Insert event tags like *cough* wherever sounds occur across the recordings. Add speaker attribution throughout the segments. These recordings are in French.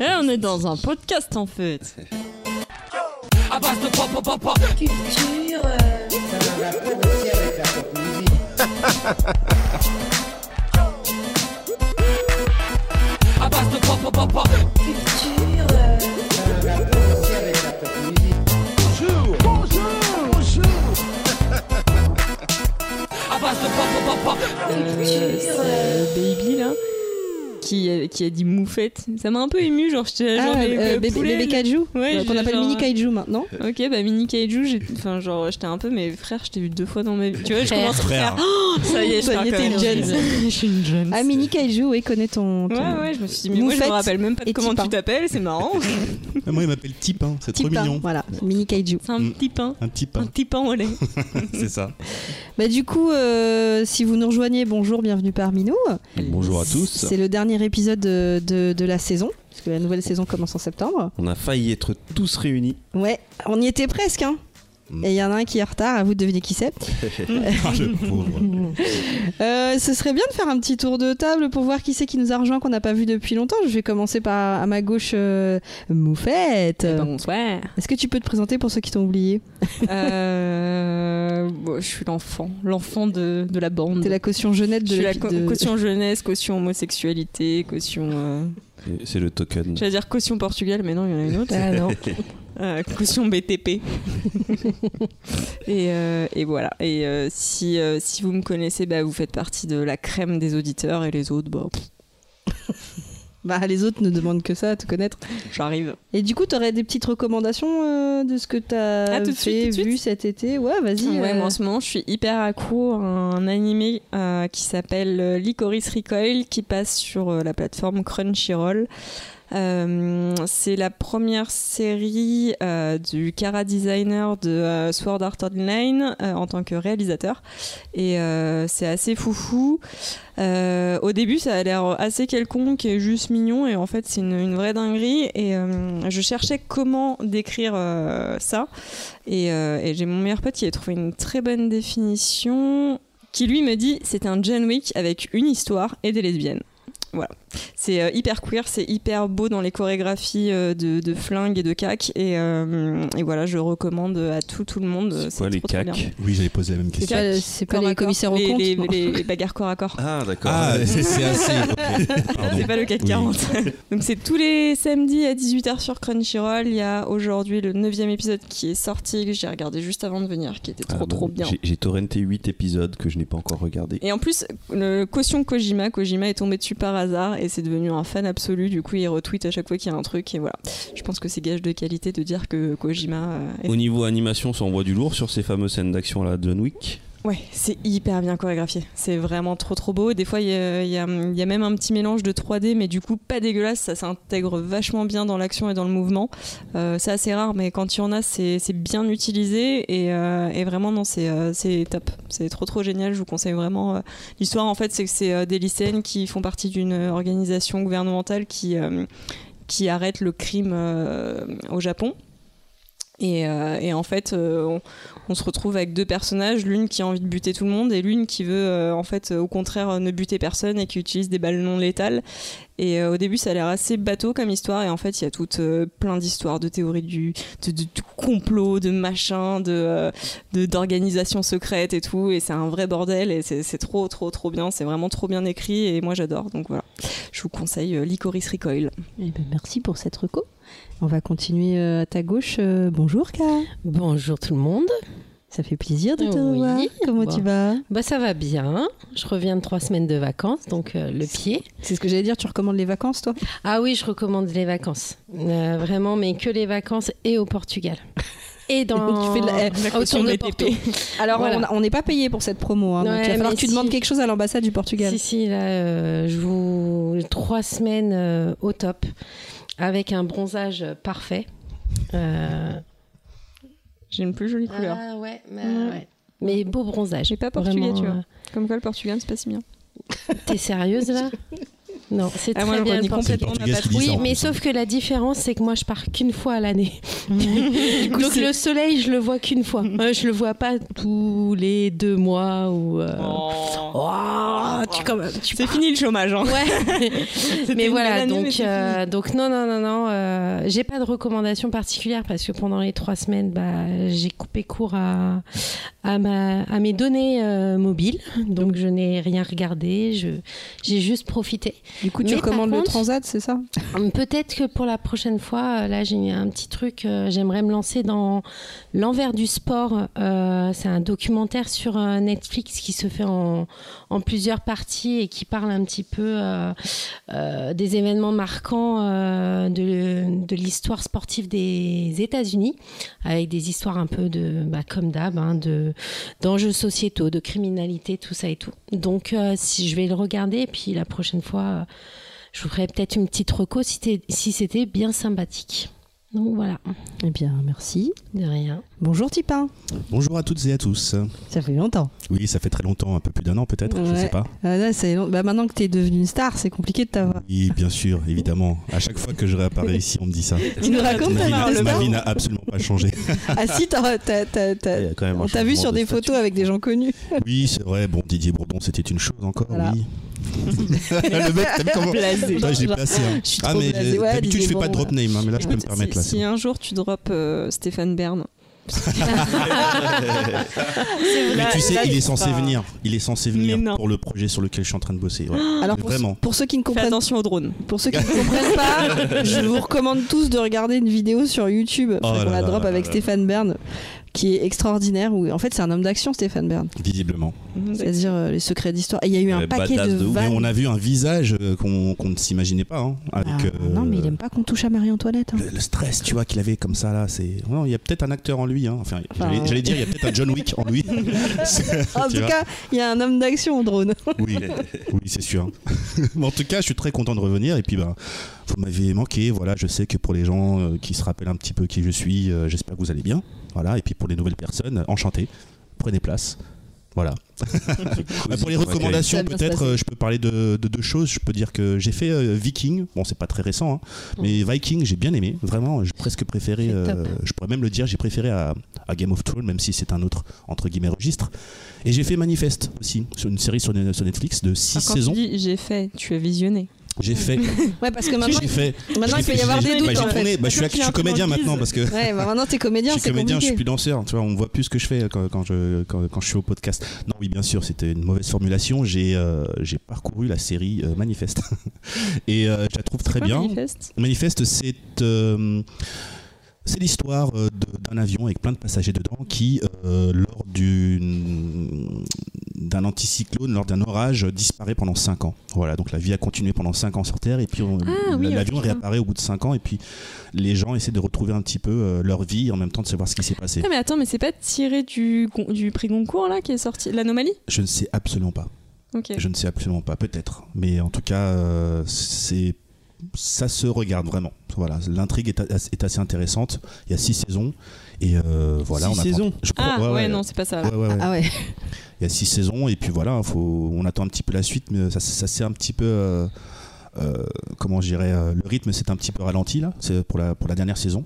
Speaker 1: Eh, on est dans un podcast en fait.
Speaker 2: euh.
Speaker 1: Ah, Euh, c'est *laughs* euh, Baby là qui a, qui a dit moufette. Ça m'a un peu ému, genre j'étais là, genre
Speaker 2: Ah,
Speaker 1: mais,
Speaker 2: euh,
Speaker 1: euh,
Speaker 2: bébé,
Speaker 1: poulet,
Speaker 2: bébé
Speaker 1: je-
Speaker 2: kaiju,
Speaker 1: Ouais,
Speaker 2: euh, qu'on
Speaker 1: j'ai
Speaker 2: appelle
Speaker 1: genre-
Speaker 2: mini kaiju maintenant.
Speaker 1: Ok, bah mini kaiju, j'ai- enfin genre j'étais un peu mais frère, je t'ai vu deux fois dans ma vie. Tu vois, je
Speaker 3: Frère.
Speaker 1: commence oh,
Speaker 4: Frère, Ah,
Speaker 1: ça y est, je
Speaker 2: Ça y est,
Speaker 1: parle
Speaker 2: t'es
Speaker 1: comme
Speaker 2: une
Speaker 1: *laughs* Je suis une jeune. Ah,
Speaker 2: Ah, mini kaiju, oui, connais ton. ton-
Speaker 1: Ouais, ouais, je me suis dit, mais moi je me
Speaker 2: Moufette
Speaker 1: rappelle même pas de
Speaker 2: et
Speaker 1: comment
Speaker 2: Tipin.
Speaker 1: tu t'appelles, c'est marrant.
Speaker 4: Ah, moi il m'appelle Tipin, c'est trop
Speaker 2: Tipin,
Speaker 4: mignon.
Speaker 2: voilà, mini kaiju.
Speaker 1: *laughs* C'est un
Speaker 4: Mm.
Speaker 1: petit pain.
Speaker 4: Un
Speaker 1: Un
Speaker 4: Tipin,
Speaker 1: petit pain au lait.
Speaker 4: *laughs* c'est ça.
Speaker 2: Bah, du coup, euh, si vous nous rejoignez, bonjour, bienvenue parmi nous.
Speaker 3: Bonjour à tous.
Speaker 2: C'est le dernier épisode de, de- de la saison, parce que la nouvelle saison commence en septembre.
Speaker 3: On a failli être tous réunis.
Speaker 2: Ouais, on y était presque, hein.
Speaker 4: Mm.
Speaker 2: Et il y en a un qui est en retard, à vous de deviner qui c'est.
Speaker 4: Ah,
Speaker 2: *laughs*
Speaker 4: le pauvre.
Speaker 2: Euh, ce serait bien de faire un petit tour de table pour voir qui c'est qui nous a rejoint qu'on n'a pas vu depuis longtemps. Je vais commencer par à ma gauche, euh, Moufette.
Speaker 1: Eh Euh, ben. ouais.
Speaker 2: Est-ce que tu peux te présenter pour ceux qui t'ont oublié
Speaker 1: Euh, bon, je suis l'enfant, l'enfant de, de la bande.
Speaker 2: T'es la caution jeunette
Speaker 1: Mm. Je
Speaker 2: de
Speaker 1: suis la
Speaker 2: l'épi-
Speaker 1: co-
Speaker 2: de- *laughs*
Speaker 1: caution jeunesse, caution homosexualité, caution. euh,
Speaker 3: Et C'est le token.
Speaker 1: J'allais dire caution Portugal, mais non, il y en a une
Speaker 2: *laughs*
Speaker 1: autre.
Speaker 2: Ah non.
Speaker 1: Euh, caution BTP. et, euh, et voilà. Et euh, si, euh, si vous me connaissez, bah, vous faites partie de la crème des auditeurs et les autres, bah, pff,
Speaker 2: Bah, les autres ne demandent que ça, à te connaître.
Speaker 1: j'arrive.
Speaker 2: Et du coup, t'aurais des petites recommandations euh, de ce que t'as
Speaker 1: Ah, tout de suite,
Speaker 2: fait,
Speaker 1: tout de suite
Speaker 2: vu cet été Ouais, vas-y.
Speaker 1: Ouais,
Speaker 2: euh,
Speaker 1: moi, en ce moment, je suis hyper accro à un animé euh, qui s'appelle euh, Licorice Recoil qui passe sur euh, la plateforme Crunchyroll. Euh, c'est la première série euh, du Kara Designer de euh, Sword Art Online euh, en tant que réalisateur et euh, c'est assez foufou. Euh, au début, ça a l'air assez quelconque et juste mignon et en fait, c'est une, une vraie dinguerie et euh, je cherchais comment décrire euh, ça et, euh, et j'ai mon meilleur pote qui a trouvé une très bonne définition qui lui me dit c'est un John Wick avec une histoire et des lesbiennes. Voilà. C'est euh, hyper queer, c'est hyper beau dans les chorégraphies euh, de, de flingues et de cac. Et, euh, et voilà, je recommande à tout, tout le monde.
Speaker 3: C'est quoi les
Speaker 1: trop, trop bien.
Speaker 3: cacs
Speaker 4: Oui, j'allais poser la même
Speaker 2: C'est
Speaker 4: question.
Speaker 2: pas, c'est pas
Speaker 1: Corps à
Speaker 2: les
Speaker 1: corps.
Speaker 2: commissaires aux
Speaker 1: Les-
Speaker 2: comptes.
Speaker 1: les,
Speaker 2: non.
Speaker 1: les- les bagarres corps à corps.
Speaker 3: Ah, d'accord.
Speaker 4: Ah, c'est c'est assez.
Speaker 1: Ah, C'est pas le
Speaker 3: *laughs*
Speaker 1: 440. Donc c'est tous les samedis à 18h sur Crunchyroll. Il y a aujourd'hui le 9 épisode qui est sorti, que j'ai regardé juste avant de venir, qui était
Speaker 3: Ah,
Speaker 1: trop
Speaker 3: bon,
Speaker 1: trop bien.
Speaker 3: j'ai- J'ai torrenté 8 épisodes que je n'ai pas encore regardé.
Speaker 1: Et en plus, le caution Kojima, Kojima est tombé dessus par hasard et c'est devenu un fan absolu. Du coup, il retweet à chaque fois qu'il y a un truc et voilà. Je pense que c'est gage de qualité de dire que Kojima. euh, est...
Speaker 3: Au niveau animation, ça envoie du lourd sur ces fameuses scènes d'action à la John Wick.
Speaker 1: Ouais, c'est hyper bien chorégraphié. C'est vraiment trop trop beau. Des fois, il y a, il y a- il y a même un petit mélange de 3D, mais du coup, pas dégueulasse. Ça s'intègre vachement bien dans l'action et dans le mouvement. Euh, c'est assez rare, mais quand il y en a, c'est c'est bien utilisé. Et, euh, et vraiment, non, c'est euh, c'est top. C'est trop trop génial. Je vous conseille vraiment. euh, L'histoire, en fait, c'est que c'est euh, des lycéennes qui font partie d'une euh, organisation gouvernementale qui, euh, qui arrête le crime euh, au Japon. Et, euh, et en fait, euh, on, on se retrouve avec deux personnages, l'une qui a envie de buter tout le monde et l'une qui veut euh, en fait euh, au contraire euh, ne buter personne et qui utilise des balles non létales. Et euh, au début, ça a l'air assez bateau comme histoire et en fait, il y a tout plein d'histoires, de théories du, de, de- de complot, de machin, de euh, de- d'organisations secrètes et tout. Et c'est un vrai bordel et c'est c'est trop trop trop bien. C'est vraiment trop bien écrit et moi j'adore. Donc voilà, je vous conseille euh, Licorice Recoil.
Speaker 2: *laughs* Eh ben, merci pour cette reco. On va continuer euh, à ta gauche. Euh, bonjour, K.
Speaker 5: Bonjour tout le monde.
Speaker 2: Ça fait plaisir de te
Speaker 5: Oui.
Speaker 2: revoir. Comment
Speaker 5: Bon.
Speaker 2: tu vas
Speaker 5: Bah ça va bien. Je reviens de trois semaines de vacances, donc euh, le pied.
Speaker 2: C'est ce que j'allais dire. Tu recommandes les vacances, toi
Speaker 5: Ah oui, je recommande les vacances. Euh, vraiment, mais que les vacances et au Portugal. Et
Speaker 2: *laughs*
Speaker 5: dans
Speaker 2: Tu fais de
Speaker 1: Ah,
Speaker 2: la- eh,
Speaker 5: autour de Porto.
Speaker 2: Alors,
Speaker 5: Voilà.
Speaker 2: on- on n'est pas payé pour cette promo. hein, donc
Speaker 5: Ouais,
Speaker 2: il va falloir
Speaker 5: mais
Speaker 2: que tu
Speaker 5: si.
Speaker 2: demandes quelque chose à l'ambassade du Portugal.
Speaker 5: Si si, là, euh, je vous trois semaines euh, au top avec un bronzage parfait. Euh,
Speaker 1: J'ai une plus jolie couleur.
Speaker 5: Ah ouais, mais,
Speaker 1: Mm.
Speaker 5: ouais. Mais beau bronzage. euh,
Speaker 1: J'ai pas portugais,
Speaker 5: Vraiment,
Speaker 1: tu vois. Comme quoi, le Portugal, c'est pas si bien.
Speaker 5: euh, T'es sérieuse là Non, c'est
Speaker 1: Ah,
Speaker 5: très
Speaker 1: moi, je
Speaker 5: bien.
Speaker 1: reconnais
Speaker 5: le portugais.
Speaker 1: complètement
Speaker 4: C'est
Speaker 1: ma
Speaker 4: le portugais qui dit
Speaker 1: patrie.
Speaker 4: ça.
Speaker 5: Oui,
Speaker 4: en
Speaker 5: mais
Speaker 4: plus,
Speaker 5: sauf que la différence, c'est que moi, je pars qu'une fois à l'année. Donc le soleil, je le vois qu'une fois. *laughs* Euh, je le vois pas tous les deux mois ou. euh, Oh, tu quand même. tu-
Speaker 1: C'est fini le chômage. hein.
Speaker 5: *laughs* Ouais.
Speaker 1: C'était
Speaker 5: mais
Speaker 1: une belle
Speaker 5: voilà,
Speaker 1: année, mais
Speaker 5: donc,
Speaker 1: c'est
Speaker 5: euh, donc non, non, non, non, euh, j'ai pas de recommandation particulière parce que pendant les trois semaines, bah, j'ai coupé court à, à, ma, à mes données euh, mobiles, donc je n'ai rien regardé, je, j'ai juste profité.
Speaker 2: Du coup, tu
Speaker 5: Mais par
Speaker 2: recommandes le
Speaker 5: contre-
Speaker 2: transat, c'est ça
Speaker 5: Hum, Peut-être que pour la prochaine fois, euh, là j'ai un petit truc, euh, j'aimerais me lancer dans l'envers du sport. Euh, c'est un documentaire sur euh, Netflix qui se fait en, en plusieurs parties et qui parle un petit peu euh, euh, des événements marquants euh, de, de l'histoire sportive des États-Unis, avec des histoires un peu de, bah, comme d'hab, hein, de d'enjeux sociétaux, de criminalité, tout ça et tout. Donc euh, si je vais le regarder, et puis la prochaine fois. euh, je vous ferai peut-être une petite reco si, t'es- si c'était bien sympathique. Donc voilà,
Speaker 2: Eh bien, merci.
Speaker 5: de rien.
Speaker 2: Bonjour Tipin.
Speaker 4: Bonjour à toutes et à tous.
Speaker 2: Ça fait longtemps.
Speaker 4: Oui, ça fait très longtemps, un peu plus d'un an peut-être, je
Speaker 2: Ouais.
Speaker 4: sais pas.
Speaker 2: Ah, là, c'est long- bah, maintenant que t'es devenue une star, c'est compliqué de t'avoir.
Speaker 4: Oui, bien sûr, évidemment. À chaque fois que je réapparais ici, on me dit ça.
Speaker 2: Tu nous racontes
Speaker 4: Ma
Speaker 2: ta vie de
Speaker 4: vie n'a- ma
Speaker 2: star
Speaker 4: vie n'a absolument pas changé.
Speaker 2: Ah si, t'as- t'as- t'as-
Speaker 1: Euh,
Speaker 4: Ah,
Speaker 2: t'as-
Speaker 3: Eh, Il y a quand même un
Speaker 2: on t'a vu
Speaker 3: changement
Speaker 2: sur
Speaker 3: de
Speaker 2: des
Speaker 3: statut.
Speaker 2: photos avec des gens connus.
Speaker 4: Oui, c'est vrai. Bon, Didier Bourdon, c'était une chose encore,
Speaker 2: Voilà. *laughs*
Speaker 4: oui. le mec, t'as vu comment
Speaker 2: Blasé.
Speaker 4: Putain, je l'ai placé. hein.
Speaker 2: Je suis
Speaker 4: Ah,
Speaker 2: trop
Speaker 4: mais
Speaker 2: blasé. Ouais,
Speaker 4: d'habitude, je
Speaker 2: Didier
Speaker 4: fais pas de
Speaker 2: Bourdon.
Speaker 4: drop name, hein, mais là,
Speaker 2: *laughs*
Speaker 4: je peux me
Speaker 1: Écoute,
Speaker 4: permettre.
Speaker 1: si,
Speaker 4: Là,
Speaker 1: si un jour tu drops euh, Stéphane
Speaker 4: *laughs*
Speaker 1: Bern,
Speaker 4: Mais tu sais,
Speaker 1: là,
Speaker 4: il
Speaker 1: il
Speaker 4: est
Speaker 1: est
Speaker 4: censé
Speaker 1: pas-
Speaker 4: venir. Il est censé
Speaker 1: Mais
Speaker 4: venir
Speaker 1: non.
Speaker 4: pour le projet sur lequel je suis en train de
Speaker 2: *gasps*
Speaker 4: bosser. ouais.
Speaker 2: Alors pour,
Speaker 4: Vraiment.
Speaker 2: Ah, pour ceux qui ne
Speaker 1: fais
Speaker 2: comprennent
Speaker 1: attention aux drones.
Speaker 2: pour ceux qui ne comprennent
Speaker 4: *laughs*
Speaker 2: pas, je vous recommande tous de regarder une vidéo sur YouTube
Speaker 4: Oh
Speaker 2: enfin,
Speaker 4: là
Speaker 2: qu'on la
Speaker 4: là
Speaker 2: drop
Speaker 4: là
Speaker 2: avec
Speaker 4: là
Speaker 2: Stéphane Bern qui est extraordinaire où en fait c'est un homme d'action Stéphane Bern,
Speaker 4: Visiblement.
Speaker 2: c'est-à-dire euh, les secrets d'histoire. Et il y a eu un
Speaker 3: Ouais,
Speaker 2: paquet
Speaker 3: badass
Speaker 2: de
Speaker 3: de ouf.
Speaker 4: Mais
Speaker 2: vannes.
Speaker 4: on a vu un visage euh, qu'on qu'on ne s'imaginait pas. hein, avec,
Speaker 2: Ah,
Speaker 4: euh,
Speaker 2: Non mais il aime pas qu'on touche à Marie-Antoinette. hein.
Speaker 4: le, le stress, tu vois, qu'il avait comme ça là, c'est. Non, il y a peut-être un acteur en lui. hein. Enfin,
Speaker 2: Enfin,
Speaker 4: j'allais-
Speaker 2: ouais.
Speaker 4: j'allais dire, il y a peut-être un John Wick
Speaker 2: *laughs*
Speaker 4: en lui. *laughs*
Speaker 2: En
Speaker 4: Tu
Speaker 2: tout
Speaker 4: vois.
Speaker 2: cas, il y a un homme d'action en
Speaker 4: *laughs*
Speaker 2: drone.
Speaker 3: *laughs*
Speaker 4: Oui, oui c'est sûr. *laughs* Mais en tout cas, je suis très content de revenir. Et puis, ben, vous m'avez manqué. Voilà, je sais que pour les gens euh, qui se rappellent un petit peu qui je suis, euh, j'espère que vous allez bien. Voilà. Et puis pour les nouvelles personnes, euh, enchanté. Prenez place. Voilà. Euh, pour les
Speaker 3: Ok.
Speaker 4: recommandations,
Speaker 2: Ça va bien se
Speaker 4: peut-être,
Speaker 2: passer.
Speaker 4: euh, je peux parler de, de deux choses. Je peux dire que j'ai fait euh, Viking. Bon, c'est pas très récent, hein,
Speaker 2: Mm.
Speaker 4: mais Viking, j'ai bien aimé. Vraiment, j'ai presque préféré.
Speaker 5: C'est top.
Speaker 4: euh, je pourrais même le dire, j'ai préféré à, à Game of Thrones, même si c'est un autre entre guillemets registre. Et j'ai fait Manifest aussi, sur une série sur, sur Netflix de 6
Speaker 1: Ah, quand
Speaker 4: saisons.
Speaker 1: tu dis j'ai fait, tu as visionné.
Speaker 4: J'ai fait,
Speaker 2: Ouais parce que *laughs*
Speaker 4: j'ai
Speaker 2: maintenant,
Speaker 4: fait.
Speaker 2: maintenant il peut y avoir
Speaker 1: j'ai-
Speaker 2: des
Speaker 1: bah,
Speaker 2: doutes
Speaker 1: j'ai
Speaker 2: en fait.
Speaker 4: tourné, bah, je suis,
Speaker 1: Maintenant
Speaker 4: act-
Speaker 1: qu'il est
Speaker 4: je suis
Speaker 1: un peu
Speaker 4: comédien
Speaker 1: dans le
Speaker 4: maintenant parce que
Speaker 2: Ouais, bah, maintenant t'es
Speaker 4: je
Speaker 2: comédien,
Speaker 4: suis
Speaker 2: c'est
Speaker 4: comédien, je suis
Speaker 2: compliqué.
Speaker 4: plus danseur. Tu vois, on voit plus ce que je fais euh, quand, quand je quand, quand je suis au podcast. Non, oui, bien sûr, c'était une mauvaise formulation. J'ai euh, j'ai parcouru la série euh, Manifest *laughs* et euh, je la trouve très
Speaker 1: Quoi,
Speaker 4: bien.
Speaker 1: Manifeste
Speaker 4: Manifeste, c'est euh, c'est l'histoire euh, de- d'un avion avec plein de passagers dedans qui, euh, lors d'une- d'un anticyclone, lors d'un orage, euh, disparaît pendant 5 ans. Voilà, donc la vie a continué pendant 5 ans sur Terre et puis on-
Speaker 5: Ah, oui,
Speaker 4: l'avion
Speaker 5: ok.
Speaker 4: réapparaît au bout de 5 ans et puis les gens essaient de retrouver un petit peu euh, leur vie et en même temps de savoir ce qui s'est passé.
Speaker 5: Euh,
Speaker 1: Ah, mais attends, mais c'est pas tiré du, gon- du prix Goncourt là qui est sorti L'anomalie
Speaker 4: Je ne sais absolument pas.
Speaker 1: Ok.
Speaker 4: Je ne sais absolument pas, peut-être. Mais en tout cas, euh, c'est ça se regarde vraiment. Voilà, l'intrigue est, a- est assez intéressante. Il y a six saisons et euh, voilà.
Speaker 6: Six
Speaker 4: on attend-
Speaker 6: saisons
Speaker 4: Je crois-
Speaker 1: Ah,
Speaker 4: ouais,
Speaker 1: ouais,
Speaker 4: ouais.
Speaker 1: non, c'est pas ça.
Speaker 4: Ouais, ouais, ouais.
Speaker 2: Ah ouais.
Speaker 4: Il y a six saisons et puis voilà, faut, on attend un petit peu la suite, mais ça, ça s'est un petit peu. euh, euh, comment je dirais euh, Le rythme s'est un petit peu ralenti là, c'est pour la pour la dernière saison.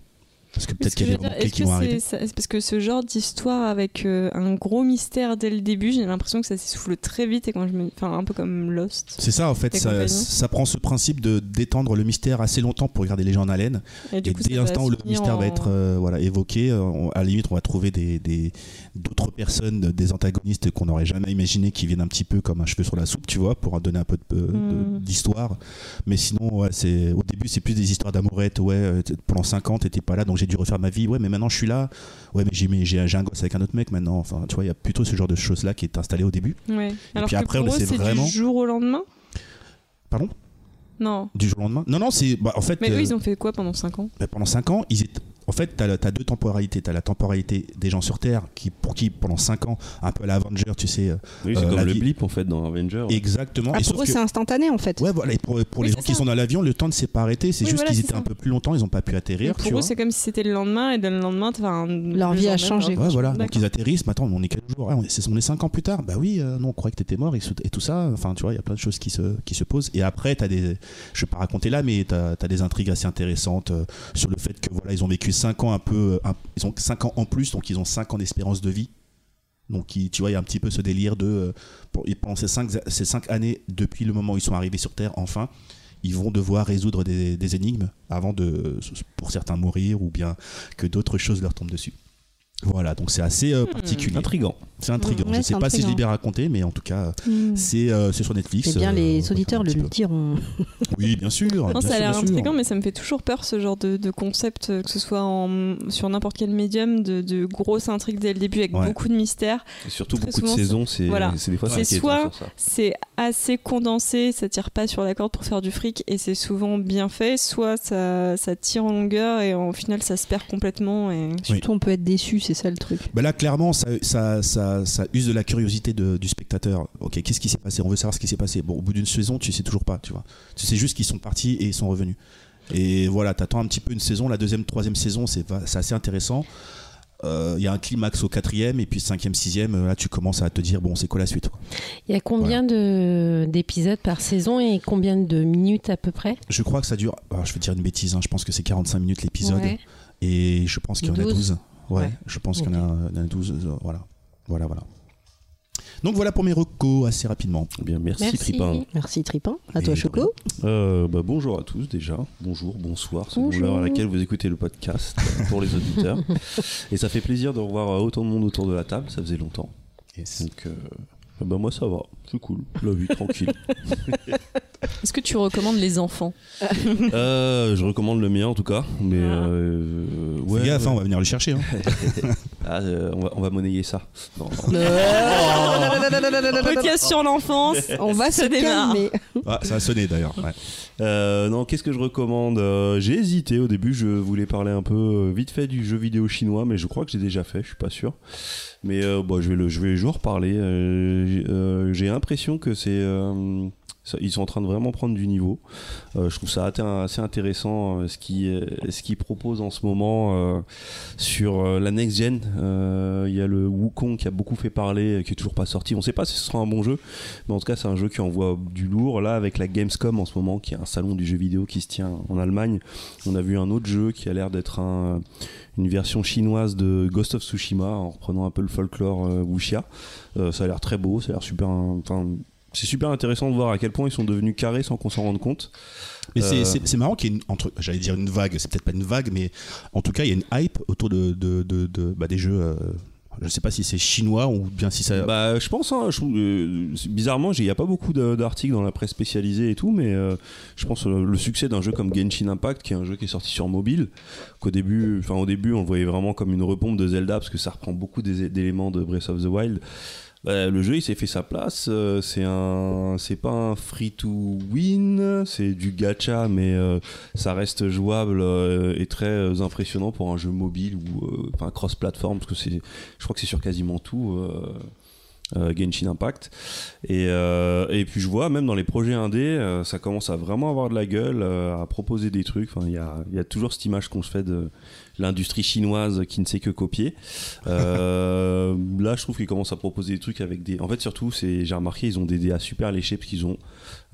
Speaker 4: Parce que
Speaker 1: Mais ce
Speaker 4: peut-être
Speaker 1: que
Speaker 4: qu'il y a
Speaker 1: je
Speaker 4: des
Speaker 1: veux dire,
Speaker 4: moments clés
Speaker 1: Est-ce
Speaker 4: qui
Speaker 1: que
Speaker 4: vont
Speaker 1: c'est
Speaker 4: arriver.
Speaker 1: ça- c'est parce que ce genre d'histoire avec euh, un gros mystère dès le début, j'ai l'impression que ça s'essouffle très vite et quand je me, enfin un peu comme Lost.
Speaker 4: C'est ça en fait,
Speaker 1: Tes
Speaker 4: ça,
Speaker 1: compagnons.
Speaker 4: ça prend ce principe de détendre le mystère assez longtemps pour garder les gens en haleine.
Speaker 1: Et du
Speaker 4: et
Speaker 1: coup,
Speaker 4: dès
Speaker 1: ça va
Speaker 4: l'instant où le
Speaker 1: se finir
Speaker 4: mystère va
Speaker 1: en-
Speaker 4: être euh, voilà, évoqué, euh, on- à la limite, on va trouver des, des- d'autres personnes, euh, des antagonistes qu'on n'aurait jamais imaginé qui viennent un petit peu comme un cheveu sur la soupe, tu vois, pour donner un peu de- de-
Speaker 1: Hmm.
Speaker 4: d'histoire. Mais sinon, ouais, c'est, au début, c'est plus des histoires d'amourette. Ouais, euh, t- pendant 5 ans, t'étais pas là, donc j'ai dû refaire ma vie. Ouais, mais maintenant, je suis là. Ouais, mais j'ai, mais j'ai, j'ai un gosse avec un autre mec maintenant. Enfin, tu vois, il y a plutôt ce genre de choses-là qui est installé au début.
Speaker 1: Ouais. Alors
Speaker 4: puis
Speaker 1: que
Speaker 4: après, on
Speaker 1: pour
Speaker 4: le
Speaker 1: eux,
Speaker 4: sait
Speaker 1: c'est
Speaker 4: vraiment.
Speaker 1: du jour au lendemain.
Speaker 4: Pardon
Speaker 1: Non.
Speaker 4: Du jour au lendemain. Non, non, c'est. bah, en fait,
Speaker 1: Mais
Speaker 4: euh,
Speaker 1: eux, ils ont fait quoi pendant 5 ans
Speaker 4: bah, pendant 5 ans, ils étaient en fait, tu as, deux temporalités. Tu as la temporalité des gens sur Terre qui, pour qui, pendant 5 ans, un peu à l'Avenger, tu sais.
Speaker 3: Oui, c'est
Speaker 4: euh,
Speaker 3: comme
Speaker 4: la
Speaker 3: le
Speaker 4: vie-
Speaker 3: blip en fait dans Avenger.
Speaker 4: Exactement.
Speaker 2: Ah,
Speaker 4: Et
Speaker 2: pour
Speaker 4: sauf
Speaker 2: eux,
Speaker 4: que-
Speaker 2: c'est instantané en fait.
Speaker 4: Ouais, voilà, et pour, pour
Speaker 1: Oui,
Speaker 4: les
Speaker 1: c'est
Speaker 4: gens qui
Speaker 1: ça.
Speaker 4: sont dans l'avion, le temps ne s'est pas arrêté. C'est
Speaker 1: Oui,
Speaker 4: juste
Speaker 1: voilà,
Speaker 4: qu'ils
Speaker 1: c'est
Speaker 4: étaient
Speaker 1: ça.
Speaker 4: un peu plus longtemps, ils n'ont pas pu
Speaker 1: Et
Speaker 4: atterrir. tu
Speaker 1: pour eux,
Speaker 4: vois.
Speaker 1: c'est comme si c'était le lendemain et dès le lendemain, enfin,
Speaker 2: Leur
Speaker 1: le
Speaker 2: vie
Speaker 1: lendemain,
Speaker 2: a changé.
Speaker 1: leur-
Speaker 4: Ouais, voilà. Donc
Speaker 1: D'accord.
Speaker 4: ils atterrissent, maintenant on est quelques jours, ouais, on est, c'est- on est cinq ans plus tard. Bah oui, euh, non, on croyait que t'étais mort et, sou- et tout ça. Enfin, tu vois, il y a plein de choses qui se, qui se posent. Et après, t'as des, je vais pas raconter là, mais t'as as des intrigues assez intéressantes euh, sur le fait que voilà, ils ont vécu cinq ans un peu, euh, un- ils ont cinq ans en plus, donc ils ont cinq ans d'espérance de vie. Donc, ils- tu vois, il y a un petit peu ce délire de, euh, pour- et pendant ces cinq, ces cinq années, depuis le moment où ils sont arrivés sur Terre, enfin, ils vont devoir résoudre des, des énigmes avant de, pour certains, mourir ou bien que d'autres choses leur tombent dessus. Voilà, donc c'est assez euh, particulier.
Speaker 3: Intrigant.
Speaker 4: C'est intriguant.
Speaker 2: Hmm, Ouais,
Speaker 4: je
Speaker 2: c'est
Speaker 4: sais pas si je
Speaker 2: intriguant.
Speaker 4: l'ai
Speaker 2: Hmm.
Speaker 4: bien raconté, mais en tout cas, c'est euh, c'est sur Netflix.
Speaker 2: C'est Eh bien,
Speaker 4: euh,
Speaker 2: les
Speaker 4: voilà,
Speaker 2: auditeurs
Speaker 4: un
Speaker 2: le
Speaker 4: petit peu.
Speaker 2: diront.
Speaker 4: Oui, bien sûr. bien
Speaker 1: Non, ça
Speaker 4: sûr,
Speaker 1: a l'air
Speaker 4: bien sûr.
Speaker 1: intriguant, mais ça me fait toujours peur ce genre de, de concept, euh, que ce soit en- sur n'importe quel médium, de, de grosses intrigues dès le début avec
Speaker 4: Ouais.
Speaker 1: beaucoup de mystères.
Speaker 3: Et surtout
Speaker 1: Très
Speaker 3: beaucoup de
Speaker 1: souvent,
Speaker 3: saisons, c'est
Speaker 1: voilà.
Speaker 3: c'est des fois
Speaker 1: C'est
Speaker 3: inquiétant
Speaker 1: soit-
Speaker 3: sur ça.
Speaker 1: C'est assez condensé, ça tire pas sur la corde pour faire du fric et c'est souvent bien fait, soit ça, ça tire en longueur et en final ça se perd complètement. Et...
Speaker 2: Surtout, on peut être déçu, c'est ça le truc.
Speaker 4: Bah là, clairement, ça, ça, ça, ça use de la curiosité de- du spectateur. Ok, qu'est-ce qui s'est passé On veut savoir ce qui s'est passé. Bon, au bout d'une saison, tu sais toujours pas, tu vois. Tu sais juste qu'ils sont partis et ils sont revenus. Et voilà, t'attends un petit peu une saison. La deuxième, troisième saison, c'est va- c'est assez intéressant. Euh, Il y a un climax au quatrième et puis cinquième, sixième. euh, Là, tu commences à te dire bon, c'est quoi la suite quoi.
Speaker 5: Il y a combien de- d'épisodes par saison et combien de minutes à peu près
Speaker 4: Je crois que ça dure. alors, je vais dire une bêtise. hein, je pense que c'est 45 minutes l'épisode.
Speaker 5: Ouais.
Speaker 4: Et je pense qu'il y en a
Speaker 5: 12.
Speaker 4: 12. Ouais,
Speaker 5: Ouais.
Speaker 4: je pense qu'il y en a il y en a 12. euh, Voilà. Voilà, voilà. Donc voilà pour mes recos assez rapidement.
Speaker 3: Bien, merci,
Speaker 5: Merci.
Speaker 3: Tripin.
Speaker 2: Merci Tripin. À
Speaker 4: Et
Speaker 2: toi
Speaker 4: de
Speaker 2: Choco.
Speaker 3: Euh, bah, bonjour à tous déjà, bonjour, bonsoir, selon
Speaker 5: Bonjour.
Speaker 3: l'heure à laquelle vous écoutez le podcast euh, pour
Speaker 4: *laughs*
Speaker 3: les auditeurs. Et ça fait plaisir de revoir euh, autant de monde autour de la table, ça faisait longtemps. Donc euh, bah, moi ça va, c'est cool, la
Speaker 4: *laughs*
Speaker 3: vie tranquille.
Speaker 1: Est-ce que tu recommandes les enfants
Speaker 3: Euh, je recommande le mien en tout cas, mais euh,
Speaker 4: Ouais, Ah.
Speaker 3: ouais,
Speaker 4: Fais gaffe,
Speaker 3: ouais.
Speaker 4: hein, on va venir le chercher.
Speaker 3: *laughs*
Speaker 4: hein.
Speaker 3: Ah, euh, on, va, on va monnayer ça. Non, non.
Speaker 1: Oh. Podcast sur *laughs* l'enfance
Speaker 2: On va Oh. se
Speaker 1: Ça démarre.
Speaker 2: calmer.
Speaker 4: Ah, ça a sonné d'ailleurs. ouais.
Speaker 3: Euh, non, qu'est-ce que je recommande Euh, J'ai hésité au début, je voulais parler un peu euh, vite fait du jeu vidéo chinois, mais je crois que j'ai déjà fait, je suis pas sûr. Mais euh, bah, je vais le, je vais je vais en reparler. Euh, j'ai- euh, j'ai l'impression que c'est, euh, ça- ils sont en train de vraiment prendre du niveau. Euh, je trouve ça atte- assez intéressant euh, ce qui, euh, ce qu'ils proposent en ce moment euh, sur euh, la next gen. Euh, Il y a le Wukong qui a beaucoup fait parler, euh, qui est toujours pas sorti. On sait pas si ce sera un bon jeu. Mais en tout cas, c'est un jeu qui envoie du lourd. Là, avec la Gamescom en ce moment, qui est un salon du jeu vidéo qui se tient en Allemagne, on a vu un autre jeu qui a l'air d'être un- une version chinoise de Ghost of Tsushima, en reprenant un peu le folklore euh, wuxia. Euh, ça a l'air très beau, ça a l'air super. Enfin, c'est super intéressant de voir à quel point ils sont devenus carrés sans qu'on s'en rende compte.
Speaker 4: Mais c'est-
Speaker 3: Euh.
Speaker 4: c'est c'est marrant qu'il y ait une, entre, j'allais dire une vague, c'est peut-être pas une vague, mais en tout cas, il y a une hype autour de, de, de- de- bah, des jeux. euh, je sais pas si c'est chinois ou bien si ça.
Speaker 3: Bah, je pense, hein, je trouve, euh, bizarrement, j'ai- il n'y a pas beaucoup de- d'articles dans la presse spécialisée et tout, mais euh, je pense euh, le succès d'un jeu comme Genshin Impact, qui est un jeu qui est sorti sur mobile, qu'au début, enfin au début, on le voyait vraiment comme une repompe de Zelda parce que ça reprend beaucoup des- d'éléments de Breath of the Wild. Bah, le jeu, il s'est fait sa place. euh, c'est un, c'est pas un free to win, c'est du gacha, mais euh, ça reste jouable euh, et très euh, impressionnant pour un jeu mobile ou euh, enfin cross-platform parce que c'est, je crois que c'est sur quasiment tout. euh, euh, Genshin Impact. Et, euh, et puis je vois, même dans les projets indés, euh, ça commence à vraiment avoir de la gueule, euh, à proposer des trucs. Enfin, Il y, a, il y a toujours cette image qu'on se fait de l'industrie chinoise qui ne sait que copier. Euh, là, je trouve qu'ils commencent à proposer des trucs avec des. En fait, surtout, c'est j'ai remarqué, ils ont des DA super léchés parce qu'ils ont.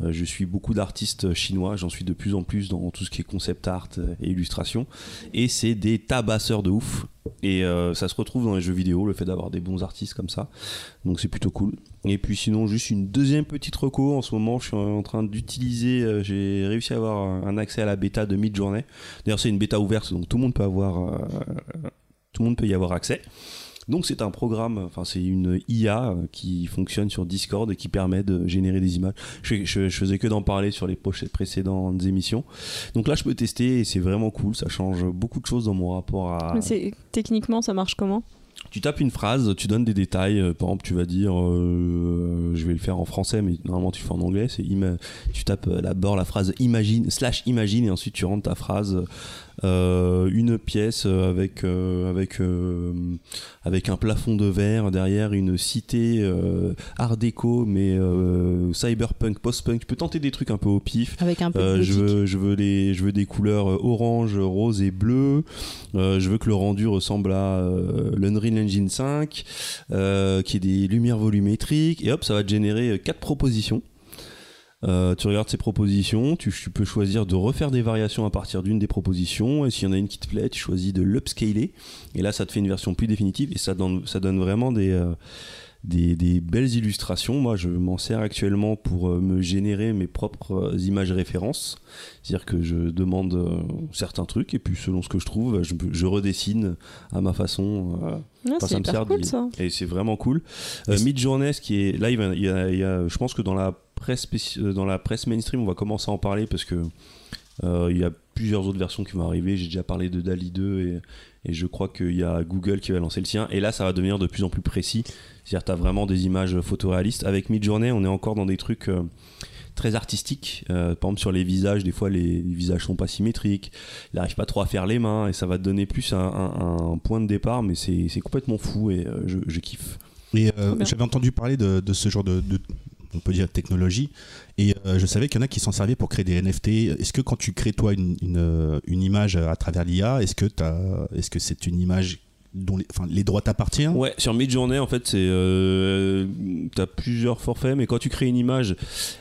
Speaker 3: euh, je suis beaucoup d'artistes chinois, j'en suis de plus en plus dans tout ce qui est concept art et illustration. Et c'est des tabasseurs de ouf. Et euh, ça se retrouve dans les jeux vidéo, le fait d'avoir des bons artistes comme ça. Donc c'est plutôt cool. Et puis sinon, juste une deuxième petite reco. En ce moment, je suis en train d'utiliser. euh, J'ai réussi à avoir un- un accès à la bêta de mid-journée. D'ailleurs, c'est une bêta ouverte, donc tout le monde peut avoir. euh, tout le monde peut y avoir accès. Donc c'est un programme, enfin c'est une IA qui fonctionne sur Discord et qui permet de générer des images. Je, je- je faisais que d'en parler sur les poches- précédentes émissions. Donc là je peux tester et c'est vraiment cool, ça change beaucoup de choses dans mon rapport à...
Speaker 1: Mais c'est- Techniquement, ça marche comment
Speaker 3: Tu tapes une phrase, tu donnes des détails. euh, Par exemple, tu vas dire, euh, je vais le faire en français, mais normalement tu le fais en anglais. C'est ima- tu tapes euh, d'abord la phrase imagine slash imagine et ensuite tu rentres ta phrase euh, une pièce avec euh, avec euh, avec un plafond de verre derrière une cité euh, art déco mais euh, cyberpunk post-punk je peux tenter des trucs un peu au pif
Speaker 2: Avec un peu
Speaker 3: Euh,
Speaker 2: de
Speaker 3: je,
Speaker 2: gothique.
Speaker 3: veux, je, veux les, je veux des couleurs euh, orange, rose et bleu. Euh, je veux que le rendu ressemble à euh, l'Unreal Engine 5, euh, qu'il y ait des lumières volumétriques. Et hop, ça va te générer euh, quatre propositions. Euh, tu regardes ces propositions, tu, tu peux choisir de refaire des variations à partir d'une des propositions. Et s'il y en a une qui te plaît, tu choisis de l'upscaler. Et là, ça te fait une version plus définitive. Et ça donne, ça donne vraiment des. euh, des, des belles illustrations. Moi, je m'en sers actuellement pour euh, me générer mes propres euh, images références. C'est-à-dire que je demande euh, certains trucs et puis selon ce que je trouve, je, je redessine à ma façon. euh,
Speaker 4: Ah,
Speaker 1: Non,
Speaker 3: Enfin,
Speaker 1: Ah, c'est
Speaker 3: ça me
Speaker 1: hyper
Speaker 3: sert
Speaker 1: cool
Speaker 3: d'y-
Speaker 1: ça.
Speaker 3: et c'est vraiment cool. Euh,
Speaker 4: Et-
Speaker 3: Midjourney, ce qui est là, il va- il y a, il y a- je pense que dans la presse spéci- euh, dans la presse mainstream, on va commencer à en parler parce que euh, il y a plusieurs autres versions qui vont arriver. J'ai déjà parlé de Dali 2 et, et je crois qu'il y a Google qui va lancer le sien. Et là, ça va devenir de plus en plus précis. C'est-à-dire, tu as vraiment des images photoréalistes. Avec Midjourney, on est encore dans des trucs euh, très artistiques. Euh, par exemple, sur les visages, des fois, les, les visages sont pas symétriques il n'arrive pas trop à faire les mains et ça va te donner plus un, un- un point de départ mais c'est c'est complètement fou et euh, je, je kiffe
Speaker 4: Et euh,
Speaker 1: Trop bien.
Speaker 4: j'avais entendu parler de, de ce genre de, de- on peut dire, technologie. Et euh, je savais qu'il y en a qui s'en servaient pour créer des NFT. Est-ce que quand tu crées, toi, une, une, euh, une image à travers l'IA, est-ce que t'as- est-ce que c'est une image dont les, enfin, les droits t'appartiennent
Speaker 3: ouais sur Midjourney en fait c'est euh, t'as plusieurs forfaits mais quand tu crées une image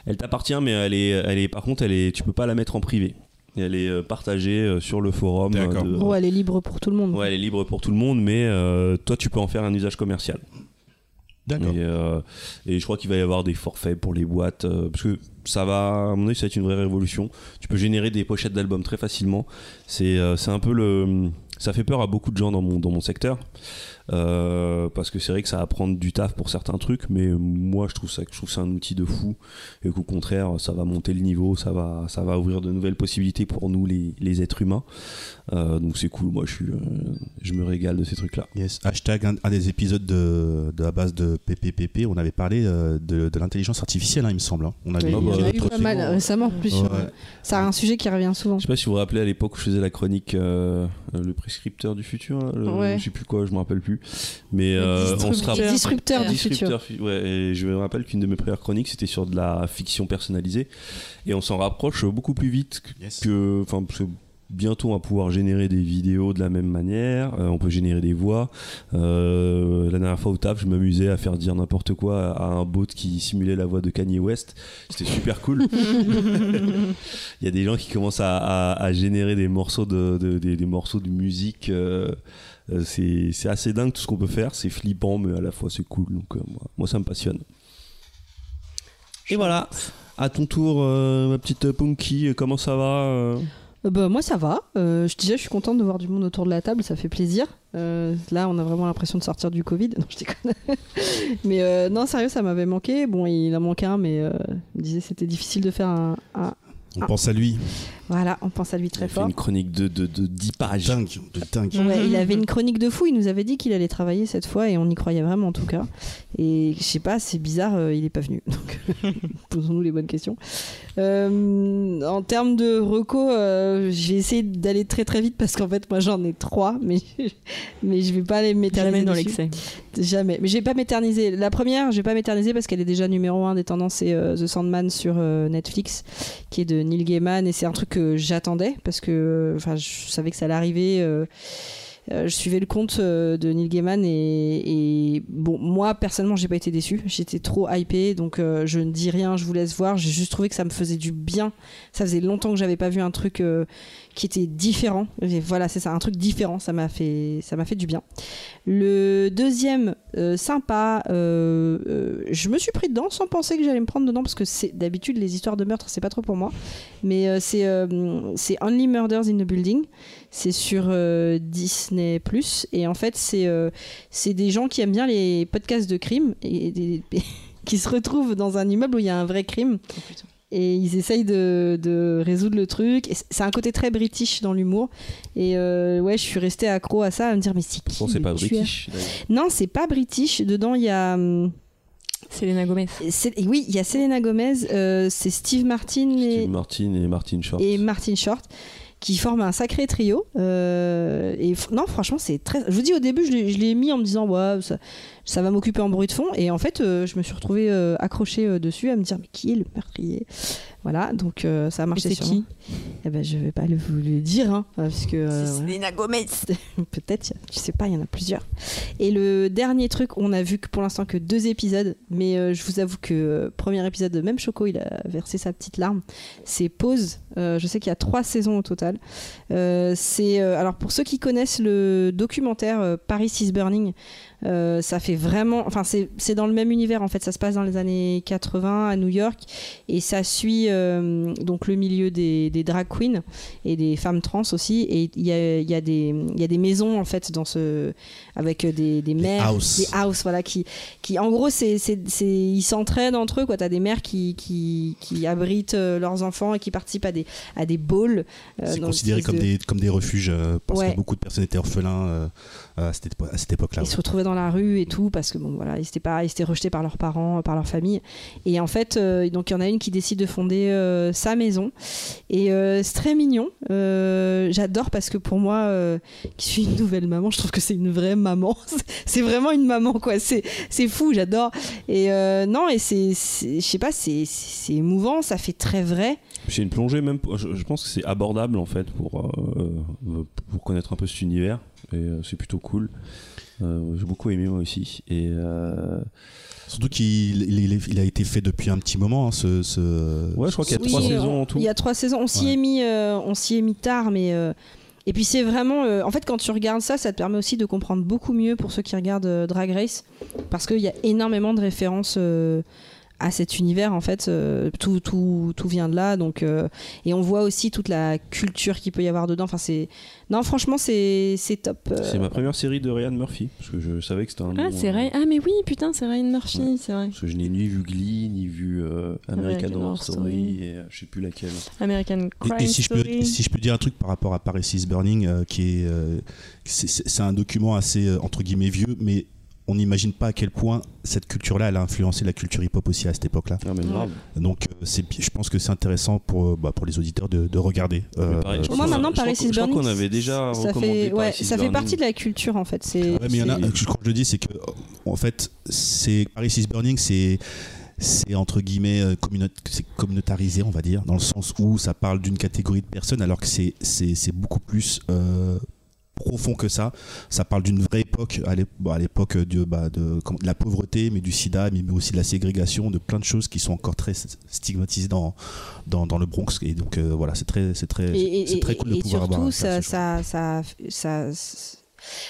Speaker 3: elle t'appartient mais elle est elle est par contre elle est tu peux pas la mettre en privé elle est euh, partagée euh, sur le forum euh,
Speaker 4: D'accord.
Speaker 3: de-
Speaker 2: Oh, elle est libre pour tout le monde.
Speaker 3: ouais elle est libre pour tout le monde mais euh, toi tu peux en faire un usage commercial
Speaker 4: D'accord.
Speaker 3: Et, euh, et je crois qu'il va y avoir des forfaits pour les boîtes. euh, parce que ça va, à mon avis, ça va être une vraie révolution. Tu peux générer des pochettes d'albums très facilement. C'est euh, c'est un peu le. Ça fait peur à beaucoup de gens dans mon, dans mon secteur. Euh, parce que c'est vrai que ça va prendre du taf pour certains trucs. Mais moi, je trouve ça, je trouve ça un outil de fou. Et qu'au contraire, ça va monter le niveau. Ça va, ça va ouvrir de nouvelles possibilités pour nous, les, les êtres humains. Euh, donc c'est cool. Moi, je, suis, euh, je me régale de ces trucs-là.
Speaker 4: Yes. Hashtag, un, un des épisodes de, de la base de PPPP, on avait parlé euh, de, de l'intelligence artificielle, hein, il me semble. hein. On
Speaker 2: Il
Speaker 4: avait
Speaker 2: y
Speaker 3: Ah
Speaker 4: eu
Speaker 3: bah,
Speaker 2: en a eu
Speaker 4: notre
Speaker 2: pas mal
Speaker 4: second-
Speaker 2: récemment, en plus.
Speaker 4: Ouais.
Speaker 2: euh, C'est un sujet qui revient souvent.
Speaker 3: Je sais pas si vous vous rappelez à l'époque où je faisais la chronique euh, euh, le prescripteur du futur, là, le-
Speaker 2: Ouais.
Speaker 3: je sais plus quoi, je me rappelle plus. Mais euh, on se
Speaker 1: disrupteur.
Speaker 3: rappelle.
Speaker 2: Disrupteur du futur.
Speaker 3: Disrupteur, fu- ouais, et je me rappelle qu'une de mes premières chroniques c'était sur de la fiction personnalisée et on s'en rapproche beaucoup plus vite que-
Speaker 4: Yes.
Speaker 3: que, enfin, parce que bientôt on va pouvoir générer des vidéos de la même manière, euh, on peut générer des voix. Euh, la dernière fois au taf, je m'amusais à faire dire n'importe quoi à, à un bot qui simulait la voix de Kanye West. C'était super cool. Il y a des gens qui commencent à, à- à générer des morceaux de, de- des, des morceaux de musique. euh, euh, c'est c'est assez dingue tout ce qu'on peut faire. C'est flippant, mais à la fois c'est cool. Donc euh, moi, moi, ça me passionne. Et voilà. À ton tour, euh, ma petite Punky, euh, comment ça va euh
Speaker 2: Euh, Bah, moi, ça va. Euh, je, déjà, je suis contente de voir du monde autour de la table, ça fait plaisir. Euh, là, on a vraiment l'impression de sortir du Covid. *laughs* Non, je déconne. mais euh, non, sérieux, ça m'avait manqué. Bon, il en manquait un, mais euh, il me disait que c'était difficile de faire un, un-
Speaker 4: On pense à lui.
Speaker 2: Voilà, on pense à lui
Speaker 3: Il a
Speaker 2: très
Speaker 3: fait
Speaker 2: fort.
Speaker 3: une chronique de, de, de 10 pages.
Speaker 4: Dingue, de dingue.
Speaker 2: Ouais, il avait une chronique de fou, il nous avait dit qu'il allait travailler cette fois et on y croyait vraiment en tout cas. Et je sais pas, c'est bizarre, euh, il est pas venu. *laughs* Donc posons-nous les bonnes questions. Euh, en termes de reco, euh, j'ai essayé d'aller très très vite parce qu'en fait moi j'en ai trois, mais *laughs* mais je vais pas les
Speaker 1: T'as la
Speaker 2: m'éterniser
Speaker 1: main dans
Speaker 2: dessus.
Speaker 1: l'excès.
Speaker 2: Jamais. Mais je vais pas m'éterniser. La première, je vais pas m'éterniser parce qu'elle est déjà numéro un des tendances, c'est euh, The Sandman sur euh, Netflix, qui est de Neil Gaiman, et c'est un truc que j'attendais parce que, euh, enfin, je savais que ça allait arriver. euh, euh, je suivais le compte euh, de Neil Gaiman et, et, bon moi personnellement j'ai pas été déçu j'étais trop hypée donc euh, je ne dis rien je vous laisse voir j'ai juste trouvé que ça me faisait du bien ça faisait longtemps que j'avais pas vu un truc euh, qui était différent et voilà c'est ça un truc différent ça m'a fait ça m'a fait du bien le deuxième, euh, sympa, euh, euh, je me suis pris dedans sans penser que j'allais me prendre dedans parce que c'est d'habitude les histoires de meurtre, c'est pas trop pour moi. Mais euh, c'est euh, c'est Only Murders in the Building, c'est sur euh, Disney Plus et en fait c'est euh, c'est des gens qui aiment bien les podcasts de crime et, et des- *laughs* qui se retrouvent dans un immeuble où il y a un vrai crime et ils essayent de, de résoudre le truc. Et c'est- C'est un côté très british dans l'humour. Et euh, ouais, je suis restée accro à ça, à me dire mais c'est qui
Speaker 3: Pourtant, c'est
Speaker 2: le
Speaker 3: pas
Speaker 2: tueur
Speaker 3: british. d'ailleurs.
Speaker 2: non, c'est pas british. Dedans, il y a. hum,
Speaker 1: Selena Gomez.
Speaker 2: c'est- Oui, il y a Selena Gomez, euh, c'est Steve Martin et,
Speaker 3: Steve Martin et Martin Short.
Speaker 2: et Martin Short. qui forment un sacré trio. Euh, et f- non, franchement, c'est très. Je vous dis, au début, je l'ai- je l'ai mis en me disant, ouais, ça, ça va m'occuper en bruit de fond. Et en fait, euh, je me suis retrouvée euh, accrochée euh, dessus à me dire, mais qui est le meurtrier Voilà, donc euh, ça a marché
Speaker 1: c'est
Speaker 2: sur
Speaker 1: qui
Speaker 2: moi. Eh ben, je vais pas le, vous le dire, hein, parce que. euh, voilà.
Speaker 6: Gomez.
Speaker 2: *laughs* Peut-être, je sais pas, il y en a plusieurs. Et le dernier truc, on a vu que pour l'instant que deux épisodes, mais euh, je vous avoue que euh, premier épisode, même Choco, il a versé sa petite larme. C'est Pause. Euh, je sais qu'il y a trois saisons au total. Euh, c'est euh, alors pour ceux qui connaissent le documentaire euh, Paris is Burning, euh, ça fait vraiment, enfin c'est c'est dans le même univers en fait. Ça se passe dans les années 80 à New York et ça suit euh, donc le milieu des, des drag queens et des femmes trans aussi. Et il y a, il y, a des- il y a des maisons, en fait, dans ce, avec des, des mères.
Speaker 4: houses.
Speaker 2: Des houses, voilà, qui, qui en gros, c'est, c'est, c'est- ils s'entraident entre eux. Quoi. T'as des mères qui, qui, qui abritent euh, leurs enfants et qui participent à des, à des balls. euh,
Speaker 4: C'est
Speaker 2: dans
Speaker 4: considéré
Speaker 2: l'espèce
Speaker 4: comme,
Speaker 2: de-
Speaker 4: des, comme des refuges euh, parce
Speaker 2: Ouais.
Speaker 4: que beaucoup de personnes étaient orphelins euh, à cette, épo- à cette époque-là.
Speaker 2: Ils se retrouvaient dans la rue et tout parce que bon voilà, ils étaient pas, ils étaient rejetés par leurs parents, euh, par leur famille. Et en fait, euh, donc il y en a une qui décide de fonder euh, sa maison. Et euh, c'est très mignon. Euh, J'adore parce que pour moi, euh, qui suis une nouvelle maman, je trouve que c'est une vraie maman. *laughs* c'est vraiment une maman quoi. C'est c'est fou, j'adore. Et euh, non et c'est, c'est- je sais pas, c'est c'est émouvant, ça fait très vrai.
Speaker 3: C'est une plongée même. pour- Je, je pense que c'est abordable en fait pour euh, pour connaître un peu cet univers et euh, c'est plutôt cool. Euh, J'ai beaucoup aimé moi aussi et euh,
Speaker 4: Surtout qu'il il- il est- il a été fait depuis un petit moment. hein, ce, ce-
Speaker 3: ouais, je crois qu'il y a
Speaker 2: Oui,
Speaker 3: trois
Speaker 2: on-
Speaker 3: saisons en tout.
Speaker 2: Il y a trois saisons. On s'y
Speaker 4: Ouais.
Speaker 2: est mis, euh, on s'y est mis tard, mais euh, et puis c'est vraiment. euh, en fait, quand tu regardes ça, ça te permet aussi de comprendre beaucoup mieux pour ceux qui regardent euh, Drag Race, parce qu'il y a énormément de références. euh, à cet univers en fait euh, tout, tout, tout vient de là donc euh, et on voit aussi toute la culture qu'il peut y avoir dedans enfin c'est non franchement c'est c'est top euh,
Speaker 3: C'est ma première série de Ryan Murphy parce que je savais que c'était un.
Speaker 1: Ah,
Speaker 3: nom,
Speaker 1: c'est
Speaker 3: euh,
Speaker 1: Ryan. Ah, mais oui, putain, c'est Ryan Murphy, c'est vrai.
Speaker 3: Parce que je n'ai ni vu Glee ni vu euh, American
Speaker 1: American
Speaker 3: Horror
Speaker 1: Horror
Speaker 3: Story,
Speaker 1: Story.
Speaker 3: et euh, je sais plus laquelle.
Speaker 1: American Crime
Speaker 4: Et, et si, je peux,
Speaker 1: Story.
Speaker 4: si je peux dire un truc par rapport à Paris is Burning, euh, qui est, euh, c'est- c'est c'est un document assez euh, entre guillemets vieux, mais on n'imagine pas à quel point cette culture-là elle a influencé la culture hip-hop aussi à cette époque-là.
Speaker 3: Ah mais grave.
Speaker 4: Donc euh, c'est, bi- je pense que c'est intéressant pour, euh, bah, pour les auditeurs de, de regarder. euh,
Speaker 3: Mais pareil, je
Speaker 4: euh,
Speaker 3: crois
Speaker 2: moi
Speaker 3: qu'on a-
Speaker 2: maintenant
Speaker 3: je crois
Speaker 2: Paris
Speaker 3: qu'on-
Speaker 2: is
Speaker 3: je crois
Speaker 2: Burning
Speaker 3: qu'on avait déjà
Speaker 2: ça
Speaker 3: recommandé
Speaker 2: fait
Speaker 3: Paris
Speaker 2: ouais,
Speaker 3: is
Speaker 2: ça fait
Speaker 3: Burning.
Speaker 2: partie de la culture en fait c'est
Speaker 4: Ouais, mais il y en a,
Speaker 3: C'est-
Speaker 4: euh, je- quand je le dis, c'est que, en fait, c'est Paris is Burning, c'est c'est entre guillemets euh, communaut- c'est communautarisé on va dire dans le sens où ça parle d'une catégorie de personnes alors que c'est c'est c'est beaucoup plus euh, profond que ça ça parle d'une vraie époque à l'ép- bon, à l'époque de, bah, de, comment- de la pauvreté mais du sida mais mais aussi de la ségrégation de plein de choses qui sont encore très s- stigmatisées dans dans, dans le Bronx et donc euh, voilà c'est très c'est très
Speaker 2: et,
Speaker 4: c'est
Speaker 2: et-
Speaker 4: très cool
Speaker 2: et
Speaker 4: de pouvoir
Speaker 2: surtout,
Speaker 4: avoir accès
Speaker 2: ça,
Speaker 4: à ce genre.
Speaker 2: ça, ça, ça- ça-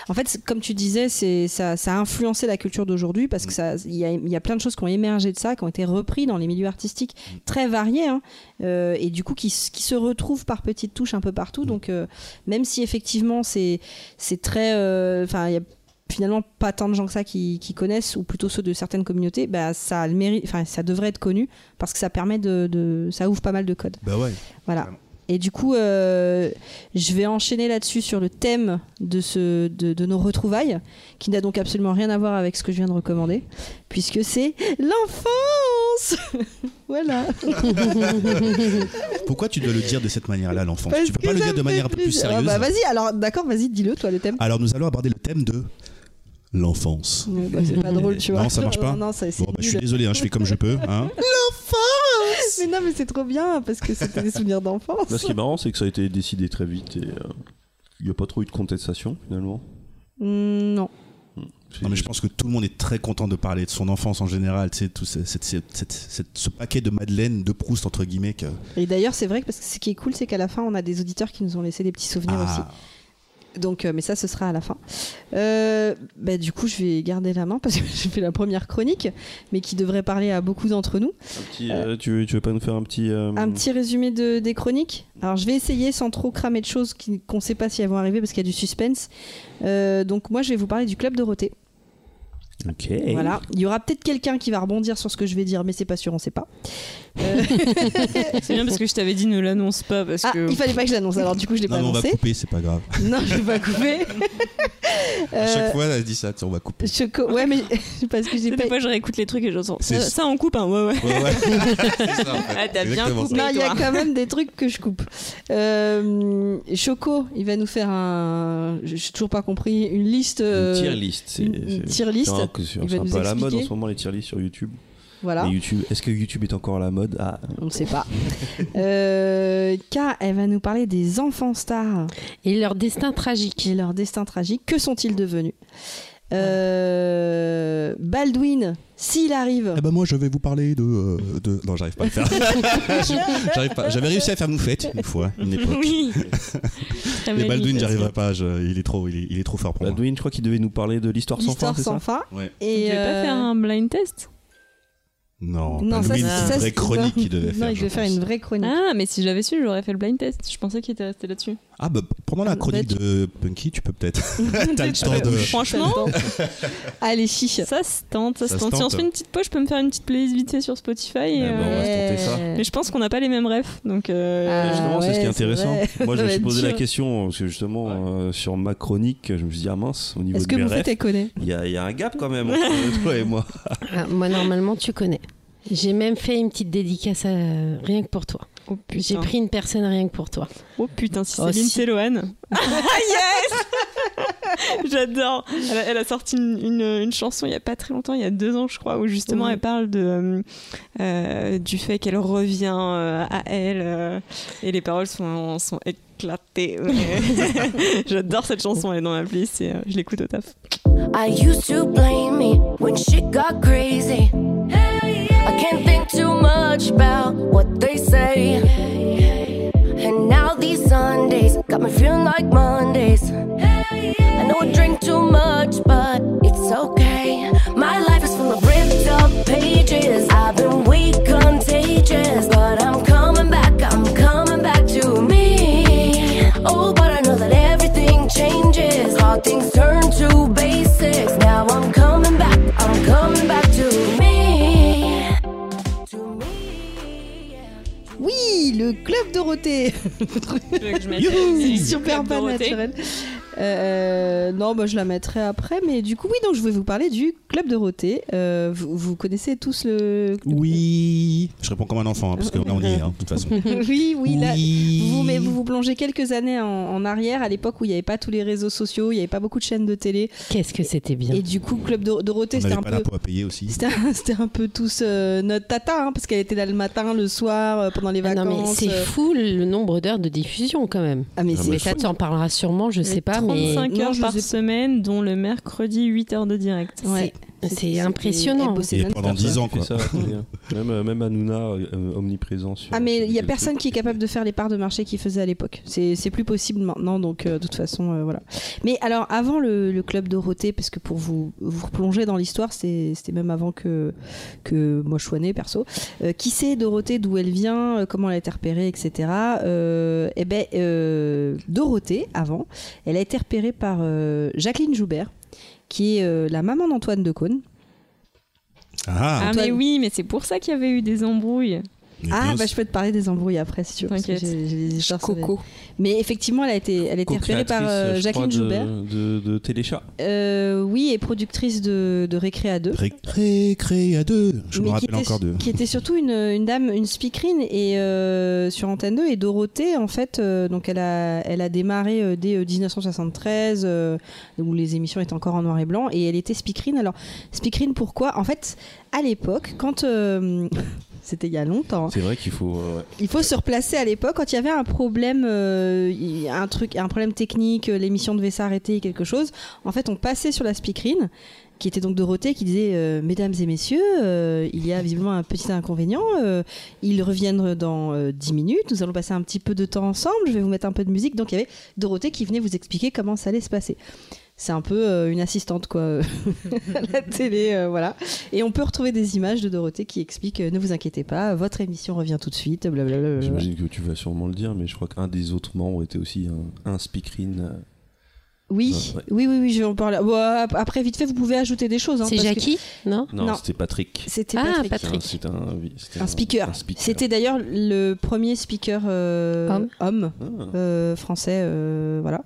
Speaker 2: en fait, c'est- comme tu disais, c'est ça, ça a influencé la culture d'aujourd'hui parce
Speaker 4: Mm.
Speaker 2: que ça, il y a, il y a plein de choses qui ont émergé de ça, qui ont été repris dans les milieux artistiques
Speaker 4: Mm.
Speaker 2: très variés, hein, euh, et du coup qui, s- qui se retrouvent par petites touches un peu
Speaker 4: Mm.
Speaker 2: partout. Donc, euh, même si effectivement c'est, c'est très, euh, enfin, il y a finalement pas tant de gens que ça qui, qui connaissent ou plutôt ceux de certaines communautés, bah ça a le mérite, enfin ça devrait être connu parce que ça permet de, de ça ouvre pas mal de codes.
Speaker 4: bah ouais
Speaker 2: Voilà.
Speaker 4: Vraiment.
Speaker 2: Et du coup, euh, je vais enchaîner là-dessus sur le thème de, ce, de, de nos retrouvailles, qui n'a donc absolument rien à voir avec ce que je viens de recommander, puisque c'est l'enfance *laughs* Voilà
Speaker 4: Pourquoi tu dois le dire de cette manière-là, l'enfant Tu peux
Speaker 2: que
Speaker 4: pas le
Speaker 2: ça
Speaker 4: dire de
Speaker 2: me
Speaker 4: manière un
Speaker 2: fait
Speaker 4: peu plus
Speaker 2: plaisir. Ah
Speaker 4: sérieuse Ah.
Speaker 2: bah Vas-y, alors d'accord, vas-y, dis-le toi le thème.
Speaker 4: Alors nous allons aborder le thème de l'enfance.
Speaker 2: Ouais, bah, c'est
Speaker 4: *laughs*
Speaker 2: pas drôle, tu
Speaker 4: Non,
Speaker 2: vois.
Speaker 4: ça marche pas.
Speaker 2: Non, ça- c'est
Speaker 4: Bon, bah, je suis
Speaker 2: nul.
Speaker 4: désolé, hein, je fais comme je peux. hein.
Speaker 2: Mais non, mais c'est trop bien, parce que c'était des souvenirs d'enfance.
Speaker 4: Bah,
Speaker 3: Là, ce qui est marrant, c'est que ça a été décidé très vite et euh, il n'y a pas trop eu de contestation finalement.
Speaker 2: Mm, non.
Speaker 3: C'est
Speaker 4: Non, mais je
Speaker 3: juste-
Speaker 4: pense que tout le monde est très content de parler de son enfance en général. Tu sais, tout ce, cette- cette- cette- cette- ce paquet de Madeleine, de Proust, entre guillemets. Que...
Speaker 2: Et d'ailleurs, c'est vrai que parce que ce qui est cool, c'est qu'à la fin, on a des auditeurs qui nous ont laissé des petits souvenirs aussi.
Speaker 4: Ah,
Speaker 2: Donc, euh, mais ça, ce sera à la fin. Euh, bah, du coup, je vais garder la main parce que *laughs* j'ai fait la première chronique, mais qui devrait parler à beaucoup d'entre nous.
Speaker 3: Un petit, euh, tu, veux, tu veux pas nous faire un petit.
Speaker 4: Mmh.
Speaker 3: euh,
Speaker 2: Un petit résumé de, des chroniques. Alors, je vais essayer sans trop cramer de choses qui- qu'on ne sait pas si elles vont arriver parce qu'il y a du suspense. Euh, donc, moi, je vais vous parler du Club Dorothée.
Speaker 3: Ok.
Speaker 4: Eh
Speaker 2: Voilà. Il y aura peut-être quelqu'un qui va rebondir sur ce que je vais dire, mais c'est pas sûr, on sait pas. Euh,
Speaker 1: C'est bien parce que je t'avais dit ne l'annonce pas parce
Speaker 2: Ah,
Speaker 1: que.
Speaker 2: il fallait pas que je l'annonce, alors du coup je l'ai
Speaker 4: Non,
Speaker 2: pas
Speaker 4: mais on va
Speaker 2: annoncé.
Speaker 4: couper, c'est pas grave.
Speaker 2: Non, je vais pas couper.
Speaker 4: *laughs* À
Speaker 2: Euh,
Speaker 4: chaque fois, elle dit ça, tiens, on va couper.
Speaker 2: je co- Ouais, mais *laughs* parce que
Speaker 1: *laughs*
Speaker 2: j'ai
Speaker 1: Des
Speaker 2: pas.
Speaker 1: fois, je réécoute les trucs et j'entends.
Speaker 4: C'est-
Speaker 1: Ça, ça, on coupe, hein, ouais, ouais.
Speaker 4: Ouais, *laughs* ouais. C'est ça, en fait.
Speaker 1: Ah, t'as bien
Speaker 4: Exactement
Speaker 1: coupé.
Speaker 2: Non, Bah, il y a
Speaker 1: toi.
Speaker 2: quand même des trucs que je coupe. Euh, Choco, il va nous faire un. J'ai toujours pas compris. Une liste. euh,
Speaker 3: Tier list. c'est-
Speaker 2: une- une
Speaker 3: c'est-
Speaker 2: tier list.
Speaker 3: C'est un, que- c'est
Speaker 2: Il va
Speaker 3: un
Speaker 2: nous
Speaker 3: peu à la mode en
Speaker 2: expliquer.
Speaker 3: ce moment les tier lists sur YouTube.
Speaker 2: Voilà.
Speaker 3: Mais YouTube, est-ce que YouTube est encore à la mode Ah,
Speaker 2: On ne sait pas. Euh, K, elle va nous parler des enfants stars
Speaker 5: Et leur destin tragique.
Speaker 2: et leur destin tragique. Que sont-ils devenus Euh, Baldwin, s'il arrive.
Speaker 3: Ah,
Speaker 4: Eh ben moi je vais vous parler de, euh, de... non j'arrive pas à le faire
Speaker 2: *laughs*
Speaker 4: j'arrive pas j'avais réussi à faire Moufette une fois
Speaker 1: *laughs*
Speaker 4: une époque *laughs*
Speaker 1: Oui.
Speaker 4: mais Baldwin j'arriverai pas je- il est trop il est, il est trop fort pour moi
Speaker 3: Baldwin, je crois qu'il devait nous parler de l'histoire sans fin.
Speaker 2: L'histoire
Speaker 3: c'est ça
Speaker 2: sans fin.
Speaker 4: Ouais.
Speaker 1: Tu
Speaker 2: Et
Speaker 1: veux
Speaker 2: euh,
Speaker 1: pas faire un blind test
Speaker 3: Oh,
Speaker 4: non,
Speaker 2: non, ça,
Speaker 4: Baldwin
Speaker 2: ça,
Speaker 4: c'est une vraie
Speaker 2: c'est-
Speaker 4: chronique qu'il devait
Speaker 2: non,
Speaker 4: faire
Speaker 2: il
Speaker 4: je
Speaker 2: devait faire
Speaker 4: pense.
Speaker 2: une vraie chronique.
Speaker 1: Ah, mais si j'avais su, j'aurais fait le blind test. Je pensais qu'il était resté là-dessus.
Speaker 4: ah bah pendant la chronique
Speaker 2: Bah,
Speaker 4: de Punky tu peux
Speaker 3: *laughs*
Speaker 4: peut-être
Speaker 1: *laughs*
Speaker 4: t'as le temps
Speaker 1: Euh,
Speaker 4: de
Speaker 1: Franchement,
Speaker 2: Allez, chiche.
Speaker 1: ça se tente, ça,
Speaker 4: Ça
Speaker 1: se
Speaker 4: se
Speaker 1: tente. Si on
Speaker 4: tente.
Speaker 1: se fait une petite pause, je peux me faire une petite playlist vite fait sur Spotify. et,
Speaker 3: Ah, bah, on
Speaker 1: euh,
Speaker 3: va se tenter ça.
Speaker 1: Mais je pense qu'on n'a pas les mêmes refs, donc. euh,
Speaker 2: Ah,
Speaker 3: Justement, c'est ce qui
Speaker 2: ouais,
Speaker 3: est
Speaker 2: c'est
Speaker 3: intéressant.
Speaker 2: *laughs* vrai.
Speaker 3: Moi, je me
Speaker 2: Ça va
Speaker 3: suis
Speaker 2: être
Speaker 3: posé
Speaker 2: dur.
Speaker 3: la question, parce que justement, euh, sur ma chronique, je me suis dit, ah mince, au niveau
Speaker 2: Est-ce
Speaker 3: de
Speaker 2: que
Speaker 3: mes
Speaker 2: vous
Speaker 3: refs,
Speaker 2: faites connaît
Speaker 3: il y, a- il y a un gap
Speaker 2: *laughs*
Speaker 3: quand même entre toi et moi.
Speaker 5: Ah, moi, normalement, tu connais. J'ai même fait une petite dédicace à- rien que pour toi.
Speaker 1: Oh
Speaker 5: J'ai
Speaker 1: putain.
Speaker 5: pris une personne rien que pour toi.
Speaker 1: Oh putain, si
Speaker 5: Oh,
Speaker 1: Céline
Speaker 5: si. Ah,
Speaker 1: Lohan.
Speaker 5: *laughs*
Speaker 1: yes *laughs* J'adore. Elle a, elle a sorti une, une- une chanson il y a pas très longtemps, il y a deux ans je crois, où justement
Speaker 5: Ouais.
Speaker 1: elle parle de, euh, euh, du fait qu'elle revient euh, à elle euh, et les paroles sont, sont éclatées.
Speaker 5: *laughs*
Speaker 1: mais- J'adore cette chanson, elle est dans ma playlist et euh, je l'écoute au taf.
Speaker 7: Ah,
Speaker 6: I used to blame me when shit got crazy. I can't think too much about what they say. And now these Sundays got me feeling like Mondays. I know I drink too much, but it's okay. My life is full of ripped up pages. I've been weak, contagious, but I'm coming back. I'm coming back to me. Oh, but I know that everything changes. Hard things turn to basics. Now I'm coming back. I'm coming back to me. To me.
Speaker 2: Oui, le club Dorothée. C'est super pas naturel. Euh, non, bah, je la mettrai après, mais du coup, oui, donc je vais vous parler du club Dorothée. Euh, vous, vous connaissez tous le.
Speaker 4: oui je réponds comme un enfant hein, parce que là on y est hein, de toute façon
Speaker 2: oui, *laughs* oui, là. Vous, mais
Speaker 4: mais
Speaker 2: vous vous plongez quelques années en, en arrière, à l'époque où il n'y avait pas tous les réseaux sociaux, il n'y avait pas beaucoup de chaînes de télé.
Speaker 5: Qu'est-ce que c'était bien.
Speaker 2: Et du coup, Club Dor- Dorothée,
Speaker 4: on
Speaker 2: c'était
Speaker 4: n'avait
Speaker 2: un
Speaker 4: pas
Speaker 2: peu.
Speaker 4: d'impôt à payer aussi
Speaker 2: C'était un, *laughs* c'était un peu tous euh, notre tata, hein, parce qu'elle était là le matin, le soir, euh, pendant les
Speaker 5: Ah
Speaker 2: vacances.
Speaker 5: non, mais c'est
Speaker 2: euh.
Speaker 5: fou le nombre d'heures de diffusion quand même.
Speaker 2: Ah, mais
Speaker 4: Ah,
Speaker 2: c'est
Speaker 5: Mais ça, tu en parleras sûrement, je sais pas, mais
Speaker 1: 35
Speaker 2: Non,
Speaker 1: heures
Speaker 2: je
Speaker 1: par
Speaker 2: sais pas.
Speaker 1: semaine, dont le mercredi 8 heures de direct.
Speaker 2: ouais.
Speaker 5: c'est
Speaker 2: C'était- elle
Speaker 5: impressionnant.
Speaker 2: bossait
Speaker 4: et
Speaker 2: non-stop.
Speaker 4: pendant 10 ans
Speaker 3: Fait
Speaker 4: quoi
Speaker 3: ça, *laughs* c'est-à-dire. même, euh, même Hanouna, euh, omniprésent. Sur,
Speaker 2: Ah mais
Speaker 3: sur
Speaker 2: il y a
Speaker 3: des
Speaker 2: personne
Speaker 3: trucs.
Speaker 2: qui est capable de faire les parts de marché qu'il faisait à l'époque. C'est c'est plus possible maintenant, donc euh, de toute façon, euh, voilà. Mais alors avant le, le club Dorothée, parce que pour vous vous replonger dans l'histoire, c'est- c'était même avant que que moi je sois née, perso. Euh, qui c'est Dorothée, d'où elle vient, euh, comment elle a été repérée, etc. Euh, eh ben euh, Dorothée avant, elle a été repérée par euh, Jacqueline Joubert, qui est euh, la maman d'Antoine de Caunes.
Speaker 1: Ah,
Speaker 4: ah,
Speaker 1: mais oui, mais c'est pour ça qu'il y avait eu des embrouilles.
Speaker 4: mais
Speaker 2: Ah
Speaker 4: bien
Speaker 2: bah je peux te parler des embrouilles après si tu veux. parce que
Speaker 1: T'inquiète.
Speaker 2: j'ai- j'ai les histoires sur les-
Speaker 1: Coco.
Speaker 2: Mais effectivement, elle a été, elle a été repérée par euh,
Speaker 3: Co-créatrice, je
Speaker 2: Jacqueline
Speaker 3: crois, de-
Speaker 2: Joubert.
Speaker 3: De, de Téléchat.
Speaker 2: Euh, oui, et productrice de, de Récréa 2.
Speaker 4: Récré à deux. Je me
Speaker 2: mais
Speaker 4: rappelle
Speaker 2: qui était,
Speaker 4: encore de.
Speaker 2: qui était surtout une, une dame, une speakerine et, euh, sur Antenne 2. Et Dorothée, en fait, euh, donc elle, a, elle a démarré euh, dès euh, 1973, euh, où les émissions étaient encore en noir et blanc. Et elle était speakerine. Alors, speakerine, pourquoi En fait, à l'époque, quand. euh, *laughs* C'était il y a longtemps. hein,
Speaker 3: C'est vrai qu'il faut. euh, ouais.
Speaker 2: Il faut se replacer à l'époque quand il y avait un problème, euh, il- un truc, un problème technique, euh, l'émission devait s'arrêter, quelque chose. En fait, on passait sur la speakerine, qui était donc Dorothée, qui disait euh, Mesdames et messieurs, euh, il y a visiblement un petit inconvénient. euh, ils reviennent dans euh, 10 minutes. Nous allons passer un petit peu de temps ensemble. Je vais vous mettre un peu de musique. Donc il y avait Dorothée qui venait vous expliquer comment ça allait se passer. C'est un peu euh, une assistante quoi *laughs* à la télé, euh, voilà. Et on peut retrouver des images de Dorothée qui explique euh, ne vous inquiétez pas, votre émission revient tout de suite, blablabla.
Speaker 3: J'imagine que tu vas sûrement le dire, mais je crois qu'un des autres membres était aussi un, un speakerine. euh,
Speaker 2: Oui,
Speaker 3: Ouais.
Speaker 2: oui, oui, oui, je vais en parler. Bon, ap- après, vite fait, vous pouvez ajouter des choses. hein,
Speaker 5: C'est
Speaker 2: parce que
Speaker 5: Jackie Non
Speaker 3: Non,
Speaker 2: Non.
Speaker 3: c'était Patrick.
Speaker 2: C'était
Speaker 5: Ah,
Speaker 2: Patrick.
Speaker 5: Patrick.
Speaker 3: C'était un, c'était
Speaker 2: Un speaker.
Speaker 3: un speaker.
Speaker 2: C'était d'ailleurs le premier speaker euh,
Speaker 5: Homme.
Speaker 3: Ah.
Speaker 2: euh, français, euh, voilà.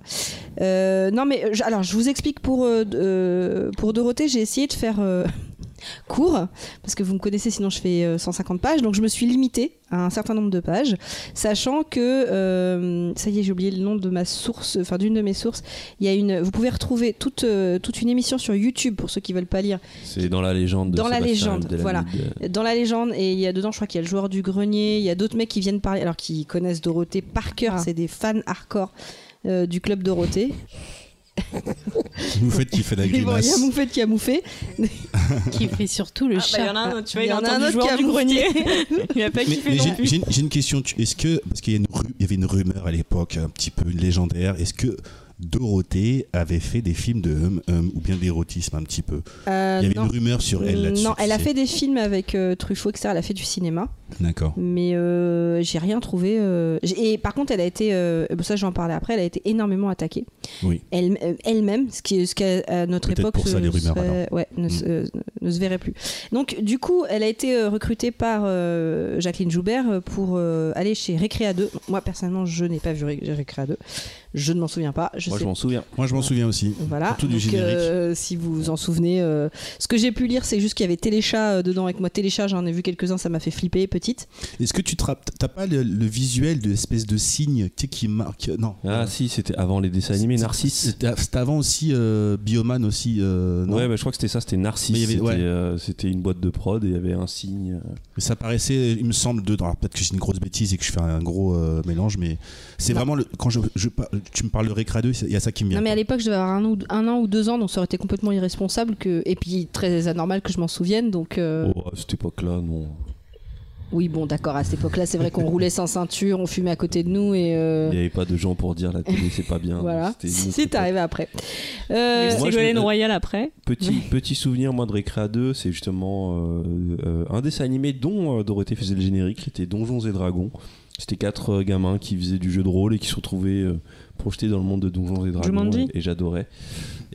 Speaker 2: Euh, non, mais euh, je- alors je vous explique pour euh, d- euh, pour Dorothée, j'ai essayé de faire euh, *laughs* court parce que vous me connaissez, sinon je fais euh, 150 pages, donc je me suis limitée à un certain nombre de pages, sachant que euh, ça y est, j'ai oublié le nom de ma source, enfin d'une de mes sources. Il y a une, vous pouvez retrouver toute euh, toute une émission sur YouTube pour ceux qui veulent pas lire
Speaker 3: C'est dans la légende. de
Speaker 2: Dans la
Speaker 3: Sébastien
Speaker 2: légende,
Speaker 3: Abdelhamid.
Speaker 2: voilà. dans la légende et il y a dedans je crois qu'il y a le joueur du grenier il y a d'autres mecs qui viennent parler alors qui connaissent Dorothée par cœur c'est des fans hardcore euh, du club Dorothée
Speaker 4: Vous faites qui fait
Speaker 2: *laughs*
Speaker 4: la
Speaker 2: Mais bon, il y a
Speaker 4: grimace.
Speaker 2: Moufette qui a mouffé
Speaker 5: Qui fait surtout
Speaker 1: Ah,
Speaker 5: le
Speaker 1: bah,
Speaker 5: chat.
Speaker 1: en a un autre, tu
Speaker 2: vois, il a entendu joueur du grenier.
Speaker 1: *laughs* il a pas
Speaker 4: Mais- mais j'ai- j'ai une- j'ai une question. tu- Est-ce que parce qu'il y, a une ru- il y avait une rumeur à l'époque, un petit peu une légendaire, est-ce que Dorothée avait fait des films de hum hum ou bien d'érotisme un petit peu
Speaker 2: Euh,
Speaker 4: Il y avait
Speaker 2: non
Speaker 4: une rumeur sur elle là-dessus.
Speaker 2: non,
Speaker 4: tu
Speaker 2: elle a
Speaker 4: sais.
Speaker 2: fait des films avec euh, Truffaut, etc. Elle a fait du cinéma,
Speaker 4: D'accord.
Speaker 2: mais euh, j'ai rien trouvé. euh, j'ai- Et par contre, elle a été, euh, bon, ça je vais en parler après, elle a été énormément attaquée.
Speaker 4: Oui.
Speaker 2: elle, euh, elle-même, ce qui, ce qu'à à notre
Speaker 4: Peut-être
Speaker 2: époque
Speaker 4: pour ça,
Speaker 2: se-
Speaker 4: les rumeurs,
Speaker 2: serait- ouais, ne,
Speaker 4: Mm.
Speaker 2: se, euh, ne se verrait plus. Donc du coup, elle a été euh, recrutée par euh, Jacqueline Joubert euh, pour euh, aller chez Récréa 2. Moi personnellement, je n'ai pas vu Ré- Récréa 2. Je ne m'en souviens pas. Je
Speaker 3: Moi,
Speaker 2: sais
Speaker 3: je m'en souviens.
Speaker 4: Moi je m'en souviens aussi.
Speaker 2: voilà.
Speaker 4: Surtout du
Speaker 2: Donc,
Speaker 4: générique.
Speaker 2: euh, si vous vous en souvenez, euh, ce que j'ai pu lire, c'est juste qu'il y avait Téléchat euh, dedans avec moi. Téléchat, j'en ai vu quelques-uns, ça m'a fait flipper, petite.
Speaker 4: Est-ce que tu te rapp- t'as pas le, le visuel de l'espèce de signe tu sais, qui marque euh, Non.
Speaker 3: Ah si, c'était avant les dessins animés,
Speaker 4: C'est-
Speaker 3: Narcisse.
Speaker 4: C'était c'était avant aussi euh, Bioman aussi. euh, non
Speaker 3: Ouais, bah, je crois que c'était ça, c'était Narcisse.
Speaker 4: Mais il y avait-
Speaker 3: C'était
Speaker 4: ouais.
Speaker 3: euh, c'était une boîte de prod et il y avait un signe. euh,
Speaker 4: Mais Ça paraissait, il me semble, dedans. Alors, Peut-être que c'est une grosse bêtise et que je fais un gros euh, mélange, mais c'est vraiment le, quand je, je par- tu me parles de Recra 2, il y a ça qui me vient.
Speaker 2: Non, mais à l'époque, je devais avoir un, ou- un an ou deux ans, donc ça aurait été complètement irresponsable que, et puis très anormal que je m'en souvienne. Donc euh,
Speaker 3: Oh, à cette époque-là, non.
Speaker 2: Oui, bon, d'accord, à cette époque-là, c'est vrai qu'on roulait sans ceinture, on fumait à côté de nous et. euh,
Speaker 3: Il n'y avait pas de gens pour dire la télé, c'est pas bien.
Speaker 2: Voilà,
Speaker 3: C'était une
Speaker 2: si
Speaker 3: autre
Speaker 2: si, t'es
Speaker 3: époque.
Speaker 2: arrivé après. Euh,
Speaker 3: Moi, je
Speaker 1: Ségolène
Speaker 3: me-
Speaker 1: Royal après.
Speaker 3: Petit, petit souvenir, moi, de Récréa 2, c'est justement euh, euh, un dessin animé dont euh, Dorothée faisait le générique, qui était Donjons et Dragons. C'était quatre euh, gamins qui faisaient du jeu de rôle et qui se retrouvaient euh, projetés dans le monde de Donjons et Dragons.
Speaker 1: Jumanji.
Speaker 3: Et, et j'adorais.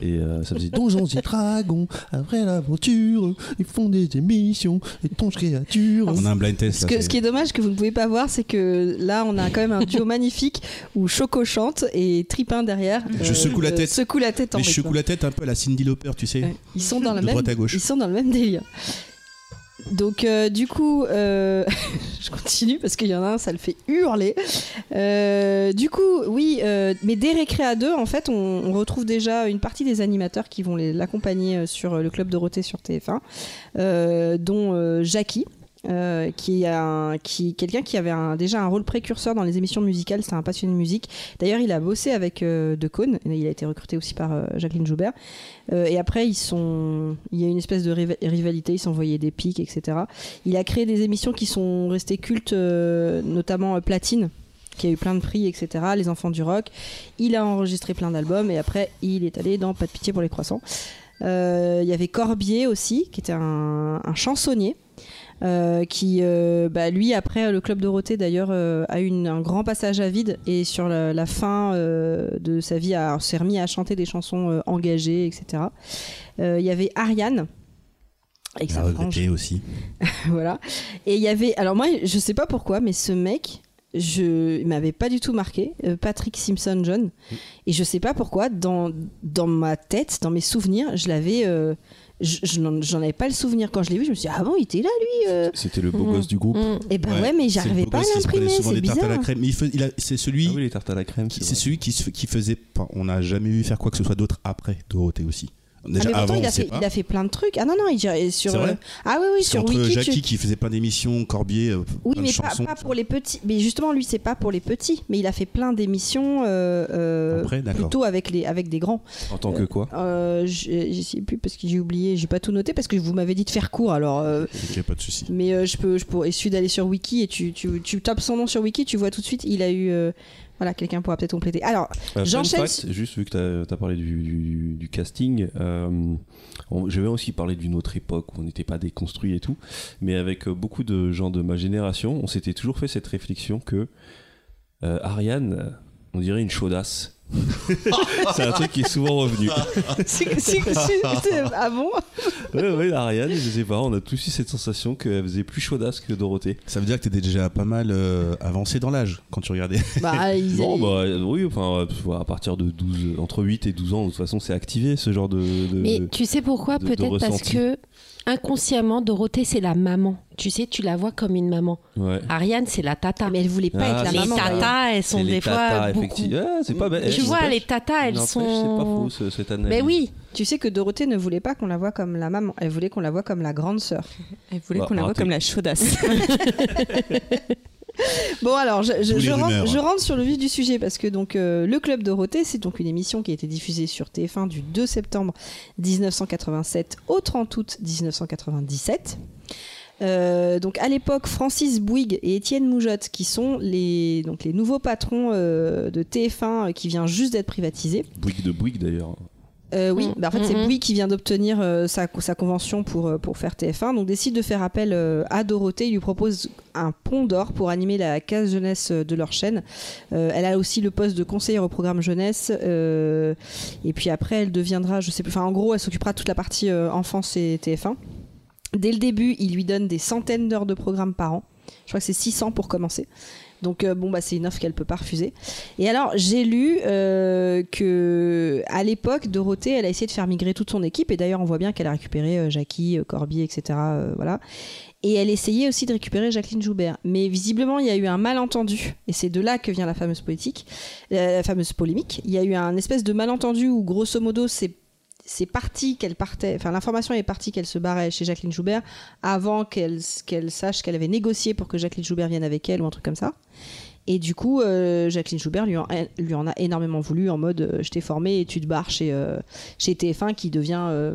Speaker 3: Et euh, ça faisait
Speaker 4: Donjons et Dragons, après l'aventure, ils font des émissions, étranges créatures. On a un blind test
Speaker 2: ce,
Speaker 4: là.
Speaker 2: que-
Speaker 4: c'est-
Speaker 2: ce qui est dommage que vous ne pouvez pas voir, c'est que là, on a quand même un duo magnifique où Choco chante et Tripin derrière.
Speaker 4: Je secoue la
Speaker 2: euh,
Speaker 4: tête.
Speaker 2: Secoue la tête en
Speaker 4: Mais je
Speaker 2: rythme.
Speaker 4: secoue la tête un peu à la Cindy Lauper, tu sais.
Speaker 2: Ouais. Ils sont dans la
Speaker 4: De
Speaker 2: même.
Speaker 4: droite à gauche.
Speaker 2: Ils sont dans le même délire. Donc euh, du coup, euh, *laughs* je continue parce qu'il y en a un, ça le fait hurler. Euh, du coup, oui, euh, mais dès Récréa 2, en fait, on, on retrouve déjà une partie des animateurs qui vont les- l'accompagner euh, sur euh, le club Dorothée sur TF1, euh, dont euh, Jackie. euh, qui a un- qui quelqu'un qui avait un- déjà un rôle précurseur dans les émissions musicales, c'est un passionné de musique. D'ailleurs, il a bossé avec euh, Decaune, et il a été recruté aussi par euh, Jacqueline Joubert. Euh, et après, ils sont... il y a une espèce de riva- rivalité, ils s'envoyaient des pics, etc. Il a créé des émissions qui sont restées cultes, euh, notamment euh, Platine, qui a eu plein de prix, etc. Les Enfants du Rock. Il a enregistré plein d'albums et après, il est allé dans Pas de pitié pour les croissants. Euh, il y avait Corbier aussi, qui était un, un chansonnier. euh, qui, euh, bah, lui, après le Club Dorothée, d'ailleurs, euh, a eu une- un grand passage à vide et sur la, la fin euh, de sa vie, a- s'est remis à chanter des chansons euh, engagées, etc. Euh, Il y avait Ariane. Avec
Speaker 4: Il
Speaker 3: Ah
Speaker 4: a
Speaker 2: sa frange
Speaker 4: regretté aussi.
Speaker 2: *laughs* voilà. Et il y avait, alors moi, je sais pas pourquoi, mais ce mec, je il m'avait pas du tout marqué, euh, Patrick Simpson John.
Speaker 4: Mm.
Speaker 2: Et je sais pas pourquoi, dans dans ma tête, dans mes souvenirs, je l'avais, euh, je, je n'en- j'en avais pas le souvenir quand je l'ai vu. Je me suis dit, ah bon, il était là lui. euh.
Speaker 3: C'était le beau gosse du groupe. Ah
Speaker 5: Mm.
Speaker 2: *laughs* Et ben ouais,
Speaker 4: Ouais,
Speaker 2: mais
Speaker 4: c'est le
Speaker 2: j'arrivais
Speaker 4: beau
Speaker 2: pas à
Speaker 4: gosse qui se prenait
Speaker 2: l'imprimer,
Speaker 4: souvent
Speaker 2: c'est
Speaker 4: des tartes à
Speaker 2: bizarre.
Speaker 4: la crème. Mais il fais- il a- c'est celui,
Speaker 3: Ah oui, les tartes à la crème.
Speaker 4: qui-
Speaker 3: c'est
Speaker 4: c'est
Speaker 3: vrai.
Speaker 4: celui qui, se- qui faisait. pas- On n'a jamais eu faire quoi que ce soit d'autre après Dorothée aussi.
Speaker 2: Ah,
Speaker 4: Déjà
Speaker 2: mais pourtant,
Speaker 4: avant,
Speaker 2: il
Speaker 4: on
Speaker 2: a,
Speaker 4: sait
Speaker 2: fait,
Speaker 4: pas.
Speaker 2: il a fait plein de trucs. Ah non, non, il dirait sur.
Speaker 4: C'est vrai
Speaker 2: euh, ah oui, oui,
Speaker 4: Parce
Speaker 2: sur
Speaker 4: qu'entre
Speaker 2: Wiki. tu-
Speaker 4: Jackie qui faisait plein d'émissions, Corbier, euh,
Speaker 2: Oui,
Speaker 4: plein
Speaker 2: mais
Speaker 4: de
Speaker 2: pas,
Speaker 4: chansons.
Speaker 2: pas pour les petits. Mais justement, lui, c'est pas pour les petits. Mais il a fait plein d'émissions euh, euh,
Speaker 4: Après, d'accord.
Speaker 2: plutôt avec, les, avec des grands.
Speaker 3: En tant que quoi
Speaker 2: Euh, je je sais plus parce que j'ai oublié, j'ai pas tout noté parce que vous m'avez dit de faire court alors. euh,
Speaker 4: Ok, pas de souci.
Speaker 2: mais euh, je peux, je pourrais, il suffit d'aller sur Wiki et tu, tu, tu tapes son nom sur Wiki, tu vois tout de suite, il a eu. euh, voilà, quelqu'un pourra peut-être compléter. Alors,
Speaker 3: Euh,
Speaker 2: J'enchaîne
Speaker 3: fun fact, juste vu que tu as parlé du, du- du casting, euh, on- je vais aussi parler d'une autre époque où on n'était pas déconstruit et tout, mais avec euh, beaucoup de gens de ma génération, on s'était toujours fait cette réflexion que euh, Ariane, On dirait une chaudasse. *laughs* c'est un truc qui est souvent revenu.
Speaker 2: Si- si- si- ah bon
Speaker 3: Oui, oui, Ariane, je sais pas, on a tous eu cette sensation qu'elle faisait plus chaudasse que Dorothée.
Speaker 4: Ça veut dire que t'es déjà pas mal euh, avancé dans l'âge quand tu *laughs* regardais.
Speaker 2: Bah, ils-
Speaker 3: Non, bah euh, oui, enfin, euh, à partir de 12, entre 8 et 12 ans, de toute façon, c'est activé ce genre de. euh, de-
Speaker 5: Mais tu sais pourquoi
Speaker 3: de- de
Speaker 5: Peut-être parce
Speaker 3: ressenti.
Speaker 5: que inconsciemment, Dorothée, c'est la maman. Tu sais, tu la vois comme une maman.
Speaker 3: Ouais.
Speaker 5: Ariane, c'est la tata.
Speaker 2: Mais elle voulait pas
Speaker 3: Ah,
Speaker 2: être
Speaker 5: les
Speaker 2: la
Speaker 3: c'est
Speaker 2: maman.
Speaker 3: ça.
Speaker 2: d'ailleurs.
Speaker 5: tatas, elles
Speaker 3: C'est
Speaker 5: sont
Speaker 3: les
Speaker 5: des fois
Speaker 3: tatas,
Speaker 5: beaucoup.
Speaker 3: effectivement. Ah, c'est pas bête.
Speaker 5: Tu vois, les tatas, elles
Speaker 3: N'empêche,
Speaker 5: sont.
Speaker 3: C'est pas faux, ce- cette analyse.
Speaker 5: Mais oui,
Speaker 2: Tu sais que Dorothée ne voulait pas qu'on la voit comme la maman, elle voulait qu'on la voit comme la grande sœur.
Speaker 1: Elle voulait
Speaker 3: Bah,
Speaker 1: qu'on la voit
Speaker 3: raté.
Speaker 1: comme la chaudasse.
Speaker 2: Bon alors, je, je-
Speaker 4: Tous les
Speaker 2: je rentre,
Speaker 4: rumeurs.
Speaker 2: je rentre sur le vif du sujet parce que donc euh, le Club Dorothée, c'est donc une émission qui a été diffusée sur TF1 du 2 septembre 1987 au 30 août 1997. Euh, donc à l'époque, Francis Bouygues et Étienne Moujotte, qui sont les, donc les nouveaux patrons euh, de TF1 euh, qui vient juste d'être privatisé.
Speaker 3: Bouygues de Bouygues d'ailleurs.
Speaker 2: Euh, oui,
Speaker 5: Mm.
Speaker 2: bah, en fait, c'est
Speaker 5: Mhm.
Speaker 2: Bouygues qui vient d'obtenir euh, sa, sa convention pour, euh, pour faire TF1, donc décide de faire appel euh, à Dorothée. Il lui propose un pont d'or pour animer la case jeunesse euh, de leur chaîne. Euh, elle a aussi le poste de conseillère au programme jeunesse. euh, et puis après, elle deviendra, je sais plus, enfin, en gros, elle s'occupera de toute la partie euh, enfance et TF1. Dès le début, il lui donne des centaines d'heures de programme par an. Je crois que c'est 600 pour commencer. Donc euh, bon bah c'est une offre qu'elle peut pas refuser. Et alors j'ai lu euh, que à l'époque Dorothée elle a essayé de faire migrer toute son équipe et d'ailleurs on voit bien qu'elle a récupéré euh, Jackie, euh, Corby etc euh, voilà. Et elle essayait aussi de récupérer Jacqueline Joubert. Mais visiblement, il y a eu un malentendu. Et c'est de là que vient la fameuse politique, euh, la la fameuse polémique. Il y a eu un espèce de malentendu où, grosso modo, c'est c'est parti qu'elle partait, enfin l'information est partie qu'elle se barrait chez Jacqueline Joubert avant qu'elle qu'elle sache qu'elle avait négocié pour que Jacqueline Joubert vienne avec elle ou un truc comme ça. Et du coup, euh, Jacqueline Joubert lui en, lui en a énormément voulu en mode euh, je t'ai formé et tu te barres chez, euh, chez TF1 qui devient euh,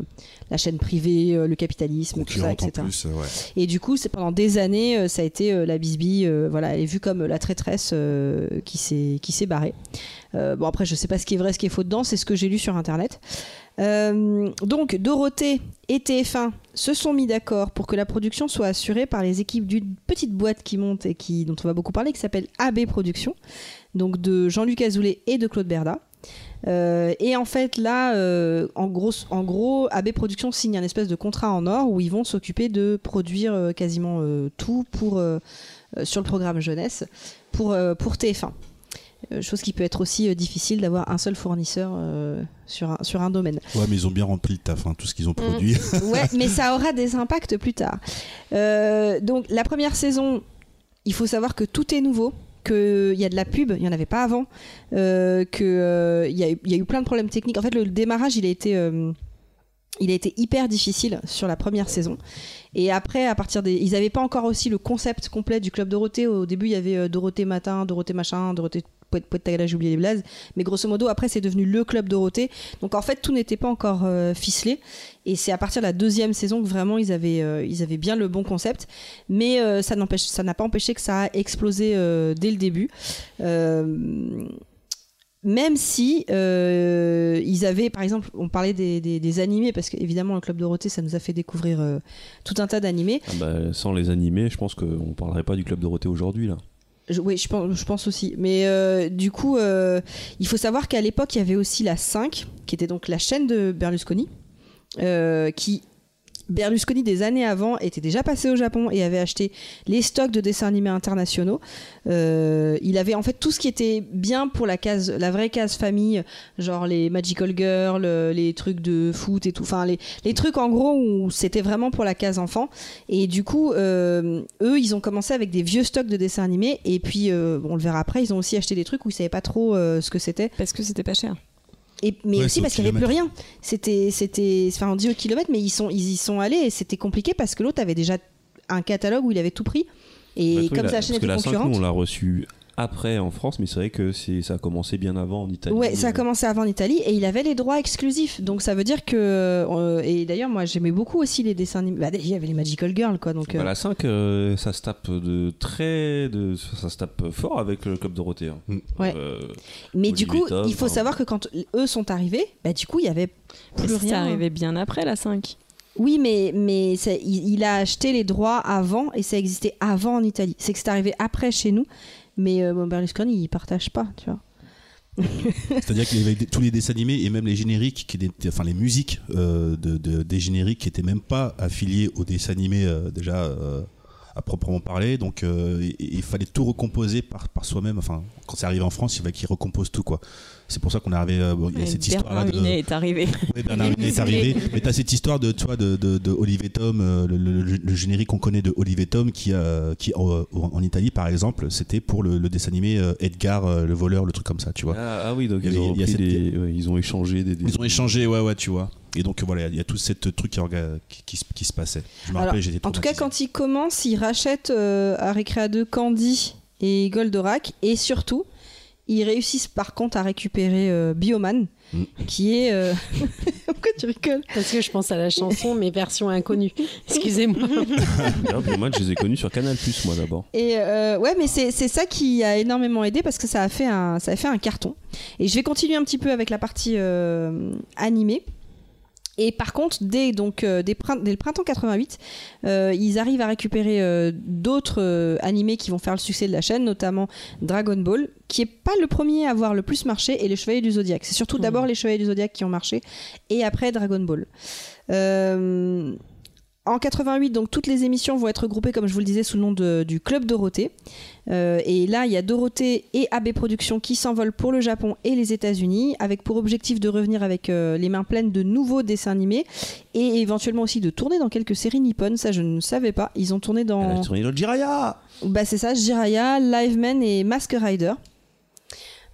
Speaker 2: la chaîne privée, euh, le capitalisme, tout ça,
Speaker 4: Concurrente
Speaker 2: etc.
Speaker 4: en plus, euh, ouais.
Speaker 2: Et du coup, c'est pendant des années, euh, ça a été euh, la bisbille. euh, voilà, elle est vue comme la traîtresse euh, qui s'est qui s'est barrée. Euh, bon après, je sais pas ce qui est vrai, ce qui est faux dedans. C'est ce que j'ai lu sur internet. Euh, donc Dorothée et TF1 se sont mis d'accord pour que la production soit assurée par les équipes d'une petite boîte qui monte et qui dont on va beaucoup parler, qui s'appelle AB Productions, donc de Jean-Luc Azoulay et de Claude Berda. Euh, et en fait, là, euh, en, gros, en gros, AB Productions signe un espèce de contrat en or où ils vont s'occuper de produire euh, quasiment euh, tout pour, euh, euh, sur le programme jeunesse pour, euh, pour TF1. Euh, chose qui peut être aussi euh, difficile d'avoir un seul fournisseur euh, sur, un, sur un domaine.
Speaker 4: Ouais, mais ils ont bien rempli le taf, hein, tout ce qu'ils ont produit.
Speaker 2: *laughs* Ouais, mais ça aura des impacts plus tard. Euh, donc la première saison, il faut savoir que tout est nouveau, qu'il y a de la pub, il n'y en avait pas avant, euh, qu'il y, a eu- il y a eu plein de problèmes techniques. En fait, le, le démarrage, il a été... euh, il a été hyper difficile sur la première saison. Et après, à partir des. Ils n'avaient pas encore aussi le concept complet du Club Dorothée. Au début, il y avait euh, Dorothée Matin, Dorothée Machin, Dorothée Poète Poète Tagala, j'ai oublié les blazes. Mais grosso modo, après, c'est devenu le Club Dorothée. Donc en fait, tout n'était pas encore euh, ficelé. Et c'est à partir de la deuxième saison que vraiment ils avaient, euh, ils avaient bien le bon concept. Mais euh, ça n'empêche, ça n'a pas empêché que ça a explosé euh, dès le début. Euh, même si euh, ils avaient, par exemple, on parlait des, des- des animés, parce qu'évidemment, le Club Dorothée, ça nous a fait découvrir euh, tout un tas d'animés.
Speaker 3: Ah bah, sans les animer, je pense qu'on parlerait pas du club Dorothée aujourd'hui là.
Speaker 2: Je- oui, je pense, je pense aussi. Mais euh, du coup, euh, il faut savoir qu'à l'époque, il y avait aussi la 5, qui était donc la chaîne de Berlusconi, euh, qui, Berlusconi, des années avant, était déjà passé au Japon et avait acheté les stocks de dessins animés internationaux. Euh, il avait en fait tout ce qui était bien pour la case, la vraie case famille, genre les Magical Girls, euh, les trucs de foot et tout. Enfin, les, les trucs en gros où c'était vraiment pour la case enfant. Et du coup, euh, eux, ils ont commencé avec des vieux stocks de dessins animés. Et puis, euh, on le verra après, ils ont aussi acheté des trucs où ils savaient pas trop euh, ce que c'était.
Speaker 1: *laughs* Parce que c'était pas cher.
Speaker 2: Et, mais
Speaker 4: Ouais,
Speaker 2: aussi
Speaker 4: c'est au
Speaker 2: parce qu'il n'y avait plus
Speaker 4: kilomètre.
Speaker 2: rien. C'était, c'était, enfin, on dit au kilomètre, mais ils sont, ils y sont allés et c'était compliqué parce que l'autre avait déjà un catalogue où il avait tout pris.
Speaker 3: Bah,
Speaker 2: Et
Speaker 3: toi,
Speaker 2: comme
Speaker 3: la-
Speaker 2: sa chaîne
Speaker 3: parce que
Speaker 2: était
Speaker 3: la 5, nous,
Speaker 2: concurrente.
Speaker 3: on l'a reçue après en France, mais c'est vrai que c'est ça a commencé bien avant en Italie.
Speaker 2: Ouais, ça a commencé avant l'Italie et il avait les droits exclusifs. Donc ça veut dire que euh, et d'ailleurs moi j'aimais beaucoup aussi les dessins animés. Bah, il y avait les Magical Girls quoi donc. euh,
Speaker 3: Bah, la 5, euh, ça se tape de très, de, ça se tape fort avec le club Dorothée. hein.
Speaker 4: Mm.
Speaker 2: Ouais.
Speaker 3: Euh,
Speaker 2: Mais
Speaker 3: Olivier
Speaker 2: du coup
Speaker 3: Tom,
Speaker 2: il faut
Speaker 3: pardon.
Speaker 2: savoir que quand eux sont arrivés, bah du coup il y avait plus
Speaker 1: Parce que
Speaker 2: rien.
Speaker 1: Ça arrivait bien après la 5.
Speaker 2: Oui mais mais ça- il, il a acheté les droits avant et ça existait avant en Italie. C'est que c'est arrivé après chez nous, mais euh, bon, Berlusconi il partage pas tu vois.
Speaker 4: C'est-à-dire qu'il y avait des- tous les dessins animés et même les génériques, qui étaient, enfin les musiques euh, de, de- des génériques qui n'étaient même pas affiliées aux dessins animés euh, déjà euh, à proprement parler. Donc euh, il- il fallait tout recomposer par, par soi-même. Enfin, quand c'est arrivé en France, il fallait qu'ils recomposent tout quoi. C'est pour ça qu'on est arrivé. euh, bon, il y a cette histoire-là de.
Speaker 1: Minet est arrivé. *laughs*
Speaker 4: Oui, Bernard Minet est arrivé. Mais t'as cette histoire de, toi, de, de, de Olivier Tom, euh, le, le- le- le générique qu'on connaît de Olivier Tom, qui, euh, qui en, en Italie, par exemple, c'était pour le, le dessin animé euh, Edgar, euh, le voleur, le truc comme ça, tu vois.
Speaker 3: Ah, ah oui, donc
Speaker 4: Il y
Speaker 3: ils ont,
Speaker 4: a- il y a
Speaker 3: repris
Speaker 4: cette-
Speaker 3: des- ouais, ils ont échangé des. des-
Speaker 4: Ils ont
Speaker 3: *laughs*
Speaker 4: échangé, ouais, ouais, tu vois. Et donc, voilà, il y a tout ce truc qui, orga- qui, qui se- qui se passait. Je me
Speaker 2: Alors,
Speaker 4: rappelle, j'étais
Speaker 2: En
Speaker 3: bah,
Speaker 2: tout cas, quand
Speaker 4: traumatisé.
Speaker 2: ils commencent, ils rachètent euh, à Récréa 2 Candy et Goldorak. Et surtout, ils réussissent par contre à récupérer euh, Bioman,
Speaker 4: Mm.
Speaker 2: qui est. euh, *laughs* Pourquoi tu rigoles
Speaker 5: Parce que je pense à la chanson, mais version *laughs* inconnue. Excusez-moi.
Speaker 3: D'ailleurs, Ah, pour moi, je les ai connus sur Canal Plus, moi d'abord.
Speaker 2: Et euh, ouais, mais c'est c'est ça qui a énormément aidé parce que ça a fait un, ça a fait un carton. Et je vais continuer un petit peu avec la partie euh, animée. Et par contre, dès, donc, euh, dès, print- dès le printemps 88, euh, ils arrivent à récupérer euh, d'autres euh, animés qui vont faire le succès de la chaîne, notamment Dragon Ball, qui est pas le premier à avoir le plus marché, et les Chevaliers du Zodiaque. C'est surtout
Speaker 5: Mhm.
Speaker 2: d'abord les Chevaliers du Zodiaque qui ont marché, et après Dragon Ball. Euh, en 88, donc toutes les émissions vont être regroupées, comme je vous le disais, sous le nom de- du Club Dorothée. Euh, et là, il y a Dorothée et AB Productions qui s'envolent pour le Japon et les États-Unis, avec pour objectif de revenir avec euh, les mains pleines de nouveaux dessins animés et éventuellement aussi de tourner dans quelques séries nippones. Ça, je ne savais pas. Ils ont tourné
Speaker 5: Oh.
Speaker 3: Elle
Speaker 2: dans.
Speaker 3: a tourné le Jiraya
Speaker 2: Bah c'est ça, Jiraya, Liveman et Mask Rider.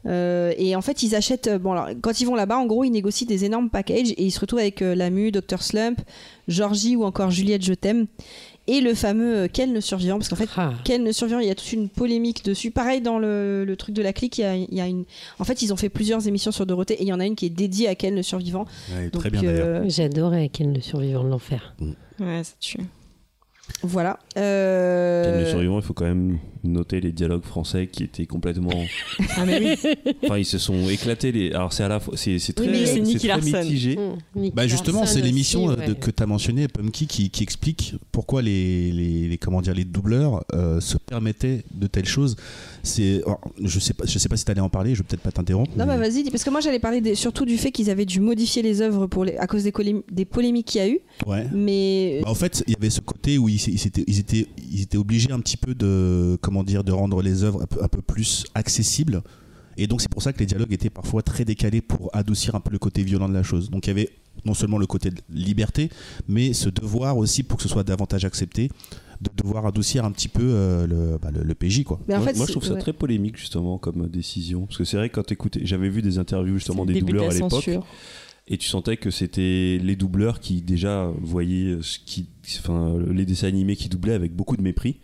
Speaker 2: Euh, et en fait, ils achètent. euh, Bon, alors, quand ils vont là-bas, en gros, ils négocient des énormes packages et ils se retrouvent avec euh, Lamu, Dr. Slump, Georgie ou encore Juliette Je t'aime. Et le fameux euh, Ken le survivant, parce qu'en fait,
Speaker 5: Ah.
Speaker 2: Ken le survivant, il y a toute une polémique dessus. Pareil, dans le, le truc de la clique, il y a, il y a une. En fait, ils ont fait plusieurs émissions sur Dorothée et il y en a une qui est dédiée à Ken le survivant.
Speaker 4: Ouais,
Speaker 2: Donc,
Speaker 4: très bien,
Speaker 2: euh,
Speaker 4: d'ailleurs.
Speaker 5: J'adorais Ken le survivant de l'enfer.
Speaker 1: Ouais, ça tue.
Speaker 2: voilà.
Speaker 3: Ken le
Speaker 2: Euh,
Speaker 3: survivant, il faut quand même noter les dialogues français qui étaient complètement.
Speaker 1: Ah, mais oui.
Speaker 3: Enfin, ils se sont éclatés. Les... Alors, c'est à la fois. C'est c'est très,
Speaker 1: Oui, mais c'est Nicky
Speaker 3: très
Speaker 1: Larson.
Speaker 3: mitigé.
Speaker 5: Mm. Mmh.
Speaker 4: Bah justement, c'est l'émission euh, de-
Speaker 5: de
Speaker 4: que tu as mentionné, Pumpkin, qui, qui explique pourquoi les, les, les- comment dire, les doubleurs euh, se permettaient de telles choses. C'est, alors, je sais pas, je sais pas si tu allais en parler, je vais peut-être pas t'interrompre.
Speaker 2: Non,
Speaker 3: Mm.
Speaker 4: mais-
Speaker 2: bah vas-y, dis, parce que moi j'allais parler des- surtout du fait qu'ils avaient dû modifier les œuvres pour les, à cause des, colé- des polémiques qu'il y a eu,
Speaker 4: Ouais.
Speaker 2: mais
Speaker 4: Bah, en fait, il y avait ce côté où ils, s- ils s'étaient- ils étaient, ils étaient obligés un petit peu de, comment dire, de rendre les œuvres un peu, un peu plus accessibles. Et donc, c'est pour ça que les dialogues étaient parfois très décalés pour adoucir un peu le côté violent de la chose. Donc, il y avait non seulement le côté de liberté, mais ce devoir aussi, pour que ce soit davantage accepté, de devoir adoucir un petit peu euh, le, bah, le- le PJ, quoi.
Speaker 2: mais en
Speaker 3: moi,
Speaker 2: fait,
Speaker 3: moi,
Speaker 2: c'est-
Speaker 3: je trouve ça
Speaker 2: ouais.
Speaker 3: très polémique, justement, comme décision. Parce que c'est vrai que quand t'écoutais. J'avais vu des interviews, justement,
Speaker 1: C'est le
Speaker 3: des
Speaker 1: début de
Speaker 3: doubleurs
Speaker 1: la
Speaker 3: à l'époque.
Speaker 1: censure.
Speaker 3: Et tu sentais que c'était les doubleurs qui déjà voyaient ce qui, enfin, les dessins animés qui doublaient avec beaucoup de mépris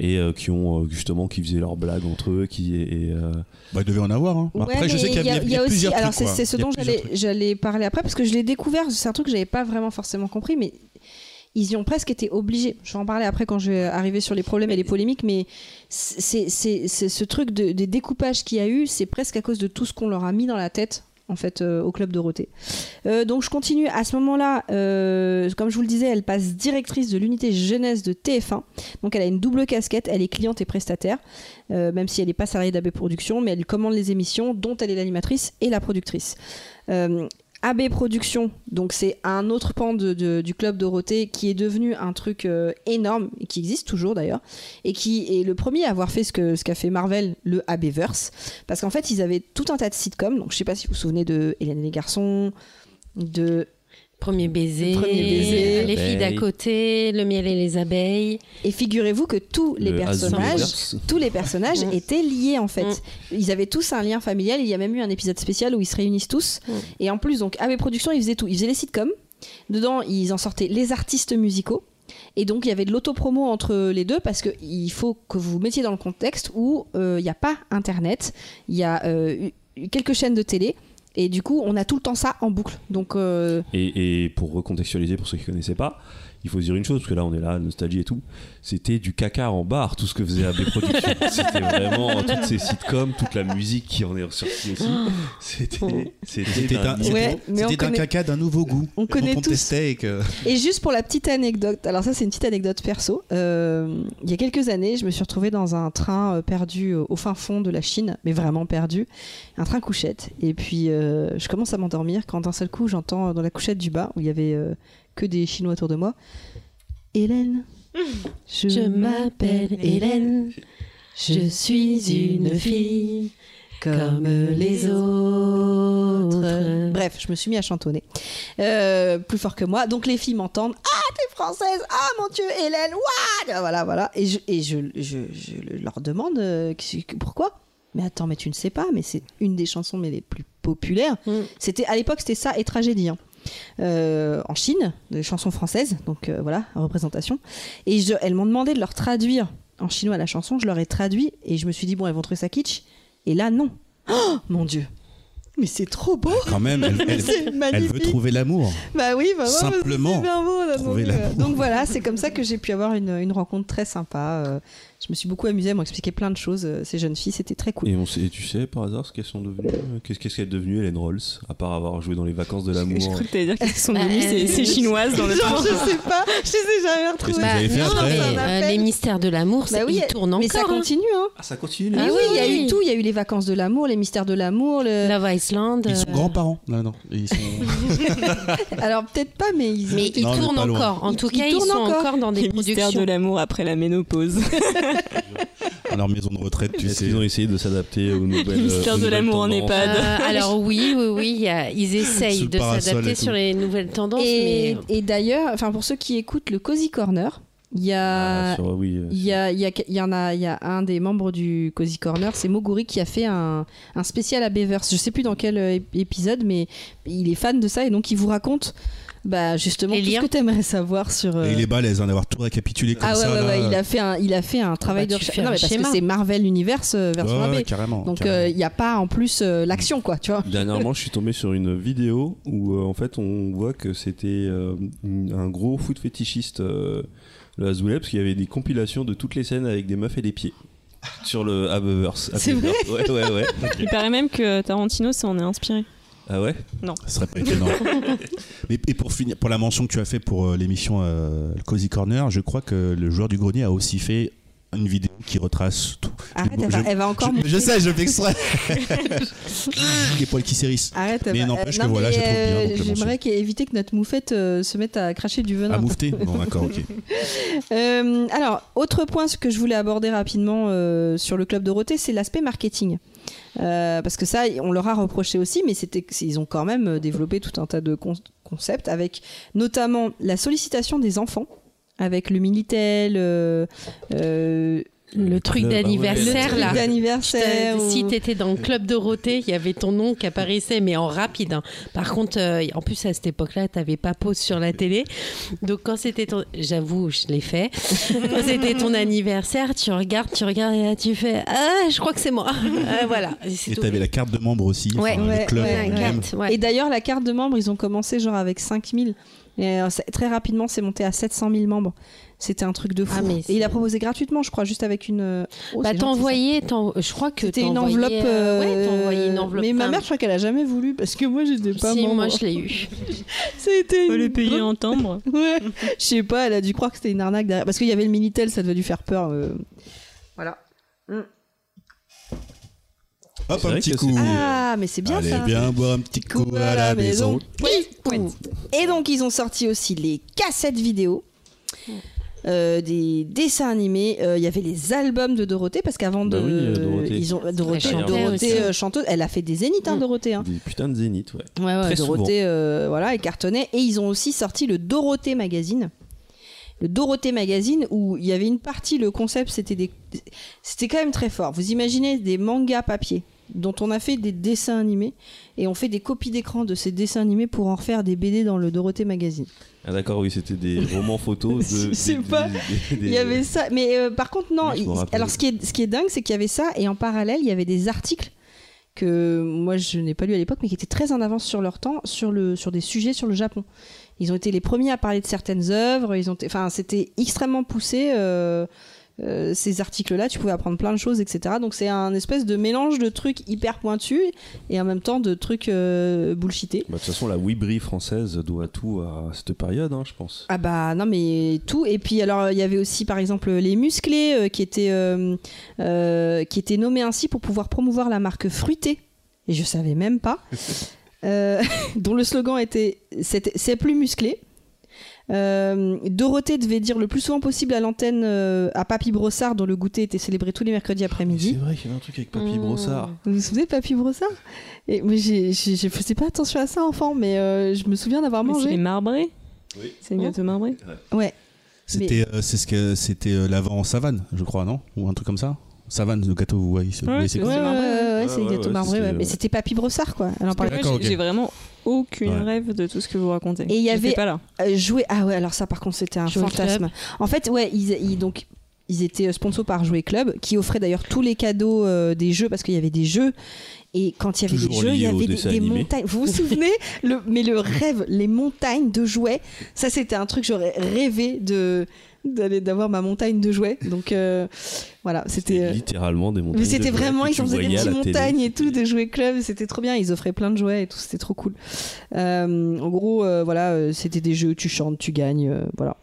Speaker 3: et euh, qui ont euh, justement qui faisaient leurs blagues entre eux, qui et, euh,
Speaker 4: Bah, il devait en avoir. hein.
Speaker 2: Ouais,
Speaker 4: Après, je
Speaker 2: mais
Speaker 4: sais qu'il y, a- il y a plusieurs trucs,
Speaker 2: alors c'est
Speaker 4: quoi.
Speaker 2: c'est ce
Speaker 4: Il y a
Speaker 2: dont
Speaker 4: plusieurs
Speaker 2: j'allais
Speaker 4: trucs.
Speaker 2: j'allais parler après parce que je l'ai découvert, c'est un truc que j'avais pas vraiment forcément compris, mais ils y ont presque été obligés. Je vais en parler après quand je vais arriver sur les problèmes et les polémiques, mais c'est c'est- c'est ce truc de- des découpages qu'il y a eu, c'est presque à cause de tout ce qu'on leur a mis dans la tête. En fait, euh, au club Dorothée. Euh, donc, je continue. À ce moment-là, euh, comme je vous le disais, elle passe directrice de l'unité jeunesse de TF1. Donc, elle a une double casquette. Elle est cliente et prestataire. Euh, même si elle n'est pas salariée d'AB Productions, mais elle commande les émissions dont elle est l'animatrice et la productrice. Euh, AB Productions, donc c'est un autre pan de- de- du club Dorothée qui est devenu un truc euh, énorme, et qui existe toujours d'ailleurs, et qui est le premier à avoir fait ce qu'a ce qu'a fait Marvel, le ABverse, parce qu'en fait ils avaient tout un tas de sitcoms, donc je sais pas si vous vous souvenez de Hélène et les garçons, de...
Speaker 5: Premier baiser,
Speaker 2: Premier baiser.
Speaker 5: les filles d'à
Speaker 3: Abeilles.
Speaker 5: côté, le miel et les abeilles.
Speaker 2: Et figurez-vous que tous les
Speaker 3: le
Speaker 2: personnages...
Speaker 3: Asperger's.
Speaker 2: tous les personnages
Speaker 5: Mm.
Speaker 2: étaient liés en fait.
Speaker 5: Mm.
Speaker 2: Ils avaient tous un lien familial. Il y a même eu un épisode spécial où ils se réunissent tous.
Speaker 5: Mm.
Speaker 2: Et en plus, donc, AB Productions, ils faisaient tout. Ils faisaient les sitcoms. Dedans, ils en sortaient les artistes musicaux. Et donc, il y avait de l'autopromo entre les deux parce qu'il faut que vous vous mettiez dans le contexte où euh, il n'y a pas Internet, il y a euh, quelques chaînes de télé. Et du coup, on a tout le temps ça en boucle. Donc, euh,
Speaker 3: Et, et pour recontextualiser, pour ceux qui connaissaient pas, il faut se dire une chose, parce que là on est là, nostalgie et tout. C'était du caca en bar, tout ce que faisait AB Productions. c'était vraiment toutes ces sitcoms, toute la musique qui en est ressortie aussi.
Speaker 1: Oh.
Speaker 3: C'était, c'était
Speaker 4: C'était
Speaker 3: d'un
Speaker 4: un,
Speaker 3: niveau-
Speaker 2: Ouais, mais
Speaker 4: c'était
Speaker 2: on
Speaker 4: d'un
Speaker 2: connaît-
Speaker 4: caca d'un nouveau goût.
Speaker 2: On connaît
Speaker 4: qu'on
Speaker 2: tous.
Speaker 4: testait et que-
Speaker 2: Et juste pour la petite anecdote, alors ça c'est une petite anecdote perso. Euh, il y a quelques années, je me suis retrouvée dans un train euh, perdu au fin fond de la Chine, mais vraiment perdu, un train couchette. Et puis euh, je commence à m'endormir quand d'un seul coup j'entends euh, dans la couchette du bas où il y avait euh, que des Chinois autour de moi. Hélène, je,
Speaker 5: Je m'appelle Hélène, je suis une fille comme les autres.
Speaker 2: Bref, je me suis mis à chantonner Euh, plus fort que moi. Donc les filles m'entendent. Ah, t'es française. Ah, mon Dieu, Hélène. Waouh. Voilà, voilà. Et je, et je, je, je le- leur demande euh, qu'est-ce que- pourquoi. Mais attends, mais tu ne sais pas. Mais c'est une des chansons mais les plus populaires.
Speaker 5: Mm.
Speaker 2: C'était à l'époque, c'était ça et tragédie. hein. Euh, en Chine, des chansons françaises, donc euh, voilà, représentation. Et je- elles m'ont demandé de leur traduire en chinois la chanson, je leur ai traduit et je me suis dit, bon, elles vont trouver ça kitsch. Et là, non. Oh mon Dieu! Mais c'est trop beau!
Speaker 4: Quand même, elle,
Speaker 2: *laughs*
Speaker 4: elle-
Speaker 2: C'est
Speaker 4: elle
Speaker 2: magnifique.
Speaker 4: veut trouver l'amour.
Speaker 2: Bah oui, bah ouais,
Speaker 4: Simplement
Speaker 2: c'est bien beau, là,
Speaker 4: trouver
Speaker 2: donc, euh,
Speaker 4: *laughs* l'amour.
Speaker 2: donc voilà, c'est comme ça que j'ai pu avoir une, une rencontre très sympa. euh, Je me suis beaucoup amusée, elles m'ont expliqué plein de choses. euh, Ces jeunes filles, c'était très cool.
Speaker 3: Et on sait, et tu sais par hasard ce qu'elles sont devenues euh, Qu'est-ce qu'est-ce qu'elle est devenue Hélène Rolls À part avoir joué dans les vacances de
Speaker 1: Je
Speaker 3: l'amour.
Speaker 1: crois que t'allais
Speaker 3: *laughs*
Speaker 1: dire qu'elles sont
Speaker 5: Bah,
Speaker 1: devenues ces,
Speaker 5: euh,
Speaker 1: ces chinoises dans le
Speaker 2: *laughs*
Speaker 1: *laughs*
Speaker 2: Genre,
Speaker 1: train.
Speaker 2: je sais pas, je les ai jamais
Speaker 4: Qu'est-ce que
Speaker 2: retrouvées.
Speaker 4: vous avez fait
Speaker 5: non,
Speaker 4: après
Speaker 5: mais,
Speaker 2: Ça m'appelle.
Speaker 5: euh, les mystères de l'amour,
Speaker 2: Bah
Speaker 5: ça
Speaker 2: oui,
Speaker 5: ils tournent
Speaker 2: Mais ça
Speaker 5: encore. hein.
Speaker 2: continue, hein.
Speaker 3: Ah, ça continue
Speaker 5: Ah
Speaker 2: Mais oui, il y a
Speaker 5: oui.
Speaker 2: eu tout, il y a eu les vacances de l'amour, les mystères de l'amour. le-
Speaker 5: Love Island.
Speaker 4: Ils sont
Speaker 5: euh,
Speaker 4: grands-parents. Non, non. Ils sont...
Speaker 2: Alors peut-être pas, mais ils.
Speaker 5: Mais ils
Speaker 4: Non, mais
Speaker 5: tournent
Speaker 4: pas loin.
Speaker 5: encore. En
Speaker 2: Ils-
Speaker 5: tout
Speaker 2: ils
Speaker 5: cas, ils
Speaker 2: tournent
Speaker 5: sont
Speaker 2: encore.
Speaker 5: encore dans des
Speaker 1: Les mystères de
Speaker 5: productions.
Speaker 1: l'amour après la ménopause.
Speaker 4: *laughs* à leur maison de retraite, tu
Speaker 3: Est-ce
Speaker 4: sais.
Speaker 3: qu'ils ont essayé de
Speaker 1: *laughs*
Speaker 3: s'adapter aux nouvelles.
Speaker 1: Les mystères
Speaker 3: aux
Speaker 1: de
Speaker 3: nouvelles
Speaker 1: l'amour en
Speaker 3: tendances
Speaker 1: EHPAD.
Speaker 5: Euh, alors oui, oui, oui, il y a- ils
Speaker 4: Sous
Speaker 5: essayent
Speaker 4: le
Speaker 5: de
Speaker 4: parasol et
Speaker 5: s'adapter
Speaker 4: tout.
Speaker 5: sur les nouvelles tendances,
Speaker 2: Et,
Speaker 5: mais
Speaker 2: et d'ailleurs, enfin pour ceux qui écoutent le Cozy Corner, il y a
Speaker 3: Ah, sur- oui, euh,
Speaker 2: Il y, a, il, y a- il y en a, il y a un des membres du Cozy Corner, c'est Moguri qui a fait un, un spécial à Beavers. Je sais plus dans quel euh, ép- épisode, mais il est fan de ça et donc il vous raconte bah, justement
Speaker 5: Les
Speaker 2: tout
Speaker 5: liens.
Speaker 2: ce que tu aimerais savoir sur. euh,
Speaker 4: Et il est balèze hein, d'avoir tout récapitulé comme
Speaker 2: ah ouais,
Speaker 4: ça.
Speaker 2: ouais,
Speaker 4: là.
Speaker 2: ouais, il a fait un, il a fait un travail
Speaker 5: bah,
Speaker 2: de
Speaker 5: tu
Speaker 2: recherche.
Speaker 5: fais
Speaker 2: Non,
Speaker 5: un
Speaker 2: mais parce que
Speaker 5: schéma.
Speaker 2: c'est Marvel Universe euh, version
Speaker 4: Ouais,
Speaker 2: AB.
Speaker 4: ouais, carrément.
Speaker 2: donc
Speaker 4: carrément.
Speaker 2: euh, il n'y a pas en plus euh, l'action, quoi, tu vois.
Speaker 3: Dernièrement, je suis tombé sur une vidéo où euh, en fait on voit que c'était euh, une- un gros foot fétichiste euh, le Azoulay parce qu'il y avait des compilations de toutes les scènes avec des meufs et des pieds sur le Abeverse.
Speaker 2: C'est vrai
Speaker 3: Ouais ouais ouais.
Speaker 1: Il paraît même que Tarantino s'en est inspiré.
Speaker 3: Ah ouais.
Speaker 4: Ce serait
Speaker 2: *laughs*
Speaker 4: pas étonnant. Mais, et pour finir, pour la mention que tu as fait pour euh, l'émission euh, le Cozy Corner, je crois que le joueur du grenier a aussi fait une vidéo qui retrace tout.
Speaker 2: Arrête,
Speaker 4: Je-
Speaker 2: elle, va, elle va
Speaker 4: Je,
Speaker 2: encore.
Speaker 4: je sais, je
Speaker 2: *laughs*
Speaker 4: fais exprès. *laughs* Les poils qui s'hérissent.
Speaker 2: Arrête, elle
Speaker 4: Mais
Speaker 2: va-
Speaker 4: n'empêche
Speaker 2: euh,
Speaker 4: que
Speaker 2: non,
Speaker 4: voilà, je la trouve bien,
Speaker 2: euh,
Speaker 4: donc la
Speaker 2: J'aimerais qu'é- éviter que notre moufette euh, se mette à cracher du venin.
Speaker 4: À moufter Bon,
Speaker 2: *laughs*
Speaker 4: d'accord, ok.
Speaker 2: Euh, alors, autre point ce que je voulais aborder rapidement euh, sur le club Dorothée, c'est l'aspect marketing. Euh, parce que ça, on leur a reproché aussi, mais c'était, c'est- ils ont quand même euh, développé tout un tas de con- concepts avec notamment la sollicitation des enfants avec le Minitel, euh, euh,
Speaker 5: le truc
Speaker 3: Bah ouais.
Speaker 5: d'anniversaire
Speaker 3: Le
Speaker 2: truc
Speaker 5: là.
Speaker 2: d'anniversaire.
Speaker 5: Putain, Si
Speaker 2: ou-
Speaker 5: t'étais dans le club Dorothée, il y avait ton nom qui apparaissait, mais en rapide. hein. Par contre, euh, en plus à cette époque-là, t'avais pas pause sur la télé. Donc quand c'était ton, j'avoue, je l'ai fait. *laughs* Quand c'était ton anniversaire, tu regardes, tu regardes et là, tu fais, ah, je crois que c'est moi. *laughs* Ah, voilà. Et c'est
Speaker 4: Et
Speaker 5: tout.
Speaker 4: t'avais la carte de membre aussi.
Speaker 5: Ouais,
Speaker 4: enfin,
Speaker 2: ouais,
Speaker 4: le club.
Speaker 5: Ouais, la
Speaker 4: en lui-même.
Speaker 5: carte, ouais.
Speaker 2: Et d'ailleurs, la carte de membre, ils ont commencé genre avec 5000. Et euh, c'est- très rapidement, c'est monté à 700 000 membres. C'était un truc de fou.
Speaker 5: Ah, mais
Speaker 2: et il
Speaker 5: c'est-
Speaker 2: a proposé gratuitement, je crois, juste avec une. euh, oh,
Speaker 5: bah
Speaker 2: c'est gentil, ça.
Speaker 5: t'envoyais, t'en- je crois que
Speaker 2: C'était une
Speaker 5: t'envoyais,
Speaker 2: enveloppe.
Speaker 5: euh, ouais,
Speaker 2: euh,
Speaker 5: t'envoyais une enveloppe.
Speaker 2: Mais ma
Speaker 5: Enfin,
Speaker 2: mère, je crois qu'elle a jamais voulu parce que moi, j'étais pas
Speaker 5: si,
Speaker 2: membre.
Speaker 5: moi je l'ai eu.
Speaker 2: C'était.
Speaker 1: Faut
Speaker 2: une
Speaker 1: le payer hein.
Speaker 2: bonne-
Speaker 1: en timbre.
Speaker 2: *laughs* Ouais. Je sais pas, elle a dû croire que c'était une arnaque derrière. Parce qu'il y avait le Minitel, ça devait lui faire peur. euh.
Speaker 4: Hop,
Speaker 3: C'est
Speaker 4: un
Speaker 3: vrai
Speaker 4: petit
Speaker 3: que
Speaker 4: coup.
Speaker 2: Ah, mais c'est bien
Speaker 4: Allez,
Speaker 2: ça.
Speaker 4: viens boire un petit coup,
Speaker 2: Coup
Speaker 4: à la maison.
Speaker 2: Pointe. Et donc, ils ont sorti aussi les cassettes vidéo. euh, des dessins animés, Euh, il y avait les albums de Dorothée parce qu'avant de,
Speaker 3: Bah oui, euh, Dorothée.
Speaker 2: ils ont Dorothée,
Speaker 5: chantait
Speaker 2: Dorothée,
Speaker 5: aussi.
Speaker 2: euh, chanteuse, elle a fait des zéniths hein,
Speaker 5: Mm.
Speaker 2: Dorothée. hein.
Speaker 3: Des putains de zénith ouais.
Speaker 2: Ouais, ouais,
Speaker 3: Très
Speaker 2: Dorothée, euh, voilà, elle cartonnait. Et ils ont aussi sorti le Dorothée Magazine. Le Dorothée Magazine, où il y avait une partie, le concept, c'était des... C'était quand même très fort. Vous imaginez des mangas papier dont on a fait des dessins animés et on fait des copies d'écran de ces dessins animés pour en refaire des BD dans le Dorothée Magazine.
Speaker 3: Ah d'accord oui
Speaker 2: *laughs*
Speaker 3: c'était des romans photos. De,
Speaker 2: Je sais
Speaker 3: des-
Speaker 2: pas.
Speaker 3: des- des-
Speaker 2: Il y avait ça, mais euh, par contre non.
Speaker 3: Oui, je me
Speaker 2: il-
Speaker 3: rappelle.
Speaker 2: alors ce qui est ce qui est dingue, c'est qu'il y avait ça et en parallèle il y avait des articles que moi je n'ai pas lu à l'époque, mais qui étaient très en avance sur leur temps, sur, le, sur des sujets sur le Japon. Ils ont été les premiers à parler de certaines œuvres, ils ont, t- enfin, c'était extrêmement poussé. euh, euh, ces articles-là, tu pouvais apprendre plein de choses, etc. Donc c'est un espèce de mélange de trucs hyper pointus et en même temps de trucs euh, bullshités.
Speaker 3: Bah, de toute façon, la Wibri française doit tout à cette période, hein, je pense.
Speaker 2: Ah bah non mais tout et puis alors il y avait aussi par exemple les musclés euh, qui étaient euh, euh, qui étaient nommés ainsi pour pouvoir promouvoir la marque fruitée et je savais même pas euh, *laughs* dont le slogan était c'était- c'est plus musclé Euh, Dorothée devait dire le plus souvent possible à l'antenne euh, à Papy Brossard dont le goûter était célébré tous les mercredis après-midi.
Speaker 3: vrai qu'il y avait un truc avec
Speaker 5: Papy Mmh. Brossard.
Speaker 2: Vous vous souvenez de Papy Brossard Et moi j'ai j'ai- je faisais pas attention à ça enfant mais euh, je me souviens d'avoir
Speaker 1: Mais C'est les
Speaker 2: mangé.
Speaker 1: marbrés
Speaker 3: Oui.
Speaker 1: C'est les gâteaux marbrés
Speaker 2: Ouais.
Speaker 4: C'était euh, c'est ce que c'était euh, l'avant en savane, je crois, non Ou un truc comme ça Savane, le gâteau, vous voyez, c'est-
Speaker 1: Ouais,
Speaker 4: vous voyez, c'est
Speaker 1: c'est
Speaker 4: quoi
Speaker 2: Ouais, ouais,
Speaker 1: gâteau marbré,
Speaker 2: ouais, ouais,
Speaker 3: ouais.
Speaker 2: c'est
Speaker 3: Ouais, ouais,
Speaker 2: gâteau
Speaker 3: ouais,
Speaker 2: marbré,
Speaker 3: c'était,
Speaker 2: ouais. mais
Speaker 3: euh,
Speaker 2: c'était Papy Brossard, quoi. Elle en parlait.
Speaker 1: Moi,
Speaker 4: D'accord,
Speaker 1: j'ai
Speaker 4: ok.
Speaker 1: j'ai vraiment aucune
Speaker 4: Ouais.
Speaker 1: rêve de tout ce que vous racontez.
Speaker 2: Et il y
Speaker 1: J'étais
Speaker 2: avait-
Speaker 1: pas là.
Speaker 2: Euh, jouer. Ah ouais, alors ça, par contre, c'était un
Speaker 5: Jouer
Speaker 2: fantasme. En fait, ouais, ils, ils- donc. Ils étaient euh, sponsors par Jouer Club, qui offrait d'ailleurs tous les cadeaux euh, des jeux, parce qu'il y avait des jeux. Et quand il y avait
Speaker 3: Toujours
Speaker 2: des jeux, il y
Speaker 3: lié au
Speaker 2: avait des,
Speaker 3: dessin
Speaker 2: des
Speaker 3: animé.
Speaker 2: montagnes. Vous vous souvenez le, Mais le rêve, les montagnes de jouets, ça c'était un truc, j'aurais rêvé de d'aller d'avoir ma montagne de jouets. Donc euh, voilà, c'était. euh,
Speaker 3: C'était littéralement des montagnes.
Speaker 2: Mais c'était
Speaker 3: de jouets
Speaker 2: vraiment,
Speaker 3: que
Speaker 2: ils
Speaker 3: tu
Speaker 2: en faisaient des
Speaker 3: voyais à
Speaker 2: petites
Speaker 3: la télé.
Speaker 2: montagnes et tout, de jouets club, c'était trop bien, ils offraient plein de jouets et tout, c'était trop cool. Euh, en gros, euh, voilà, euh, c'était des jeux, tu chantes, tu gagnes, euh, voilà.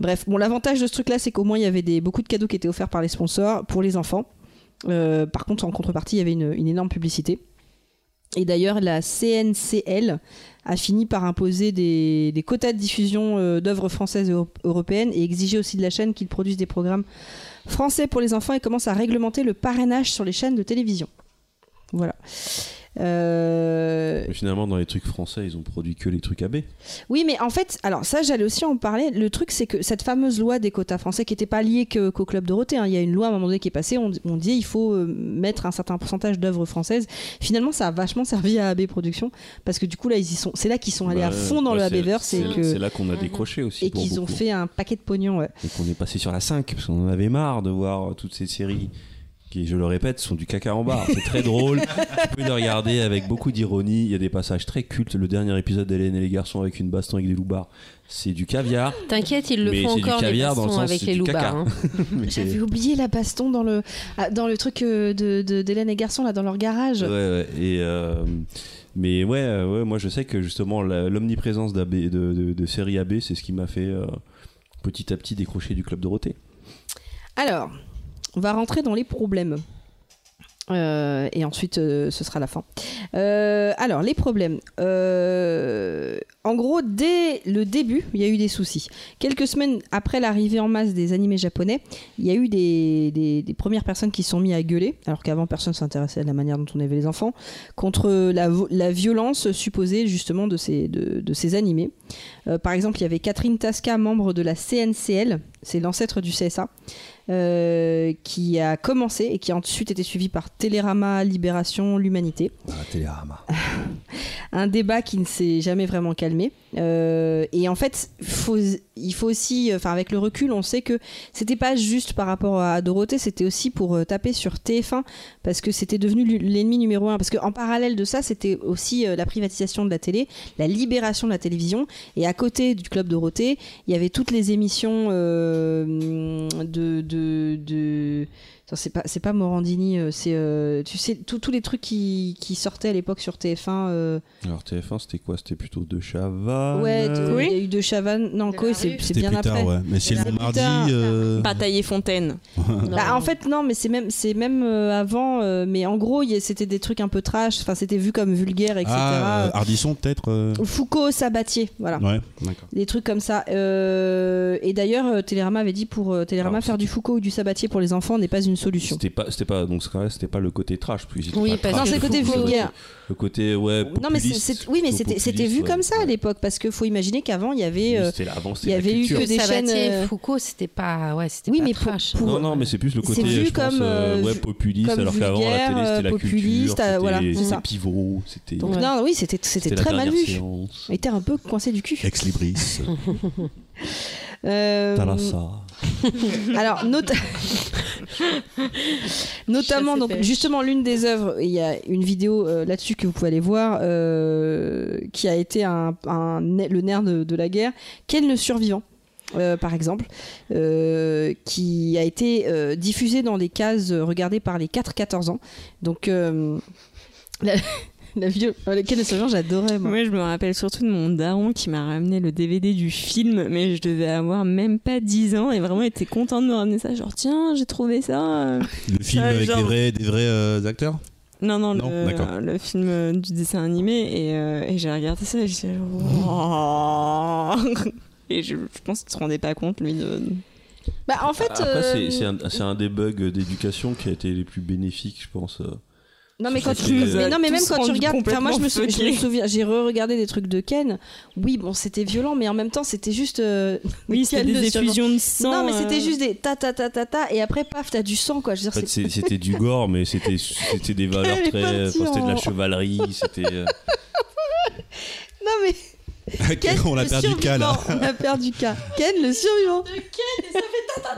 Speaker 2: Bref, bon, l'avantage de ce truc-là, c'est qu'au moins, il y avait des, beaucoup de cadeaux qui étaient offerts par les sponsors pour les enfants. Euh, par contre, en contrepartie, il y avait une, une énorme publicité. Et d'ailleurs, la CNCL a fini par imposer des, des quotas de diffusion euh, d'œuvres françaises et euro- européennes et exiger aussi de la chaîne qu'ils produisent des programmes français pour les enfants et commence à réglementer le parrainage sur les chaînes de télévision. Voilà. Euh,
Speaker 3: Mais finalement, dans les trucs français, ils ont produit que les trucs AB.
Speaker 2: oui, mais en fait, alors ça, j'allais aussi en parler. Le truc, c'est que cette fameuse loi des quotas français, qui n'était pas liée que- qu'au club Dorothée, hein. il y a une loi à un moment donné qui est passée, on, on dit il faut euh, mettre un certain pourcentage d'œuvres françaises. Finalement, ça a vachement servi à AB Productions, parce que du coup, là, ils y sont, c'est là qu'ils sont allés à
Speaker 3: Bah,
Speaker 2: fond dans
Speaker 3: bah,
Speaker 2: le
Speaker 3: c'est-
Speaker 2: ABverse et
Speaker 3: c'est-
Speaker 2: que-
Speaker 3: C'est là qu'on a
Speaker 5: Mhm.
Speaker 3: décroché aussi.
Speaker 2: et
Speaker 3: pour
Speaker 2: qu'ils ont
Speaker 3: beaucoup.
Speaker 2: fait un paquet de pognon. ouais.
Speaker 3: Et qu'on est passé sur la 5, parce qu'on en avait marre de voir toutes ces séries qui, je le répète, sont du caca en barre. C'est
Speaker 2: *laughs*
Speaker 3: très drôle. tu peux les regarder avec beaucoup d'ironie. Il y a des passages très cultes. Le dernier épisode d'Hélène et les garçons avec une baston avec des loupards, c'est du caviar.
Speaker 5: T'inquiète, ils le
Speaker 3: Mais
Speaker 5: font
Speaker 3: c'est du
Speaker 5: encore des
Speaker 3: caviar dans le
Speaker 5: bastons
Speaker 3: sens,
Speaker 5: avec
Speaker 3: c'est
Speaker 5: les
Speaker 3: du
Speaker 5: loupards. *laughs*
Speaker 3: caca.
Speaker 5: hein.
Speaker 3: Mais c'est-
Speaker 2: J'avais oublié la baston dans le, ah, dans le truc euh, de de- d'Hélène et Garçon, là, dans leur garage.
Speaker 3: Ouais, ouais. Et, euh, mais ouais, euh, ouais, moi je sais que justement la- l'omniprésence d'AB, de, de, de série AB, c'est ce qui m'a fait euh, petit à petit décrocher du club Dorothée.
Speaker 2: Alors, on va rentrer dans les problèmes. Euh, et ensuite, euh, ce sera la fin. Euh, alors, les problèmes. Euh, en gros, dès le début, il y a eu des soucis. Quelques semaines après l'arrivée en masse des animés japonais, il y a eu des, des- des premières personnes qui se sont mis à gueuler, alors qu'avant, personne ne s'intéressait à la manière dont on élevait les enfants, contre la, vo- la violence supposée justement de ces, de- de ces animés. Euh, par exemple, il y avait Catherine Tasca, membre de la CNCL, c'est l'ancêtre du CSA, euh, qui a commencé et qui a ensuite été suivi par Télérama, Libération, l'Humanité.
Speaker 3: Ah, Télérama.
Speaker 2: Un débat qui ne s'est jamais vraiment calmé. Euh, et en fait, faut- il faut aussi, enfin avec le recul, on sait que c'était pas juste par rapport à Dorothée, c'était aussi pour euh, taper sur TF1 parce que c'était devenu l'u- l'ennemi numéro un. Parce qu'en parallèle de ça, c'était aussi euh, la privatisation de la télé, la libération de la télévision. Et à côté du club Dorothée, il y avait toutes les émissions euh, de. de, de- Attends, c'est pas c'est pas Morandini, euh, c'est euh, tu sais tous tous les trucs qui, qui sortaient à l'époque sur TF1. euh,
Speaker 3: Alors TF1, c'était quoi C'était plutôt De Chaval
Speaker 2: Ouais, de-
Speaker 3: euh,
Speaker 1: Koé
Speaker 2: il y a eu de Chavannes. Non,
Speaker 5: De
Speaker 2: Koé,
Speaker 5: la
Speaker 2: c'est
Speaker 5: rue.
Speaker 2: c'est
Speaker 4: C'était
Speaker 2: bien
Speaker 4: plus
Speaker 2: après.
Speaker 4: tard, ouais. Mais c'est
Speaker 2: C'était
Speaker 4: le
Speaker 2: plus
Speaker 4: mardi.
Speaker 2: tard.
Speaker 4: euh,
Speaker 1: Bataille et Fontaine.
Speaker 2: Bah,
Speaker 5: Non.
Speaker 2: en fait, non, mais c'est même, c'est même euh, avant. euh, mais en gros, il y a- c'était des trucs un peu trash. Enfin, c'était vu comme vulgaire, etc.
Speaker 4: Ah, euh, Ardisson, peut-être euh,
Speaker 2: Foucault, Sabatier, voilà.
Speaker 4: Ouais, d'accord.
Speaker 2: Des trucs comme ça. Euh, et d'ailleurs, euh, Télérama avait dit pour euh, Télérama,
Speaker 3: Alors,
Speaker 2: faire du Foucault ou du Sabatier pour les enfants n'est pas une solution.
Speaker 3: C'était pas, c'était pas, donc ce cas-là, c'était pas le côté trash. Plus
Speaker 5: Oui, parce
Speaker 2: Non,
Speaker 5: que
Speaker 2: c'est le côté
Speaker 5: Foucault-
Speaker 2: vulgaire.
Speaker 3: Le côté, ouais.
Speaker 2: Non, mais c'est-
Speaker 3: populiste,
Speaker 2: c'est- oui, mais
Speaker 3: plutôt
Speaker 2: c'était, c'était
Speaker 3: populiste,
Speaker 2: vu
Speaker 3: ouais.
Speaker 2: comme ça à
Speaker 3: Ouais.
Speaker 2: l'époque, parce qu'il faut imaginer qu'avant, il y avait. euh,
Speaker 3: C'était la- avant, c'était
Speaker 2: il y
Speaker 3: la
Speaker 2: avait eu
Speaker 3: culture.
Speaker 2: que des
Speaker 5: Sabatier,
Speaker 2: chaînes, euh,
Speaker 5: Foucault, c'était pas, ouais, c'était
Speaker 2: Oui,
Speaker 5: pas
Speaker 2: mais pour-
Speaker 5: trash.
Speaker 2: pour-
Speaker 3: Non, non, mais c'est plus le côté,
Speaker 2: C'est vu
Speaker 3: je pense,
Speaker 2: comme,
Speaker 3: euh,
Speaker 2: euh,
Speaker 3: ouais,
Speaker 2: vu-
Speaker 3: populiste,
Speaker 2: comme
Speaker 3: alors qu'avant, la télé,
Speaker 2: vulgaire,
Speaker 3: c'était la
Speaker 2: euh,
Speaker 3: culture,
Speaker 2: populiste, euh,
Speaker 3: c'était,
Speaker 2: voilà, c'est
Speaker 3: c'était
Speaker 2: ça.
Speaker 3: pivot, c'était...
Speaker 2: Donc,
Speaker 5: Ouais.
Speaker 2: non, oui, c'était, c'était,
Speaker 3: la
Speaker 2: très mal
Speaker 3: dernière
Speaker 2: vu.
Speaker 3: séance.
Speaker 2: On était un peu coincé du cul.
Speaker 4: Ex
Speaker 2: *laughs*
Speaker 4: Libris.
Speaker 2: Euh,
Speaker 3: euh, Talassa.
Speaker 2: alors, note- Notamment,
Speaker 5: Chasse et
Speaker 2: donc,
Speaker 5: pêche.
Speaker 2: justement, l'une des œuvres, il y a une vidéo euh, là-dessus que vous pouvez aller voir, euh, qui a été un, un ne- le nerf de, de la guerre. Ken le survivant, euh, par exemple, euh, qui a été euh, diffusé dans les cases euh, regardées par les 4-14 ans. Donc, euh, *laughs* la, la vidéo. euh, Ken le survivant, j'adorais, moi.
Speaker 1: Moi, je me rappelle surtout de mon daron qui m'a ramené le DVD du film, mais je devais avoir même pas 10 ans et vraiment il était content de me ramener ça. Genre, tiens, j'ai trouvé *laughs* ça.
Speaker 4: Le film
Speaker 1: Ah,
Speaker 4: avec
Speaker 1: genre-
Speaker 4: des vrais, des vrais euh, acteurs
Speaker 1: Non, non,
Speaker 4: Non, d'accord.
Speaker 1: le, le film euh, du dessin animé. Et, euh, et j'ai regardé ça et j'étais genre. Oh. *laughs* Et je, je pense qu'il se rendait pas compte, lui, de.
Speaker 2: Bah, en fait.
Speaker 3: Après, c'est-
Speaker 2: euh,
Speaker 3: c'est un, c'est un des bugs d'éducation qui a été les plus bénéfiques, je pense. euh.
Speaker 2: Non mais quand
Speaker 3: Ça
Speaker 2: tu,
Speaker 3: nous a
Speaker 2: mais non mais même
Speaker 1: tous
Speaker 2: quand tu
Speaker 1: rendu
Speaker 2: regardes, enfin moi je me, sou- je me
Speaker 1: complètement
Speaker 2: souviens, j'ai re-regardé des trucs de Ken. Oui bon c'était violent mais en même temps c'était juste. *laughs* euh,
Speaker 1: Oui, c'est
Speaker 2: Ken
Speaker 1: des
Speaker 2: le survivant.
Speaker 1: effusions de sang.
Speaker 2: Non mais
Speaker 1: euh,
Speaker 2: c'était juste des ta ta ta ta ta et après paf t'as du sang quoi. Je veux
Speaker 3: En
Speaker 2: dire,
Speaker 3: fait,
Speaker 2: c'est-
Speaker 3: c'est- c'était *laughs* du gore, mais c'était c'était des valeurs
Speaker 2: Elle est
Speaker 3: très. enfin,
Speaker 2: partie
Speaker 3: C'était de la
Speaker 2: en-
Speaker 3: chevalerie, c'était. euh,
Speaker 2: non mais
Speaker 4: *laughs*
Speaker 2: Ken
Speaker 4: On l'a
Speaker 2: le
Speaker 4: perdu hein. cas là.
Speaker 2: survivant, On a perdu K. Ken le survivant.
Speaker 3: c'est
Speaker 4: Bah,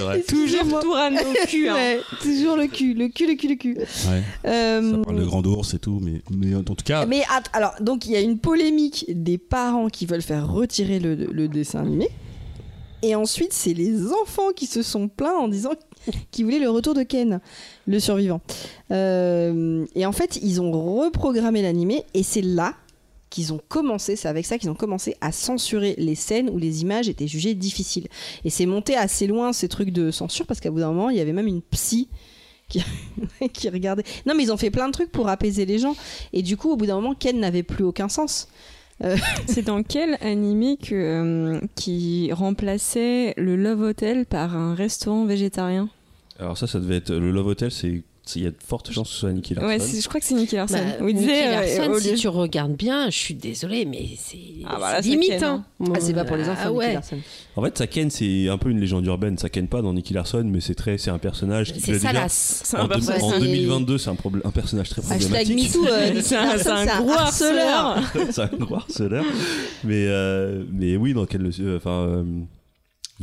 Speaker 3: vrai.
Speaker 1: Toujours
Speaker 2: Excusez-moi.
Speaker 1: tout rame dans le cul. hein.
Speaker 2: Ouais, toujours le cul, le cul, le cul, le cul.
Speaker 4: Ouais.
Speaker 2: Euh,
Speaker 4: Ça parle de grand ours et tout, mais, mais en tout cas,
Speaker 2: Mais att- alors, donc il y a une polémique des parents qui veulent faire retirer le, le dessin animé. Et ensuite, c'est les enfants qui se sont plaints en disant qu'ils voulaient le retour de Ken, le survivant. Euh, et en fait, ils ont reprogrammé l'animé et c'est là qu'ils ont commencé, c'est avec ça qu'ils ont commencé à censurer les scènes où les images étaient jugées difficiles. Et c'est monté assez loin ces trucs de censure parce qu'à bout d'un moment, il y avait même une psy qui, *laughs* qui regardait. Non, mais ils ont fait plein de trucs pour apaiser les gens. Et du coup, au bout d'un moment, Ken n'avait plus aucun sens.
Speaker 1: *laughs* C'est dans quel animé que, euh, qui remplaçait le Love Hotel par un restaurant végétarien
Speaker 3: Alors, ça, ça devait être. Le Love Hotel, c'est. c'est- Il y a de fortes chances que ce soit Nicky Larson.
Speaker 1: Ouais, c'est- je crois que c'est Nicky Larson.
Speaker 5: Bah,
Speaker 1: Où il
Speaker 5: Nicky
Speaker 1: disait, euh,
Speaker 5: Larson,
Speaker 1: au
Speaker 5: si
Speaker 1: lieu-
Speaker 5: tu regardes bien, je suis désolée, mais c'est
Speaker 1: Ah, bah là,
Speaker 5: c'est
Speaker 1: c'est
Speaker 5: limite.
Speaker 1: Ken, hein.
Speaker 5: hein.
Speaker 2: Ah, c'est pas pour les enfants,
Speaker 5: Ah
Speaker 2: Nicky
Speaker 5: ouais.
Speaker 2: Larson.
Speaker 3: En fait, ça ken, c'est un peu une légende urbaine. Ça ken pas dans Nicky Larson, mais c'est très, c'est un personnage qui. je
Speaker 5: C'est
Speaker 3: le dis bien,
Speaker 5: salace.
Speaker 1: C'est un
Speaker 3: En, deux-
Speaker 1: personnage.
Speaker 3: en
Speaker 2: c'est-
Speaker 3: 2022, c'est un, problème- un personnage très
Speaker 2: Hashtag
Speaker 3: problématique.
Speaker 2: MeToo,
Speaker 1: *laughs*
Speaker 2: euh, Nicky
Speaker 1: C'est un,
Speaker 2: Larson,
Speaker 1: c'est un gros harceleur.
Speaker 3: c'est *laughs* un gros harceleur. Mais, euh, mais oui, dans quel. euh, Enfin. euh,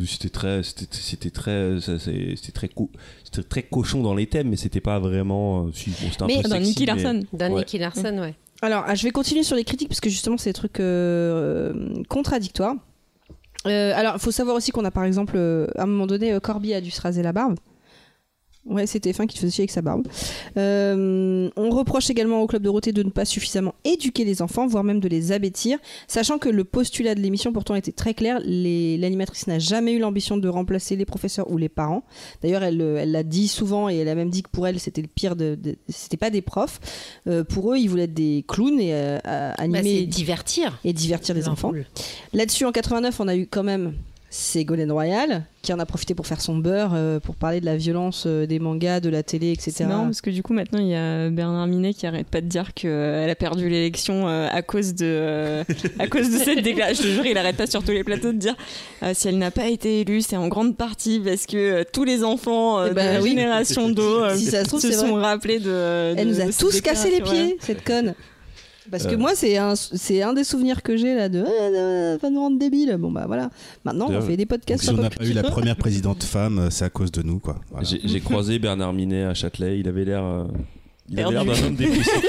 Speaker 3: c'était très c'était c'était très ça, c'est- c'était très co- c'était très cochon dans les thèmes mais c'était pas vraiment euh, si, bon, c'était un
Speaker 2: Mais
Speaker 3: peu
Speaker 1: Dans
Speaker 3: sexy,
Speaker 1: Nicky
Speaker 3: mais-
Speaker 1: Larson.
Speaker 5: D'un
Speaker 3: Ouais.
Speaker 5: Nicky Larson, ouais. Bah,
Speaker 2: Alors, ah, je vais continuer sur les critiques parce que justement, c'est des trucs euh, euh, contradictoires. Euh, alors, il faut savoir aussi qu'on a par exemple, euh, à un moment donné, euh, Corby a dû se raser la barbe. Ouais, c'était fin qui le faisait chier avec sa barbe. Euh, on reproche également au Club Dorothée de ne pas suffisamment éduquer les enfants, voire même de les abêtir, sachant que le postulat de l'émission pourtant était très clair. les- L'animatrice n'a jamais eu l'ambition de remplacer les professeurs ou les parents. D'ailleurs, elle euh, elle l'a dit souvent et elle a même dit que pour elle, c'était le pire de. de- c'était pas des profs. Euh, pour eux, ils voulaient être des clowns et euh, à-
Speaker 5: Bah,
Speaker 2: animer
Speaker 5: c'est divertir.
Speaker 2: et divertir les enfants.
Speaker 5: Le-
Speaker 2: Là-dessus, en 89, on a eu quand même Ségolène Royal, qui en a profité pour faire son beurre, euh, pour parler de la violence euh, des mangas, de la télé,
Speaker 1: C'est
Speaker 2: etc.
Speaker 1: marrant parce que du coup maintenant il y a Bernard Minet qui arrête pas de dire qu'elle a perdu l'élection euh, à cause de euh, à cause de cette déclaration. Je te jure, il arrête pas sur tous les plateaux de dire euh, si elle n'a pas été élue, c'est en grande partie parce que euh, tous les enfants euh,
Speaker 2: Eh ben
Speaker 1: de la
Speaker 2: oui.
Speaker 1: génération d'eau euh,
Speaker 2: Si ça se trouve,
Speaker 1: se
Speaker 2: c'est
Speaker 1: sont rappelés de.
Speaker 2: Elle
Speaker 1: de-
Speaker 2: nous a
Speaker 1: de ces
Speaker 2: tous cassé les
Speaker 1: déclarations,
Speaker 2: pieds, cette conne. Parce que
Speaker 3: Euh.
Speaker 2: moi, c'est un, c'est un des souvenirs que j'ai là de euh, euh, va nous rendre débiles. Bon bah voilà. Maintenant, on
Speaker 3: D'ailleurs,
Speaker 2: fait des podcasts
Speaker 4: si
Speaker 2: sur
Speaker 4: on n'a
Speaker 2: pop
Speaker 4: pas eu
Speaker 2: *laughs*
Speaker 4: la première présidente femme, euh, c'est à cause de nous quoi. Voilà.
Speaker 3: J'ai
Speaker 1: *laughs*
Speaker 3: j'ai croisé Bernard Minet à Châtelet. Il avait l'air. euh, il avait l'air
Speaker 1: Perdu.
Speaker 3: d'un
Speaker 1: *laughs*
Speaker 3: homme dépressif. *laughs*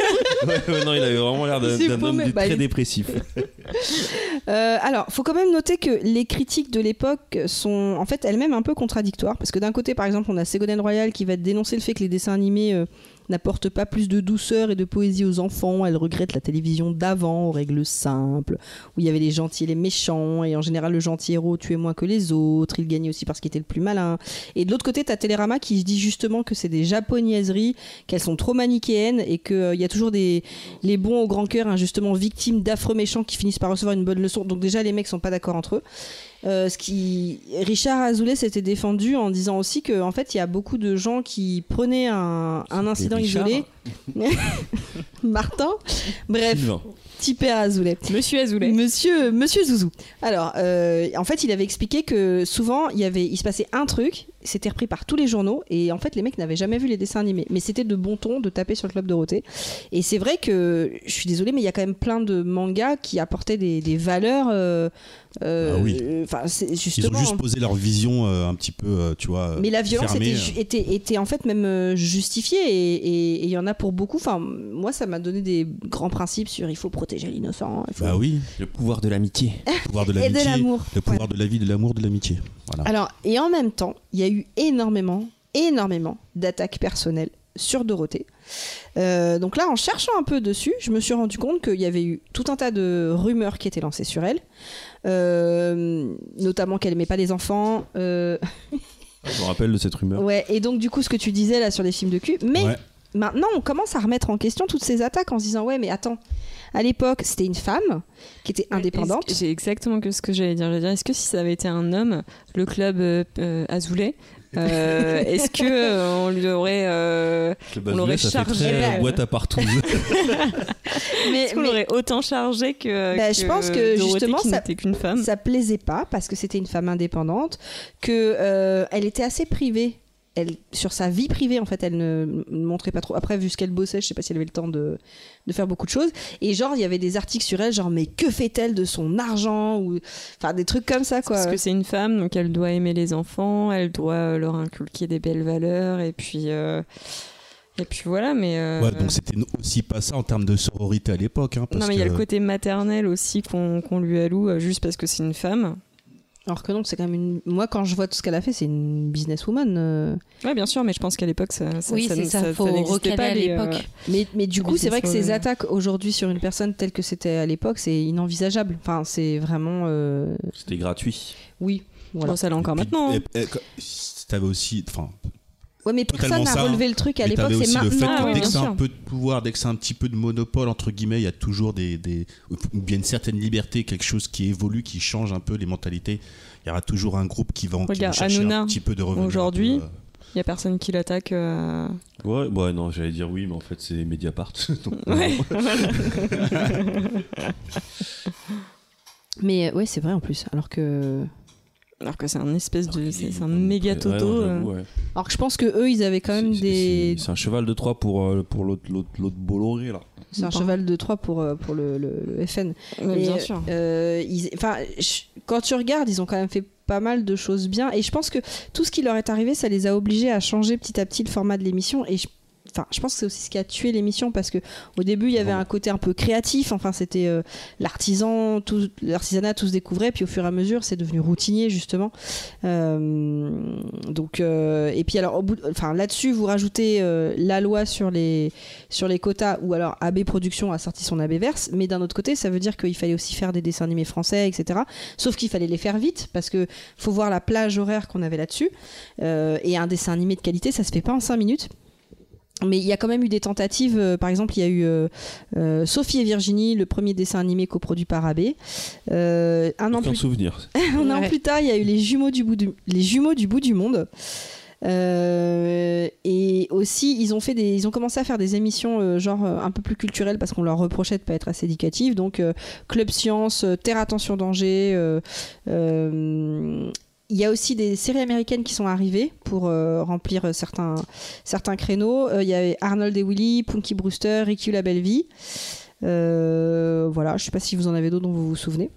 Speaker 3: Ouais, ouais, non, il avait vraiment l'air d'un
Speaker 2: C'est
Speaker 3: d'un homme
Speaker 2: paumé.
Speaker 3: dé-
Speaker 2: Bah,
Speaker 3: très
Speaker 2: il-
Speaker 3: dépressif.
Speaker 2: Euh, alors, faut quand même noter que les critiques de l'époque sont en fait elles-mêmes un peu contradictoires. Parce que d'un côté, par exemple, on a Ségolène Royal qui va dénoncer le fait que les dessins animés euh, n'apportent pas plus de douceur et de poésie aux enfants. Elle regrette la télévision d'avant, aux règles simples, où il y avait les gentils et les méchants. Et en général, le gentil héros tuait moins que les autres. Il gagnait aussi parce qu'il était le plus malin. Et de l'autre côté, t'as Télérama qui dit justement que c'est des japonaiseries, qu'elles sont trop manichéennes et qu'il y a toujours des, les bons au grand cœur, injustement victimes d'affreux méchants qui finissent par recevoir une bonne leçon. Donc déjà, les mecs sont pas d'accord entre eux. Euh, ce qui... Richard Azoulay s'était défendu en disant aussi que en fait, il y a beaucoup de gens qui prenaient un, un incident
Speaker 3: Richard.
Speaker 2: isolé. *laughs* Martin,
Speaker 3: *laughs*
Speaker 2: bref,
Speaker 3: Sylvain.
Speaker 2: petit père Azoulay.
Speaker 1: ouais. Monsieur Azoulay.
Speaker 2: Monsieur, Monsieur Zouzou. Alors, euh, en fait, il avait expliqué que souvent, il, y avait, il se passait un truc c'était repris par tous les journaux et en fait les mecs n'avaient jamais vu les dessins animés mais c'était de bon ton de taper sur le club Dorothée et c'est vrai que je suis désolée mais il y a quand même plein de mangas qui apportaient des, des valeurs euh, euh,
Speaker 4: Ah oui.
Speaker 2: euh, enfin c'est
Speaker 4: Ils
Speaker 2: justement
Speaker 4: ont juste posé leur vision euh, un petit peu, euh, tu vois.
Speaker 2: mais la violence
Speaker 4: fermée, euh.
Speaker 2: était, ju- était, était en fait même euh, justifiée et- et et il y en a pour beaucoup enfin moi ça m'a donné des grands principes sur il faut protéger l'innocent il faut-
Speaker 4: Bah oui,
Speaker 3: Le pouvoir de l'amitié.
Speaker 4: le pouvoir de
Speaker 2: et de
Speaker 4: l'amitié.
Speaker 2: l'amour
Speaker 4: Le pouvoir de la vie, de l'amour, de l'amitié. Voilà.
Speaker 2: Alors, et en même temps, il y a eu énormément, énormément d'attaques personnelles sur Dorothée. Euh, donc là, en cherchant un peu dessus, je me suis rendu compte qu'il y avait eu tout un tas de rumeurs qui étaient lancées sur elle, Euh, notamment qu'elle aimait pas les enfants. euh,
Speaker 3: Je me rappelle de cette rumeur.
Speaker 2: ouais. Et donc du coup, ce que tu disais là sur les films de cul, mais
Speaker 4: Ouais.
Speaker 2: maintenant, on commence à remettre en question toutes ces attaques en se disant ouais, mais attends, à l'époque, c'était une femme qui était indépendante.
Speaker 1: Est-ce que- C'est exactement que ce que j'allais dire. J'allais dire, est-ce que si ça avait été un homme, le club euh, euh, Azoulay, euh, est-ce que euh, on lui aurait, euh,
Speaker 3: Le
Speaker 1: On l'aurait
Speaker 3: Bazoulay, ça fait
Speaker 1: chargé,
Speaker 3: très euh,
Speaker 1: euh,
Speaker 3: boîte à
Speaker 1: *laughs*
Speaker 3: partout.
Speaker 1: est-ce qu'on l'aurait autant chargé que,
Speaker 2: Bah, je pense que,
Speaker 1: Dorothée,
Speaker 2: justement,
Speaker 1: qui
Speaker 2: ça-
Speaker 1: n'était qu'une femme.
Speaker 2: ça plaisait pas parce que c'était une femme indépendante, que euh, elle était assez privée. Elle, sur sa vie privée, en fait, elle ne ne montrait pas trop. Après, vu ce qu'elle bossait, je sais pas si elle avait le temps de, de faire beaucoup de choses. Et genre, il y avait des articles sur elle, genre, mais que fait-elle de son argent ou Enfin, des trucs comme ça, quoi.
Speaker 1: Parce que c'est une femme, donc elle doit aimer les enfants, elle doit euh, leur inculquer des belles valeurs, et puis euh, et puis voilà. Mais euh,
Speaker 4: Ouais, donc c'était aussi pas ça en termes de sororité à l'époque. hein, parce
Speaker 1: non, mais il y a
Speaker 4: que-
Speaker 1: le côté maternel aussi qu'on qu'on lui alloue euh, juste parce que c'est une femme.
Speaker 2: Alors que non, c'est quand même une. Moi, quand je vois tout ce qu'elle a fait, c'est une businesswoman. euh.
Speaker 1: Ouais, bien sûr, mais je pense qu'à l'époque ça, ça,
Speaker 5: oui,
Speaker 1: ça,
Speaker 5: c'est ça,
Speaker 1: ça-
Speaker 5: faut
Speaker 1: ça n'existait
Speaker 5: recaler
Speaker 1: pas
Speaker 5: à
Speaker 1: les, euh,
Speaker 5: l'époque.
Speaker 2: Mais, mais du coup, c'est vrai que ces
Speaker 1: Businesswoman.
Speaker 2: attaques aujourd'hui sur une personne telle que c'était à l'époque, c'est inenvisageable. Enfin, c'est vraiment. euh,
Speaker 3: C'était gratuit.
Speaker 2: Oui. Voilà.
Speaker 1: Bon, ça l'est encore
Speaker 4: Puis-
Speaker 1: maintenant. hein.
Speaker 4: et- et- si T'avais aussi, enfin,
Speaker 2: Ouais, mais
Speaker 4: Totalement
Speaker 2: personne n'a
Speaker 4: ça,
Speaker 2: relevé le truc à
Speaker 4: mais
Speaker 2: l'époque,
Speaker 4: t'avais
Speaker 2: c'est
Speaker 4: aussi le fait
Speaker 2: maintenant. euh,
Speaker 1: Ah
Speaker 4: que
Speaker 1: ouais,
Speaker 4: dès
Speaker 1: bien
Speaker 4: que c'est
Speaker 1: sûr.
Speaker 4: un peu de pouvoir, dès que c'est un petit peu de monopole entre guillemets, il y a toujours des, des ou bien une certaine liberté, quelque chose qui évolue, qui change un peu les mentalités. Il y aura toujours un groupe qui va en qui va
Speaker 1: Regarde,
Speaker 4: chercher
Speaker 1: Hanouna,
Speaker 4: un petit peu euh, de revenus.
Speaker 1: aujourd'hui, Il y a personne qui l'attaque. euh,
Speaker 3: Ouais, ouais, non, j'allais dire oui, mais en fait, c'est Mediapart. *laughs* Donc,
Speaker 1: Ouais.
Speaker 2: Mais euh, ouais, c'est vrai en plus. Alors que,
Speaker 1: Alors que c'est un espèce
Speaker 4: Ah,
Speaker 1: de, c'est c'est un
Speaker 3: hein. Ouais,
Speaker 1: méga toto.
Speaker 3: ouais,
Speaker 1: euh.
Speaker 3: j'avoue, ouais.
Speaker 2: alors que je pense que eux, ils avaient quand même
Speaker 3: C'est- c'est-
Speaker 2: des.
Speaker 3: C'est c'est un cheval de Troie pour, euh, pour l'autre l'autre l'autre Bolloré, là.
Speaker 2: C'est un
Speaker 1: Bon.
Speaker 2: cheval de Troie pour euh, pour le, le- le FN.
Speaker 1: Ouais,
Speaker 2: Et,
Speaker 1: bien sûr.
Speaker 2: euh, ils- Enfin, je- quand tu regardes, ils ont quand même fait pas mal de choses bien. Et je pense que tout ce qui leur est arrivé, ça les a obligés à changer petit à petit le format de l'émission. Et je, enfin, je pense que c'est aussi ce qui a tué l'émission parce que au début, il y avait un côté un peu créatif. Enfin, c'était euh, l'artisan, tout- l'artisanat, tout se découvrait. Puis au fur et à mesure, c'est devenu routinier justement. Euh, donc, euh, et puis alors, au bout, enfin là-dessus, vous rajoutez euh, la loi sur les sur les quotas, ou alors AB Productions a sorti son AB Verse. Mais d'un autre côté, ça veut dire qu'il fallait aussi faire des dessins animés français, etc. Sauf qu'il fallait les faire vite parce que faut voir la plage horaire qu'on avait là-dessus. Euh, et un dessin animé de qualité, ça se fait pas en 5 minutes. Mais il y a quand même eu des tentatives. euh, par exemple, il y a eu euh, euh, Sophie et Virginie, le premier dessin animé coproduit par AB. Euh, un an
Speaker 3: Aucun
Speaker 2: plus
Speaker 3: souvenir.
Speaker 2: *laughs* un an
Speaker 5: Ouais.
Speaker 2: plus tard, il y a eu les jumeaux du bout du, les jumeaux du bout du monde. Euh, et aussi, ils ont fait des, ils ont commencé à faire des émissions euh, genre euh, un peu plus culturelles parce qu'on leur reprochait de pas être assez éducative. Donc euh, Club Science, euh, Terre Attention Danger. euh, euh, il y a aussi des séries américaines qui sont arrivées pour euh, remplir euh, certains, certains créneaux. Euh, Il y avait Arnold et Willy, Punky Brewster, Ricky La Belle Vie. Euh, voilà, je sais pas si vous en avez d'autres dont vous vous souvenez.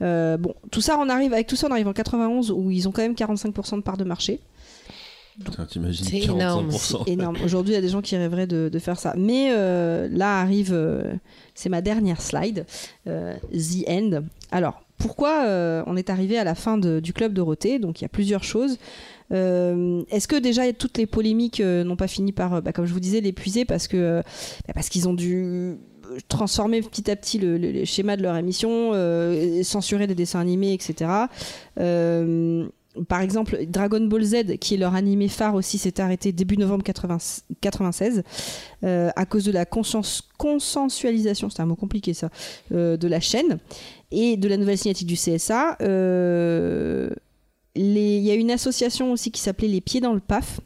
Speaker 2: Euh, bon, tout ça, on arrive avec tout ça, on arrive en 91 où ils ont quand même 45% de part de marché.
Speaker 3: Putain, T'imagines
Speaker 5: C'est énorme.
Speaker 3: 45%.
Speaker 2: *laughs* Énorme. Aujourd'hui, il y a des gens qui rêveraient de, de faire ça. Mais euh, là arrive, euh, c'est ma dernière slide, euh, The End. Alors, pourquoi euh, on est arrivé à la fin de- du club Dorothée Donc, il y a plusieurs choses. Euh, Est-ce que déjà toutes les polémiques euh, n'ont pas fini par, euh, bah, comme je vous disais, l'épuiser parce que euh, bah, parce qu'ils ont dû euh, transformer petit à petit le, le- le schéma de leur émission, euh, censurer des dessins animés, etc. Euh, par exemple, Dragon Ball Z, qui est leur animé phare aussi, s'est arrêté début novembre 80 96 euh, à cause de la conscience, consensualisation, c'est un mot compliqué ça, euh, de la chaîne et de la nouvelle signatique du CSA. Euh, les- Il y a une association aussi qui s'appelait Les Pieds dans le PAF.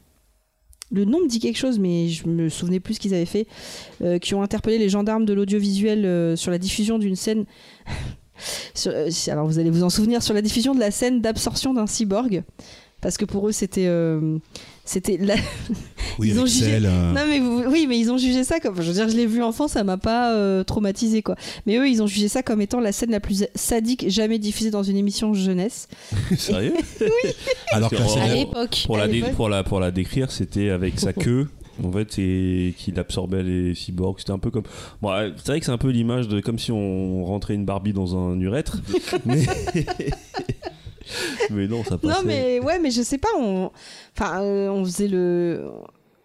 Speaker 2: Le nom me dit quelque chose, mais je me souvenais plus ce qu'ils avaient fait, euh, qui ont interpellé les gendarmes de l'audiovisuel euh, sur la diffusion d'une scène. sur- euh, alors vous allez vous en souvenir sur la diffusion de la scène d'absorption d'un cyborg. parce que pour eux c'était euh, c'était la-
Speaker 4: Oui,
Speaker 2: Ils ont
Speaker 4: avec
Speaker 2: jugé-
Speaker 4: Cell, euh,
Speaker 2: non mais vous- oui mais ils ont jugé ça comme je veux dire je l'ai vu enfant ça m'a pas euh, traumatisé quoi mais eux ils ont jugé ça comme étant la scène la plus sadique jamais diffusée dans une émission jeunesse
Speaker 3: Sérieux
Speaker 4: alors que
Speaker 3: Parce que
Speaker 4: la
Speaker 5: À
Speaker 3: on-
Speaker 4: scène-
Speaker 5: l'époque.
Speaker 3: pour
Speaker 2: *laughs*
Speaker 3: la,
Speaker 2: À
Speaker 3: dé-
Speaker 2: l'époque.
Speaker 3: pour, la, pour la décrire, c'était avec sa queue. En fait, et qu'il absorbait les cyborgs. C'était un peu comme. Bon, euh, c'est vrai que c'est un peu l'image de. Comme si on rentrait une Barbie dans un
Speaker 2: *laughs*
Speaker 3: urètre. mais... *laughs* mais non, ça passait.
Speaker 2: non mais ouais mais je sais pas on enfin euh, on faisait le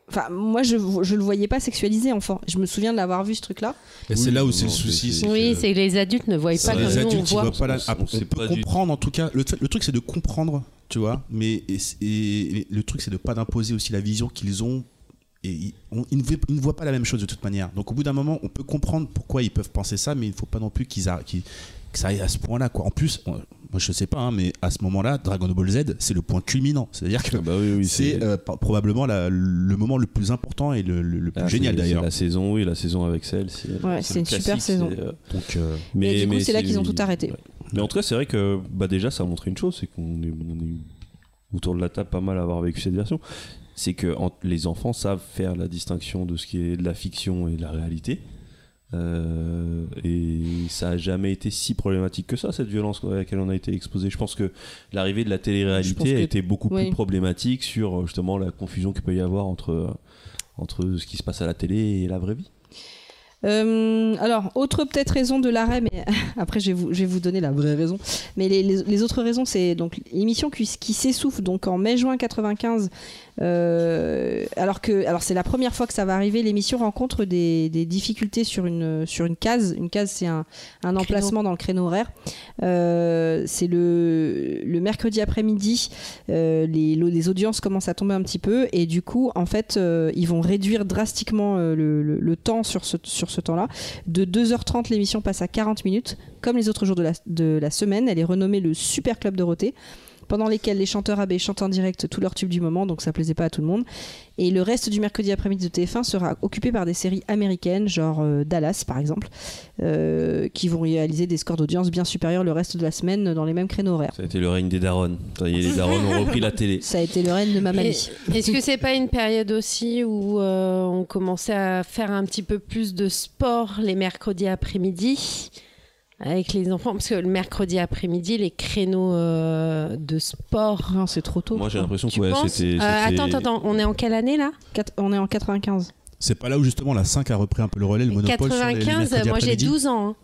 Speaker 2: enfin moi je je le voyais pas sexualisé enfant je me souviens de l'avoir vu ce truc là
Speaker 4: Et c'est là où
Speaker 3: Oui,
Speaker 4: c'est
Speaker 3: non,
Speaker 4: le
Speaker 3: c'est-
Speaker 4: souci.
Speaker 3: c'est-
Speaker 4: que-
Speaker 5: Oui, c'est que les adultes ne voient
Speaker 4: Euh, C'est
Speaker 5: pas comme
Speaker 4: les
Speaker 5: nous on
Speaker 4: adultes qui
Speaker 5: voit.
Speaker 4: voient pas la.
Speaker 3: On
Speaker 4: ah, On
Speaker 3: sait
Speaker 4: peut
Speaker 3: pas du-
Speaker 4: comprendre en tout cas. Le, fait- le truc c'est de comprendre, tu vois. Mais et, c'est- et- et le truc c'est de pas d'imposer aussi la vision qu'ils ont. Et ils, on- ils ne, voient- ils ne voient pas la même chose de toute manière. Donc au bout d'un moment, on peut comprendre pourquoi ils peuvent penser ça, mais il ne faut pas non plus qu'ils arri- qu'ils- que ça aille à ce point-là. quoi. En plus, on- moi je sais pas, hein, mais à ce moment-là, Dragon Ball Z, c'est le point culminant. C'est-à-dire que
Speaker 3: Ah bah oui, oui,
Speaker 4: c'est euh, par- probablement la- le moment le plus important et le, le- le plus
Speaker 3: Ah,
Speaker 4: génial
Speaker 3: c'est-
Speaker 4: d'ailleurs.
Speaker 3: c'est La saison, oui, la saison avec celle. C'est
Speaker 2: Ouais, c'est
Speaker 3: le
Speaker 2: une super
Speaker 3: classique,
Speaker 2: saison.
Speaker 3: c'est, euh,
Speaker 4: Donc euh,
Speaker 2: Et du coup, c'est là qu'ils ont tout arrêté.
Speaker 3: ouais. Mais en tout cas, c'est vrai que bah déjà, ça a montré une chose, c'est qu'on est, on est autour de la table pas mal à avoir vécu cette version. C'est que en- les enfants savent faire la distinction de ce qui est de la fiction et de la réalité. Euh, et ça a jamais été si problématique que ça, cette violence à laquelle on a été exposé. Je pense que l'arrivée de la
Speaker 2: Je pense
Speaker 3: télé-réalité
Speaker 2: que-
Speaker 3: a été beaucoup
Speaker 2: oui.
Speaker 3: plus problématique sur euh, justement la confusion qu'il peut y avoir entre, euh, entre ce qui se passe à la télé et la vraie vie.
Speaker 2: Euh, alors, autre peut-être raison de l'arrêt, mais *laughs* après je vais, vous, je vais vous donner la vraie raison. Mais les, les- les autres raisons, c'est donc l'émission qui, qui s'essouffle donc en mai-juin 95. euh, alors que, alors c'est la première fois que ça va arriver, l'émission rencontre des, des difficultés sur une sur une case. Une case, c'est un, un emplacement dans le créneau horaire. Euh, c'est le le mercredi après-midi. euh, les les audiences commencent à tomber un petit peu et du coup, en fait, euh, ils vont réduire drastiquement euh, le, le- le temps sur ce sur ce temps-là. De 2h30, l'émission passe à 40 minutes. Comme les autres jours de la, de la semaine, elle est renommée le Super Club Dorothée, pendant lesquels les chanteurs AB chantent en direct tous leurs tubes du moment, donc ça plaisait pas à tout le monde. Et le reste du mercredi après-midi de TF1 sera occupé par des séries américaines, genre euh, Dallas par exemple, euh, qui vont réaliser des scores d'audience bien supérieurs le reste de la semaine dans les mêmes créneaux horaires.
Speaker 3: Ça a été le règne des darons. Ça y est,
Speaker 5: *laughs*
Speaker 3: les darons ont repris la télé.
Speaker 2: Ça a été le règne de ma
Speaker 5: Et-
Speaker 2: mamie.
Speaker 5: Est-ce que c'est pas une période aussi où euh, on commençait à faire un petit peu plus de sport les mercredis après-midi avec les enfants Parce que le mercredi après-midi, les créneaux euh, de sport.
Speaker 2: Non, c'est trop tôt.
Speaker 3: Moi j'ai
Speaker 2: quoi.
Speaker 3: l'impression que
Speaker 5: Tu
Speaker 3: ouais,
Speaker 5: penses
Speaker 3: c'était.
Speaker 5: Euh,
Speaker 3: c'était-
Speaker 5: attends, attends, attends, on est en quelle année là
Speaker 2: Quatre- on est en 95.
Speaker 4: c'est pas là où justement la 5 a repris un peu le relais, le monopole sur les- les
Speaker 5: 95,
Speaker 4: mercredis
Speaker 5: moi j'ai
Speaker 4: après-midi
Speaker 5: 12 ans. hein.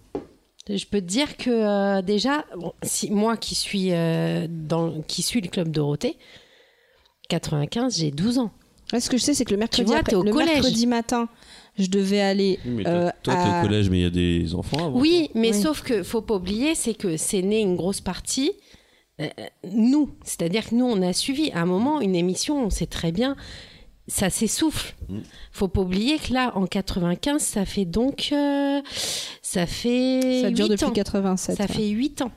Speaker 5: Je peux te dire que euh, déjà, bon, si, moi qui suis, euh, dans, qui suis le club Dorothée, 95, j'ai 12 ans.
Speaker 2: Ouais, ce que je sais, c'est que le mercredi,
Speaker 5: vois,
Speaker 2: après-
Speaker 5: t'es au
Speaker 2: le
Speaker 5: collège.
Speaker 2: mercredi matin, je devais aller.
Speaker 3: Oui, mais toi,
Speaker 2: euh,
Speaker 3: toi, t'es
Speaker 2: à-
Speaker 3: au collège, mais il y a des enfants avant.
Speaker 5: Oui, mais
Speaker 2: Oui.
Speaker 5: sauf que faut pas oublier, c'est que c'est né une grosse partie. euh, nous, c'est-à-dire que nous, on a suivi à un moment une émission, on sait très bien, ça s'essouffle.
Speaker 3: Mm.
Speaker 5: Faut pas oublier que là, en 95, ça fait donc, euh, ça fait
Speaker 2: Ça dure
Speaker 5: 8
Speaker 2: depuis
Speaker 5: ans.
Speaker 2: 87.
Speaker 5: Ça
Speaker 2: ouais.
Speaker 5: fait 8 ans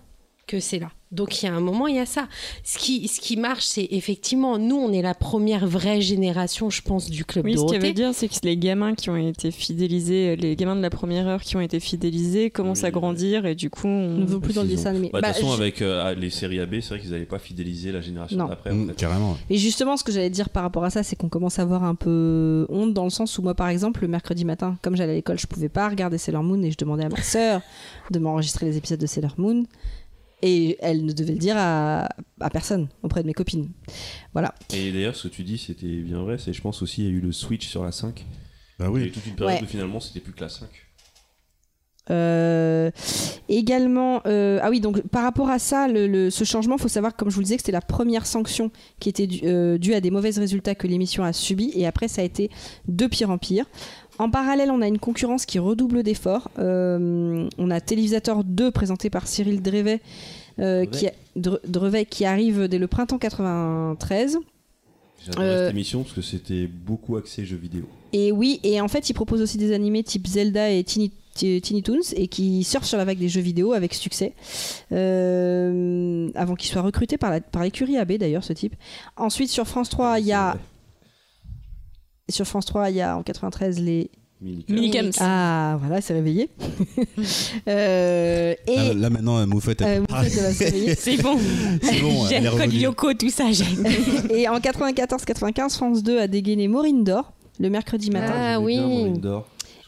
Speaker 5: que c'est là. Donc il y a un moment, il y a ça. Ce qui, ce qui marche, c'est effectivement, nous, on est la première vraie génération, je pense, du club
Speaker 1: Oui, ce
Speaker 5: Dorothée.
Speaker 1: qu'il veut dire, c'est que les gamins qui ont été fidélisés, les gamins de la première heure qui ont été fidélisés, commencent
Speaker 3: Oui.
Speaker 1: à grandir et du coup,
Speaker 2: On ne
Speaker 1: on...
Speaker 2: veut plus dans le
Speaker 3: Ils ont-
Speaker 2: dessin animé.
Speaker 3: Bah, de
Speaker 2: Bah,
Speaker 3: toute façon,
Speaker 2: je-
Speaker 3: avec euh, les séries AB, c'est vrai qu'ils n'avaient pas fidélisé la génération
Speaker 2: Non.
Speaker 3: d'après. en
Speaker 4: Mm,
Speaker 3: fait.
Speaker 4: Carrément. ouais.
Speaker 2: Et justement, ce que j'allais dire par rapport à ça, c'est qu'on commence à avoir un peu honte dans le sens où moi, par exemple, le mercredi matin, comme j'allais à l'école, je pouvais pas regarder Sailor Moon et je demandais à ma sœur de m'enregistrer les épisodes de Sailor Moon. Et elle ne devait le dire à, à personne auprès de mes copines. Voilà.
Speaker 3: Et d'ailleurs, ce que tu dis, c'était bien vrai. C'est, je pense aussi, il y a eu le switch sur la 5.
Speaker 4: Bah
Speaker 3: Il y a
Speaker 4: oui.
Speaker 3: eu toute une période
Speaker 2: Ouais.
Speaker 3: où finalement, c'était plus que la 5.
Speaker 2: Euh, également, euh, ah oui, donc par rapport à ça, le, le- ce changement, faut savoir, comme je vous le disais, que c'était la première sanction qui était due, euh, due à des mauvais résultats que l'émission a subi, et après ça a été de pire en pire. En parallèle, on a une concurrence qui redouble d'efforts. Euh, on a Télévisateur 2 présenté par Cyril Drevet, euh,
Speaker 3: Drevet.
Speaker 2: qui, a- Dre- Drevet, qui arrive dès le printemps 93.
Speaker 3: J'adore
Speaker 2: Euh,
Speaker 3: cette émission parce que c'était beaucoup axé jeux vidéo.
Speaker 2: Et oui, et en fait, il propose aussi des animés type Zelda et Tiny, Ti- Tiny Toons et qui surfent sur la vague des jeux vidéo avec succès. Euh, avant qu'il soit recruté par, la- par l'écurie AB d'ailleurs, ce type. Ensuite, sur France 3, il y Oh, a.
Speaker 3: Ouais.
Speaker 2: Sur France 3, il y a en 93 les
Speaker 3: Minicam.
Speaker 1: Minicams.
Speaker 2: Ah, voilà, c'est réveillé. Euh, et.
Speaker 4: Ah, là maintenant, euh, Moufette,
Speaker 2: euh,
Speaker 4: elle
Speaker 2: vous
Speaker 4: peut parler.
Speaker 2: faites de la série.
Speaker 1: C'est bon.
Speaker 4: C'est
Speaker 2: *laughs*
Speaker 4: bon, elle est
Speaker 1: J'aime Code
Speaker 4: revenue.
Speaker 1: Lyoko, tout ça, j'aime.
Speaker 2: et en 94-95, France 2 a dégainé Maureen d'Or le mercredi matin.
Speaker 5: Ah oui.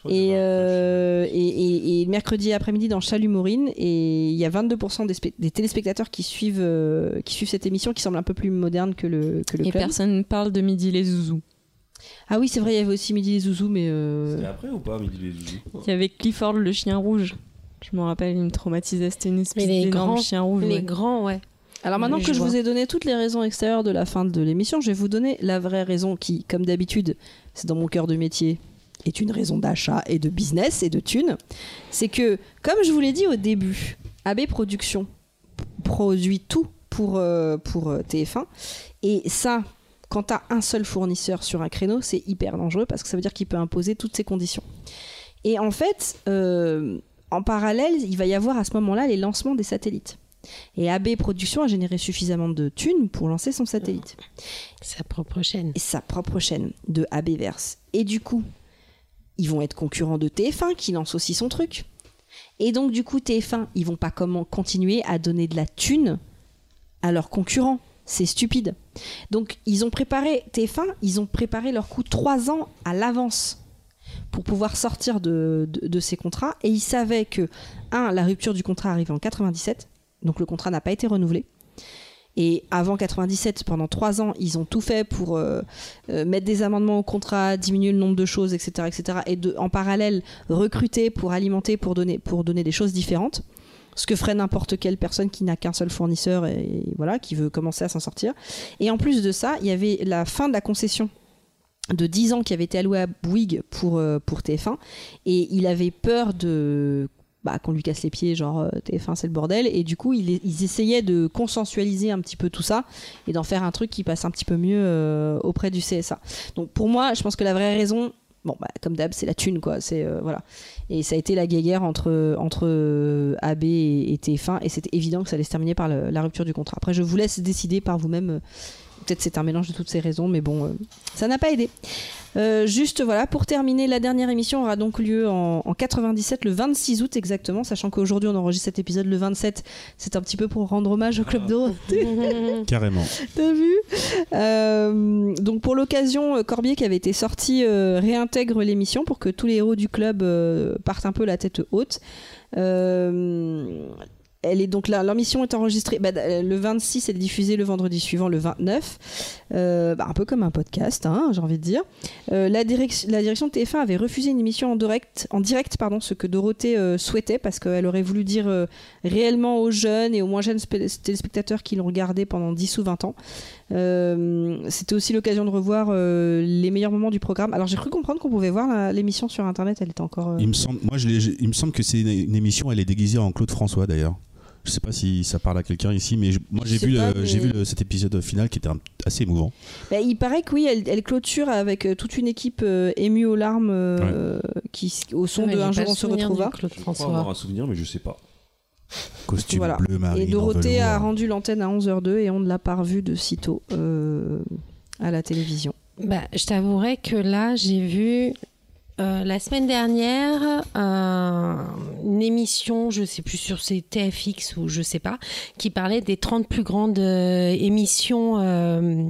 Speaker 2: Et, euh, et, et- et le mercredi après-midi dans Chalut Maureen, et il y a 22% des, spect- des téléspectateurs qui suivent, euh, qui suivent cette émission qui semble un peu plus moderne que le, que le
Speaker 1: Et
Speaker 2: club.
Speaker 1: personne ne parle de Midi les Zouzous.
Speaker 2: Ah oui, c'est vrai, il y avait aussi Midi les Zouzous, mais. euh,
Speaker 3: C'était après ou pas, Midi les Zouzous
Speaker 1: Il y avait Clifford le chien rouge. Je me rappelle, il me traumatisait. C'était une espèce
Speaker 5: les
Speaker 1: d'énorme
Speaker 5: grands-
Speaker 1: chien rouge.
Speaker 5: Les
Speaker 1: ouais.
Speaker 5: grands, ouais.
Speaker 2: Alors maintenant
Speaker 5: Oui,
Speaker 2: que
Speaker 5: je
Speaker 2: je
Speaker 5: vois.
Speaker 2: vous ai donné toutes les raisons extérieures de la fin de l'émission, je vais vous donner la vraie raison qui, comme d'habitude, c'est dans mon cœur de métier, est une raison d'achat et de business et de thunes. C'est que, comme je vous l'ai dit au début, AB Productions produit tout pour, euh, pour euh, TF1. Et ça, quand tu as un seul fournisseur sur un créneau, c'est hyper dangereux parce que ça veut dire qu'il peut imposer toutes ses conditions. Et en fait, euh, en parallèle, il va y avoir à ce moment-là les lancements des satellites. Et AB Productions a généré suffisamment de thunes pour lancer son satellite
Speaker 5: Sa propre *laughs* chaîne.
Speaker 2: et sa propre chaîne de ABverse. Et du coup, ils vont être concurrents de TF1 qui lance aussi son truc. Et donc du coup, TF1, ils vont pas comment continuer à donner de la thune à leurs concurrents. C'est stupide. Donc ils ont préparé TF1, ils ont préparé leur coup trois ans à l'avance pour pouvoir sortir de, de- de ces contrats. Et ils savaient que un, la rupture du contrat arrivait en 97, donc le contrat n'a pas été renouvelé. Et avant 97, pendant trois ans, ils ont tout fait pour euh, euh, mettre des amendements au contrat, diminuer le nombre de choses, etc., etc. Et de, en parallèle, recruter pour alimenter, pour donner, pour donner des choses différentes. Ce que ferait n'importe quelle personne qui n'a qu'un seul fournisseur et voilà, qui veut commencer à s'en sortir. Et en plus de ça, il y avait la fin de la concession de 10 ans qui avait été allouée à Bouygues pour, euh, pour TF1. Et il avait peur de bah, qu'on lui casse les pieds, genre euh, TF1 c'est le bordel. Et du coup, il- ils essayaient de consensualiser un petit peu tout ça et d'en faire un truc qui passe un petit peu mieux euh, auprès du CSA. Donc pour moi, je pense que la vraie raison, bon, bah, comme d'hab, c'est la thune, quoi. C'est euh, voilà. Et ça a été la guéguerre entre entre euh, AB et, et TF1, et c'était évident que ça allait se terminer par le- la rupture du contrat. Après, je vous laisse décider par vous-même. euh, Peut-être c'est un mélange de toutes ces raisons, mais bon, euh, ça n'a pas aidé. Euh, juste voilà, pour terminer, la dernière émission aura donc lieu en, en 97, le 26 août exactement, sachant qu'aujourd'hui on enregistre cet épisode le 27. C'est un petit peu pour rendre hommage au Club d'eau
Speaker 4: Carrément.
Speaker 2: *laughs* T'as vu Euh, Donc pour l'occasion, euh, Corbier qui avait été sorti euh, réintègre l'émission pour que tous les héros du club euh, partent un peu la tête haute. Euh, elle est donc là, l'émission est enregistrée bah, euh, le 26, elle est diffusée le vendredi suivant, le 29. Euh, bah, un peu comme un podcast, hein, j'ai envie de dire. Euh, la, direction, la direction de TF1 avait refusé une émission en direct, en direct pardon, ce que Dorothée euh, souhaitait parce qu'elle aurait voulu dire euh, réellement aux jeunes et aux moins jeunes spé- téléspectateurs qui l'ont regardé pendant 10 ou 20 ans. Euh, C'était aussi l'occasion de revoir euh, les meilleurs moments du programme. Alors j'ai cru comprendre qu'on pouvait voir la- l'émission sur internet, elle était encore. euh,
Speaker 4: Il me semble, moi, je l'ai- je- il me semble que c'est une, une émission, elle est déguisée en Claude François d'ailleurs. Je sais pas si ça parle à quelqu'un ici, mais je- moi
Speaker 2: Je
Speaker 4: j'ai
Speaker 2: sais
Speaker 4: vu,
Speaker 2: pas,
Speaker 4: le-
Speaker 2: mais-
Speaker 4: j'ai vu le- cet épisode final qui était un- assez émouvant.
Speaker 2: Bah, il paraît que oui, elle, elle clôture avec euh, toute une équipe euh, émue aux larmes euh, qui, au son de Un jour on se retrouvera.
Speaker 5: Claude
Speaker 3: Je crois avoir
Speaker 5: François.
Speaker 3: un souvenir, mais je sais pas.
Speaker 4: Costume
Speaker 2: Voilà.
Speaker 4: bleu marine. euh,
Speaker 2: Et
Speaker 4: en
Speaker 2: Dorothée
Speaker 4: velours.
Speaker 2: a rendu l'antenne à 11h02 et on ne l'a pas revue de sitôt euh, à la télévision.
Speaker 5: Bah, je t'avouerai que là, j'ai vu euh, la semaine dernière euh, une émission, je sais plus sur c'est TFX ou je sais pas, qui parlait des 30 plus grandes euh, émissions euh,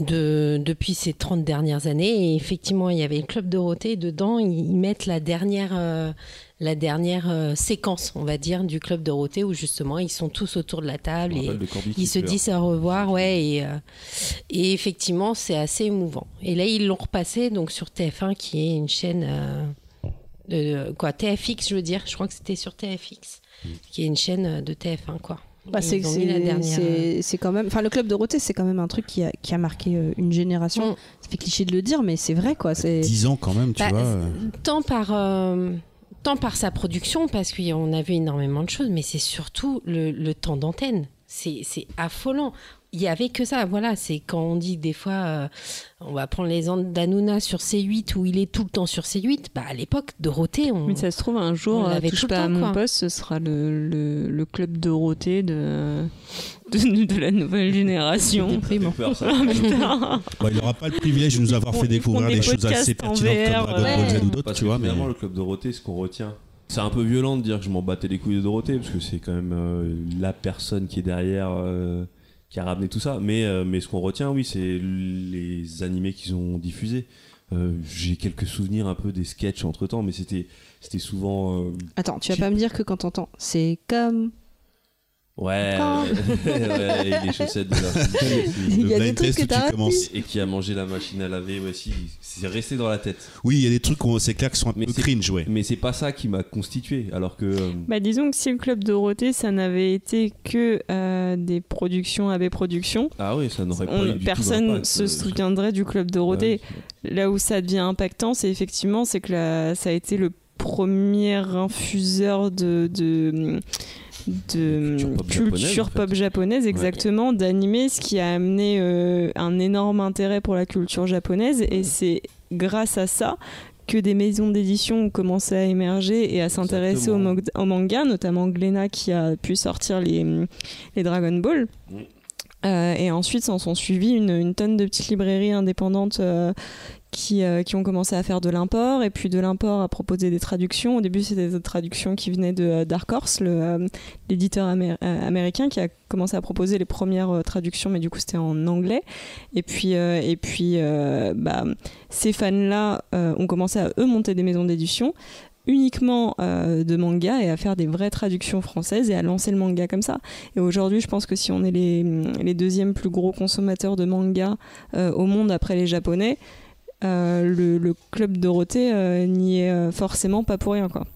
Speaker 5: de, depuis ces 30 dernières années. Et effectivement, il y avait le Club Dorothée. Et dedans, ils, ils mettent la dernière, euh, la dernière euh, séquence, on va dire, du Club Dorothée où justement, ils sont tous autour de la
Speaker 3: Je
Speaker 5: table.
Speaker 3: me
Speaker 5: et
Speaker 3: rappelle de Corby qui
Speaker 5: ils se
Speaker 3: pleure.
Speaker 5: disent au revoir, ouais, et, euh, et effectivement, c'est assez émouvant. Et là, ils l'ont repassé donc sur TF1, qui est une chaîne. euh, de- quoi, TFX, je veux dire, je crois que c'était sur TFX,
Speaker 3: Mm.
Speaker 5: qui est une chaîne euh, de TF1, quoi.
Speaker 2: Bah,
Speaker 5: Ils
Speaker 2: c'est
Speaker 5: ont mis la
Speaker 2: c'est-
Speaker 5: dernière, euh,
Speaker 2: c'est- c'est quand même. Enfin, le club Dorothée, c'est quand même un truc qui a, qui a marqué euh, une génération.
Speaker 5: Mm.
Speaker 2: Ça fait cliché de le dire, mais c'est vrai quoi. C'est
Speaker 4: 10 ans quand même, tu
Speaker 5: Bah,
Speaker 4: vois. euh.
Speaker 5: Tant par. euh, Tant par sa production, parce qu'on a vu énormément de choses, mais c'est surtout le, le temps d'antenne. C'est c'est affolant. il y avait que ça. Voilà, c'est quand on dit des fois, euh, on va prendre les Andes d'Anouna sur C8 où il est tout le temps sur C8. Bah, à l'époque, Dorothée, on.
Speaker 1: Mais ça se trouve, un
Speaker 5: On
Speaker 1: jour, euh,
Speaker 5: l'avait
Speaker 1: touche
Speaker 5: tout le
Speaker 1: pas à
Speaker 5: temps,
Speaker 1: mon
Speaker 5: quoi.
Speaker 1: poste, ce sera le, le, le club Dorothée de, *laughs* de, de la nouvelle génération.
Speaker 3: Fait peur, ça.
Speaker 1: Ah, putain.
Speaker 4: Bon, Bah, il n'aura pas le privilège de nous avoir
Speaker 1: Ils
Speaker 4: fait
Speaker 1: font
Speaker 4: découvrir
Speaker 1: des
Speaker 4: des choses
Speaker 1: podcasts
Speaker 4: assez
Speaker 1: en
Speaker 4: pertinentes
Speaker 1: VR,
Speaker 4: comme Dragon Ball
Speaker 5: ouais.
Speaker 4: Z ou d'autres,
Speaker 3: Parce
Speaker 4: tu
Speaker 3: que
Speaker 4: vois. Mais
Speaker 3: finalement, le club Dorothée, ce qu'on retient. C'est un peu violent de dire que je m'en battais les couilles de Dorothée, parce que c'est quand même euh, la personne qui est derrière, euh, qui a ramené tout ça. Mais, euh, mais ce qu'on retient, oui, c'est les animés qu'ils ont diffusés. Euh, J'ai quelques souvenirs un peu des sketchs entre temps, mais c'était c'était souvent. euh,
Speaker 2: Attends, tu vas pas me dire que quand t'entends, c'est comme.
Speaker 3: ouais,
Speaker 2: Oh.
Speaker 3: ouais, *laughs* ouais, et les chaussettes de la
Speaker 2: Il y a
Speaker 4: le
Speaker 2: des
Speaker 4: blind
Speaker 2: trucs
Speaker 4: test
Speaker 2: que
Speaker 4: où tu
Speaker 2: t'as raté.
Speaker 4: commences.
Speaker 3: Et qui a mangé la machine à laver aussi. C'est resté dans la tête.
Speaker 4: Oui, il y a des trucs, qu'on- c'est clair, qui sont un
Speaker 3: Mais
Speaker 4: peu
Speaker 3: c'est-
Speaker 4: cringe, ouais.
Speaker 3: Mais c'est pas ça qui m'a constitué, alors que. euh,
Speaker 1: Bah, disons que si le club Dorothée, ça n'avait été que euh, des productions AB Productions,
Speaker 3: Ah oui, ça n'aurait pas
Speaker 1: on-
Speaker 3: eu du tout
Speaker 1: personne
Speaker 3: d'impact,
Speaker 1: se
Speaker 3: euh,
Speaker 1: soutiendrait du club Dorothée.
Speaker 3: ouais,
Speaker 1: Là où ça devient impactant, c'est effectivement, c'est que la- ça a été le premier infuseur de, de, de
Speaker 3: Culture pop japonaise, en
Speaker 1: culture
Speaker 3: fait.
Speaker 1: pop japonaise, exactement, d'animé, ce qui a amené euh, un énorme intérêt pour la culture japonaise. Et c'est grâce à ça que des maisons d'édition ont commencé à émerger et à s'intéresser au,
Speaker 3: Exactement.
Speaker 1: mo- au manga, notamment Glénat qui a pu sortir les, les Dragon Ball.
Speaker 3: Oui.
Speaker 1: Euh, et ensuite, s'en sont suivies une, une tonne de petites librairies indépendantes euh, qui, euh, qui ont commencé à faire de l'import et puis de l'import à proposer des traductions. Au début, c'était des traductions qui venaient de euh, Dark Horse, le, euh, l'éditeur amé- euh, américain qui a commencé à proposer les premières euh, traductions, mais du coup, c'était en anglais. Et puis, euh, et puis euh, bah, ces fans-là euh, ont commencé à eux monter des maisons d'édition uniquement euh, de manga et à faire des vraies traductions françaises et à lancer le manga comme ça. Et aujourd'hui, je pense que si on est les, les deuxièmes plus gros consommateurs de manga euh, au monde après les japonais, euh, le, le club Dorothée euh, n'y est euh, forcément pas pour rien. Quoi.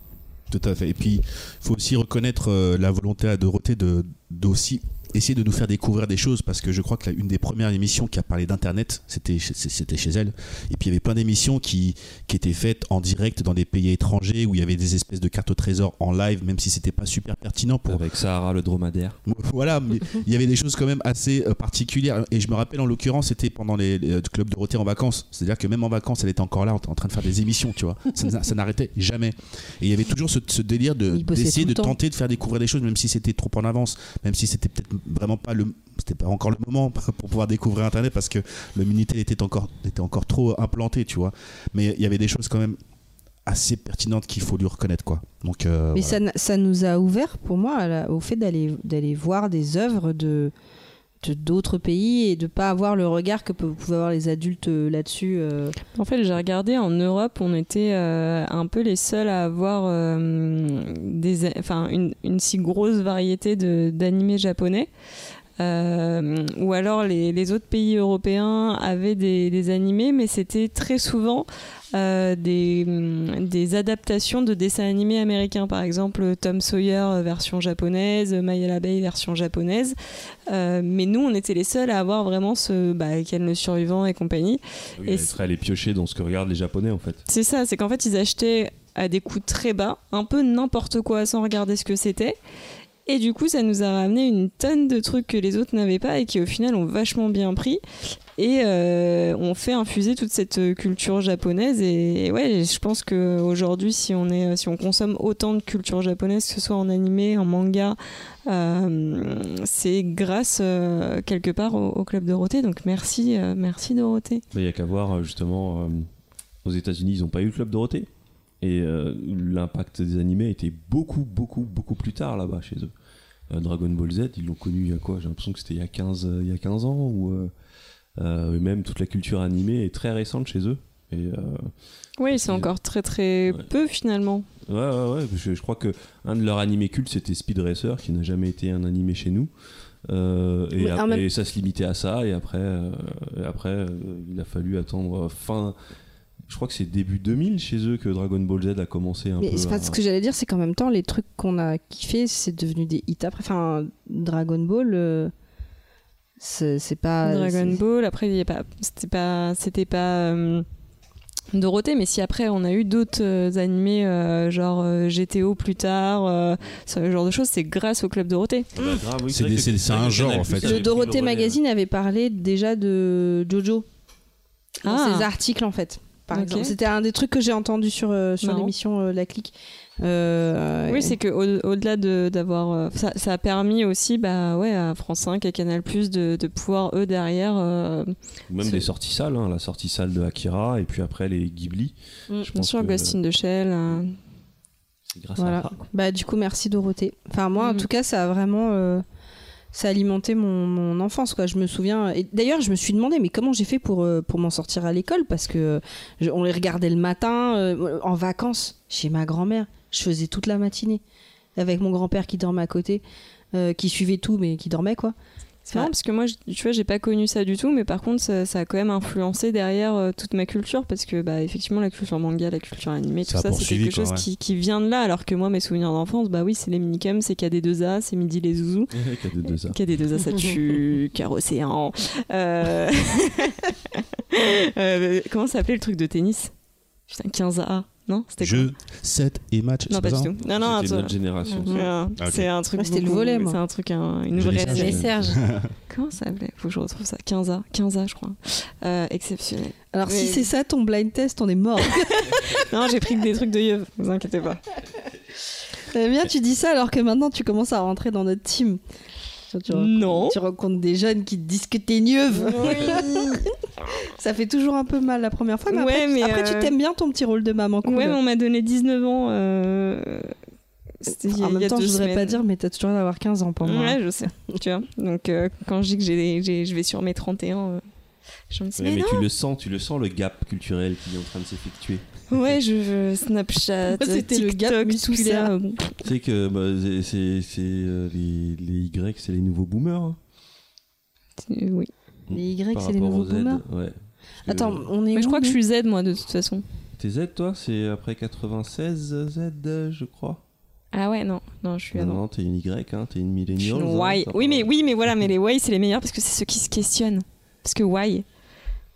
Speaker 4: Tout à fait. Et puis, il faut aussi reconnaître euh, la volonté à Dorothée de d'aussi essayer de nous faire découvrir des choses parce que je crois que la- une des premières émissions qui a parlé d'internet c'était chez- c'était chez elle et puis il y avait plein d'émissions qui qui étaient faites en direct dans des pays étrangers où il y avait des espèces de cartes au trésor en live même si c'était pas super pertinent pour
Speaker 3: Avec Sahara le dromadaire.
Speaker 4: voilà, mais il y avait des choses quand même assez euh, particulières. Et je me rappelle en l'occurrence, c'était pendant les, les, euh, clubs Dorothée en vacances. C'est-à-dire que même en vacances, elle était encore là en, en train de faire des émissions, tu vois. Ça, n'a- ça n'arrêtait jamais. Et il y avait toujours ce, ce délire de,
Speaker 2: Ils bossaient
Speaker 4: d'essayer
Speaker 2: tout
Speaker 4: de
Speaker 2: le temps.
Speaker 4: tenter de faire découvrir des choses, même si c'était trop en avance, même si c'était peut-être vraiment pas le. C'était pas encore le moment *laughs* pour pouvoir découvrir Internet parce que le Minitel était encore, était encore trop euh, implanté, tu vois. Mais il y avait des choses quand même assez pertinentes qu'il faut lui reconnaître, quoi. Donc, euh,
Speaker 2: Mais
Speaker 4: voilà.
Speaker 2: ça, n'a- ça nous a ouvert, pour moi, à la- au fait d'aller d'aller voir des œuvres de de- d'autres pays et de pas avoir le regard que peuvent pouvaient avoir les adultes euh, là-dessus. euh.
Speaker 1: En fait, j'ai regardé en Europe, on était euh, un peu les seuls à avoir euh, des, enfin, une, une si grosse variété de- d'animés japonais. Euh, ou alors les, les autres pays européens avaient des, des animés, mais c'était très souvent euh, des, hum, des adaptations de dessins animés américains. Par exemple, Tom Sawyer euh, version japonaise, Maya l'abeille version japonaise. Euh, mais nous, on était les seuls à avoir vraiment ce bah, Ken le survivant et compagnie.
Speaker 3: Ah Oui,
Speaker 1: Et
Speaker 3: elle
Speaker 1: c'est-
Speaker 3: serait allée piocher dans ce que regardent les Japonais en fait.
Speaker 1: C'est ça, c'est qu'en fait, ils achetaient à des coûts très bas, un peu n'importe quoi sans regarder ce que c'était. Et du coup, ça nous a ramené une tonne de trucs que les autres n'avaient pas et qui, au final, ont vachement bien pris. Et euh, on fait infuser toute cette euh, culture japonaise. Et, et ouais, je pense qu'aujourd'hui, si, on est- si on consomme autant de culture japonaise, que ce soit en animé, en manga, euh, c'est grâce euh, quelque part au, au Club Dorothée. Donc merci, euh, merci Dorothée.
Speaker 3: Il n'y a qu'à voir euh, justement, euh, aux États-Unis, ils n'ont pas eu le club Dorothée. Et euh, l'impact des animés était beaucoup, beaucoup, beaucoup plus tard là-bas chez eux. Euh, Dragon Ball Z, ils l'ont connu il y a quoi J'ai l'impression que c'était il, y a 15, euh, il y a 15 ans. Ou euh, euh, et même toute la culture animée est très récente chez eux. Et euh,
Speaker 1: Oui,
Speaker 3: Parce
Speaker 1: c'est
Speaker 3: qu'ils-
Speaker 1: encore très très
Speaker 3: Ouais.
Speaker 1: peu finalement.
Speaker 3: Ouais, ouais, ouais. Je, je crois que un de leurs animés cultes, c'était Speed Racer, qui n'a jamais été un animé chez nous. Euh, et,
Speaker 2: Mais en
Speaker 3: ap-
Speaker 2: même-
Speaker 3: et ça se limitait à ça. Et après, euh, et après euh, il a fallu attendre euh, fin. Je crois que c'est début 2000 chez eux que Dragon Ball Z a commencé un
Speaker 2: Mais
Speaker 3: peu.
Speaker 2: c'est
Speaker 3: à-
Speaker 2: pas ce que j'allais dire, c'est qu'en même temps, les trucs qu'on a kiffés, c'est devenu des hits après. Enfin, Dragon Ball, euh, c'est c'est pas.
Speaker 1: Dragon
Speaker 2: Ah, c'est-
Speaker 1: Ball, après il y a pas c'était pas c'était pas euh, Dorothée, mais si après on a eu d'autres euh, animés euh, genre euh, GTO plus tard, euh, ce genre de choses, c'est grâce au club Dorothée.
Speaker 3: Ah bah, grave, oui,
Speaker 4: C'est
Speaker 3: vrai
Speaker 4: des-
Speaker 3: que
Speaker 4: c'est-
Speaker 3: le-
Speaker 4: c'est un genre,
Speaker 3: Canal+,
Speaker 4: en fait.
Speaker 3: ça avait
Speaker 2: Le
Speaker 3: pris
Speaker 2: Dorothée
Speaker 3: relais.
Speaker 2: Magazine avait parlé déjà de Jojo dans
Speaker 1: Ah.
Speaker 2: ses articles en fait. Par
Speaker 1: Ok.
Speaker 2: exemple, c'était un des trucs que j'ai entendu sur euh, sur
Speaker 1: Marrant.
Speaker 2: l'émission euh, La Clique. Euh,
Speaker 1: Oui, c'est que au- au-delà de- d'avoir, euh, ça, ça a permis aussi, bah ouais, à France 5 et Canal+ de, de pouvoir eux derrière. euh,
Speaker 3: Ou Même
Speaker 1: C'est-
Speaker 3: des sorties salles, hein, la sortie salle de Akira et puis après les Ghibli.
Speaker 2: Mm,
Speaker 3: Je
Speaker 1: bien
Speaker 3: pense
Speaker 1: sûr,
Speaker 3: que
Speaker 1: Ghost in the Shell. euh,
Speaker 3: c'est grâce à
Speaker 2: Voilà.
Speaker 3: ça.
Speaker 2: Bah du coup merci Dorothée. Enfin moi en
Speaker 1: Mhm.
Speaker 2: tout cas ça a vraiment euh, ça a alimenté mon, mon enfance quoi. Je me souviens. Et d'ailleurs je me suis demandé mais comment j'ai fait pour euh, pour m'en sortir à l'école parce que euh, je- on les regardait le matin euh, en vacances chez ma grand-mère. Je faisais toute la matinée avec mon grand-père qui dormait à côté, euh, qui suivait tout mais qui dormait quoi.
Speaker 1: C'est marrant parce que moi, je- tu vois, j'ai pas connu ça du tout, mais par contre, ça, ça a quand même influencé derrière euh, toute ma culture parce que, bah, effectivement, la culture manga, la culture animée, tout
Speaker 4: Ça a
Speaker 1: ça, c'est
Speaker 4: poursuivi,
Speaker 1: quelque
Speaker 4: quoi,
Speaker 1: chose
Speaker 4: ouais.
Speaker 1: qui, qui vient de là. Alors que moi, mes souvenirs d'enfance, bah oui, c'est les minicums, c'est KD2A, c'est Midi les Zouzous.
Speaker 3: Cadet de ça.
Speaker 1: KD2A,
Speaker 2: *laughs*
Speaker 1: ça tue, Car Océan. Euh... *laughs* euh, comment ça s'appelait le truc de tennis Putain, 15A, non C'était quoi
Speaker 4: Jeu, set et match.
Speaker 1: Non,
Speaker 4: c'est
Speaker 1: pas
Speaker 4: ça hein
Speaker 1: du tout. Non, non, un
Speaker 3: C'était
Speaker 1: truc-
Speaker 3: notre génération.
Speaker 5: Mhm.
Speaker 1: euh,
Speaker 4: Ah, ok.
Speaker 1: C'est un truc.
Speaker 2: Moi, c'était le
Speaker 1: beaucoup-
Speaker 2: volet, moi.
Speaker 1: C'est un truc, un- une
Speaker 4: Je l'ai
Speaker 1: vraie.
Speaker 4: cherché.
Speaker 5: Mais Serge,
Speaker 1: Comment ça s'appelait Faut que je retrouve ça. 15A, 15A, je crois. Euh, exceptionnel.
Speaker 2: Alors
Speaker 1: Mais-
Speaker 2: si c'est ça ton blind test on est mort.
Speaker 1: Non, j'ai pris que des trucs de yeux, vous inquiétez pas.
Speaker 2: Eh bien tu dis ça alors que maintenant tu commences à rentrer dans notre team. Tu- tu-
Speaker 1: Non.
Speaker 2: Tu rencontres des jeunes qui te disent que t'es neuve. ça fait toujours un peu mal la première fois, mais après,
Speaker 1: Ouais,
Speaker 2: tu-
Speaker 1: mais,
Speaker 2: après, tu
Speaker 1: euh,
Speaker 2: t'aimes bien ton petit rôle de maman. Cool.
Speaker 1: Ouais, mais on m'a donné 19 ans. euh, c'était il y a-
Speaker 2: en
Speaker 1: il y
Speaker 2: même
Speaker 1: a
Speaker 2: temps,
Speaker 1: deux
Speaker 2: je voudrais pas
Speaker 1: semaines.
Speaker 2: dire, mais t'as toujours d'avoir 15 ans pour moi.
Speaker 1: Ouais, je sais. Tu vois. Donc, euh, quand je dis que j'ai, j'ai- je vais sur mes 31, euh, je me dis,
Speaker 3: Ouais,
Speaker 1: mais,
Speaker 3: mais tu le sens, tu le sens le gap culturel qui est en train de s'effectuer.
Speaker 1: non. Ouais, je veux Snapchat,
Speaker 2: Moi, c'était le
Speaker 1: TikTok,
Speaker 2: gap
Speaker 1: tout
Speaker 2: musculaire.
Speaker 1: ça. euh,
Speaker 3: Tu sais que bah, c'est- c'est c'est, euh, les, les Y, c'est les nouveaux boomers. hein,
Speaker 1: euh, oui.
Speaker 2: Les Y,
Speaker 3: par
Speaker 2: c'est les
Speaker 3: rapport
Speaker 2: nouveaux
Speaker 3: aux Z. Euh,
Speaker 2: boomers.
Speaker 3: Ouais. Parce que
Speaker 2: Attends, on est.
Speaker 1: Mais je
Speaker 2: où,
Speaker 1: crois que je
Speaker 2: nous
Speaker 1: suis Z, moi, de toute façon.
Speaker 3: T'es Z, toi C'est après 96 euh, Z, euh, je crois.
Speaker 1: Ah ouais, non, non, je suis
Speaker 3: Non,
Speaker 1: avant.
Speaker 3: non, t'es une Y, hein, t'es une
Speaker 1: Je
Speaker 3: hein.
Speaker 1: suis
Speaker 3: milléniale.
Speaker 1: une Y. Oui, mais oui, mais voilà, mais les Y, c'est les meilleurs parce que c'est ceux qui se questionnent. Parce que Y.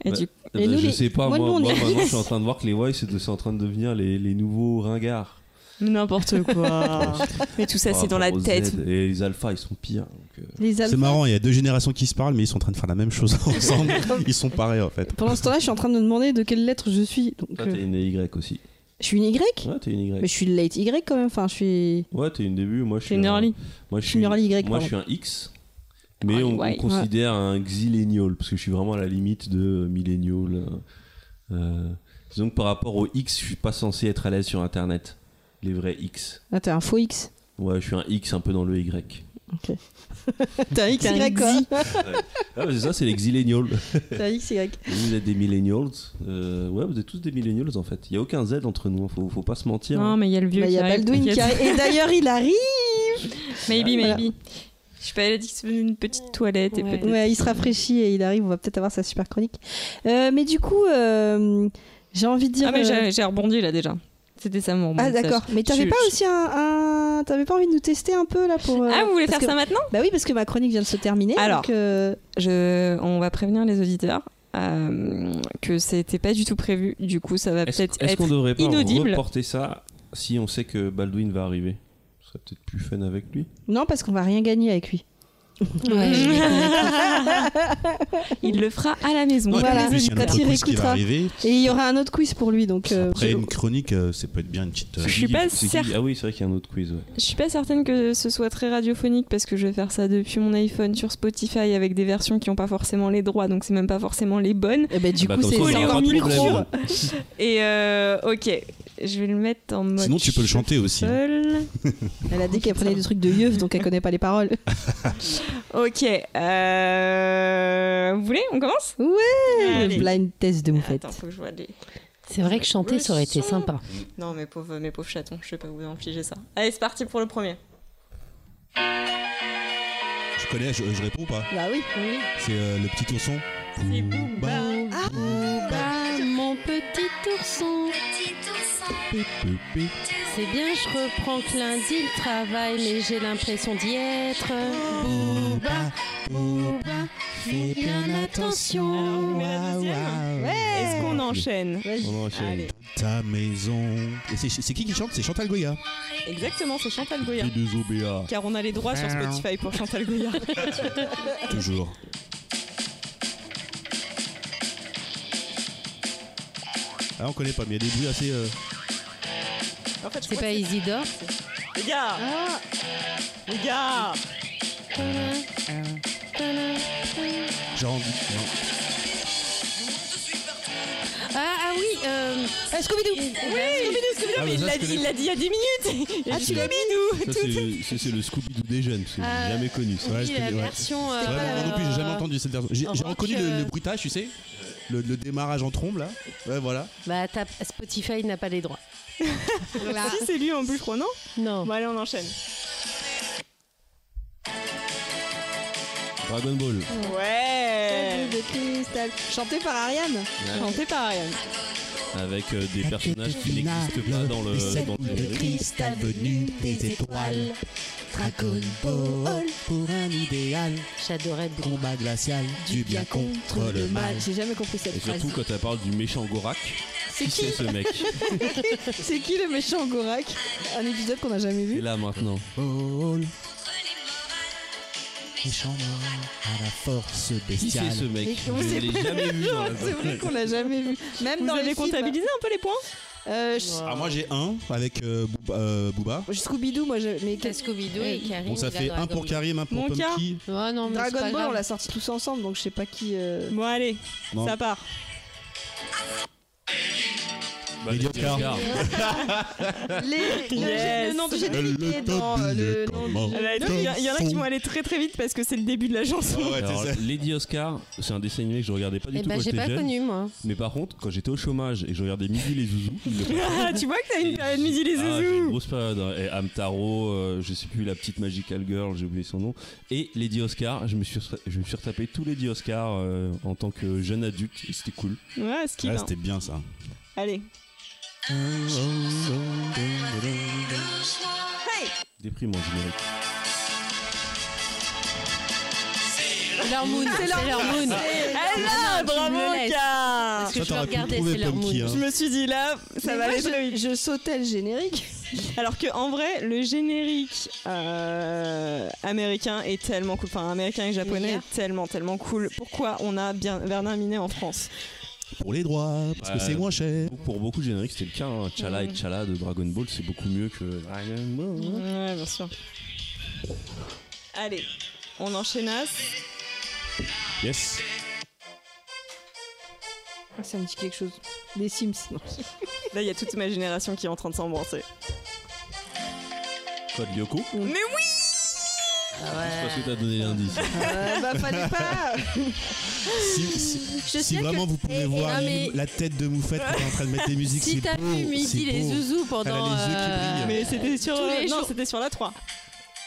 Speaker 1: Et
Speaker 3: Ouais.
Speaker 1: du
Speaker 2: Et nous,
Speaker 3: je
Speaker 2: les-
Speaker 3: sais pas,
Speaker 2: moi,
Speaker 3: moi,
Speaker 2: nous, on
Speaker 3: moi,
Speaker 2: est-
Speaker 3: maintenant, je suis en train de voir que les Y, c'est de- c'est en train de devenir les, les nouveaux ringards.
Speaker 1: *laughs* N'importe quoi. *laughs* mais tout ça,
Speaker 3: Par
Speaker 1: c'est dans la
Speaker 3: rapport aux
Speaker 1: tête.
Speaker 3: Z. Et les alphas, ils sont pires. donc, euh,
Speaker 2: Les
Speaker 4: C'est
Speaker 2: alphas.
Speaker 4: marrant, il y a deux générations qui se parlent, mais ils sont en train de faire la même chose ensemble. Ils sont pareils en fait.
Speaker 2: Pendant ce temps-là, je suis en train de me demander de quelle lettre je suis. Donc,
Speaker 3: Toi,
Speaker 2: euh,
Speaker 3: t'es une Y aussi.
Speaker 2: je suis une Y
Speaker 3: Ouais, t'es une Y.
Speaker 2: Mais je suis late Y quand même. Enfin, je suis.
Speaker 3: Ouais, t'es une début. Moi, je suis
Speaker 1: C'est une
Speaker 3: un-
Speaker 1: early.
Speaker 3: Moi, je
Speaker 2: suis une early Y,
Speaker 3: Moi, je suis un X. Mais on, on
Speaker 1: Early Y,
Speaker 3: considère un xylénial parce que je suis vraiment à la limite de millénial. euh, euh, disons que par rapport au X, je suis pas censé être à l'aise sur Internet. Les vrais X.
Speaker 2: Ah, t'es un faux X.
Speaker 3: Ouais, je suis un X un peu dans le Y.
Speaker 2: T'es un
Speaker 1: *laughs* T'es un
Speaker 2: XY quoi.
Speaker 3: Ah, bah, c'est ça, c'est les xylénials.
Speaker 2: *laughs* T'es un XY.
Speaker 3: vous êtes des millennials. Euh, ouais, vous êtes tous des millennials en fait. Il y a aucun Z entre nous. hein. Faut, faut pas se mentir.
Speaker 1: Non,
Speaker 3: hein.
Speaker 1: mais il y a le vieux
Speaker 2: Bah, Il y a
Speaker 1: arrive.
Speaker 2: Baldwin qui arrive. Et d'ailleurs, il arrive.
Speaker 1: Maybe,
Speaker 2: Voilà.
Speaker 1: maybe. Je suis pas allée dire que c'est une petite toilette et
Speaker 5: Ouais.
Speaker 1: peut-être.
Speaker 2: Ouais, il se rafraîchit et il arrive. On va peut-être avoir sa super chronique. Euh, mais du coup, euh, j'ai envie de dire.
Speaker 1: Ah, mais
Speaker 2: euh,
Speaker 1: j'ai- j'ai rebondi là déjà. C'était ça mon
Speaker 2: ah
Speaker 1: rebondissage.
Speaker 2: d'accord. Mais t'avais
Speaker 1: Je-
Speaker 2: pas
Speaker 1: je-
Speaker 2: aussi un, un- t'avais pas envie de nous tester un peu là pour. euh,
Speaker 1: Ah, vous voulez
Speaker 2: parce
Speaker 1: faire ça
Speaker 2: que-
Speaker 1: maintenant
Speaker 2: Bah oui, parce que ma chronique vient de se terminer.
Speaker 1: Alors.
Speaker 2: donc, euh,
Speaker 1: Je... On va prévenir les auditeurs euh, que c'était pas du tout prévu. Du coup, ça va
Speaker 3: Est-ce
Speaker 1: peut-être
Speaker 3: est-ce
Speaker 1: être.
Speaker 3: qu'on devrait pas
Speaker 1: inaudible.
Speaker 3: reporter ça si on sait que Baldwin va arriver Ce serait peut-être plus fun avec lui.
Speaker 2: non, parce qu'on va rien gagner avec lui.
Speaker 5: Ouais, je l'ai compris.
Speaker 1: Il le fera à la maison.
Speaker 4: Non, et puis,
Speaker 2: Voilà.
Speaker 4: en plus, il y a un
Speaker 2: Quand
Speaker 4: autre
Speaker 2: il
Speaker 4: quiz qui
Speaker 2: réécoutera.
Speaker 4: va arriver.
Speaker 2: Et il y aura un autre quiz pour lui, donc. euh,
Speaker 4: Après
Speaker 2: je-
Speaker 4: une chronique, euh, ça peut être bien une petite. euh,
Speaker 1: Je
Speaker 3: C'est
Speaker 1: suis
Speaker 3: qui-
Speaker 1: pas
Speaker 3: c'est qui-
Speaker 1: certain.
Speaker 3: Ah oui, c'est vrai qu'il y a un autre quiz. ouais.
Speaker 1: Je suis pas certaine que ce soit très radiophonique parce que je vais faire ça depuis mon iPhone sur Spotify avec des versions qui n'ont pas forcément les droits, donc c'est même pas forcément les bonnes.
Speaker 2: Eh ben, du
Speaker 3: Ah bah,
Speaker 2: coup,
Speaker 3: comme
Speaker 2: c'est
Speaker 3: ça, on
Speaker 2: c'est
Speaker 3: aura
Speaker 2: encore
Speaker 3: pas de
Speaker 2: plus
Speaker 3: problème.
Speaker 2: court.
Speaker 1: Et euh, ok, je vais le mettre en mode.
Speaker 4: Sinon, tu peux le chanter aussi. hein.
Speaker 1: shuffle.
Speaker 2: Elle a dit qu'elle prenait des trucs de yeuf, donc elle connaît pas les paroles.
Speaker 1: Ok, euh, vous voulez, on commence
Speaker 2: Ouais,
Speaker 1: *laughs* Allez.
Speaker 2: Le blind test de moufette.
Speaker 1: Attends, faut que je vois les-
Speaker 5: *laughs* C'est vrai que chanter, ça aurait été sympa.
Speaker 1: Non, mes pauvres, mes pauvres chatons, je sais pas vous infliger ça. Allez, c'est parti pour le premier.
Speaker 4: Je connais, je, je réponds ou pas
Speaker 2: Bah oui. oui.
Speaker 4: C'est euh, le petit ourson.
Speaker 1: C'est Booba.
Speaker 5: Ah. Booba, mon petit ourson, c'est bien, je reprends que lundi le travail, mais j'ai l'impression d'y être. Booba, Booba,
Speaker 4: Fais bien
Speaker 1: Alors,
Speaker 4: attention.
Speaker 1: on met la
Speaker 4: waouh,
Speaker 1: deuxième
Speaker 4: waouh.
Speaker 1: Est-ce qu'on enchaîne
Speaker 3: On enchaîne.
Speaker 1: Allez.
Speaker 4: Ta maison. Et c'est c'est qui qui chante C'est Chantal Goya.
Speaker 1: Exactement, c'est Chantal Goya.
Speaker 3: Les deux OBA.
Speaker 1: Car on a les droits sur Spotify pour Chantal Goya.
Speaker 4: Toujours. Ah, on connaît pas, mais il y a des bruits assez. euh,
Speaker 1: *laughs* En fait, je
Speaker 5: C'est
Speaker 1: crois
Speaker 5: pas
Speaker 1: que
Speaker 5: Isidore Ah.
Speaker 1: c'est- Les gars Les gars
Speaker 4: Genre. Non.
Speaker 5: Ah, ah oui, euh,
Speaker 2: Est-ce qu'on
Speaker 5: oui,
Speaker 1: Scooby-Doo, Scooby-Doo,
Speaker 4: Ah,
Speaker 1: mais
Speaker 4: mais
Speaker 1: il
Speaker 4: ça,
Speaker 1: l'a
Speaker 4: je
Speaker 1: dit
Speaker 4: connais.
Speaker 1: il l'a dit il y a 10 minutes Il y a
Speaker 2: Ah, tu l'as
Speaker 1: Scooby-Doo
Speaker 3: Ça, c'est- ça, c'est le Scooby-Doo des jeunes, parce que
Speaker 5: Ah.
Speaker 3: j'ai jamais connu ça.
Speaker 4: Ouais,
Speaker 5: oui,
Speaker 4: je
Speaker 5: la
Speaker 4: connais, ouais.
Speaker 5: version. euh,
Speaker 4: Ouais, moi non plus, j'ai jamais entendu cette version. J'ai
Speaker 5: en
Speaker 4: j'ai
Speaker 5: rock,
Speaker 4: reconnu le,
Speaker 5: euh,
Speaker 4: le bruitage, tu sais le, le démarrage en trombe, là. Ouais, voilà.
Speaker 5: Bah, t'as- Spotify n'a pas les droits.
Speaker 1: Si, c'est lui en plus, je crois, non
Speaker 5: Non.
Speaker 1: Bon, allez, on enchaîne.
Speaker 3: Dragon Ball.
Speaker 1: Ouais
Speaker 2: Euh, de cristal. Chanté par Ariane.
Speaker 1: Chanté par Ariane.
Speaker 3: Avec euh, des personnages qui n'existent pas dans le. Dans le générique.
Speaker 4: cristal venu des étoiles. Dragon Ball pour un idéal.
Speaker 5: J'adorais beaucoup.
Speaker 4: Combat glacial du bien contre le mal.
Speaker 2: J'ai jamais compris cette
Speaker 3: Et
Speaker 2: phrase.
Speaker 3: surtout quand elle parle du méchant Gorak,
Speaker 2: C'est
Speaker 3: qui c'est
Speaker 2: qui
Speaker 3: ce mec
Speaker 2: C'est qui le méchant Gorak Un épisode qu'on n'a jamais
Speaker 3: Et *laughs*
Speaker 2: vu.
Speaker 3: là maintenant.
Speaker 4: Ball. Méchant moral à la force
Speaker 3: Qui c'est
Speaker 4: bestiale.
Speaker 3: ce mec
Speaker 2: on
Speaker 3: Je
Speaker 2: sait
Speaker 3: l'ai jamais vu dans la
Speaker 2: C'est vrai qu'on l'a jamais vu. Même
Speaker 1: Vous
Speaker 2: dans les
Speaker 1: avez
Speaker 2: films.
Speaker 1: comptabilisé un peu les points
Speaker 2: Euh, je-
Speaker 4: Ah, moi j'ai un avec euh, Booba. euh, Booba.
Speaker 2: Scooby-Doo, moi, je- mais
Speaker 5: T'as Scooby-Doo et
Speaker 2: Oui.
Speaker 5: Karim.
Speaker 4: Eh, Bon, ça
Speaker 5: il a
Speaker 4: fait un
Speaker 5: Dragon
Speaker 4: pour
Speaker 5: Ball.
Speaker 4: Karim, un pour
Speaker 1: Mon cas.
Speaker 4: Pumpkin.
Speaker 5: Oh, non, mais c'est
Speaker 2: Dragon
Speaker 5: pas
Speaker 2: Ball,
Speaker 5: grave.
Speaker 2: on l'a sorti tous ensemble, donc je sais pas qui. euh,
Speaker 1: Bon, allez,
Speaker 4: Non.
Speaker 1: ça part.
Speaker 3: Bah,
Speaker 4: Médiocre.
Speaker 3: Médiocre.
Speaker 2: Les,
Speaker 1: Yes.
Speaker 2: le, le nom du générique
Speaker 4: Le
Speaker 2: est dans euh, le
Speaker 4: top,
Speaker 2: nom
Speaker 4: il est
Speaker 2: du-
Speaker 4: comment Ah
Speaker 1: Il y, a- il y en a qui vont aller très très vite parce que c'est le début de la chanson.
Speaker 4: Ouais,
Speaker 3: Alors,
Speaker 4: c'est ça.
Speaker 3: Lady Oscar, c'est un dessin animé que je regardais pas du
Speaker 5: Eh
Speaker 3: tout
Speaker 5: ben,
Speaker 3: quand
Speaker 5: j'ai
Speaker 3: j'étais
Speaker 5: pas
Speaker 3: jeune.
Speaker 5: connu, moi.
Speaker 3: Mais par contre, quand j'étais au chômage et que je regardais Midi les Zouzous, il le passait.
Speaker 1: Ah, tu vois que t'as une période
Speaker 3: Et-
Speaker 1: midi les
Speaker 3: ah, j'ai une
Speaker 1: zouzous
Speaker 3: grosse période. hein. Et Amtaro, euh, je sais plus, la petite Magical Girl, j'ai oublié son nom. Et Lady Oscar, je me suis, je me suis retapé tous Lady Oscar euh, en tant que jeune adulte et c'était cool.
Speaker 1: Ouais, skip.
Speaker 4: Ah,
Speaker 1: hein.
Speaker 4: c'était bien ça.
Speaker 1: Allez.
Speaker 3: Déprimant générique.
Speaker 5: Leur Moon. C'est leur Moon.
Speaker 1: Eh
Speaker 5: Ah,
Speaker 1: là,
Speaker 5: tu me le
Speaker 1: bravo,
Speaker 5: laisses.
Speaker 1: Car
Speaker 5: Parce que
Speaker 4: Ça,
Speaker 5: je
Speaker 4: t'aurais
Speaker 5: le
Speaker 4: pu le
Speaker 5: regardais,
Speaker 4: trouver,
Speaker 5: c'est leur Moon.
Speaker 4: Pumpkin, hein.
Speaker 1: Je me suis dit là, ça
Speaker 2: Mais
Speaker 1: va
Speaker 2: moi,
Speaker 1: aller très
Speaker 2: je,
Speaker 1: vite.
Speaker 2: je sautais le générique.
Speaker 1: Alors que en vrai, le générique euh, américain est tellement cool. Enfin, américain et japonais
Speaker 5: Yeah.
Speaker 1: est tellement tellement cool. Pourquoi on a bien Bernard Minet en France
Speaker 4: Pour les droits, parce que
Speaker 3: Ouais.
Speaker 4: c'est moins cher.
Speaker 3: Donc, Pour beaucoup de génériques, c'était le cas. hein. Chala et Chala de Dragon Ball, c'est beaucoup mieux que Dragon Ball.
Speaker 1: Mm. Ouais, bien sûr. Allez, on enchaînasse.
Speaker 4: Yes.
Speaker 2: *laughs* Ah, Ça me dit quelque chose. Ah, Les Sims. non.
Speaker 1: Là, il y a toute ma génération qui est en train de s'embrasser.
Speaker 3: Code Lyoko.
Speaker 1: Mais oui, Ah
Speaker 3: C'est parce que t'as donné l'indice.
Speaker 2: *laughs* Euh, bah *laughs* fallait pas.
Speaker 4: Si, si-
Speaker 5: Je
Speaker 4: si
Speaker 5: sais
Speaker 4: vraiment
Speaker 5: que-
Speaker 4: vous pouvez
Speaker 5: et- et-
Speaker 4: voir
Speaker 5: non, mais-
Speaker 4: la tête de Moufette quand elle est en train de mettre des
Speaker 5: *laughs*
Speaker 4: musiques,
Speaker 5: Si
Speaker 4: c'est
Speaker 5: t'as
Speaker 4: beau.
Speaker 5: vu
Speaker 4: c'est
Speaker 5: Midi les
Speaker 4: beau.
Speaker 5: zouzous pendant.
Speaker 4: Elle a les yeux qui
Speaker 5: euh,
Speaker 4: brillent.
Speaker 1: mais c'était sur
Speaker 5: Tous
Speaker 1: euh,
Speaker 5: les
Speaker 1: non,
Speaker 5: jours.
Speaker 1: c'était sur la 3.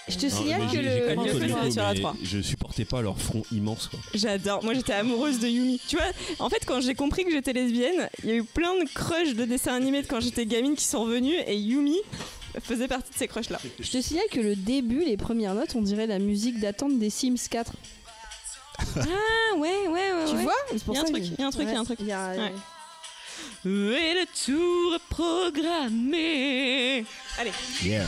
Speaker 2: Je te
Speaker 3: Non,
Speaker 2: signale
Speaker 3: mais
Speaker 2: que
Speaker 3: j'ai- j'ai
Speaker 2: le.
Speaker 3: connu
Speaker 1: le
Speaker 3: Code
Speaker 1: film
Speaker 3: Lyoko,
Speaker 1: sur la
Speaker 3: mais
Speaker 1: trois.
Speaker 3: Je supportais pas leur front immense. quoi.
Speaker 1: J'adore. Moi, j'étais amoureuse de Yumi. Tu vois, en fait, quand j'ai compris que j'étais lesbienne, il y a eu plein de crushs de dessins animés de quand j'étais gamine qui sont revenus et Yumi faisait partie de ces crushs là.
Speaker 2: Je te signale que le début, les premières notes, on dirait la musique d'attente des Sims 4.
Speaker 1: Ah ouais, ouais, ouais.
Speaker 2: Tu vois C'est pour
Speaker 1: Il y a un
Speaker 2: ça
Speaker 1: truc,
Speaker 2: que-
Speaker 1: il y a un truc, il y a un
Speaker 2: Ouais,
Speaker 1: truc.
Speaker 2: il y a-
Speaker 1: Ouais. Et le tour est programmé. Allez.
Speaker 4: Yeah.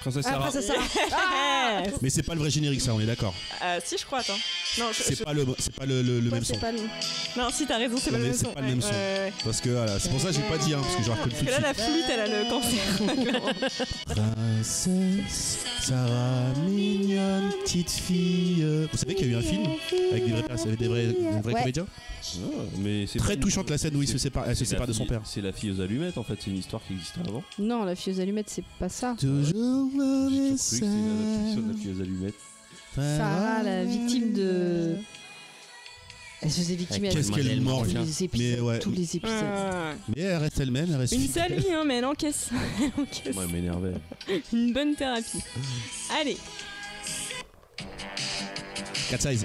Speaker 3: Princesse
Speaker 2: Ah,
Speaker 3: Sarah.
Speaker 2: après, ça, ça.
Speaker 1: Ah
Speaker 4: Mais c'est pas le vrai générique, ça, on est d'accord.
Speaker 1: Euh, si je crois, attends. Non, je-
Speaker 4: C'est
Speaker 1: je-
Speaker 4: pas le, c'est pas le, le- le
Speaker 2: Ouais,
Speaker 4: même son.
Speaker 2: c'est pas le-
Speaker 1: non si t'as raison, c'est
Speaker 4: Non,
Speaker 1: pas le
Speaker 4: mais
Speaker 1: même
Speaker 4: c'est
Speaker 1: son.
Speaker 4: pas le même son. Parce que voilà, c'est pour ça que j'ai pas dit, hein, parce que j'aurais reconnu
Speaker 1: Parce
Speaker 4: tout
Speaker 1: que
Speaker 4: de
Speaker 1: là,
Speaker 4: suite.
Speaker 1: la flûte, elle a le cancer.
Speaker 4: Princesse Sarah, mignonne petite fille. Vous savez qu'il y a eu un film avec des vrais, pers- avec des vrais, des vrais
Speaker 2: Ouais.
Speaker 4: comédiens
Speaker 3: Ah, mais c'est
Speaker 4: Très
Speaker 3: pas-
Speaker 4: touchante la scène où il se sépare, elle se
Speaker 3: C'est la
Speaker 4: sépare de son
Speaker 3: fille-
Speaker 4: père.
Speaker 3: C'est la fille aux allumettes en fait, c'est une histoire qui existait avant.
Speaker 2: Non, la fieuse allumette, c'est pas ça.
Speaker 4: Toujours
Speaker 3: J'ai toujours cru que c'était une adaptation de la fille aux allumettes.
Speaker 2: Sarah, la victime de. Elle se faisait victimer à
Speaker 4: Qu'est-ce
Speaker 2: tous
Speaker 4: qu'elle est morte
Speaker 2: tous les épisodes.
Speaker 4: Mais ouais.
Speaker 2: Tous les épisodes.
Speaker 1: Ah.
Speaker 4: Mais elle reste elle-même, elle reste
Speaker 1: Une
Speaker 4: fidèle.
Speaker 1: seule vie, hein, mais elle encaisse. *laughs* Elle encaisse.
Speaker 3: Moi, elle m'énervait.
Speaker 1: Une bonne thérapie.
Speaker 4: Euh.
Speaker 1: Allez.
Speaker 4: Cat size.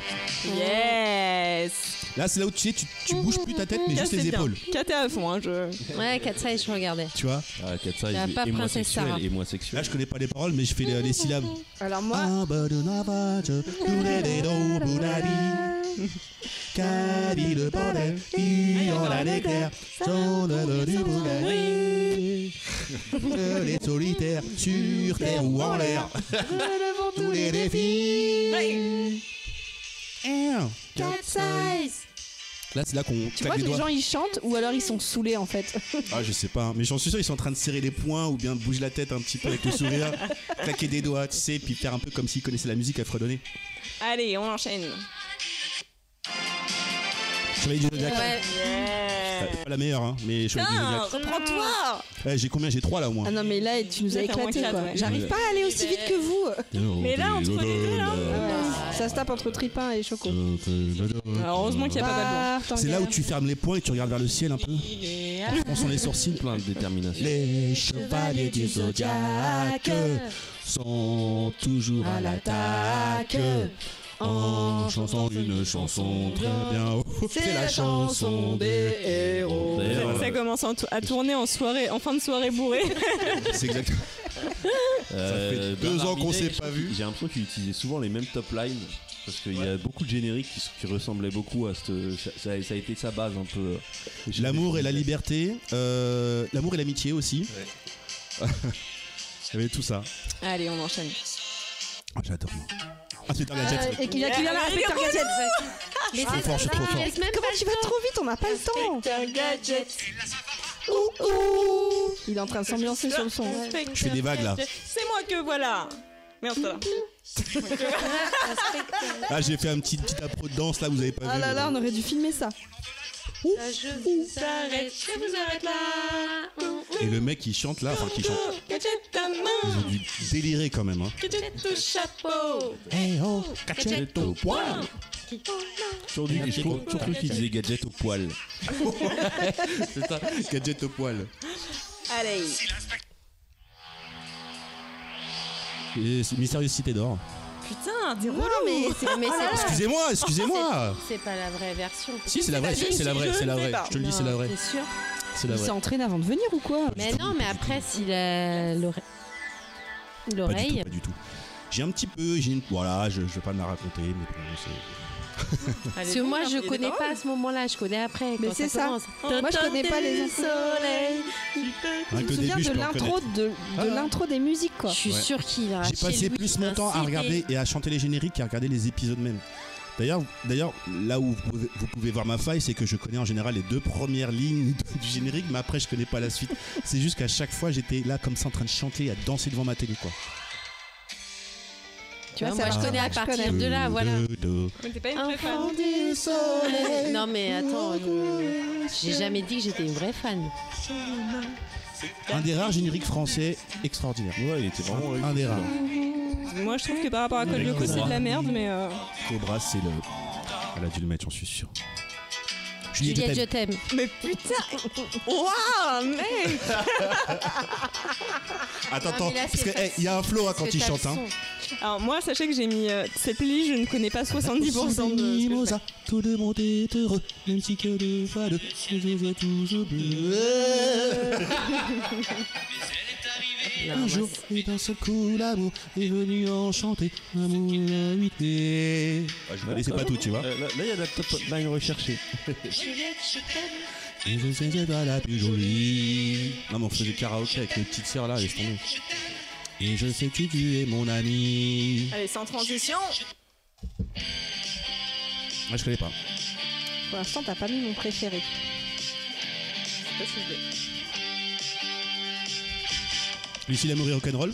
Speaker 1: Yes.
Speaker 4: Là, c'est là où tu sais, tu, tu bouges plus ta tête, mais juste les
Speaker 1: Cassez bien.
Speaker 4: épaules.
Speaker 1: Caté à fond, hein, je...
Speaker 5: Ouais, Katsai, je regardais.
Speaker 4: Tu vois
Speaker 3: Ah, Katsa,
Speaker 5: La
Speaker 3: il
Speaker 5: pas
Speaker 3: est et moi
Speaker 5: princesse Sarah.
Speaker 3: sexuel, et moi
Speaker 4: Là,
Speaker 3: sexuel.
Speaker 4: je connais pas les paroles, mais je fais les, les syllabes.
Speaker 2: Alors moi,
Speaker 4: Ah, badonava, je voulais des dons, bon habit. Cabi le bordel, il y en a des clairs, j'en donne du bon habit. Je l'ai solitaire, sur terre ou en l'air, tous les défis. Un, quatre,
Speaker 5: Katsai
Speaker 4: Là, c'est là qu'on
Speaker 2: tu vois
Speaker 4: claque
Speaker 2: que
Speaker 4: les
Speaker 2: les
Speaker 4: doigts.
Speaker 2: gens ils chantent ou alors ils sont saoulés en fait.
Speaker 4: Ah, je sais pas, mais j'en suis sûr, ils sont en train de serrer les poings ou bien de bouger la tête un petit peu avec le sourire, *laughs* claquer des doigts, tu sais, puis faire un peu comme s'ils connaissaient la musique à fredonner.
Speaker 1: Allez, on enchaîne.
Speaker 4: Chevalier du Zodiac,
Speaker 5: Ouais,
Speaker 4: euh, c'est pas la meilleure, hein, mais Chevalier du Zodiac.
Speaker 1: reprends-toi
Speaker 4: Eh, j'ai combien J'ai trois là au moins.
Speaker 2: Ah non mais là tu nous as
Speaker 1: Là, t'as
Speaker 2: éclaté
Speaker 1: moins
Speaker 2: quoi.
Speaker 1: quatre, ouais.
Speaker 2: J'arrive
Speaker 4: Ouais.
Speaker 2: pas à aller aussi vite que vous.
Speaker 1: Ah Mais là, entre les deux, là...
Speaker 2: Ça se tape entre Tripin et Choco.
Speaker 1: Alors, heureusement qu'il n'y a pas d'album.
Speaker 2: Bah,
Speaker 4: C'est là où tu fermes les poings et tu regardes vers le ciel un peu. En fronçant les sourcils.
Speaker 3: Plein de détermination.
Speaker 4: Les chevaliers du Zodiac sont toujours à l'attaque en chantant une chanson très bien. haut. C'est la chanson des héros.
Speaker 1: Ça, ça commence en tou- à tourner en soirée, en fin de soirée bourrée.
Speaker 4: C'est exactement.
Speaker 3: Euh,
Speaker 4: fait deux ans qu'on s'est pas vu.
Speaker 3: J'ai l'impression qu'il utilisait souvent les mêmes top lines. Parce qu'il y a beaucoup de génériques qui, s- qui ressemblaient beaucoup à cette. Ça, ça- ça a été sa base un peu. euh,
Speaker 4: L'amour et la liberté, euh, l'amour et l'amitié aussi. *laughs* Il y avait tout ça.
Speaker 1: *laughs* Allez, on enchaîne.
Speaker 4: Ah, J'adore. moi. Ah, c'est un gadget.
Speaker 2: Et qu'il a tué la
Speaker 1: Allez,
Speaker 2: Peter
Speaker 1: on
Speaker 2: Gadget.
Speaker 5: Mais
Speaker 4: suis
Speaker 5: c'est-
Speaker 4: fort, je suis trop
Speaker 5: Ah,
Speaker 4: fort.
Speaker 5: laisse même
Speaker 2: Comment
Speaker 5: pas-
Speaker 2: tu vas trop vite On n'a pas le temps. Ouh, ouh. Il est en train de s'ambiancer sur le son.
Speaker 4: Je fais des vagues, là.
Speaker 1: C'est moi que voilà. Merde, ça là.
Speaker 4: Ah, j'ai fait un petit petit appro de danse là, vous avez pas
Speaker 2: Ah
Speaker 4: vu.
Speaker 2: là là, on aurait dû filmer ça.
Speaker 5: Je vous arrête, je vous arrête là.
Speaker 4: Et le mec qui chante là, enfin qui chante,
Speaker 1: Gadget ta main,
Speaker 4: ils ont dû délirer quand même. Hein.
Speaker 1: gadget ton chapeau.
Speaker 4: Eh oh,
Speaker 5: gadget
Speaker 4: au
Speaker 3: Surtout, je trouve- surtout qu'il disait gadget au poil.
Speaker 4: *laughs* C'est ça, gadget au poil.
Speaker 1: Allez.
Speaker 4: Et c'est Mystérieuse Cité d'Or.
Speaker 1: Putain, des
Speaker 2: Non
Speaker 1: relous.
Speaker 2: mais
Speaker 5: Mais c'est pas-
Speaker 4: Excusez-moi, excusez-moi
Speaker 5: c'est pas la vraie version.
Speaker 4: Si, c'est la vraie,
Speaker 1: Je
Speaker 4: c'est la vraie,
Speaker 1: ne
Speaker 4: c'est la
Speaker 1: sais
Speaker 4: vraie.
Speaker 1: pas.
Speaker 4: Je te le dis, c'est la vraie.
Speaker 5: T'es sûr
Speaker 4: C'est la
Speaker 2: il s'est
Speaker 4: vraie.
Speaker 2: entraîné avant de venir ou quoi
Speaker 5: Mais non, mais après, s'il a l'ore-
Speaker 4: Pas du tout,
Speaker 5: l'oreille.
Speaker 4: pas du tout. J'ai un petit peu, j'ai une. Voilà, je, je vais pas me la raconter, mais bon, c'est.
Speaker 5: Parce que moi, je connais pas à ce moment-là, je connais après.
Speaker 2: Mais
Speaker 5: quand
Speaker 2: c'est ça.
Speaker 5: commence.
Speaker 2: Moi je connais pas les
Speaker 5: soleil.
Speaker 4: Rien
Speaker 2: Je me
Speaker 4: qu'au
Speaker 2: souviens
Speaker 4: début, je
Speaker 2: de
Speaker 4: peux
Speaker 2: l'intro
Speaker 4: reconnaître.
Speaker 2: de, de
Speaker 4: Ah.
Speaker 2: l'intro des musiques quoi.
Speaker 5: Je suis
Speaker 4: Ouais.
Speaker 5: sûre qu'il a.
Speaker 4: J'ai
Speaker 5: Ah, chez
Speaker 4: passé
Speaker 5: lui
Speaker 4: plus mon
Speaker 5: un
Speaker 4: temps à
Speaker 5: CD.
Speaker 4: regarder et à chanter les génériques qu'à regarder les épisodes même. D'ailleurs, d'ailleurs, là où vous pouvez, vous pouvez voir ma faille, c'est que je connais en général les deux premières lignes *laughs* de- du générique, mais après je connais pas la suite. C'est juste qu'à chaque fois, j'étais là comme ça en train de chanter, à danser devant ma télé, quoi.
Speaker 2: Tu
Speaker 4: Oh
Speaker 5: Ah, moi,
Speaker 2: va,
Speaker 5: je connais à
Speaker 2: je
Speaker 5: partir
Speaker 2: connais.
Speaker 5: de là, voilà.
Speaker 4: De- de-
Speaker 1: Mais t'es pas une vraie fan.
Speaker 5: Enfant du soleil. Non, mais attends, je- j'ai jamais dit que j'étais une vraie fan.
Speaker 4: Un des rares génériques français extraordinaire.
Speaker 3: Ouais, il était vraiment.
Speaker 4: Un, un des rares.
Speaker 1: Moi, je trouve que par rapport à Code
Speaker 4: Avec
Speaker 1: Lyoko, c'est
Speaker 4: Cobra.
Speaker 1: de la merde, mais. euh,
Speaker 4: Cobra, c'est le. Elle a dû le mettre, j'en suis sûr. Juliette,
Speaker 5: Juliette,
Speaker 4: je
Speaker 5: je
Speaker 4: t'aime.
Speaker 5: t'aime.
Speaker 1: Mais putain Waouh, mec
Speaker 4: Attends,
Speaker 5: Ah,
Speaker 4: attends,
Speaker 5: mais là,
Speaker 4: parce
Speaker 5: c'est
Speaker 4: qu'il
Speaker 5: facile.
Speaker 4: y a un flow hein,
Speaker 5: Parce
Speaker 4: quand
Speaker 5: que
Speaker 4: il
Speaker 5: t'as le
Speaker 4: chante. Hein.
Speaker 5: son.
Speaker 1: Alors, moi, sachez que j'ai mis. euh, cette playlist, je ne connais pas 70% de. ce que je fais.
Speaker 4: Mimosa, tout le monde est heureux, même si que le voile se voit toujours
Speaker 5: *laughs*
Speaker 4: bleu. Un jour, et d'un seul coup, l'amour est venu enchanter, l'amour et la nuitée. Allez, c'est pas tout, tu vois.
Speaker 3: Euh, Là, là, il y a la top line recherchée.
Speaker 4: Et je sais, c'est pas la plus jolie. Non, mais on faisait karaoké avec mes petites sœurs là, laisse tomber. Et je sais que tu es mon ami.
Speaker 1: Allez, sans transition.
Speaker 4: Moi, je connais pas.
Speaker 2: Pour l'instant t'as pas mis mon préféré.
Speaker 4: Lucie l'amour et rock'n'roll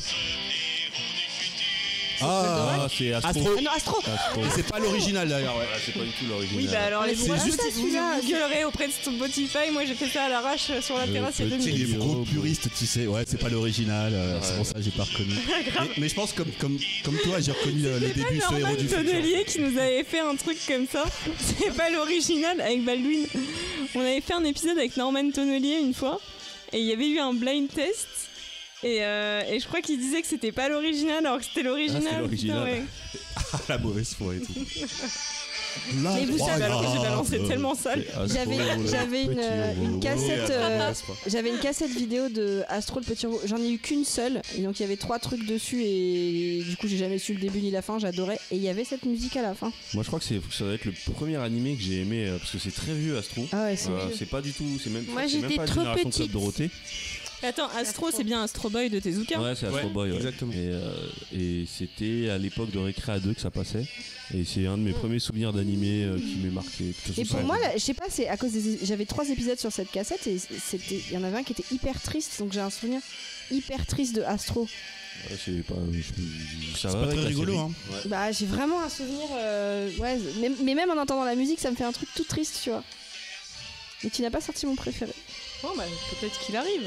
Speaker 4: Ah,
Speaker 3: c'est
Speaker 4: Astro.
Speaker 2: Ah non Astro
Speaker 4: Et c'est pas l'original d'ailleurs, ouais.
Speaker 3: Ah, c'est pas du tout
Speaker 1: Oui,
Speaker 3: l'original.
Speaker 1: bah alors, les
Speaker 4: c'est
Speaker 1: bourrages,
Speaker 4: juste-
Speaker 1: vous, vous gueulerez auprès de Spotify. Moi, j'ai fait ça à l'arrache euh, sur la terrasse il y a deux
Speaker 4: C'est
Speaker 1: minutes.
Speaker 4: les gros puristes, tu sais, ouais, c'est pas l'original, euh, c'est pour ça que j'ai
Speaker 2: *laughs*
Speaker 4: pas reconnu. mais, mais je pense comme, comme, comme toi, j'ai reconnu euh, le début, ce héros
Speaker 1: Norman
Speaker 4: du futur.
Speaker 1: Tonnelier qui nous avait fait un truc comme ça. C'est pas l'original avec Baldwin. On avait fait un épisode avec Norman Tonnelier une fois et il y avait eu un blind test. Et, euh, et je crois qu'il disait que c'était pas l'original alors que c'était l'original.
Speaker 3: Ah, c'est
Speaker 1: Putain,
Speaker 2: *laughs*
Speaker 3: l'original.
Speaker 1: ouais.
Speaker 4: La mauvaise foi et tout. La
Speaker 2: Mais vous savez,
Speaker 4: croyable.
Speaker 1: j'ai balancé tellement sale.
Speaker 2: J'avais- j'avais une, euh, une cassette, euh, J'avais une cassette vidéo de Astro le petit robot. J'en ai eu qu'une seule. Et donc il y avait trois trucs dessus et du coup j'ai jamais su le début ni la fin. J'adorais. Et il y avait cette musique à la fin.
Speaker 3: Moi, je crois que c'est- ça doit être le premier animé que j'ai aimé euh, parce que c'est très vieux Astro.
Speaker 2: Ah ouais, c'est
Speaker 3: Euh,
Speaker 2: vieux.
Speaker 3: c'est pas du tout, c'est même,
Speaker 5: Moi,
Speaker 3: c'est même
Speaker 5: j'étais
Speaker 3: pas
Speaker 5: trop
Speaker 3: Génération Club
Speaker 5: petite.
Speaker 3: Dorothée.
Speaker 1: Attends, Astro, c'est bien Astro Boy de Tezuka.
Speaker 3: Ouais, c'est Astro
Speaker 4: Ouais,
Speaker 3: Boy. ouais.
Speaker 4: exactement.
Speaker 3: Et, euh, et c'était à l'époque de Récré à 2 que ça passait. Et c'est un de mes premiers souvenirs d'animé euh, qui m'est marqué. De toute façon,
Speaker 2: Mm. Et
Speaker 3: ça
Speaker 2: pour
Speaker 3: a-
Speaker 2: moi, là, je sais pas, c'est à cause des... j'avais trois épisodes sur cette cassette et c'était, il y en avait un qui était hyper triste, donc j'ai un souvenir hyper triste de Astro.
Speaker 3: Ouais, c'est pas, je-
Speaker 4: C'est
Speaker 3: ça va
Speaker 4: pas
Speaker 3: avec
Speaker 4: très
Speaker 3: la
Speaker 4: rigolo,
Speaker 3: série.
Speaker 4: hein.
Speaker 2: Bah j'ai vraiment un souvenir, euh, ouais, mais, mais même en entendant la musique, ça me fait un truc tout triste, tu vois. Mais tu n'as pas sorti mon préféré. Oh,
Speaker 1: Bon, bah, peut-être qu'il arrive.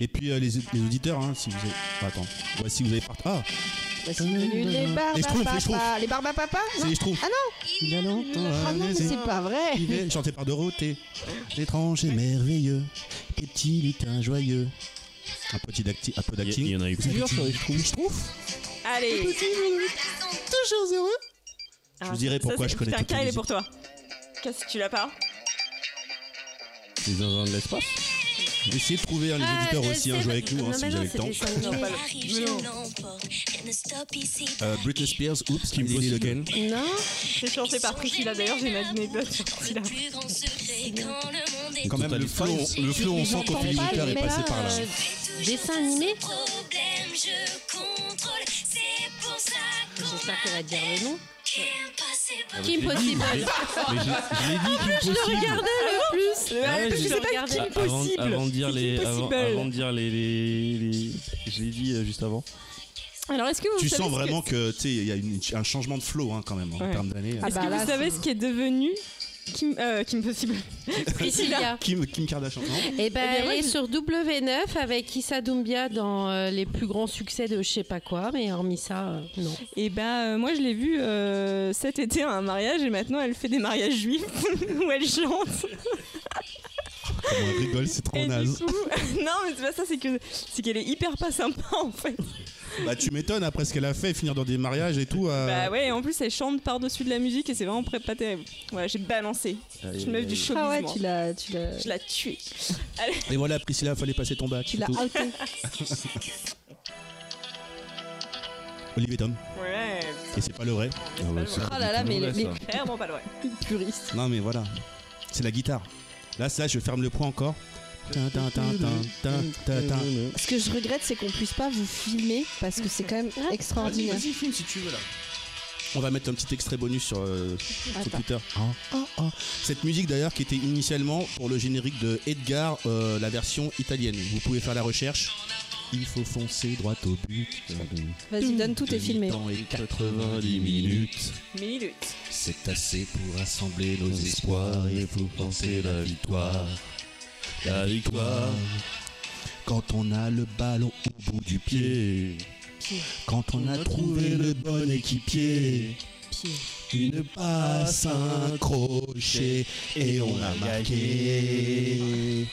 Speaker 4: Et puis euh, les, les auditeurs, hein, si vous avez. Attends, voici si vous avez. part- Ah,
Speaker 2: Voici venus les
Speaker 4: Les Schtroumpfs, les
Speaker 2: barbapapa.
Speaker 4: Schtroumpfs.
Speaker 2: Les barbapapa
Speaker 4: c'est les Schtroumpfs.
Speaker 2: Ah
Speaker 4: Il y a longtemps,
Speaker 2: non Ah
Speaker 4: un
Speaker 2: non, mais
Speaker 4: baiser.
Speaker 2: c'est pas vrai
Speaker 1: *laughs*
Speaker 4: Il est chanté par Dorothée. L'étrange et merveilleux, petit lutin joyeux. Un petit d'acti- un peu
Speaker 3: Il y, il
Speaker 4: d'acting.
Speaker 3: y en a eu
Speaker 4: Vous avez
Speaker 3: plusieurs
Speaker 4: dit-
Speaker 3: sur les Schtroumpfs.
Speaker 1: Allez
Speaker 4: Toujours heureux.
Speaker 1: Ah,
Speaker 4: Je vous dirai
Speaker 1: ça,
Speaker 4: pourquoi
Speaker 1: c'est-
Speaker 4: je connais
Speaker 1: Putain,
Speaker 4: toutes les
Speaker 1: Kyle est
Speaker 4: musiques.
Speaker 1: pour toi. Qu'est-ce que tu l'as pas
Speaker 3: Les zinzins de l'espace.
Speaker 4: Essayez de trouver hein, les
Speaker 5: Ah,
Speaker 4: auditeurs
Speaker 5: je
Speaker 4: aussi, hein,
Speaker 5: sais,
Speaker 4: jouez
Speaker 5: mais-
Speaker 4: avec nous hein,
Speaker 5: non,
Speaker 4: si
Speaker 5: mais
Speaker 4: vous
Speaker 5: non,
Speaker 4: avez le
Speaker 5: c'est
Speaker 4: temps.
Speaker 5: des sons de Noël.
Speaker 4: Euh, Britney Spears, oups,
Speaker 3: Kim
Speaker 4: Lily
Speaker 3: Possible.
Speaker 4: Logan.
Speaker 1: C'est chanté par Priscilla. D'ailleurs, j'ai une anecdote sur Priscilla.
Speaker 4: Quand même, le flow, le flow, on
Speaker 2: Ils
Speaker 4: sent qu'au
Speaker 2: entendent pas,
Speaker 4: militaire
Speaker 2: les
Speaker 4: est passé
Speaker 2: mecs,
Speaker 4: par là.
Speaker 2: euh,
Speaker 5: Dessin animé
Speaker 7: problème, je contrôle. C'est pour ça
Speaker 5: J'espère qu'elle va dire le nom.
Speaker 7: qu'il est passé par
Speaker 5: Kim Possible.
Speaker 3: Mais je, je l'ai dit, Kim Possible.
Speaker 1: le plus
Speaker 3: ouais,
Speaker 1: Je
Speaker 3: je
Speaker 1: sais pas
Speaker 5: regarde.
Speaker 1: qui
Speaker 3: Ah,
Speaker 1: est possible
Speaker 3: Avant, avant de dire
Speaker 1: C'est
Speaker 3: les,
Speaker 1: Kim
Speaker 3: avant,
Speaker 1: Possible.
Speaker 3: avant de dire les, les, les- je l'ai dit euh, juste avant.
Speaker 1: Alors, est-ce que vous
Speaker 4: Tu
Speaker 1: savez
Speaker 4: sens
Speaker 1: ce que-
Speaker 4: vraiment que, tu sais, il y a une- un changement de flow hein, quand même en
Speaker 1: Ouais.
Speaker 4: termes d'années.
Speaker 2: Ah
Speaker 1: Est-ce
Speaker 2: bah
Speaker 1: que
Speaker 2: là,
Speaker 1: vous savez
Speaker 2: c'est-
Speaker 1: ce qui est devenu Kim, euh, Kim Possible
Speaker 4: *laughs*
Speaker 1: Priscilla.
Speaker 5: Priscilla.
Speaker 4: Kim, Kim Kardashian.
Speaker 1: *laughs*
Speaker 4: non
Speaker 5: Et ben,
Speaker 1: Eh bien, moi,
Speaker 5: elle est
Speaker 1: je-
Speaker 5: sur W9 avec Issa Doumbia dans euh, les plus grands succès de je sais pas quoi, mais hormis ça, euh, non.
Speaker 1: Et bah, euh, moi, je l'ai vue euh, cet été à un mariage et maintenant, elle fait des mariages juifs *laughs* où elle chante.
Speaker 4: Comment elle rigole, c'est trop
Speaker 1: Et du
Speaker 4: naze.
Speaker 1: coup, *laughs* non, mais c'est pas ça, c'est que c'est qu'elle est hyper pas sympa en fait.
Speaker 4: Bah, tu m'étonnes après ce qu'elle a fait, finir dans des mariages et tout.
Speaker 3: Ah.
Speaker 4: euh,
Speaker 1: Bah ouais, et en plus elle chante par-dessus de la musique et c'est vraiment pré- pas terrible. Voilà, j'ai balancé. Je suis une meuf du showbiz.
Speaker 2: Ah ouais,
Speaker 1: moi.
Speaker 2: tu l'as, tu l'as,
Speaker 1: Je l'ai tué.
Speaker 4: Et voilà, Priscilla, fallait passer ton bac.
Speaker 2: tu
Speaker 4: c'est
Speaker 2: l'as
Speaker 4: tout.
Speaker 2: outé.
Speaker 4: Olivier Tom,
Speaker 1: Ouais,
Speaker 4: et Ah c'est pas le vrai.
Speaker 2: Oh là là, mais les, les
Speaker 1: clairement pas loin.
Speaker 2: puristes.
Speaker 4: Non, mais voilà, c'est la guitare. Là, ça, je ferme le point encore. Tin, tin, tin, tin, tin, tin, tin.
Speaker 2: Ce que je regrette, c'est qu'on puisse pas vous filmer parce que c'est quand même
Speaker 4: Vas-y,
Speaker 2: extraordinaire.
Speaker 4: vas-y, filme si tu veux là. On va mettre un petit extrait bonus sur, euh, sur
Speaker 2: Attends.
Speaker 4: Twitter. Ah, ah, ah. Cette musique d'ailleurs qui était initialement pour le générique de Edgar, euh, la version italienne. Vous pouvez faire la recherche. Il faut foncer droit au but.
Speaker 2: Vas-y, donne tout est filmé.
Speaker 4: Temps et 90 minutes.
Speaker 1: Minute.
Speaker 4: C'est assez pour rassembler nos espoirs et vous penser la victoire. La victoire. Quand on a le ballon au bout du pied. Quand on a trouvé le bon équipier. Une passe, un crochet et on a marqué.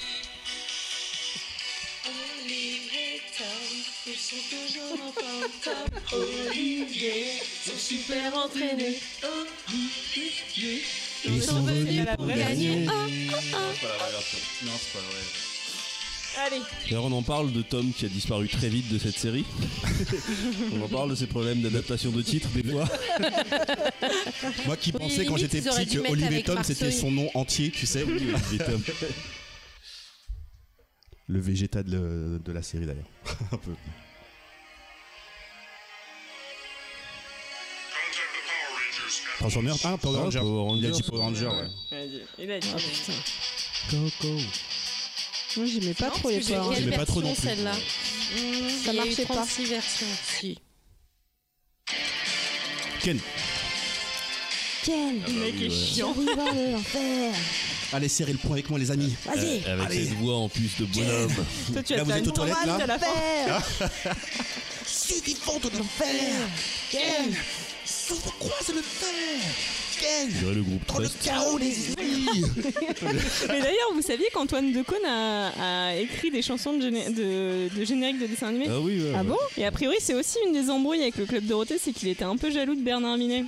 Speaker 5: Super entraîné.
Speaker 4: Ils sont venus
Speaker 1: la
Speaker 4: pour
Speaker 1: vraie
Speaker 4: gagner.
Speaker 1: Allez.
Speaker 3: D'ailleurs, on en parle de Tom qui a disparu très vite de cette
Speaker 2: *laughs*
Speaker 3: série. on en parle de ses problèmes d'adaptation de titres des fois.
Speaker 4: Moi qui
Speaker 5: pensais limite, quand j'étais ils auraient petit dû que mettre Olivier avec Tom, c'était Marceau. son
Speaker 4: nom entier, tu sais.
Speaker 5: *laughs*
Speaker 4: Le végétal de, de la série d'ailleurs. *laughs* Un peu. Transformers Ah, Power
Speaker 3: Ah,
Speaker 4: Ranger.
Speaker 3: Power
Speaker 4: Il a
Speaker 3: Rangers.
Speaker 4: dit Power Ranger, ouais.
Speaker 1: Vas-y. Il a dit.
Speaker 4: Coco.
Speaker 2: Moi, j'aimais pas
Speaker 1: Non,
Speaker 2: trop les
Speaker 1: parce que j'ai-
Speaker 2: peurs.
Speaker 5: Quelle
Speaker 4: l'aimais pas trop non
Speaker 5: version
Speaker 4: plus.
Speaker 5: celle-là
Speaker 2: Ça
Speaker 5: Il y a eu
Speaker 2: marchait pas.
Speaker 5: 36 versions. Si.
Speaker 4: Ken.
Speaker 2: Quel
Speaker 1: Le mec est chiant.
Speaker 2: boulevard de l'enfer.
Speaker 4: Allez, serrez le point avec moi, les amis.
Speaker 2: Vas-y.
Speaker 3: Avec
Speaker 4: Allez.
Speaker 3: cette voix en plus de bonhomme.
Speaker 1: Toi, tu as
Speaker 4: Là, vous
Speaker 1: fait
Speaker 4: êtes
Speaker 1: un
Speaker 4: aux toilettes,
Speaker 1: fromage
Speaker 4: là
Speaker 1: à la fin.
Speaker 4: *laughs* Si ils font de l'enfer. Ken. Pourquoi c'est le fer Ken.
Speaker 3: Je dirais le groupe
Speaker 4: Dans le
Speaker 3: Trust.
Speaker 4: chaos des esprits.
Speaker 1: Mais d'ailleurs, vous saviez qu'Antoine Decaune a, a écrit des chansons de, géné- de, de générique de dessin animé
Speaker 3: Ah oui, ouais,
Speaker 2: Ah
Speaker 3: ouais.
Speaker 2: bon
Speaker 1: Et a priori, c'est aussi une des embrouilles avec le club Dorothée, c'est qu'il était un peu jaloux de Bernard Minet.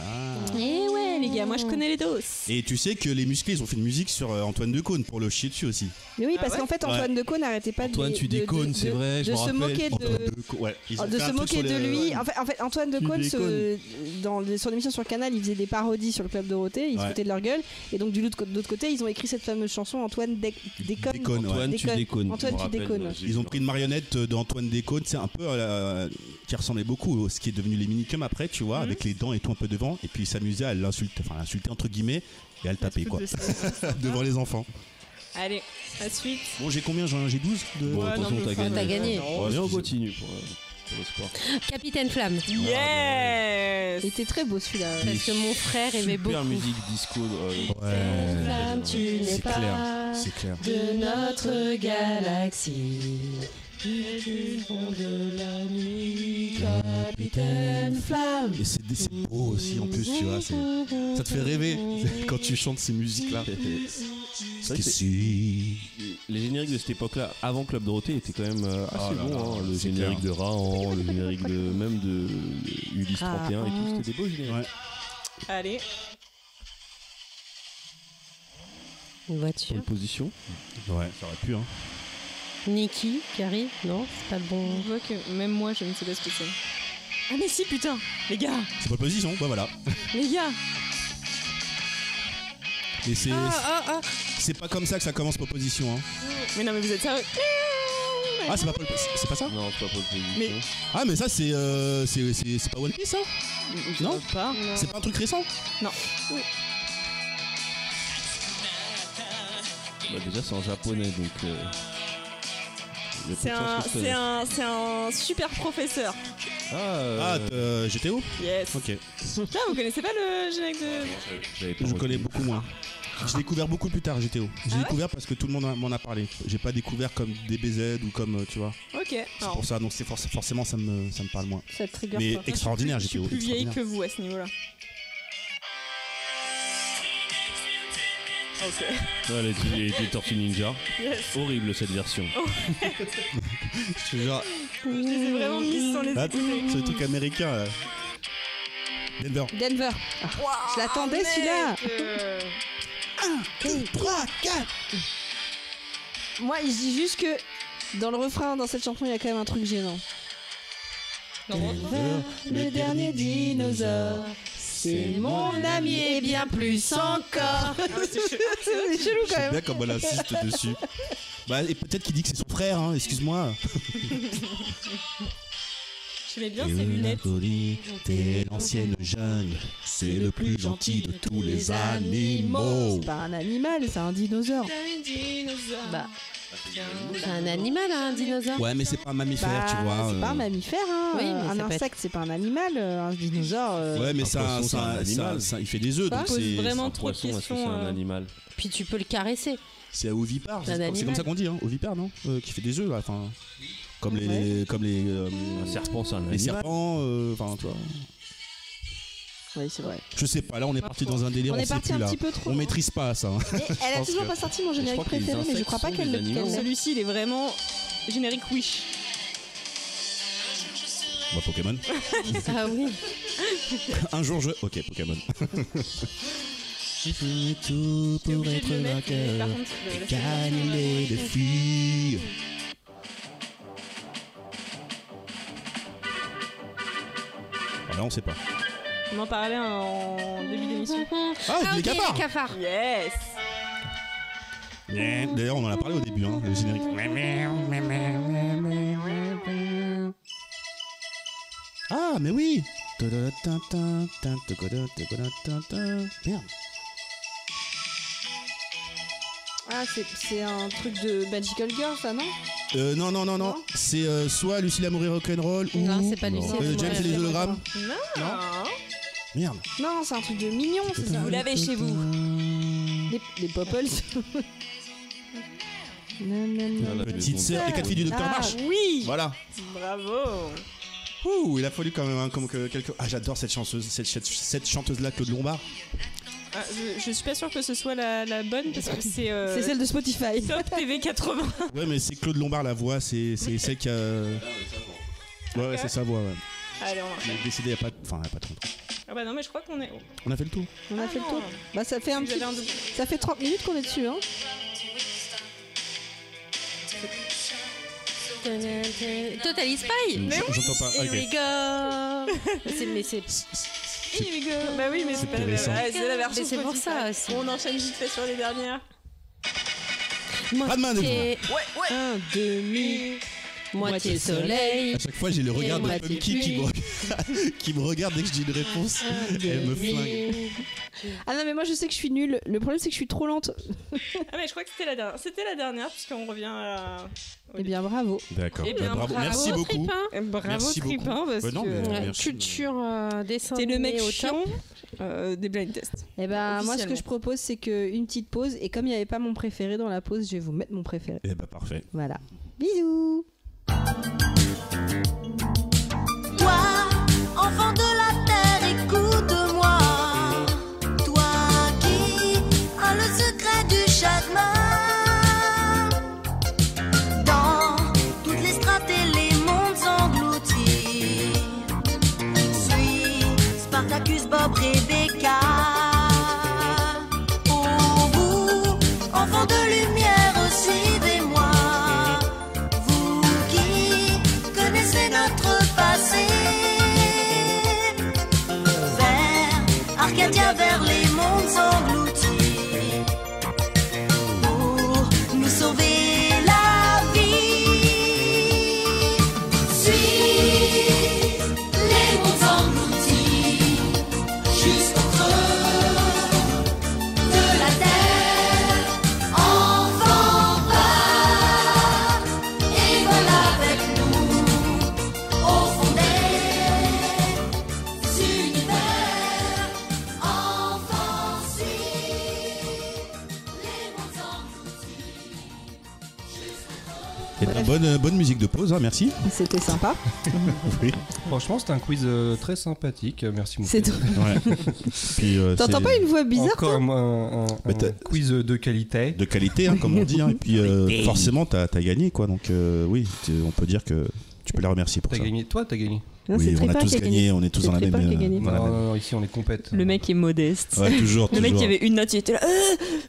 Speaker 4: Ah.
Speaker 1: Eh ouais, les gars, moi je connais les doses.
Speaker 4: Et tu sais que les musclés, ils ont fait une musique sur euh, Antoine Decaune pour le chier dessus aussi.
Speaker 2: Mais oui, parce qu'en fait, Antoine Decaune n'arrêtait pas de-
Speaker 3: Antoine, tu
Speaker 2: de- de-
Speaker 3: déconnes, c'est
Speaker 2: de-
Speaker 3: vrai, je
Speaker 2: de
Speaker 3: me
Speaker 2: se
Speaker 3: rappelle.
Speaker 2: moquer
Speaker 4: Antoine
Speaker 2: de.
Speaker 4: Decaune, Euh, ouais, ils ont
Speaker 2: Ah, de
Speaker 4: fait
Speaker 2: se
Speaker 4: un truc
Speaker 2: moquer
Speaker 4: sur les- euh,
Speaker 2: de lui.
Speaker 4: ouais.
Speaker 2: En, fait, en fait, Antoine
Speaker 3: Tu
Speaker 2: Decaune, se- dans les- sur l'émission sur Canal, il faisait des parodies sur le club Dorothée, il se
Speaker 4: Ouais.
Speaker 2: foutait de leur gueule. Et donc, du l'autre de l'autre côté, ils ont écrit cette fameuse chanson Antoine Dec- Déconne.
Speaker 4: Déconne, ouais.
Speaker 3: Antoine, tu
Speaker 2: Déconne.
Speaker 3: déconnes.
Speaker 2: Antoine,
Speaker 3: Je me
Speaker 2: tu
Speaker 3: rappelle,
Speaker 2: déconnes.
Speaker 3: euh, j'ai-
Speaker 4: Ils ont pris une marionnette euh, d'Antoine Décaune, c'est un peu euh, qui ressemblait beaucoup à ce qui est devenu les minicums après, tu vois, avec les dents et tout un peu devant. Et puis il s'amusait à l'insulter, enfin à l'insulter entre guillemets et à le taper quoi, *laughs* devant les enfants.
Speaker 1: Allez, la suite.
Speaker 4: Bon, j'ai combien J'en- J'ai 12 de...
Speaker 3: Bon,
Speaker 1: Ouais,
Speaker 3: attention,
Speaker 1: non, mais
Speaker 3: t'as
Speaker 1: enfin,
Speaker 3: gagné.
Speaker 5: t'as gagné.
Speaker 3: Oh, allez, on continue pour, euh, pour le sport.
Speaker 5: Capitaine Flamme.
Speaker 1: Yes
Speaker 2: Il était très beau celui-là. ouais.
Speaker 5: Parce que mon frère aimait
Speaker 3: Super
Speaker 5: beaucoup.
Speaker 3: musique disco. euh,
Speaker 4: Ouais.
Speaker 5: Flamme, tu n'es
Speaker 4: C'est
Speaker 5: pas
Speaker 4: clair, c'est clair.
Speaker 5: de notre galaxie. Du fond de la nuit, capitaine Flamme.
Speaker 4: Et c'est c'est beau aussi Oh, en plus, tu vois. c'est- Ça te fait rêver *laughs*
Speaker 5: *laughs*
Speaker 4: quand tu chantes ces musiques-là.
Speaker 3: vrai que les génériques de cette époque-là, avant Club Dorothée, étaient quand même euh, assez
Speaker 4: Oh là
Speaker 3: bons.
Speaker 4: là,
Speaker 3: hein. le
Speaker 4: c'est
Speaker 3: générique de Raon, le générique de même de Ulysse 31 et tout, c'était des beaux génériques.
Speaker 4: Ouais.
Speaker 1: Allez.
Speaker 5: Une
Speaker 3: Pole
Speaker 5: voiture.
Speaker 3: position.
Speaker 4: Ouais, ça aurait pu, hein.
Speaker 5: Nikki qui arrive. Non, c'est pas le bon.
Speaker 1: On voit que même moi je ne sais pas ce que c'est. Ah mais si putain Les gars
Speaker 4: C'est pas position, bah voilà.
Speaker 1: Les gars
Speaker 4: Et c'est
Speaker 1: Ah ah ah
Speaker 4: c'est pas comme ça que ça commence pas position, hein.
Speaker 1: Mais non mais vous êtes sérieux
Speaker 4: Ah, c'est pas pole- c'est pas ça
Speaker 3: Non, c'est pas pole position.
Speaker 4: Ah, mais ça, c'est euh, c'est- c'est- c'est pas One Piece, hein Non
Speaker 1: Pas
Speaker 4: C'est pas un truc récent
Speaker 1: Non.
Speaker 3: Bah, déjà, c'est en japonais donc. euh, il y a peu de
Speaker 1: C'est un,
Speaker 3: chances que je
Speaker 1: c'est
Speaker 3: connaisse.
Speaker 1: un, c'est un super professeur.
Speaker 3: Ah, euh,
Speaker 4: Ah, euh, GTO
Speaker 1: Yes.
Speaker 4: Ok.
Speaker 1: Putain, vous connaissez pas le générique de.
Speaker 3: j'avais pas
Speaker 4: Je
Speaker 3: retenu.
Speaker 4: connais beaucoup moins. J'ai découvert beaucoup plus tard GTO. J'ai découvert parce que tout le monde m'en a parlé. J'ai pas découvert comme DBZ ou comme, euh, tu vois.
Speaker 1: Ok.
Speaker 4: C'est
Speaker 1: Alors,
Speaker 4: pour ça, donc c'est forc- forcément, ça me, ça me parle moins.
Speaker 2: Ça te trigger
Speaker 4: Mais
Speaker 2: quoi.
Speaker 4: extraordinaire,
Speaker 1: je suis
Speaker 4: GTO.
Speaker 1: plus vieille
Speaker 4: extraordinaire.
Speaker 1: que vous à ce niveau-là. Ok.
Speaker 3: Ouais, les, les, les Tortues Ninja.
Speaker 1: Yes.
Speaker 3: Horrible cette version.
Speaker 4: Oh. Je suis genre,
Speaker 1: Je les ai vraiment mises sans les
Speaker 4: ah,
Speaker 1: écouter.
Speaker 4: c'est le truc américain, là. Denver.
Speaker 2: Denver. Ah, je l'attendais celui-là.
Speaker 1: Euh,
Speaker 4: 3, 4
Speaker 2: Moi, je dis juste que dans le refrain, dans cette chanson, il y a quand même un truc gênant.
Speaker 1: non, non.
Speaker 2: Le dernier dinosaure, c'est mon ami et bien plus encore. C'est chelou quand
Speaker 4: J'aime
Speaker 2: même.
Speaker 4: bien comme elle insiste dessus. Bah, et peut-être qu'il dit que c'est son frère,
Speaker 2: *laughs*
Speaker 4: hein, excuse-moi.
Speaker 1: J'aimais bien ces lunettes.
Speaker 4: t'es l'ancienne jungle, c'est le plus gentil de tous les animaux.
Speaker 3: Oh.
Speaker 2: C'est pas un animal, c'est un dinosaure.
Speaker 5: Bah, c'est un animal, hein, un dinosaure.
Speaker 4: Ouais, mais c'est pas un mammifère,
Speaker 2: Bah,
Speaker 4: tu vois.
Speaker 2: c'est
Speaker 4: euh.
Speaker 2: pas un mammifère, hein.
Speaker 5: Oui, mais ça
Speaker 2: un
Speaker 5: peut
Speaker 2: insecte, c'est pas un animal, euh, un dinosaure. euh,
Speaker 4: Ouais, mais
Speaker 3: Un
Speaker 4: ça,
Speaker 3: poisson, c'est un
Speaker 4: ça, ça,
Speaker 3: animal.
Speaker 4: ça- il fait des œufs,
Speaker 2: Ça
Speaker 4: donc
Speaker 1: pose
Speaker 4: c'est,
Speaker 1: vraiment
Speaker 3: Un
Speaker 1: trop de
Speaker 3: poisson, est-ce que c'est
Speaker 1: questions,
Speaker 3: un
Speaker 1: euh,
Speaker 3: animal
Speaker 5: Puis tu peux le caresser.
Speaker 4: c'est à ovipare.
Speaker 5: C'est un
Speaker 4: C'est, c'est comme
Speaker 5: animal.
Speaker 4: ça qu'on dit, hein, ovipare, non Euh, Qui fait des œufs, là, enfin. Comme les,
Speaker 2: Ouais.
Speaker 4: comme les, euh,
Speaker 3: Un serpent, c'est un
Speaker 4: les
Speaker 3: animal.
Speaker 4: serpents, euh, enfin, tu vois.
Speaker 2: Oui, c'est vrai.
Speaker 4: Je sais pas, là, on est parti dans un délire,
Speaker 2: On
Speaker 4: on,
Speaker 2: est
Speaker 4: sait
Speaker 2: parti
Speaker 4: plus,
Speaker 2: un
Speaker 4: là.
Speaker 2: petit peu trop.
Speaker 4: On
Speaker 2: loin.
Speaker 4: maîtrise pas ça. hein.
Speaker 2: Et elle a
Speaker 3: pense
Speaker 2: toujours
Speaker 3: que-
Speaker 2: pas sorti mon
Speaker 3: je
Speaker 2: générique
Speaker 3: crois que les
Speaker 2: préféré, mais je crois pas
Speaker 3: insectes
Speaker 2: qu'elle
Speaker 3: sont
Speaker 2: le.
Speaker 3: des animaux.
Speaker 2: qu'elle l'ait.
Speaker 1: Celui-ci, il est vraiment générique Wish.
Speaker 4: Bah, Pokémon.
Speaker 5: Ah oui.
Speaker 4: Un jour, je. Ok, Pokémon.
Speaker 2: *laughs*
Speaker 4: J'ai fait tout
Speaker 1: T'es obligé de le mettre, mais par contre, euh, le- la sélection,
Speaker 4: les défis. Voilà, Ah on sait pas.
Speaker 1: On en parlait en début *laughs* d'émission.
Speaker 4: Ah,
Speaker 5: ok,
Speaker 4: les cafards
Speaker 5: les cafards.
Speaker 1: Yes
Speaker 4: Ouais, Eh, D'ailleurs, on en a parlé au début, hein, le générique. Ah, mais oui Merde.
Speaker 2: Ah, c'est- c'est un truc de Magical Girl, ça, non
Speaker 4: Euh, non, non, non, non.
Speaker 2: Non
Speaker 4: C'est euh, soit Lucille Mourir Rock'n'Roll ou.
Speaker 5: Non, c'est pas Lucille
Speaker 4: Euh,
Speaker 5: Amoureux
Speaker 4: James et les
Speaker 5: Rock'n'Roll.
Speaker 4: hologrammes.
Speaker 1: Ah.
Speaker 4: Merde.
Speaker 2: Non, c'est un truc de mignon, c'est ça.
Speaker 1: Vous l'avez chez vous.
Speaker 2: Les, les Popples.
Speaker 3: la
Speaker 4: Petite sœur, les quatre filles du docteur
Speaker 2: Ah,
Speaker 4: Marsh.
Speaker 1: Oui
Speaker 4: Voilà.
Speaker 1: Bravo
Speaker 4: Ouh, il a fallu quand même hein, comme que quelques. Ah, j'adore cette chanteuse, cette, cette- cette chanteuse-là, Claude Lombard.
Speaker 1: Ah, je, je suis pas sûre que ce soit la, la bonne parce que c'est. euh,
Speaker 2: C'est celle de *laughs* Spotify.
Speaker 1: Top TV 80.
Speaker 4: Ouais, mais c'est Claude Lombard la voix, c'est c'est celle qui a. Ouais, ouais, c'est sa voix. Ouais.
Speaker 1: *laughs* Allez, on enchaîne.
Speaker 4: Elle est décédée il y a pas, enfin, il y a pas trop. longtemps.
Speaker 1: Ah bah non, mais je crois qu'on est.
Speaker 4: On a fait le tour.
Speaker 2: On a
Speaker 1: Ah
Speaker 2: fait
Speaker 1: non.
Speaker 2: le tour. Bah ça fait un
Speaker 1: J'avais
Speaker 2: petit...
Speaker 1: un doute.
Speaker 2: Ça fait 30 minutes qu'on est dessus hein.
Speaker 5: Total Spy
Speaker 4: J- J'entends pas.
Speaker 5: Here we
Speaker 4: Ok.
Speaker 5: go C'est- Mais c'est
Speaker 1: Here we go. Bah oui, mais c'est pas la,
Speaker 4: récent.
Speaker 1: ouais, c'est la version.
Speaker 5: Mais c'est pour
Speaker 1: Spotify.
Speaker 5: ça aussi.
Speaker 1: On enchaîne vite fait sur les dernières.
Speaker 4: Radman,
Speaker 5: moitié,
Speaker 2: Un, demi.
Speaker 5: moitié soleil.
Speaker 4: À chaque fois, j'ai le regard de
Speaker 5: Et
Speaker 4: Punky qui me, re- *laughs* qui me regarde dès que je dis une réponse.
Speaker 1: Ah,
Speaker 4: Elle me flingue.
Speaker 2: Ah non mais moi je sais que je suis nulle. Le problème c'est que je suis trop lente.
Speaker 1: Ah, mais je crois que c'était la dernière. C'était la dernière, puisqu'on revient à.
Speaker 2: Eh bien bravo.
Speaker 4: D'accord.
Speaker 1: Eh
Speaker 4: Bah,
Speaker 1: bien,
Speaker 4: bravo.
Speaker 1: bravo,
Speaker 4: Merci beaucoup.
Speaker 5: Tripin.
Speaker 1: Eh, Bravo,
Speaker 4: Merci beaucoup.
Speaker 1: Tripin, parce
Speaker 4: Ouais, non,
Speaker 1: que.
Speaker 4: mais-
Speaker 5: Ouais,
Speaker 4: Merci.
Speaker 5: culture euh, dessin
Speaker 1: T'es le mec
Speaker 5: animé au top.
Speaker 1: chiant euh, des blind tests.
Speaker 2: Eh ben moi ce que
Speaker 1: Officiellement.
Speaker 2: je propose c'est que une petite pause et comme il n'y avait pas mon préféré dans la pause, je vais vous mettre mon préféré.
Speaker 4: Eh bah, parfait.
Speaker 2: Voilà. Bisous.
Speaker 7: Toi, enfant de la terre, écoute-moi. Toi qui as le secret du chagrin. Dans toutes les strates et les mondes engloutis. Suis Spartacus, Bob, Rebecca. Au bout, enfant de lumière, suivez-moi. Vous qui connaissez notre passé, vers Arcadia, vers les mondes engloutis, pour nous sauver la vie. Suis les mondes engloutis, jusqu'au creux de la terre, enfant va. Et voilà avec nous, au fond des univers, enfants suivent les mondes engloutis.
Speaker 4: Eh ben, bonne, euh, bonne musique de pause, hein, merci.
Speaker 2: C'était sympa.
Speaker 4: Oui.
Speaker 8: Franchement, c'était un quiz euh, très sympathique. Merci beaucoup.
Speaker 2: C'est tout.
Speaker 4: Puis, euh,
Speaker 2: T'entends
Speaker 4: c'est
Speaker 2: pas une voix bizarre
Speaker 8: Encore un, un- un-
Speaker 4: Mais t'as-
Speaker 8: un quiz de qualité.
Speaker 4: de qualité, hein, comme on dit. hein. Et puis euh, forcément, t'as as gagné, quoi. Donc euh, oui, tu- on peut dire que tu peux la remercier pour
Speaker 8: T'as
Speaker 4: ça.
Speaker 8: gagné. Toi, t'as gagné.
Speaker 2: Non,
Speaker 4: Oui,
Speaker 2: c'est
Speaker 4: on a
Speaker 2: Trépas
Speaker 4: tous
Speaker 2: qui a
Speaker 4: gagné,
Speaker 2: gagné.
Speaker 4: on est tous
Speaker 2: C'est
Speaker 4: dans la même.
Speaker 2: Trépas qui a
Speaker 4: euh,
Speaker 2: gagné.
Speaker 4: dans
Speaker 8: Non,
Speaker 4: la
Speaker 8: non,
Speaker 4: même-
Speaker 8: non, ici on est
Speaker 5: *laughs*
Speaker 8: compète.
Speaker 1: Le mec est modeste.
Speaker 4: Ouais, toujours,
Speaker 1: Le mec qui
Speaker 4: toujours.
Speaker 1: avait une note, il était là. Euh,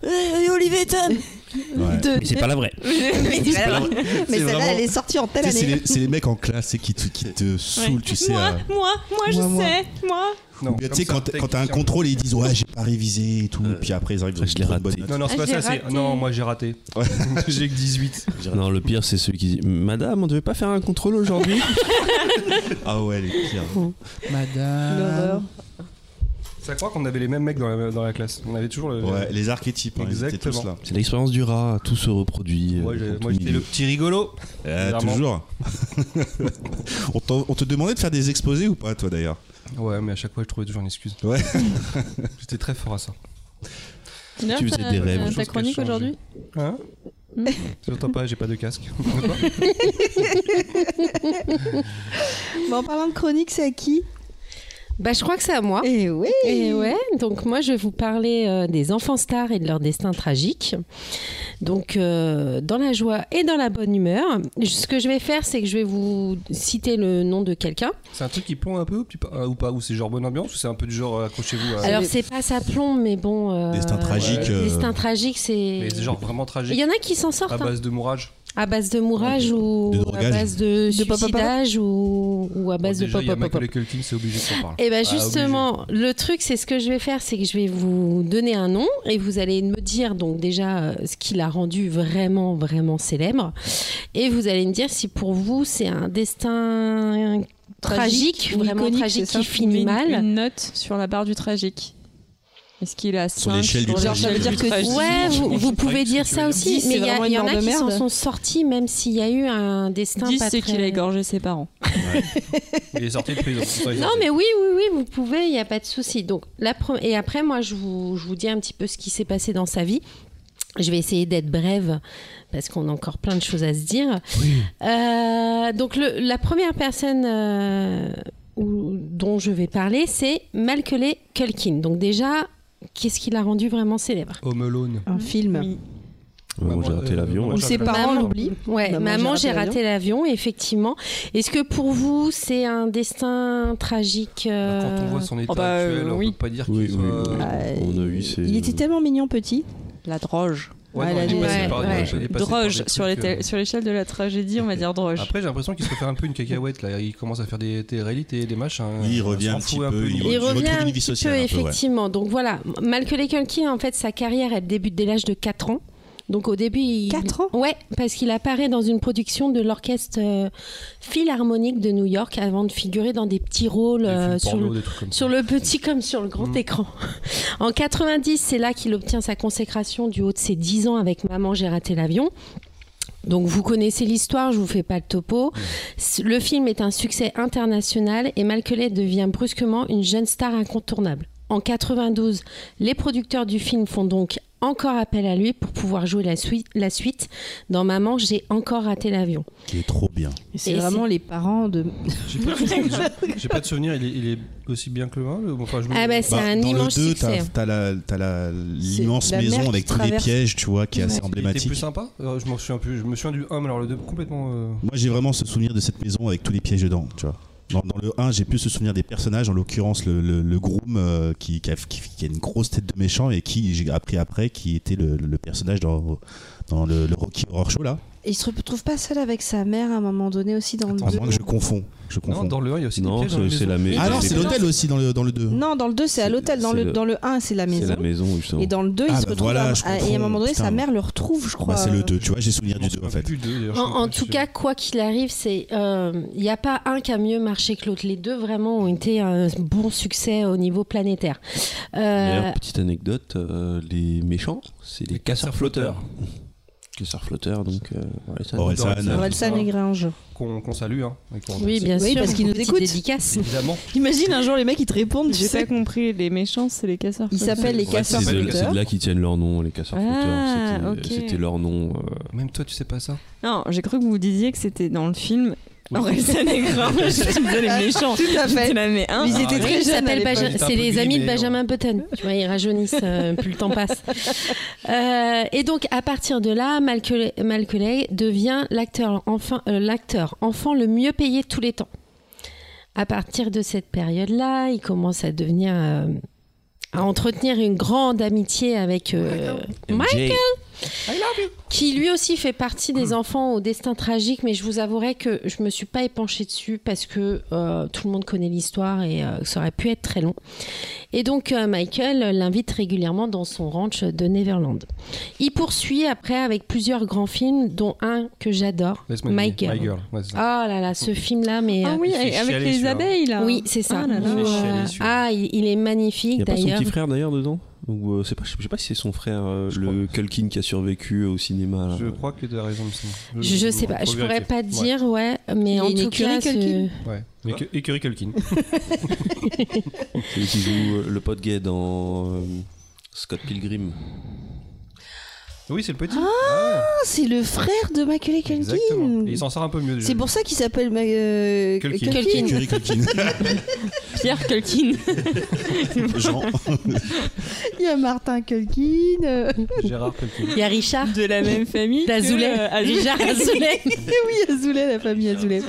Speaker 1: euh, Olivier Tom
Speaker 4: Ouais.
Speaker 2: Deux.
Speaker 9: Mais c'est pas la vraie.
Speaker 2: Mais
Speaker 4: C'est pas vrai.
Speaker 2: Mais
Speaker 8: C'est
Speaker 2: celle-là
Speaker 8: vraiment-
Speaker 2: elle est sortie en telle
Speaker 4: Tu sais, C'est
Speaker 2: année.
Speaker 4: les, c'est les mecs en classe et qui te, qui te saoulent, tu sais.
Speaker 1: moi,
Speaker 4: euh.
Speaker 1: moi, moi, je
Speaker 4: Moi, moi.
Speaker 1: sais, moi.
Speaker 8: Non,
Speaker 4: Ou bien,
Speaker 8: comme
Speaker 4: tu sais,
Speaker 8: ça,
Speaker 4: quand quand t'as un
Speaker 8: quelqu'un-
Speaker 4: contrôle et ils disent Ouais, j'ai pas révisé et tout. Et puis après, ils arrivent dans
Speaker 9: Je l'ai
Speaker 4: une bonne
Speaker 9: raté.
Speaker 4: note.
Speaker 8: Non, non, c'est
Speaker 5: Ah,
Speaker 8: pas
Speaker 5: j'ai
Speaker 8: ça. c'est-
Speaker 5: raté.
Speaker 8: Non, moi j'ai raté. *laughs* j'ai
Speaker 4: *laughs*
Speaker 8: que 18.
Speaker 9: Non, le pire, c'est celui qui dit Madame, on devait pas faire un contrôle aujourd'hui
Speaker 4: Ah ouais, les pires.
Speaker 2: L'horreur.
Speaker 8: Ça croit qu'on avait les mêmes mecs dans la, dans la classe. On avait toujours le.
Speaker 4: Ouais, les archétypes, hein, ils étaient tous là.
Speaker 8: Exactement.
Speaker 9: C'est l'expérience du rat, tout se reproduit.
Speaker 8: Moi,
Speaker 9: euh,
Speaker 8: j'ai-
Speaker 9: dans
Speaker 8: moi,
Speaker 9: tout
Speaker 8: j'étais le
Speaker 9: milieu.
Speaker 8: petit rigolo.
Speaker 4: Euh,
Speaker 8: Bizarrement.
Speaker 4: toujours. *laughs* on, t'en- on te demandait de faire des exposés ou pas, toi d'ailleurs
Speaker 8: Ouais, mais à chaque fois, je trouvais toujours une excuse.
Speaker 4: Ouais.
Speaker 8: *laughs* J'étais très fort à ça.
Speaker 9: Tu faisais des rêves.
Speaker 8: Chose qui
Speaker 5: Euh, ta
Speaker 8: a
Speaker 5: chronique
Speaker 8: changé.
Speaker 5: aujourd'hui Hmm.
Speaker 8: Hein J'entends pas, j'ai pas de casque.
Speaker 2: Bon, en parlant de chronique, c'est à qui
Speaker 5: Bah, je crois que c'est à moi.
Speaker 2: Eh oui.
Speaker 5: Et ouais, donc moi je vais vous parler euh, des enfants stars et de leur destin tragique. Donc euh, dans la joie et dans la bonne humeur, ce que je vais faire c'est que je vais vous citer le nom de quelqu'un.
Speaker 8: C'est un truc qui plombe un peu ou tu- euh, ou pas Ou c'est genre bonne ambiance Ou c'est un peu du genre euh, accrochez-vous à.
Speaker 5: Alors c'est pas ça plombe mais bon... euh,
Speaker 4: Ah. Destin tragique, euh,
Speaker 5: Destin tragique c'est...
Speaker 8: Mais c'est genre vraiment
Speaker 5: Il
Speaker 8: tragique.
Speaker 5: y en a qui s'en sortent
Speaker 8: À
Speaker 5: hein,
Speaker 8: base de mourage.
Speaker 5: à base de mourage ou
Speaker 4: De
Speaker 5: à
Speaker 4: drogage.
Speaker 5: base de
Speaker 2: De papa-papa.
Speaker 5: suicidage ou, ou à
Speaker 8: Bon,
Speaker 5: base de
Speaker 8: déjà, il y a
Speaker 5: pop
Speaker 8: Michael Culkin, c'est obligé qu'on parle.
Speaker 5: Et bien
Speaker 8: Ah,
Speaker 5: justement, le truc, c'est ce que je vais faire, c'est que je vais vous donner un nom et vous allez me dire donc déjà euh, ce qui l'a rendu vraiment, vraiment célèbre. Et vous allez me dire si pour vous c'est un destin tragique,
Speaker 2: ou
Speaker 5: vraiment
Speaker 2: iconique,
Speaker 5: tragique
Speaker 2: c'est ça
Speaker 5: qui finit
Speaker 1: une,
Speaker 5: mal.
Speaker 1: Une note sur la barre du tragique. Est-ce qu'il est à 5
Speaker 4: Sur l'échelle du
Speaker 2: Genre, ça veut dire que-
Speaker 5: Ouais, vous, vous pouvez dire ça aussi,
Speaker 2: Dix,
Speaker 5: mais
Speaker 2: c'est
Speaker 5: il y, a-
Speaker 2: vraiment
Speaker 5: il y en
Speaker 2: une
Speaker 5: a
Speaker 2: bande de
Speaker 5: qui s'en
Speaker 2: merde.
Speaker 5: sont sortis, même s'il y a eu un destin
Speaker 1: 10,
Speaker 5: pas
Speaker 1: c'est
Speaker 5: très-
Speaker 1: qu'il a égorgé ses parents.
Speaker 8: Il est sorti de prison. c'est ça, il est
Speaker 5: Non,
Speaker 8: sorti.
Speaker 5: mais oui, oui, oui, vous pouvez, il n'y a pas de souci. Donc, la pre- Et après, moi, je vous, je vous dis un petit peu ce qui s'est passé dans sa vie. Je vais essayer d'être brève parce qu'on a encore plein de choses à se dire. Euh, donc, le- la première personne euh, où- dont je vais parler, c'est Malcolm Culkin. Donc, déjà, qu'est-ce qui l'a rendu vraiment célèbre
Speaker 8: Home Alone.
Speaker 2: Un film.
Speaker 1: Oui.
Speaker 3: Maman, j'ai raté l'avion,
Speaker 8: maman,
Speaker 3: ouais.
Speaker 2: Ou
Speaker 8: j'ai
Speaker 2: ses
Speaker 8: raté
Speaker 2: parents
Speaker 5: Maman.
Speaker 2: l'oublient.
Speaker 5: Ouais,
Speaker 2: Maman,
Speaker 5: maman, j'ai raté l'avion, effectivement. Est-ce que pour vous, c'est un destin tragique euh, Ah,
Speaker 8: Quand on voit son état
Speaker 1: Oh bah,
Speaker 8: actuel,
Speaker 1: euh,
Speaker 8: on
Speaker 1: oui.
Speaker 8: peut pas dire qu'il
Speaker 3: Oui, oui,
Speaker 8: soit...
Speaker 3: oui.
Speaker 9: Ah,
Speaker 3: On a eu ces-
Speaker 2: Euh, Il était tellement mignon petit.
Speaker 1: La droge.
Speaker 8: Ouais,
Speaker 2: Ouais,
Speaker 8: non,
Speaker 2: la
Speaker 8: il est passé
Speaker 5: ouais,
Speaker 8: par-
Speaker 5: ouais.
Speaker 8: il est passé par des
Speaker 1: Droge, sur
Speaker 8: trucs,
Speaker 1: l'éta-
Speaker 8: euh,
Speaker 1: sur l'échelle de la tragédie, on va dire droge.
Speaker 8: Après, j'ai l'impression qu'il se fait un peu une cacahuète là. Il commence à faire des réalités et des machins. hein.
Speaker 4: Il
Speaker 8: On
Speaker 4: revient
Speaker 8: s'en
Speaker 4: un
Speaker 8: fout
Speaker 4: petit peu,
Speaker 8: du-
Speaker 5: Il
Speaker 4: Il
Speaker 5: revient
Speaker 4: retrouve
Speaker 5: un
Speaker 4: une vie
Speaker 5: petit
Speaker 4: sociale
Speaker 5: peu,
Speaker 4: un peu, ouais.
Speaker 5: effectivement. Donc voilà, Malcolm Culkin, en fait, sa carrière, elle débute dès l'âge de 4 ans. Donc au début, il...
Speaker 2: 4 ans
Speaker 5: Ouais, parce qu'il apparaît dans une production de l'orchestre euh, philharmonique de New York avant de figurer dans des petits rôles
Speaker 8: des films
Speaker 5: euh, sur,
Speaker 8: porno,
Speaker 5: le,
Speaker 8: des trucs comme ça.
Speaker 5: sur le petit comme sur le grand
Speaker 8: Mm.
Speaker 5: écran. *laughs* En 90, c'est là qu'il obtient sa consécration du haut de ses 10 ans avec Maman, j'ai raté l'avion. Donc vous connaissez l'histoire, je vous fais pas le topo. Le film est un succès international et Malcolm devient brusquement une jeune star incontournable. En 92, les producteurs du film font donc encore appel à lui pour pouvoir jouer la suite, la suite dans Maman, j'ai encore raté l'avion.
Speaker 4: Qui est trop bien.
Speaker 2: C'est
Speaker 5: Et
Speaker 2: vraiment les parents de.
Speaker 8: J'ai pas de souvenir-
Speaker 5: *laughs*
Speaker 8: J'ai pas de souvenir, il est, il est aussi bien que le 1. Enfin, je me-
Speaker 5: Ah bah, c'est
Speaker 4: Bah,
Speaker 5: un
Speaker 4: dans
Speaker 5: immense
Speaker 4: le 2,
Speaker 5: succès.
Speaker 4: t'as- t'as la- t'as la- l'immense
Speaker 2: la mer
Speaker 4: maison
Speaker 2: qui
Speaker 4: avec tous les
Speaker 2: traverse.
Speaker 4: pièges, tu vois, qui est assez
Speaker 8: Il était
Speaker 4: emblématique.
Speaker 8: plus sympa Euh, Je m'en souviens plus. Je me souviens du 1, mais alors le 2, complètement. euh,
Speaker 4: Moi, j'ai vraiment ce souvenir de cette maison avec tous les pièges dedans, tu vois. Dans, dans le 1, j'ai plus ce souvenir des personnages, en l'occurrence le, le- le groom euh, qui, qui, a, qui- qui a une grosse tête de méchant et qui, j'ai appris après, qui était le, le personnage dans, dans le, le Rocky Horror Show, là.
Speaker 2: Il se retrouve pas seul avec sa mère à un moment donné aussi dans le.
Speaker 4: À
Speaker 2: deux.
Speaker 4: moins que je confonds. Je confonds.
Speaker 8: Non, dans le 1, il y a aussi
Speaker 3: Non,
Speaker 8: des pièges dans les
Speaker 3: c'est c'est la
Speaker 8: maisons.
Speaker 3: maison.
Speaker 4: Ah non,
Speaker 5: Mais
Speaker 4: c'est
Speaker 5: non,
Speaker 4: l'hôtel aussi dans le, dans le 2.
Speaker 2: Non, dans le 2, c'est à
Speaker 3: C'est-
Speaker 2: l'hôtel. Dans
Speaker 3: c'est
Speaker 2: le,
Speaker 3: le-
Speaker 2: dans le 1, c'est la
Speaker 3: C'est
Speaker 2: maison.
Speaker 3: la maison, justement.
Speaker 2: Et dans le 2,
Speaker 4: Ah
Speaker 2: il se
Speaker 4: bah
Speaker 2: retrouve.
Speaker 4: voilà,
Speaker 2: à-
Speaker 4: je
Speaker 2: à- et à un
Speaker 4: comprends,
Speaker 2: moment donné,
Speaker 4: putain.
Speaker 2: sa mère le retrouve, je crois. euh,
Speaker 4: Bah, c'est le 2, tu vois, j'ai souvenir
Speaker 8: Je
Speaker 4: du
Speaker 8: m'en
Speaker 4: 2 en
Speaker 8: souviens
Speaker 4: fait.
Speaker 8: plus du deux, d'ailleurs, je
Speaker 5: En,
Speaker 8: crois
Speaker 5: en
Speaker 8: que
Speaker 5: tout
Speaker 8: je-
Speaker 5: cas, quoi qu'il arrive, c'est il n'y a pas un qui a mieux marché que l'autre. Les deux vraiment ont été un bon succès au niveau planétaire. Euh,
Speaker 9: D'ailleurs, petite anecdote, euh, les méchants, c'est les,
Speaker 8: Les
Speaker 9: casseurs flotteurs.
Speaker 8: casseurs-flotteurs.
Speaker 9: *laughs* Casseurs flotteurs, donc. euh, ouais,
Speaker 8: Oh,
Speaker 9: ça,
Speaker 4: Orelsan.
Speaker 8: Orelsan.
Speaker 2: Orelsan et Grange.
Speaker 8: Qu'on qu'on salue. Hein, et qu'on
Speaker 5: oui,
Speaker 8: remercie.
Speaker 5: bien
Speaker 2: Oui,
Speaker 5: sûr,
Speaker 2: parce qu'ils nous
Speaker 5: petite
Speaker 2: écoutent.
Speaker 5: dédicace.
Speaker 8: Évidemment.
Speaker 2: Imagine un jour les mecs ils te répondent, tu
Speaker 1: J'ai
Speaker 2: sais.
Speaker 1: pas compris, les méchants, c'est les casseurs.
Speaker 2: Ils
Speaker 1: flotteurs.
Speaker 2: s'appellent les
Speaker 8: Ouais,
Speaker 2: casseurs
Speaker 8: c'est-
Speaker 3: C'est de,
Speaker 8: Flotteurs.
Speaker 3: c'est de là qu'ils tiennent leur nom, les casseurs
Speaker 1: Ah,
Speaker 9: euh,
Speaker 3: flotteurs.
Speaker 1: ok.
Speaker 3: C'était- C'était leur nom. euh,
Speaker 8: Même toi, tu sais pas ça.
Speaker 1: Non, j'ai cru que vous disiez que c'était dans le film.
Speaker 8: Oui.
Speaker 1: Orelsan et Grange, je
Speaker 2: *laughs*
Speaker 1: me disais les méchants.
Speaker 2: Tout à fait.
Speaker 1: J'étais là, mais hein,
Speaker 2: Ils étaient
Speaker 8: Ah,
Speaker 2: très
Speaker 5: Ils
Speaker 2: jeunes à
Speaker 5: s'appellent
Speaker 2: l'époque.
Speaker 5: Benja-
Speaker 8: Il était un
Speaker 5: c'est
Speaker 8: peu
Speaker 5: les
Speaker 8: gris,
Speaker 5: amis de
Speaker 8: mais
Speaker 5: Benjamin
Speaker 8: *laughs*
Speaker 5: Button. Tu vois, ils rajeunissent, euh, plus le temps passe. Euh, et donc, à partir de là, Malcolm Malcolm devient l'acteur enfin, euh, l'acteur enfant le mieux payé de tous les temps. À partir de cette période-là, il commence à devenir. euh, à entretenir une grande amitié avec euh, Mike,
Speaker 9: MJ.
Speaker 5: qui lui aussi fait partie des
Speaker 9: Hmm.
Speaker 5: enfants au destin tragique, mais je vous avouerai que je me suis pas épanchée dessus parce que euh, tout le monde connaît l'histoire et euh, ça aurait pu être très long. Et donc euh, Michael euh, l'invite régulièrement dans son ranch de Neverland. Il poursuit après avec plusieurs grands films, dont un que j'adore,
Speaker 8: Laisse-moi
Speaker 5: My Girl.
Speaker 8: deviner. My Girl. Ouais, c'est
Speaker 5: Oh
Speaker 8: ça.
Speaker 5: là là, ce film-là, mais euh,
Speaker 1: Ah oui,
Speaker 8: Il fait
Speaker 1: avec
Speaker 8: chialer,
Speaker 1: les
Speaker 8: celui-là.
Speaker 1: abeilles là.
Speaker 5: oui, c'est ça.
Speaker 1: Ah là là.
Speaker 8: Il fait
Speaker 5: Euh,
Speaker 8: chialer, celui-là.
Speaker 5: ah, il, il
Speaker 9: Il
Speaker 5: est
Speaker 9: y
Speaker 5: magnifique
Speaker 9: a pas son
Speaker 5: d'ailleurs.
Speaker 9: petit frère d'ailleurs dedans Ou euh, c'est pas, je sais pas si c'est son frère, euh, le Culkin qui a survécu au cinéma.
Speaker 3: Ah.
Speaker 9: là.
Speaker 8: Je crois que tu as raison. Sam.
Speaker 5: Je, je sais pas, je pourrais
Speaker 8: vérifier.
Speaker 5: pas te
Speaker 8: Ouais,
Speaker 5: dire, ouais, mais
Speaker 2: Il y a
Speaker 5: en
Speaker 2: une
Speaker 5: tout
Speaker 2: écurie
Speaker 5: cas, ce-
Speaker 2: Culkin.
Speaker 5: *laughs*
Speaker 8: Ouais. Mais que- Écurie Culkin.
Speaker 9: Celui qui joue euh, le pote gay dans euh, Scott Pilgrim.
Speaker 8: *laughs* Oui, c'est le petit. Ah,
Speaker 2: Ah, c'est le frère de Michael
Speaker 8: Exactement. Et il
Speaker 2: Culkin.
Speaker 8: s'en sort un peu mieux. déjà.
Speaker 2: C'est pour ça qu'il s'appelle Ma- euh,
Speaker 8: Culkin.
Speaker 2: Culkin.
Speaker 5: Culkin.
Speaker 4: Curie Culkin.
Speaker 1: Pierre Culkin.
Speaker 4: Jean.
Speaker 2: *laughs* Il y a Martin Culkin. euh, *laughs*
Speaker 8: Gérard Culkin.
Speaker 5: *laughs* il y a Richard.
Speaker 1: de la même famille. que,
Speaker 5: D'Azoulay.
Speaker 1: euh, Azoulay.
Speaker 5: *laughs* Richard Azoulay.
Speaker 2: oui, Azoulay, la famille *laughs* Azoulay.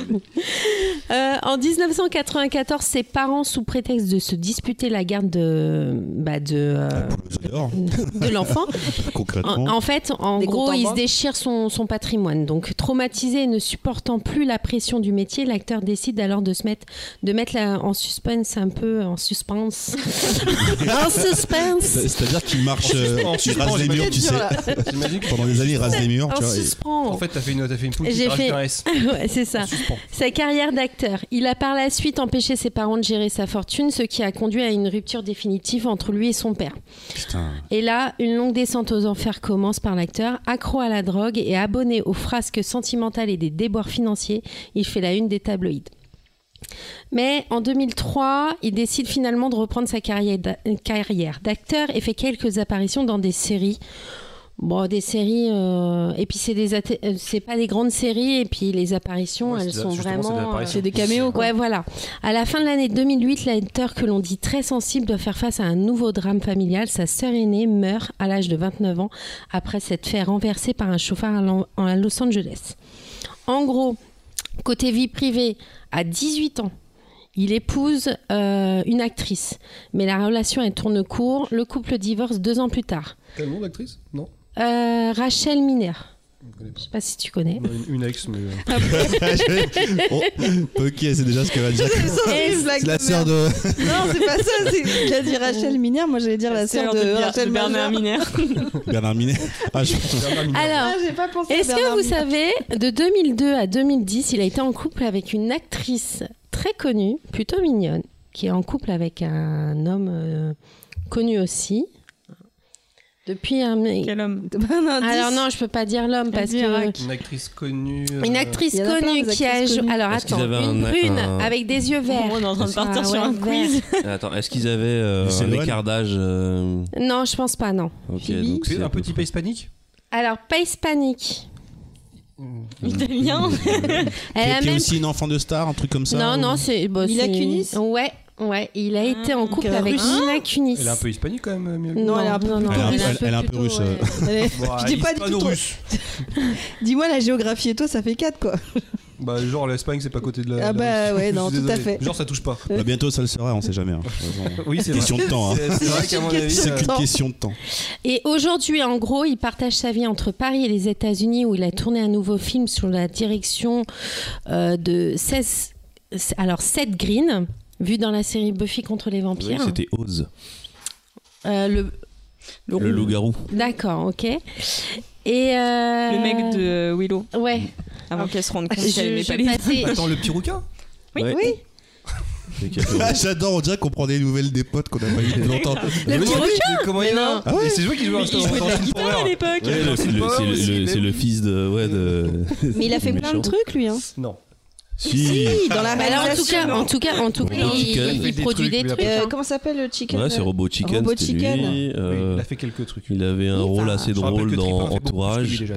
Speaker 5: Euh, en 1994, ses parents, sous prétexte de se disputer la garde de, bah, de, euh,
Speaker 4: Pour le d'or,
Speaker 5: de
Speaker 4: *laughs*
Speaker 5: l'enfant, en,
Speaker 4: concrètement.
Speaker 5: en fait, en
Speaker 2: Des comptes
Speaker 5: gros,
Speaker 2: en
Speaker 5: il se
Speaker 2: banque.
Speaker 5: déchire son, son patrimoine. Donc, traumatisé et ne supportant plus la pression du métier, l'acteur décide alors de se mettre, de mettre la- en suspense un peu, en
Speaker 4: *laughs*
Speaker 5: suspense. en suspense
Speaker 4: C'est- C'est-à-dire qu'il marche, euh,
Speaker 8: En
Speaker 4: il
Speaker 8: suspens,
Speaker 4: rase les
Speaker 8: j'imagine.
Speaker 4: murs, tu sais.
Speaker 8: J'imagine que-
Speaker 4: Pendant des années, il rase les murs,
Speaker 5: En
Speaker 4: tu vois. et- *laughs*
Speaker 5: suspens
Speaker 8: En fait, t'as fait une, t'as fait une poule qui
Speaker 5: J'ai
Speaker 8: t'a rajouté
Speaker 5: fait-
Speaker 8: un S.
Speaker 5: *laughs* Ouais, c'est ça.
Speaker 8: Suspens.
Speaker 5: Sa carrière d'acteur. Il a par la suite empêché ses parents de gérer sa fortune, ce qui a conduit à une rupture définitive entre lui et son père.
Speaker 4: Putain.
Speaker 5: Et là, une longue descente aux enfers commence par l'acteur. Accro à la drogue et abonné aux frasques sentimentales et des déboires financiers, il fait la une des tabloïds. Mais en 2003, il décide finalement de reprendre sa carrière d'a- carrière d'acteur et fait quelques apparitions dans des séries. Bon, des séries, euh, et puis c'est des athé- euh, c'est pas des grandes séries, et puis les apparitions,
Speaker 8: Ouais,
Speaker 5: elles
Speaker 8: c'est de-
Speaker 5: sont
Speaker 8: justement, c'est de
Speaker 5: vraiment. euh,
Speaker 8: l'apparition.
Speaker 2: c'est des caméos, quoi.
Speaker 5: Ouais, voilà. À la fin de l'année 2008, l'acteur que l'on dit très sensible doit faire face à un nouveau drame familial. Sa sœur aînée meurt à l'âge de 29 ans après s'être fait renverser par un chauffard à Lan- à Los Angeles. En gros, côté vie privée, à 18 ans, il épouse euh, une actrice, mais la relation elle tourne court. Le couple divorce deux ans plus tard.
Speaker 8: T'as le nom d'actrice Non
Speaker 5: Euh, Rachel Miner,
Speaker 8: Je connais pas.
Speaker 5: je sais pas si tu connais.
Speaker 8: Non, Une, une ex, mais.
Speaker 5: *laughs*
Speaker 8: euh,
Speaker 4: Oh, ok, c'est déjà ce
Speaker 2: *laughs*
Speaker 4: que va dire. C'est la sœur de.
Speaker 2: Non, c'est pas ça. c'est- Il a dit Rachel Miner. Moi, j'allais dire la sœur de,
Speaker 1: Bier-
Speaker 2: Rachel
Speaker 1: de Bernard
Speaker 2: Miner.
Speaker 1: Miner.
Speaker 4: Bernard Minet. Ah, je-
Speaker 8: Bernard Minet.
Speaker 2: Ah,
Speaker 5: Alors,
Speaker 2: j'ai pas pensé à
Speaker 5: Est-ce que
Speaker 2: Bernard
Speaker 5: vous
Speaker 2: Miner.
Speaker 5: savez, de 2002 à 2010, il a été en couple avec une actrice très connue, plutôt mignonne, qui est en couple avec un homme euh, connu aussi. Depuis un.
Speaker 1: Quel
Speaker 2: *laughs*
Speaker 1: homme.
Speaker 2: Un indice.
Speaker 5: Alors non, je peux pas dire l'homme parce
Speaker 1: dit
Speaker 5: que.
Speaker 1: Irak.
Speaker 8: Une actrice connue. euh,
Speaker 5: Une actrice
Speaker 2: Il y en a plein,
Speaker 5: connue
Speaker 2: des
Speaker 5: qui a
Speaker 2: actrices
Speaker 5: joué.
Speaker 2: connues.
Speaker 5: Alors
Speaker 9: Est-ce qu'ils
Speaker 5: attends,
Speaker 9: avaient
Speaker 5: une
Speaker 9: un-
Speaker 5: brune
Speaker 9: un-
Speaker 5: avec des yeux verts.
Speaker 1: On est en train de
Speaker 5: Ah,
Speaker 1: partir sur
Speaker 5: ouais,
Speaker 1: un quiz.
Speaker 9: *laughs* Attends, est-ce qu'ils avaient euh,
Speaker 4: Du
Speaker 9: un
Speaker 4: Céloane
Speaker 9: écart d'âge euh,
Speaker 5: Non, je pense pas, non.
Speaker 9: Ok,
Speaker 2: Phoebe.
Speaker 9: donc c'est
Speaker 8: Un petit pays hispanique
Speaker 5: Alors, pas hispanique. Hmm.
Speaker 1: Italien.
Speaker 5: Elle
Speaker 4: qui
Speaker 5: a
Speaker 4: était
Speaker 5: même
Speaker 4: aussi une enfant de star, un truc comme ça.
Speaker 5: Non,
Speaker 4: ou-
Speaker 5: non, c'est. bah,
Speaker 2: Mila
Speaker 5: c'est-
Speaker 2: Kunis
Speaker 5: Ouais, ouais. Il a été en couple
Speaker 2: ok.
Speaker 5: avec
Speaker 2: Russe.
Speaker 5: Mila Kunis.
Speaker 8: Elle est un peu hispanique quand même, Mia
Speaker 2: Non, elle est
Speaker 5: Ah,
Speaker 2: un peu
Speaker 4: Elle est un- elle- elle est un peu
Speaker 5: plutôt,
Speaker 4: russe,
Speaker 5: ouais.
Speaker 4: euh.
Speaker 2: Allez,
Speaker 8: Bon,
Speaker 2: je dis pas du tout. ton-
Speaker 8: hispano-russe.
Speaker 2: Dis-moi la géographie et toi, ça fait 4 quoi.
Speaker 8: Bah, genre l'Espagne, c'est pas à côté de la.
Speaker 2: Ah
Speaker 8: de
Speaker 2: bah
Speaker 8: la Russie.
Speaker 2: ouais,
Speaker 8: Je suis
Speaker 2: non, tout
Speaker 8: désolé.
Speaker 2: à fait.
Speaker 8: Genre, ça touche pas.
Speaker 4: Bah, bientôt, ça le sera, on sait jamais. hein. De toute façon,
Speaker 8: Oui, c'est
Speaker 4: Question de temps. hein.
Speaker 8: C'est c'est vrai qu'à mon avis.
Speaker 4: C'est
Speaker 8: euh,
Speaker 4: qu'une
Speaker 2: Attends.
Speaker 4: question de temps.
Speaker 5: Et aujourd'hui, en gros, il partage sa vie entre Paris et les États-Unis, où il a tourné un nouveau film sous la direction euh, de 16... alors, Seth Green, vu dans la série Buffy contre les
Speaker 9: Oui,
Speaker 5: vampires.
Speaker 9: c'était Oz,
Speaker 5: Euh, le...
Speaker 9: le loup-garou.
Speaker 5: D'accord, ok. Et euh,
Speaker 1: Le mec de Willow.
Speaker 5: Ouais,
Speaker 1: Avant qu'elle se rende compte
Speaker 5: je,
Speaker 1: qu'elle aimait
Speaker 5: je
Speaker 1: pas les
Speaker 5: passais-
Speaker 8: Attends, le petit rouquin
Speaker 1: Oui.
Speaker 9: Ouais. *laughs*
Speaker 2: Oui.
Speaker 9: Et qui a fait-
Speaker 4: Ah, J'adore, on dirait qu'on prend des nouvelles des potes qu'on a pas eu depuis longtemps.
Speaker 8: Mais oui, mais Comment il est
Speaker 1: non.
Speaker 8: là Et C'est lui qui joue à Star Wars.
Speaker 1: à l'époque.
Speaker 9: Ouais, le- c'est le- c'est le- c'est le- c'est le fils de. Ouais, de *laughs*
Speaker 2: Mais il a fait
Speaker 9: du
Speaker 2: plein de
Speaker 9: méchant.
Speaker 2: trucs lui. Hein.
Speaker 8: Non.
Speaker 9: Si
Speaker 2: Si, dans la
Speaker 5: Bah là, en tout
Speaker 2: réalisation.
Speaker 5: cas, en tout cas, en tout
Speaker 9: Bon,
Speaker 5: cas,
Speaker 9: bah,
Speaker 5: il,
Speaker 9: Chicken.
Speaker 5: il
Speaker 8: Il fait des
Speaker 5: produit
Speaker 8: trucs,
Speaker 5: des
Speaker 8: lui,
Speaker 5: trucs.
Speaker 2: Euh,
Speaker 5: hein.
Speaker 2: comment ça s'appelle le chicken
Speaker 9: Ouais, c'est Robot Chicken.
Speaker 2: Robot
Speaker 9: c'était
Speaker 2: Chicken.
Speaker 9: Lui. euh,
Speaker 8: Oui, il a fait quelques trucs.
Speaker 9: il avait un
Speaker 2: Oui,
Speaker 9: rôle
Speaker 2: enfin,
Speaker 9: assez
Speaker 8: Je me rappelle
Speaker 9: drôle
Speaker 8: que Tripin
Speaker 9: dans
Speaker 8: a fait beaucoup plus que lui,
Speaker 9: Entourage.
Speaker 8: déjà.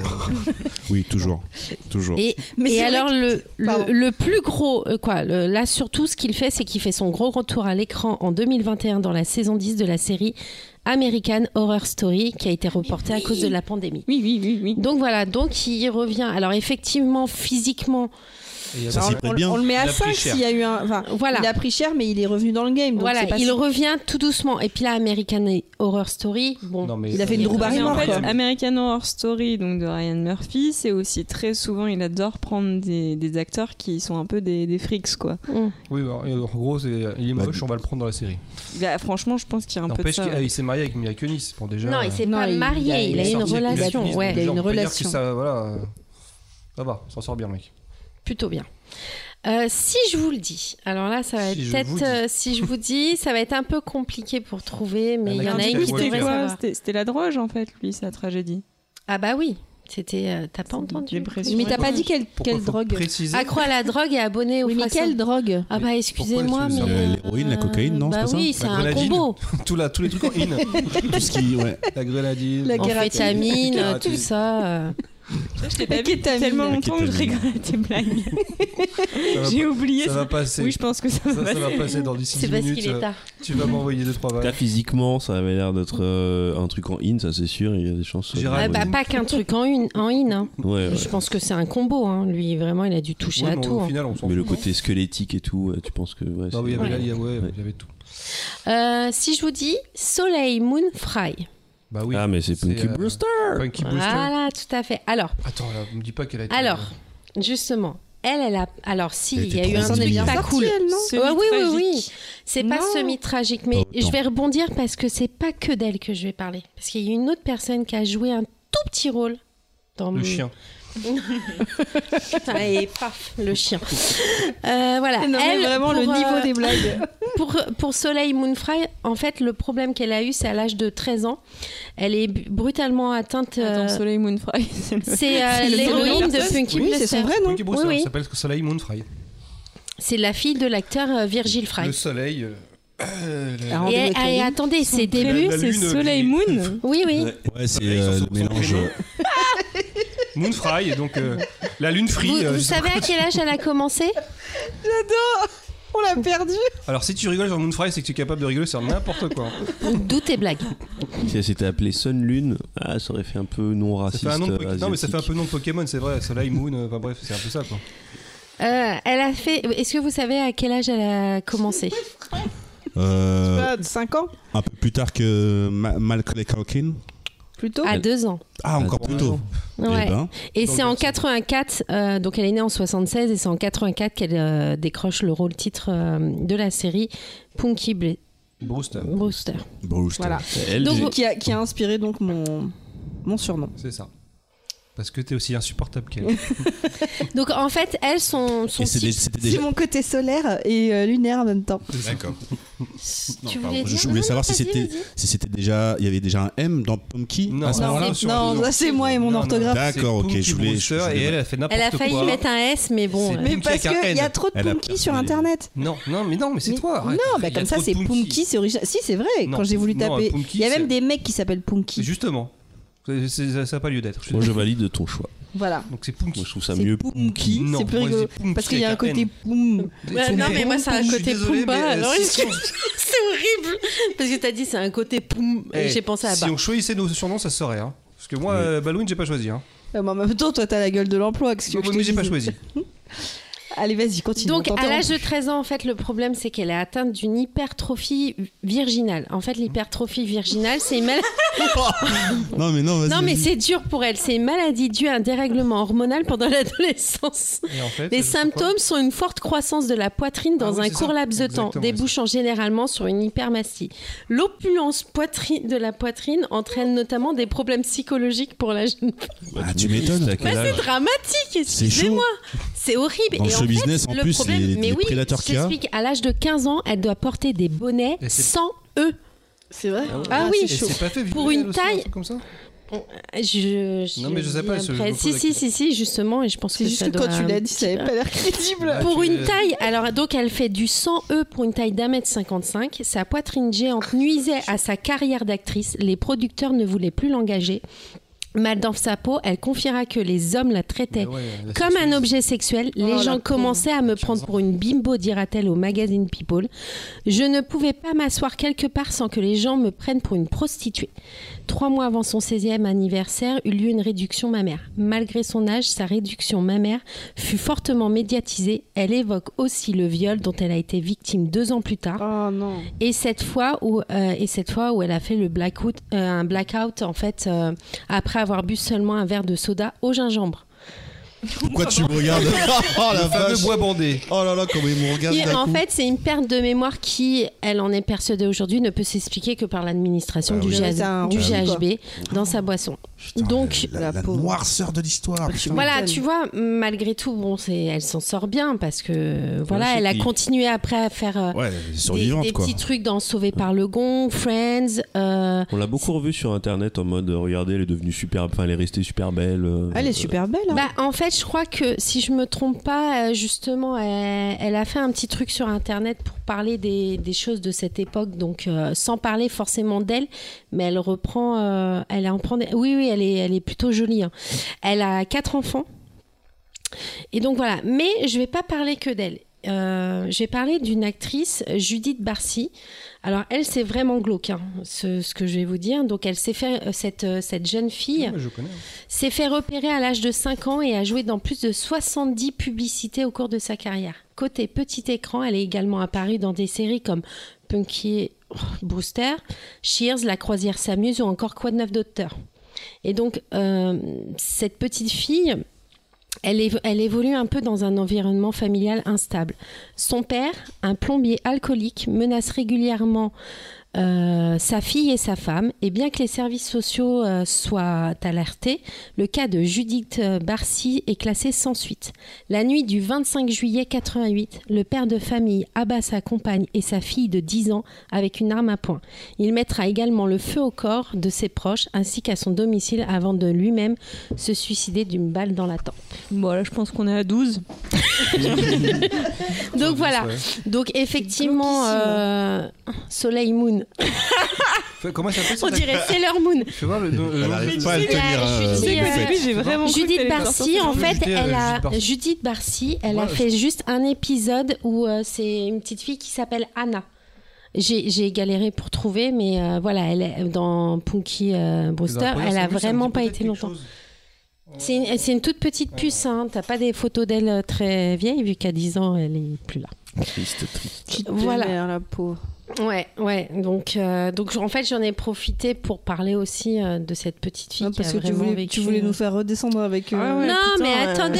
Speaker 4: Oui, toujours. Toujours.
Speaker 5: Et,
Speaker 2: Mais
Speaker 5: et
Speaker 2: c'est vrai
Speaker 5: alors le,
Speaker 2: Pardon.
Speaker 5: le, le plus gros, euh, quoi, le- là surtout ce qu'il fait, c'est qu'il fait son gros retour à l'écran en 2021 dans la saison 10 de la série American Horror Story qui a été reportée à cause de la pandémie.
Speaker 1: Oui, oui, oui, oui.
Speaker 5: Donc voilà, donc il revient. Alors effectivement, physiquement,
Speaker 8: Et il y
Speaker 4: Ça,
Speaker 8: avait-
Speaker 4: c'est
Speaker 2: On,
Speaker 4: très bien.
Speaker 2: on le met à
Speaker 8: Il a
Speaker 2: 5
Speaker 8: pris cher.
Speaker 2: s'il y a eu un. Enfin,
Speaker 5: voilà.
Speaker 2: il a pris cher, mais il est revenu dans le game. Donc
Speaker 5: voilà,
Speaker 2: c'est pas
Speaker 5: il
Speaker 2: si-
Speaker 5: revient tout doucement. Et puis là, American Horror Story, bon,
Speaker 8: Non, mais-
Speaker 2: il a fait une Drew
Speaker 1: Mais en
Speaker 2: Barrymore.
Speaker 1: fait,
Speaker 2: quoi.
Speaker 1: American Horror Story, donc de Ryan Murphy, c'est aussi très souvent, il adore prendre des, des acteurs qui sont un peu des, des frics, quoi.
Speaker 8: Oui, bah, en gros, c'est- il est
Speaker 4: Bah,
Speaker 8: moche, on va le prendre dans la série.
Speaker 1: Bah, franchement, je pense qu'il y a un peu de
Speaker 8: N'empêche
Speaker 1: ça.
Speaker 8: qu'il ah, il s'est marié avec Mila Kunis. Bon, déjà.
Speaker 5: non, il s'est
Speaker 2: euh, non,
Speaker 5: pas
Speaker 2: il-
Speaker 5: marié, il a,
Speaker 2: il
Speaker 5: une
Speaker 2: sorti- il a-
Speaker 5: relation,
Speaker 2: il a-
Speaker 5: ouais.
Speaker 2: il a une relation.
Speaker 8: Ça, voilà, euh, ça va, ça sort bien, le mec.
Speaker 5: plutôt bien. Euh, si je vous le dis, alors là, ça va
Speaker 8: Si
Speaker 5: être
Speaker 8: je
Speaker 5: peut-être.
Speaker 8: vous dis.
Speaker 5: euh, si je vous dis, ça va être un peu compliqué pour trouver, mais il y en a
Speaker 8: Indice,
Speaker 5: une
Speaker 8: elle
Speaker 5: qui devrait
Speaker 8: voit
Speaker 1: C'était
Speaker 8: bien.
Speaker 1: quoi
Speaker 5: savoir.
Speaker 1: C'était c'était la droge, en fait, lui, sa tragédie.
Speaker 5: Ah bah oui, c'était. euh, T'as pas entendu
Speaker 1: dépression.
Speaker 2: Mais t'as pas dit quelle,
Speaker 8: Pourquoi
Speaker 2: quelle
Speaker 8: faut
Speaker 2: drogue
Speaker 8: préciser
Speaker 5: Accro à la drogue et abonné au
Speaker 2: Oui, mais
Speaker 5: Fraction.
Speaker 2: quelle drogue
Speaker 5: Ah bah excusez-moi,
Speaker 8: Mais
Speaker 5: mais.
Speaker 4: tu
Speaker 8: pourquoi
Speaker 5: euh,
Speaker 4: dis ça L'héroïne, la cocaïne, non, c'est
Speaker 5: Bah
Speaker 4: pas ça
Speaker 5: oui, c'est
Speaker 8: La
Speaker 5: un
Speaker 8: grenadine.
Speaker 5: combo.
Speaker 8: *laughs* Tout la- tous les trucs
Speaker 5: *laughs*
Speaker 8: en in.
Speaker 4: Tout ce qui. Ouais.
Speaker 8: La grenadine.
Speaker 2: La
Speaker 8: En fait,
Speaker 5: Amphétamine, euh, tout
Speaker 8: Kératine.
Speaker 5: ça. euh.
Speaker 1: Je t'ai pas
Speaker 2: La
Speaker 1: vu depuis
Speaker 2: kétamine.
Speaker 1: tellement longtemps que je
Speaker 4: kétamine.
Speaker 1: rigole à tes blagues.
Speaker 8: ça va-
Speaker 1: J'ai oublié
Speaker 8: Ça
Speaker 1: ça.
Speaker 8: va passer.
Speaker 1: Oui, je pense que ça
Speaker 8: Ça,
Speaker 1: va
Speaker 8: ça va
Speaker 1: passer.
Speaker 8: passer dans d'ici
Speaker 5: C'est
Speaker 8: 10
Speaker 5: parce
Speaker 8: minutes.
Speaker 5: qu'il est
Speaker 8: euh,
Speaker 5: tard.
Speaker 8: Tu vas m'envoyer deux, trois
Speaker 9: Là,
Speaker 8: balles.
Speaker 9: physiquement, ça avait l'air d'être euh, un truc en in, ça c'est sûr. Il y a des chances.
Speaker 8: Gérard-
Speaker 5: Ah
Speaker 8: Ouais.
Speaker 5: bah pas qu'un truc en une, en in. hein.
Speaker 9: Ouais, ouais.
Speaker 5: Je pense que c'est un combo. hein. Lui, vraiment, il a dû toucher
Speaker 8: Ouais,
Speaker 5: à
Speaker 8: mais
Speaker 5: tout.
Speaker 8: Au
Speaker 5: hein.
Speaker 8: final, on s'en
Speaker 9: Mais le
Speaker 8: fout.
Speaker 9: côté squelettique et tout, ouais, tu penses que. Ouais,
Speaker 8: Non, mais il y
Speaker 9: c'est-
Speaker 8: avait là, Bah il y a- ouais,
Speaker 9: Ouais.
Speaker 8: il y avait tout.
Speaker 5: Euh, si je vous dis Soleil Moon Fry.
Speaker 8: Bah oui.
Speaker 9: Ah, mais c'est Punky
Speaker 8: euh,
Speaker 9: Brewster. Ah.
Speaker 8: Punky Brewster.
Speaker 5: Voilà, tout à fait. Alors,
Speaker 8: Attends, là, me dis pas qu'elle a été. euh,
Speaker 5: alors, justement, elle, elle a. Alors, si,
Speaker 4: Elle
Speaker 5: il y a
Speaker 4: était
Speaker 5: eu un
Speaker 4: trop
Speaker 5: truc
Speaker 4: bien
Speaker 5: pas
Speaker 4: sortie,
Speaker 5: cool.
Speaker 2: elle, hein. non
Speaker 5: Ouais, oui, oui, oui.
Speaker 1: Semi-tragique.
Speaker 5: C'est pas
Speaker 1: Non.
Speaker 5: semi-tragique, mais
Speaker 4: Pas autant.
Speaker 5: je vais rebondir parce que c'est pas que d'elle que je vais parler. Parce qu'il y a une autre personne qui a joué un tout petit rôle dans
Speaker 8: Le
Speaker 5: mon- *laughs*
Speaker 8: chien.
Speaker 5: Putain, et paf, le chien. Euh, voilà.
Speaker 2: Non, mais
Speaker 5: Elle,
Speaker 2: vraiment le
Speaker 5: pour,
Speaker 2: niveau
Speaker 5: euh,
Speaker 2: des blagues.
Speaker 5: pour, pour Soleil Moonfry, en fait, le problème qu'elle a eu, c'est à l'âge de 13 ans. Elle est bu- brutalement atteinte. euh,
Speaker 1: Attends, Soleil Moonfry, c'est le-
Speaker 5: c'est euh,
Speaker 2: *laughs*
Speaker 1: c'est le nom
Speaker 5: l'héroïne
Speaker 1: de la
Speaker 5: de
Speaker 1: personne.
Speaker 5: Punky
Speaker 2: Oui, c'est
Speaker 5: Brewster.
Speaker 2: son vrai nom.
Speaker 8: Punky Brewster,
Speaker 5: Ah Oui, oui.
Speaker 8: ça s'appelle Soleil Moonfry.
Speaker 5: C'est la fille de l'acteur euh, Virgil Fry. Ah.
Speaker 8: Le soleil. euh,
Speaker 2: Un
Speaker 5: Et,
Speaker 2: rendez-vous avec la
Speaker 5: et
Speaker 2: lune.
Speaker 5: attendez, ses débuts.
Speaker 1: Début,
Speaker 8: la
Speaker 1: c'est
Speaker 8: lune
Speaker 1: Soleil
Speaker 8: qui- *laughs*
Speaker 1: Moon.
Speaker 5: Oui, oui.
Speaker 4: Ouais, c'est
Speaker 8: Ils sont-
Speaker 4: euh,
Speaker 8: sont-
Speaker 4: le
Speaker 8: sont
Speaker 4: mélange.
Speaker 8: prénoms. Moon Fry, et donc
Speaker 5: *laughs*
Speaker 8: euh, la lune free.
Speaker 5: Vous,
Speaker 8: euh,
Speaker 5: vous
Speaker 8: je sais
Speaker 5: savez à quel âge elle a commencé
Speaker 2: On l'a perdu.
Speaker 8: pas. Alors si tu rigoles sur Moon Fry, c'est que tu es capable de rigoler sur n'importe quoi.
Speaker 5: D'où tes blagues
Speaker 9: Si elle s'était appelée Sun Lune, ah, ça aurait fait un peu non
Speaker 8: euh,
Speaker 9: raciste.
Speaker 8: Ça fait un nom de Poké-
Speaker 9: euh,
Speaker 8: Non mais ça fait un
Speaker 9: asiatique.
Speaker 8: peu nom de Pokémon, c'est vrai. Soleil, Moon, euh, enfin bref, c'est un peu ça quoi.
Speaker 5: Euh, Elle a fait. Est-ce que vous savez à quel âge elle a commencé
Speaker 4: Euh,
Speaker 2: 5 ans
Speaker 4: un peu plus tard que Ma- Macaulay Culkin.
Speaker 2: plutôt.
Speaker 8: Eh
Speaker 5: À deux ans.
Speaker 4: Ah, encore
Speaker 8: pour
Speaker 4: plus tôt. Eh
Speaker 5: Ouais.
Speaker 4: ben,
Speaker 5: Et
Speaker 8: Donc,
Speaker 5: c'est en
Speaker 8: elle-
Speaker 5: 84, euh, donc elle est née en 76 et c'est en 84 qu'elle euh, décroche le rôle titre euh, de la série Punky Bla- Ah
Speaker 8: Brewster,
Speaker 5: Brewster.
Speaker 4: Bruce,
Speaker 2: Voilà.
Speaker 9: Elle,
Speaker 5: Donc,
Speaker 9: j'ai-
Speaker 5: vous-
Speaker 2: Qui a, qui a inspiré donc mon, mon surnom.
Speaker 8: c'est ça. Parce que t'es aussi insupportable qu'elle.
Speaker 5: Donc en fait, elle, son, son
Speaker 4: Et c'est
Speaker 5: type-
Speaker 4: dé- c'était
Speaker 2: C'est
Speaker 4: déjà.
Speaker 2: mon côté solaire et euh, lunaire en même temps.
Speaker 4: D'accord.
Speaker 5: Tu
Speaker 4: Non,
Speaker 5: voulais
Speaker 4: pardon,
Speaker 5: dire
Speaker 4: je
Speaker 5: Non,
Speaker 4: voulais savoir
Speaker 5: non,
Speaker 4: si
Speaker 5: vas-y,
Speaker 4: c'était
Speaker 5: vas-y.
Speaker 4: si c'était déjà il y avait déjà un M dans Pumpkin.
Speaker 8: Non,
Speaker 4: à ce
Speaker 8: non.
Speaker 4: moment-là.
Speaker 8: sur-
Speaker 2: non,
Speaker 8: non.
Speaker 2: ça c'est moi et mon
Speaker 8: Non, non.
Speaker 2: orthographe.
Speaker 4: D'accord,
Speaker 8: C'est
Speaker 4: ok,
Speaker 8: Punky
Speaker 4: je voulais- je
Speaker 8: Brewster
Speaker 4: voulais-
Speaker 8: et elle, elle fait n'importe
Speaker 5: Elle
Speaker 8: quoi.
Speaker 5: a failli mettre un S, mais bon.
Speaker 8: C'est-
Speaker 5: euh,
Speaker 2: Mais
Speaker 8: Punky
Speaker 2: parce
Speaker 8: avec un
Speaker 2: qu'il y a
Speaker 8: N.
Speaker 2: trop de
Speaker 4: Elle a
Speaker 2: Punky sur internet.
Speaker 8: Non, non, mais non, mais c'est
Speaker 2: Mais-
Speaker 8: toi. arrête.
Speaker 2: Non,
Speaker 8: Il y
Speaker 2: bah
Speaker 8: a
Speaker 2: comme ça
Speaker 8: trop de
Speaker 2: c'est
Speaker 8: Punky.
Speaker 2: Punky, c'est original. Si, c'est vrai,
Speaker 8: Non,
Speaker 2: quand j'ai voulu
Speaker 8: non,
Speaker 2: taper.
Speaker 8: Punky,
Speaker 2: Il y a même
Speaker 8: c'est-
Speaker 2: des mecs qui s'appellent Punky.
Speaker 8: Justement. C'est- c'est- ça- ça n'a pas lieu d'être.
Speaker 9: Moi, je valide ton choix.
Speaker 2: Voilà.
Speaker 8: Donc c'est Punky.
Speaker 9: Moi, je trouve ça
Speaker 2: C'est
Speaker 9: mieux.
Speaker 2: Punky,
Speaker 8: Non,
Speaker 2: c'est plus
Speaker 8: moi,
Speaker 2: rigolo.
Speaker 8: c'est Punky
Speaker 2: Parce qu'il y a un
Speaker 8: avec un
Speaker 2: côté
Speaker 8: N.
Speaker 2: poum.
Speaker 5: Ouais, Bah, non, mais moi, c'est un
Speaker 8: Je suis
Speaker 5: côté
Speaker 8: désolé,
Speaker 5: Pumba,
Speaker 8: mais, euh,
Speaker 5: alors, *laughs*
Speaker 8: si-
Speaker 5: est-ce
Speaker 8: si on-
Speaker 5: C'est horrible Parce que t'as dit c'est un côté poum.
Speaker 8: Eh,
Speaker 5: J'ai pensé à
Speaker 8: Si
Speaker 5: bas.
Speaker 8: on choisissait nos surnoms, ça se saurait. hein. Parce que moi,
Speaker 4: Oui.
Speaker 8: euh, Baldwin, j'ai pas choisi. Hein.
Speaker 2: Euh, mais en même temps, toi, t'as la gueule de l'emploi. qu'est-ce que
Speaker 8: Moi,
Speaker 2: je te
Speaker 8: moi, j'ai
Speaker 2: dise
Speaker 8: pas choisi.
Speaker 2: Allez, vas-y, continue.
Speaker 5: Donc,
Speaker 2: on
Speaker 5: à
Speaker 2: t'entend.
Speaker 5: l'âge de 13 ans, en fait, le problème, c'est qu'elle est atteinte d'une hypertrophie virginale. En fait, l'hypertrophie virginale, c'est une, mal-
Speaker 4: Non mais non, vas-y.
Speaker 5: Non, mais
Speaker 4: vas-y.
Speaker 5: c'est dur pour elle. C'est une maladie due à un dérèglement hormonal pendant *laughs* l'adolescence.
Speaker 8: Et en fait,
Speaker 5: Les
Speaker 8: je sais pas quoi.
Speaker 5: symptômes sont une forte croissance de la poitrine dans
Speaker 8: Ah oui,
Speaker 5: un
Speaker 8: c'est
Speaker 5: court
Speaker 8: ça.
Speaker 5: laps de temps,
Speaker 8: Exactement,
Speaker 5: débouchant généralement sur une hypermastie. L'opulence poitrine de la poitrine entraîne notamment des problèmes psychologiques pour la jeune femme. Bah,
Speaker 4: Ah, tu m'étonnes.
Speaker 9: à quel âge
Speaker 5: Dramatique,
Speaker 4: C'est chaud.
Speaker 5: excusez-moi. C'est horrible.
Speaker 4: Dans le
Speaker 5: Et en
Speaker 4: show
Speaker 5: fait,
Speaker 4: business, en
Speaker 5: le
Speaker 4: plus,
Speaker 5: problème,
Speaker 4: les-
Speaker 5: mais
Speaker 4: les
Speaker 5: oui,
Speaker 4: prédateurs
Speaker 5: je
Speaker 4: qu'il y a.
Speaker 5: t'explique, à l'âge de 15 ans, elle doit porter des bonnets
Speaker 8: Et c'est-
Speaker 5: sans eux.
Speaker 2: C'est vrai
Speaker 5: Ah oui.
Speaker 2: c'est
Speaker 8: Et
Speaker 2: chaud.
Speaker 8: c'est pas fait
Speaker 5: Pour
Speaker 8: vibrer,
Speaker 5: une
Speaker 8: elle aussi, un
Speaker 5: taille-
Speaker 8: truc comme ça
Speaker 5: Je,
Speaker 8: Non, mais je sais
Speaker 5: dis
Speaker 8: pas, je- je me
Speaker 5: après.
Speaker 8: pose
Speaker 5: Si,
Speaker 8: la
Speaker 5: si,
Speaker 8: question.
Speaker 5: si, si, justement, et je pense
Speaker 2: C'est
Speaker 5: que
Speaker 2: juste
Speaker 5: ça
Speaker 2: que quand
Speaker 5: doit
Speaker 2: tu
Speaker 5: un
Speaker 2: l'as dit,
Speaker 5: petit
Speaker 2: ça
Speaker 5: peu-
Speaker 2: avait pas l'air crédible.
Speaker 8: Ah,
Speaker 5: Pour
Speaker 8: tu-
Speaker 5: une taille, alors donc elle fait du 100 E pour une taille d'un mètre 55. Sa poitrine géante nuisait à sa carrière d'actrice. Les producteurs ne voulaient plus l'engager. Mal dans sa peau, elle confiera que les hommes la traitaient
Speaker 8: Mais Ah ouais, la
Speaker 5: comme un
Speaker 8: sexuelle-
Speaker 5: objet
Speaker 2: Oh,
Speaker 5: sexuel. Les
Speaker 2: la
Speaker 5: gens
Speaker 2: pauvre.
Speaker 5: commençaient à me prendre pour une bimbo, dira-t-elle au magazine People. Je ne pouvais pas m'asseoir quelque part sans que les gens me prennent pour une prostituée. Trois mois avant son 16e anniversaire eut lieu une réduction mammaire. Malgré son âge, sa réduction mammaire fut fortement médiatisée. Elle évoque aussi le viol dont elle a été victime deux ans plus tard.
Speaker 2: Oh non.
Speaker 5: Et cette fois où, euh, et cette fois où elle a fait le blackout, euh, un blackout, en fait, euh, après avoir bu seulement un verre de soda au gingembre.
Speaker 4: Pourquoi tu me
Speaker 5: *laughs*
Speaker 4: regardes Oh la
Speaker 8: Le fameux
Speaker 4: vache.
Speaker 8: bois bandé.
Speaker 4: Oh là là, comment il me regarde
Speaker 5: Et
Speaker 4: d'un
Speaker 5: en
Speaker 4: coup.
Speaker 5: fait, c'est une perte de mémoire qui, elle en est persuadée aujourd'hui, ne peut s'expliquer que par l'administration
Speaker 4: Ah
Speaker 5: du,
Speaker 4: oui.
Speaker 5: GH-
Speaker 2: Mais Bah, c'est un
Speaker 5: du
Speaker 2: rouge, Ah quoi. Ah
Speaker 5: GHB dans sa boisson.
Speaker 4: Putain,
Speaker 5: donc,
Speaker 4: la, la-
Speaker 2: la
Speaker 4: la
Speaker 2: pauvre.
Speaker 4: noirceur de l'histoire. putain.
Speaker 5: Voilà, tu vois, malgré tout, bon, c'est, elle s'en sort bien parce que voilà,
Speaker 9: c'est
Speaker 5: elle a
Speaker 9: qui-
Speaker 5: continué après à faire euh,
Speaker 4: Ouais, elle est
Speaker 5: des,
Speaker 4: survivante
Speaker 5: des
Speaker 4: quoi.
Speaker 5: petits trucs dans Sauvé par le Gon, Friends. euh,
Speaker 9: On l'a beaucoup revu sur internet en mode euh, regardez, elle est devenue super. Enfin, elle est restée super belle. euh,
Speaker 2: Elle est
Speaker 9: euh,
Speaker 2: super belle. hein.
Speaker 5: Bah, en fait, je crois que si je me trompe pas, euh, justement, elle, elle a fait un petit truc sur internet pour parler des, des choses de cette époque, donc euh, sans parler forcément d'elle, mais elle reprend, euh, elle en prend. des- Oui, oui, elle est, elle est plutôt jolie. hein. Elle a quatre enfants, et donc voilà. Mais je vais pas parler que d'elle. Euh, je vais parler d'une actrice, Judith Barcy. Alors, elle, c'est vraiment glauque, hein, ce, ce que je vais vous dire. Donc, elle s'est fait, euh, cette, euh, cette jeune fille,
Speaker 8: Ouais, Ah, Je connais.
Speaker 5: s'est fait repérer à l'âge de 5 ans et a joué dans plus de 70 publicités au cours de sa carrière. Côté petit écran, elle est également apparue dans des séries comme Punky oh, Brewster, Cheers, La Croisière s'amuse ou encore Quoi de neuf docteur. Et donc, euh, cette petite fille, elle, évo- elle évolue un peu dans un environnement familial instable. Son père, un plombier alcoolique, menace régulièrement euh, sa fille et sa femme. Et bien que les services sociaux euh, soient alertés, le cas de Judith euh, Barcy est classé sans suite. La nuit du 25 juillet 88, le père de famille abat sa compagne et sa fille de 10 ans avec une arme à poing. Il mettra également le feu au corps de ses proches ainsi qu'à son domicile avant de lui-même se suicider d'une balle dans la tempe.
Speaker 1: Bon, là, je pense qu'on est à 12.
Speaker 5: Donc voilà. *laughs*
Speaker 8: Ouais.
Speaker 5: Donc effectivement,
Speaker 2: Glauquissime.
Speaker 5: euh, Soleil Moon.
Speaker 8: Fait- Comment ça s'appelle
Speaker 5: On
Speaker 8: cette-
Speaker 4: dirait
Speaker 5: dirait Sailor Moon.
Speaker 8: Je fais voir le. le- le-
Speaker 4: Elle
Speaker 8: le-
Speaker 4: n'arrive pas à le
Speaker 5: Julie,
Speaker 4: tenir.
Speaker 5: euh,
Speaker 4: euh,
Speaker 5: Julie,
Speaker 4: vous
Speaker 5: euh,
Speaker 4: faites.
Speaker 1: Oui, j'ai vraiment cru que
Speaker 5: Judith
Speaker 1: t'allais faire ça.
Speaker 5: Barcy, en fait,
Speaker 8: Judith, euh,
Speaker 5: elle a
Speaker 8: Judith Barcy.
Speaker 5: Judith Barcy, elle a
Speaker 8: Ouais,
Speaker 5: fait juste un épisode où euh, c'est une petite fille qui s'appelle Anna. J'ai j'ai galéré pour trouver, mais euh, voilà, elle est dans Punky euh,
Speaker 8: les
Speaker 5: Brewster,
Speaker 8: impreneurs,
Speaker 5: elle
Speaker 8: ça
Speaker 5: a
Speaker 8: me dit
Speaker 5: vraiment pas
Speaker 8: peut-être
Speaker 5: été
Speaker 8: quelque
Speaker 5: longtemps.
Speaker 8: chose.
Speaker 5: C'est une, c'est une toute petite puce, hein. t'as pas des photos d'elle euh, très vieille, vu qu'à 10 ans, elle est plus là.
Speaker 9: Triste, triste.
Speaker 2: Petite euh,
Speaker 5: Voilà.
Speaker 2: mère, Ah, la pauvre.
Speaker 5: Ouais, ouais, donc, euh, donc en fait, j'en ai profité pour parler aussi euh, de cette petite fille
Speaker 2: Ah,
Speaker 5: qui
Speaker 2: parce
Speaker 5: a
Speaker 2: que tu
Speaker 5: vraiment
Speaker 2: voulais,
Speaker 5: vécu,
Speaker 2: tu voulais
Speaker 5: euh,
Speaker 2: nous faire redescendre avec. euh,
Speaker 1: Ah ouais,
Speaker 5: non,
Speaker 1: putain,
Speaker 5: mais
Speaker 1: euh,
Speaker 2: *laughs*
Speaker 5: attendez,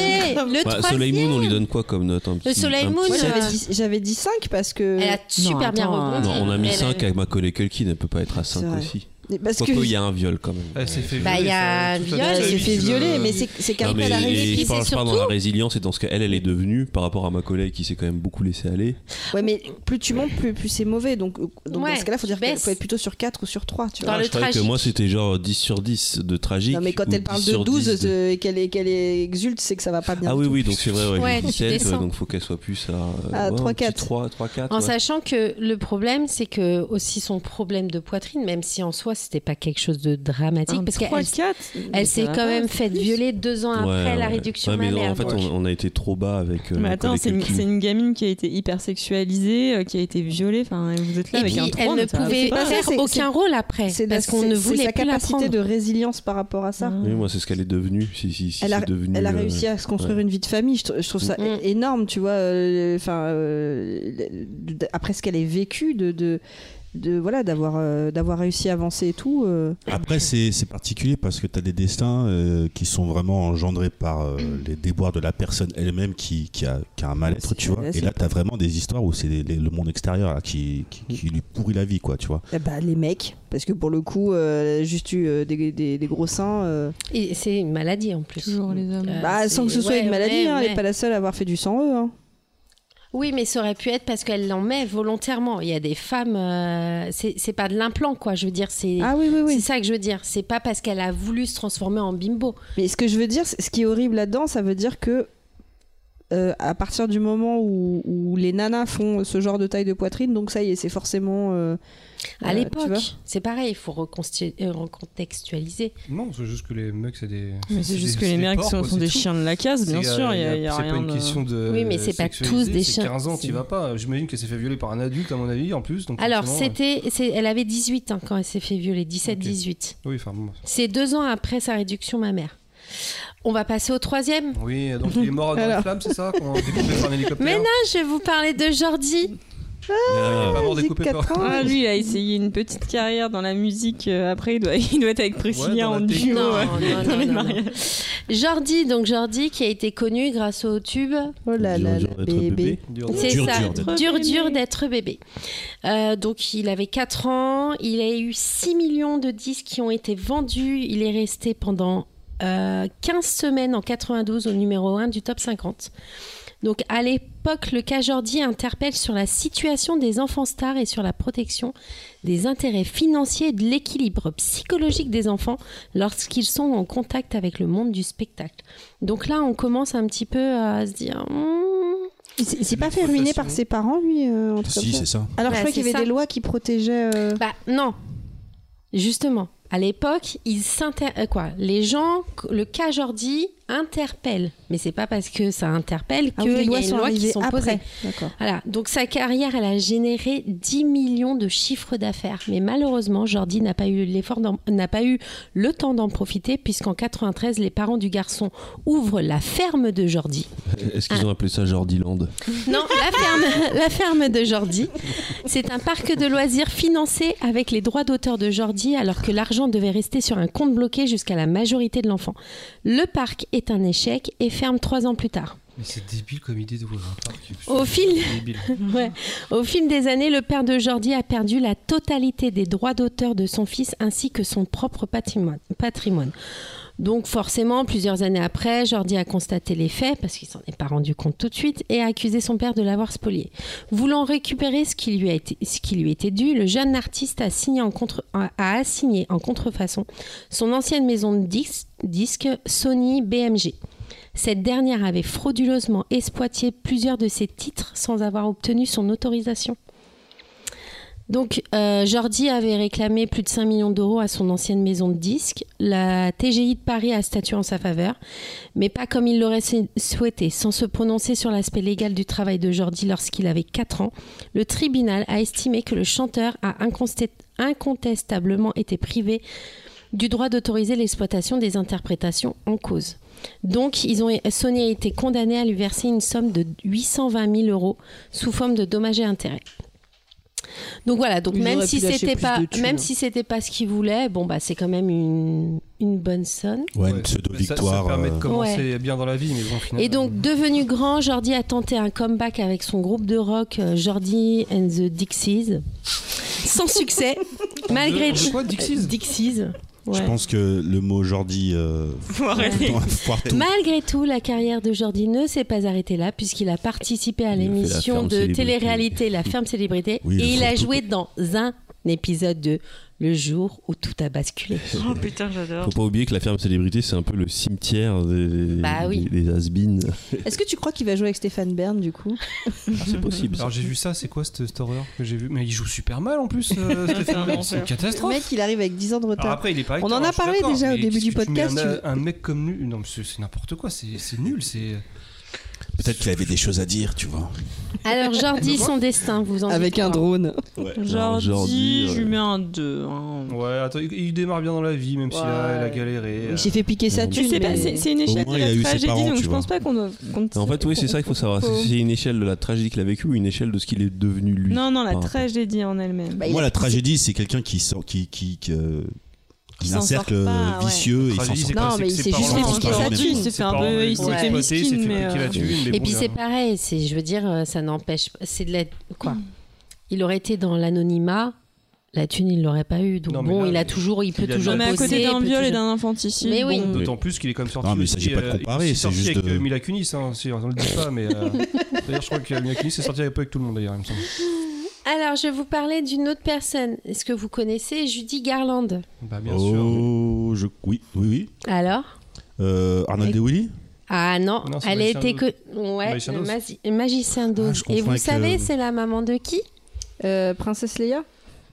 Speaker 5: le
Speaker 9: Bah,
Speaker 5: troisième.
Speaker 9: Soleil Moon, on lui donne quoi comme note un petit-
Speaker 5: Soleil
Speaker 9: un
Speaker 5: Moon,
Speaker 2: Moi,
Speaker 9: petit-
Speaker 2: j'avais
Speaker 5: Euh,
Speaker 2: dit- j'avais dit 5 parce que.
Speaker 5: Elle a super
Speaker 1: Non,
Speaker 5: bien
Speaker 1: attends,
Speaker 5: rebondi.
Speaker 9: Non, on a mis
Speaker 5: Ah, Elle
Speaker 9: 5 avec Macaulay Culkin, elle peut pas être à
Speaker 2: C'est
Speaker 9: 5
Speaker 2: vrai.
Speaker 9: aussi.
Speaker 2: Parce que.
Speaker 9: Quoique, il y a un viol quand même.
Speaker 8: Elle s'est fait
Speaker 5: Bah, il y a
Speaker 8: violer, ça,
Speaker 5: viol,
Speaker 8: toute la
Speaker 2: Elle
Speaker 5: elle
Speaker 2: s'est
Speaker 8: vie,
Speaker 2: fait
Speaker 8: le-
Speaker 2: violer, mais c'est c'est
Speaker 9: Non,
Speaker 2: qu'elle
Speaker 9: mais
Speaker 2: elle arrive.
Speaker 5: réussi,
Speaker 9: et je
Speaker 5: c'est
Speaker 9: parle, je parle dans
Speaker 5: surtout-
Speaker 9: la résilience et dans ce qu'elle, elle, elle est devenue par rapport à Macaulay qui s'est quand même beaucoup laissé aller.
Speaker 2: Ouais, mais plus tu montes, plus, plus c'est mauvais. Donc, euh, donc
Speaker 5: Ouais,
Speaker 2: dans ce cas-là, faut dire
Speaker 5: tu
Speaker 2: qu'elle
Speaker 5: baisses.
Speaker 2: faut être plutôt sur 4 ou sur 3. Tu
Speaker 5: Dans
Speaker 2: vois.
Speaker 5: le
Speaker 9: je croyais que
Speaker 5: tragique.
Speaker 9: moi c'était genre 10 sur 10 de tragique.
Speaker 2: Non, mais quand
Speaker 9: ou
Speaker 2: elle parle
Speaker 9: 10
Speaker 2: de
Speaker 9: sur 10
Speaker 2: 12 euh, et qu'elle est- qu'elle est exulte, c'est que ça va pas bien.
Speaker 9: Ah
Speaker 2: du
Speaker 9: oui,
Speaker 2: tout.
Speaker 9: oui, donc c'est vrai, ouais,
Speaker 5: Ouais, tu
Speaker 9: 17,
Speaker 5: descends.
Speaker 9: donc faut qu'elle soit plus à,
Speaker 2: À 3-4.
Speaker 9: 3, 3, 4.
Speaker 5: En sachant que le problème, c'est que aussi son problème de poitrine, même si en soi c'était pas quelque chose de
Speaker 2: Ah,
Speaker 5: dramatique, parce qu'elle elle s'est quand même faite violer deux ans après la réduction
Speaker 9: mais
Speaker 5: mammaire.
Speaker 9: En fait,
Speaker 5: donc.
Speaker 9: on, on a été trop bas avec. euh,
Speaker 1: Mais attends,
Speaker 9: Macaulay
Speaker 1: c'est une,
Speaker 9: Culkin.
Speaker 1: c'est une gamine qui a été hyper sexualisée, euh, qui a été violée. Enfin, vous êtes là
Speaker 2: Ah,
Speaker 1: avec
Speaker 5: Et puis
Speaker 1: un 3,
Speaker 5: elle ne
Speaker 1: mais ça va
Speaker 5: pouvait
Speaker 2: pas.
Speaker 5: faire
Speaker 2: C'est- c'est-
Speaker 5: aucun rôle après,
Speaker 2: C'est la-
Speaker 5: parce qu'on
Speaker 2: c'est-
Speaker 5: ne
Speaker 2: c'est
Speaker 5: voulait
Speaker 2: sa
Speaker 5: plus la
Speaker 2: capacité
Speaker 5: prendre.
Speaker 2: de résilience par rapport à ça.
Speaker 1: Ah.
Speaker 9: Oui, moi, c'est ce qu'elle est devenue. Si, si, si,
Speaker 2: Elle a,
Speaker 9: c'est devenu,
Speaker 2: elle a
Speaker 9: euh,
Speaker 2: réussi à se construire
Speaker 9: ouais.
Speaker 2: une vie de famille. Je, tr- je trouve ça
Speaker 5: Mm.
Speaker 2: é- énorme, tu vois. euh, Enfin, euh, de- de- après ce qu'elle a vécu, de, de, de- voilà, d'avoir, euh, d'avoir réussi à avancer et tout. euh.
Speaker 4: Après, c'est c'est particulier parce que tu as des destins euh, qui sont vraiment engendrés par euh, les déboires de la personne elle-même qui, qui, a, qui a un mal-être, tu vois.
Speaker 2: là,
Speaker 4: Et
Speaker 2: c'est-
Speaker 4: là, tu as vraiment des histoires où c'est les- les- le monde extérieur là, qui, qui, qui lui pourrit la vie, quoi, tu vois.
Speaker 2: Eh ben, les mecs, parce que pour le coup, euh, juste eu euh, des, des- des gros seins. euh.
Speaker 5: Et c'est une maladie en plus.
Speaker 1: Toujours les hommes.
Speaker 5: Euh,
Speaker 2: Bah, sans que
Speaker 5: c'est-
Speaker 2: ce soit
Speaker 5: ouais,
Speaker 2: une maladie,
Speaker 5: ouais,
Speaker 2: hein, elle
Speaker 5: ouais.
Speaker 2: n'est pas la seule à avoir fait du sang eux. hein.
Speaker 5: Oui, mais ça aurait pu être parce qu'elle l'en met volontairement. Il y a des femmes, euh, c'est c'est pas de l'implant quoi. Je veux dire, c'est
Speaker 2: Ah oui, oui,
Speaker 5: C'est
Speaker 2: oui.
Speaker 5: ça que je veux dire. C'est pas parce qu'elle a voulu se transformer en bimbo.
Speaker 2: Mais ce que je veux dire, c'est- ce qui est horrible là-dedans, ça veut dire que euh, à partir du moment où, où les nanas
Speaker 1: euh,
Speaker 2: font ce genre de taille de poitrine, donc ça y est, c'est forcément. euh, euh,
Speaker 5: À
Speaker 2: tu vois.
Speaker 5: l'époque, c'est pareil. Il faut reconstitu- euh, recontextualiser.
Speaker 8: Euh, Non, c'est juste que les mecs, c'est des.
Speaker 1: Mais c'est juste
Speaker 8: des-
Speaker 1: que
Speaker 8: c'est
Speaker 1: les mecs
Speaker 8: porcs,
Speaker 1: sont,
Speaker 8: quoi,
Speaker 1: sont
Speaker 8: c'est
Speaker 1: des
Speaker 8: tout.
Speaker 1: chiens de la case, bien
Speaker 8: C'est- euh,
Speaker 1: sûr. Il y a, il y a
Speaker 8: c'est pas
Speaker 1: rien
Speaker 8: une
Speaker 1: de-
Speaker 8: question de.
Speaker 5: Oui, mais c'est pas tous
Speaker 8: sexualiser,
Speaker 5: des
Speaker 8: c'est
Speaker 5: chiens.
Speaker 8: 15 ans, tu
Speaker 5: C'est-
Speaker 8: vas pas. J'imagine qu'elle s'est fait violer par un adulte, à mon avis, en plus. Donc
Speaker 5: Alors,
Speaker 8: forcément,
Speaker 5: c'était, c'est- elle avait 18 ans quand elle s'est fait violer,
Speaker 8: Ok.
Speaker 5: 17-18.
Speaker 8: euh, Oui, enfin. bon.
Speaker 5: C'est deux ans après sa réduction mammaire. On va passer au troisième.
Speaker 8: Oui, donc il est mort dans une
Speaker 2: Alors.
Speaker 8: flamme, c'est ça Quand on découpé par un hélicoptère
Speaker 5: Mais non, Ah, je vais vous parler de Jordi.
Speaker 9: Ah,
Speaker 8: Pas mort
Speaker 2: j'ai
Speaker 8: découpé par.
Speaker 2: quatre ans.
Speaker 1: Ah, lui, il a essayé une petite carrière dans la musique. euh, Après, il doit, *laughs* il doit être avec
Speaker 8: Ouais,
Speaker 1: Priscilla
Speaker 8: dans
Speaker 1: en
Speaker 8: la
Speaker 1: duo.
Speaker 8: techno,
Speaker 1: euh,
Speaker 5: non, non,
Speaker 1: Dans les
Speaker 5: non, non.
Speaker 1: mariages.
Speaker 5: Jordi, donc Jordi qui a été connu grâce au tube
Speaker 2: Oh là
Speaker 9: dur,
Speaker 2: là,
Speaker 9: dur
Speaker 2: là,
Speaker 9: d'être bébé.
Speaker 2: bébé.
Speaker 8: *laughs* Dur,
Speaker 5: C'est
Speaker 4: Dur,
Speaker 5: ça,
Speaker 4: dur
Speaker 5: dur,
Speaker 4: d'être
Speaker 5: dur,
Speaker 1: bébé.
Speaker 5: d'être bébé. Euh, donc il avait 4 ans, il a eu 6 millions de disques qui ont été vendus, il est resté pendant euh, 15 semaines en 92 au numéro 1 du top 50. Donc à l'époque, le cas Jordi interpelle sur la situation des enfants stars et sur la protection des intérêts financiers et de l'équilibre psychologique des enfants lorsqu'ils sont en contact avec le monde du spectacle. Donc là, on commence un petit peu à se dire... Hmm,
Speaker 2: Il s'est il s'est
Speaker 8: de
Speaker 2: pas fait ruiner
Speaker 8: l'exploitation.
Speaker 2: par ses parents, lui euh, en tout cas,
Speaker 4: Si,
Speaker 2: ça.
Speaker 4: c'est ça.
Speaker 2: Alors,
Speaker 5: Bah,
Speaker 2: je crois qu'il y
Speaker 5: c'est
Speaker 2: avait
Speaker 5: ça.
Speaker 2: des lois qui protégeaient. euh,
Speaker 5: Bah non. Justement, à l'époque, ils s'inter euh, quoi Les gens, le cas Jordi interpelle, mais c'est pas parce que ça interpelle
Speaker 2: ah
Speaker 5: que
Speaker 2: oui, les
Speaker 5: il y a
Speaker 2: lois
Speaker 5: une
Speaker 2: sont
Speaker 5: loi qui
Speaker 2: arrivées
Speaker 5: sont
Speaker 2: après.
Speaker 5: posées.
Speaker 2: D'accord.
Speaker 5: Voilà. Donc sa carrière, elle a généré 10 millions de chiffres d'affaires, mais malheureusement, Jordi n'a pas eu l'effort d'en- n'a pas eu le temps d'en profiter puisqu'en 93, les parents du garçon ouvrent la ferme de Jordi.
Speaker 9: Est-ce qu'ils ont appelé ça Jordiland
Speaker 5: Non, la ferme, la ferme de Jordi. C'est un parc de loisirs financé avec les droits d'auteur de Jordi, alors que l'argent devait rester sur un compte bloqué jusqu'à la majorité de l'enfant. Le parc est un échec et ferme trois ans plus tard.
Speaker 8: Mais c'est débile comme idée d'ouvrir un parc.
Speaker 5: Au fil-
Speaker 8: C'est débile.
Speaker 5: Ouais. Au fil des années, le père de Jordi a perdu la totalité des droits d'auteur de son fils ainsi que son propre patrimoine. patrimoine. Donc forcément, plusieurs années après, Jordi a constaté les faits, parce qu'il s'en est pas rendu compte tout de suite, et a accusé son père de l'avoir spolié. Voulant récupérer ce qui lui, a été, ce qui lui était dû, le jeune artiste a, signé en contre, a a assigné en contrefaçon son ancienne maison de dis- disques Sony BMG. Cette dernière avait frauduleusement exploité plusieurs de ses titres sans avoir obtenu son autorisation. Donc, euh, Jordi avait réclamé plus de 5 millions d'euros à son ancienne maison de disques. La TGI de Paris a statué en sa faveur, mais pas comme il l'aurait sou- souhaité. Sans se prononcer sur l'aspect légal du travail de Jordi lorsqu'il avait 4 ans, le tribunal a estimé que le chanteur a inconste- incontestablement été privé du droit d'autoriser l'exploitation des interprétations en cause. Donc, ils ont, Sony a été condamné à lui verser une somme de 820 000 euros sous forme de dommages et intérêts. Donc voilà, donc
Speaker 2: Ils
Speaker 5: même
Speaker 2: auraient
Speaker 5: si
Speaker 2: pu lâcher
Speaker 5: c'était
Speaker 2: plus
Speaker 5: pas,
Speaker 2: de thunes,
Speaker 5: même
Speaker 2: hein.
Speaker 5: si c'était pas ce qu'il voulait, bon bah c'est quand même une, une bonne somme.
Speaker 4: Ouais,
Speaker 8: Ouais,
Speaker 4: une
Speaker 8: Ça,
Speaker 4: pseudo-victoire.
Speaker 8: ça permet de
Speaker 4: euh,
Speaker 8: commencer bien dans la vie, mais bon, finalement.
Speaker 5: Et donc devenu grand, Jordi a tenté un comeback avec son groupe de rock euh, Jordi and the Dixies,
Speaker 9: *laughs*
Speaker 5: sans succès, malgré euh,
Speaker 8: De- de quoi, Dixies
Speaker 5: Dixies.
Speaker 4: Je
Speaker 5: ouais.
Speaker 4: pense que le mot Jordi euh,
Speaker 1: Faut
Speaker 4: *laughs*
Speaker 1: arrêter.
Speaker 4: doit foire tout.
Speaker 5: Malgré tout, la carrière de Jordi ne s'est pas arrêtée là, puisqu'il a participé
Speaker 9: Il
Speaker 5: à
Speaker 9: a fait la
Speaker 5: l'émission
Speaker 9: ferme
Speaker 5: de
Speaker 9: célébrité.
Speaker 5: télé-réalité La Ferme Célébrité
Speaker 4: Oui,
Speaker 5: et
Speaker 4: je
Speaker 5: il a
Speaker 4: trouve tout.
Speaker 5: joué dans un épisode de Le jour où tout a basculé.
Speaker 1: Oh putain, j'adore.
Speaker 9: Faut pas oublier que la ferme célébrité, c'est un peu le cimetière des, des,
Speaker 5: Bah oui.
Speaker 9: des- des has-beens.
Speaker 2: Est-ce que tu crois qu'il va jouer avec Stéphane Bern du coup
Speaker 9: Ah, c'est possible. ça.
Speaker 8: *laughs* Alors j'ai vu ça, c'est quoi cette, cette horreur que j'ai vu Mais il joue super mal en plus, euh, Stéphane Bern, c'est une
Speaker 2: Le
Speaker 8: catastrophe.
Speaker 2: mec, il arrive avec 10 ans de
Speaker 8: Alors
Speaker 2: retard.
Speaker 8: après, il est pas
Speaker 2: On
Speaker 8: acteur,
Speaker 2: en a
Speaker 8: hein, je suis
Speaker 2: parlé
Speaker 8: d'accord,
Speaker 2: déjà au
Speaker 8: mais
Speaker 2: début
Speaker 8: qu'est-ce
Speaker 2: du
Speaker 8: que tu mets
Speaker 2: podcast,
Speaker 8: Un, un mec comme nul, non, mais c'est c'est n'importe quoi, c'est c'est nul, c'est.
Speaker 4: Peut-être qu'il avait des choses à dire, tu vois.
Speaker 5: Alors *laughs* Jordi, son destin, vous en
Speaker 2: Avec
Speaker 5: dites
Speaker 2: un
Speaker 5: quoi
Speaker 2: drone.
Speaker 9: Alors,
Speaker 1: Jordi,
Speaker 9: Jordi,
Speaker 1: je
Speaker 9: euh,
Speaker 1: lui mets un 2. hein.
Speaker 8: Ouais, attends, il, il démarre bien dans la vie, même s'il a, il a galéré. euh.
Speaker 2: J'ai fait piquer sa
Speaker 1: Mais
Speaker 2: thune.
Speaker 1: c'est pas-
Speaker 2: mais-
Speaker 1: c'est- c'est une échelle
Speaker 4: moins,
Speaker 1: de
Speaker 4: il a
Speaker 1: la
Speaker 4: eu ses
Speaker 1: tragédie,
Speaker 4: parents,
Speaker 1: donc
Speaker 4: tu
Speaker 1: je
Speaker 4: vois.
Speaker 1: pense pas qu'on doit. qu'on-
Speaker 9: En fait, oui, c'est ça qu'il faut savoir.
Speaker 1: Faut-
Speaker 9: C'est c'est une échelle de la tragédie qu'il a vécue ou une échelle de ce qu'il est devenu lui.
Speaker 1: Non, non, la
Speaker 9: Par rapport.
Speaker 1: tragédie en elle-même.
Speaker 2: Bah, il
Speaker 4: Moi,
Speaker 2: a-
Speaker 4: la tragédie, c'est quelqu'un qui sort, qui, qui, qui, euh,
Speaker 1: Qui
Speaker 4: dans
Speaker 1: s'en
Speaker 4: un
Speaker 1: sort
Speaker 4: cercle
Speaker 1: pas, ouais.
Speaker 4: vicieux et il s'en
Speaker 8: Tragédie,
Speaker 4: sort
Speaker 8: c'est quoi,
Speaker 2: Non,
Speaker 8: c'est
Speaker 2: mais
Speaker 8: que
Speaker 2: il
Speaker 8: ses
Speaker 2: s'est
Speaker 8: parents
Speaker 2: juste
Speaker 8: l'ont
Speaker 2: fait
Speaker 8: exploité,
Speaker 4: piquer sa
Speaker 8: ses
Speaker 4: thune,
Speaker 1: il s'est fait un
Speaker 8: parents
Speaker 1: peu-
Speaker 8: l'ont
Speaker 1: il
Speaker 5: s'est fait
Speaker 8: exploité,
Speaker 1: miskin,
Speaker 8: s'est fait
Speaker 1: mais,
Speaker 8: piquer la
Speaker 1: euh,
Speaker 8: thune, mais
Speaker 5: Et
Speaker 8: bon,
Speaker 5: puis
Speaker 8: il a-
Speaker 5: c'est pareil, c'est, je veux dire, euh, ça n'empêche, c'est de la quoi. Il aurait été dans l'anonymat, la thune il l'aurait pas eu. Donc
Speaker 8: Non, mais
Speaker 5: bon,
Speaker 8: là,
Speaker 5: il a
Speaker 8: mais-
Speaker 5: toujours, il peut
Speaker 8: il a
Speaker 5: toujours
Speaker 8: de
Speaker 1: mais
Speaker 8: la-
Speaker 1: à
Speaker 5: bosser,
Speaker 1: côté
Speaker 5: il
Speaker 1: d'un
Speaker 5: peut
Speaker 1: viol et
Speaker 5: toujours-
Speaker 1: d'un infanticide.
Speaker 5: Mais oui.
Speaker 1: bon.
Speaker 8: D'autant plus qu'il est quand même sorti.
Speaker 4: Non, mais il s'agit
Speaker 8: aussi,
Speaker 4: pas de
Speaker 8: euh,
Speaker 4: comparer,
Speaker 8: il est
Speaker 4: c'est
Speaker 8: sorti
Speaker 4: juste
Speaker 8: avec
Speaker 4: de-
Speaker 8: euh, Mila Kunis, hein, si, on le dit pas, mais. euh, D'ailleurs, je crois que Mila Kunis est sorti un peu avec tout le monde, d'ailleurs, il me semble.
Speaker 5: Alors je vais vous parler d'une autre personne. Est-ce que vous connaissez Judy Garland
Speaker 8: Bah, bien sûr.
Speaker 4: Oh, je... oui, oui, oui.
Speaker 5: Alors
Speaker 4: Euh, Arnold et Willy
Speaker 5: Ah non,
Speaker 8: Non, c'est
Speaker 5: elle
Speaker 8: Magicien
Speaker 5: était
Speaker 8: d'Oz.
Speaker 5: que ouais,
Speaker 8: Magicien
Speaker 5: le
Speaker 8: d'Oz.
Speaker 5: magi- magicien
Speaker 4: Ah,
Speaker 5: d'Oz.
Speaker 4: je confonds
Speaker 5: et vous
Speaker 4: avec,
Speaker 5: savez,
Speaker 4: euh,
Speaker 5: c'est la maman de qui
Speaker 2: Euh, Princesse Leia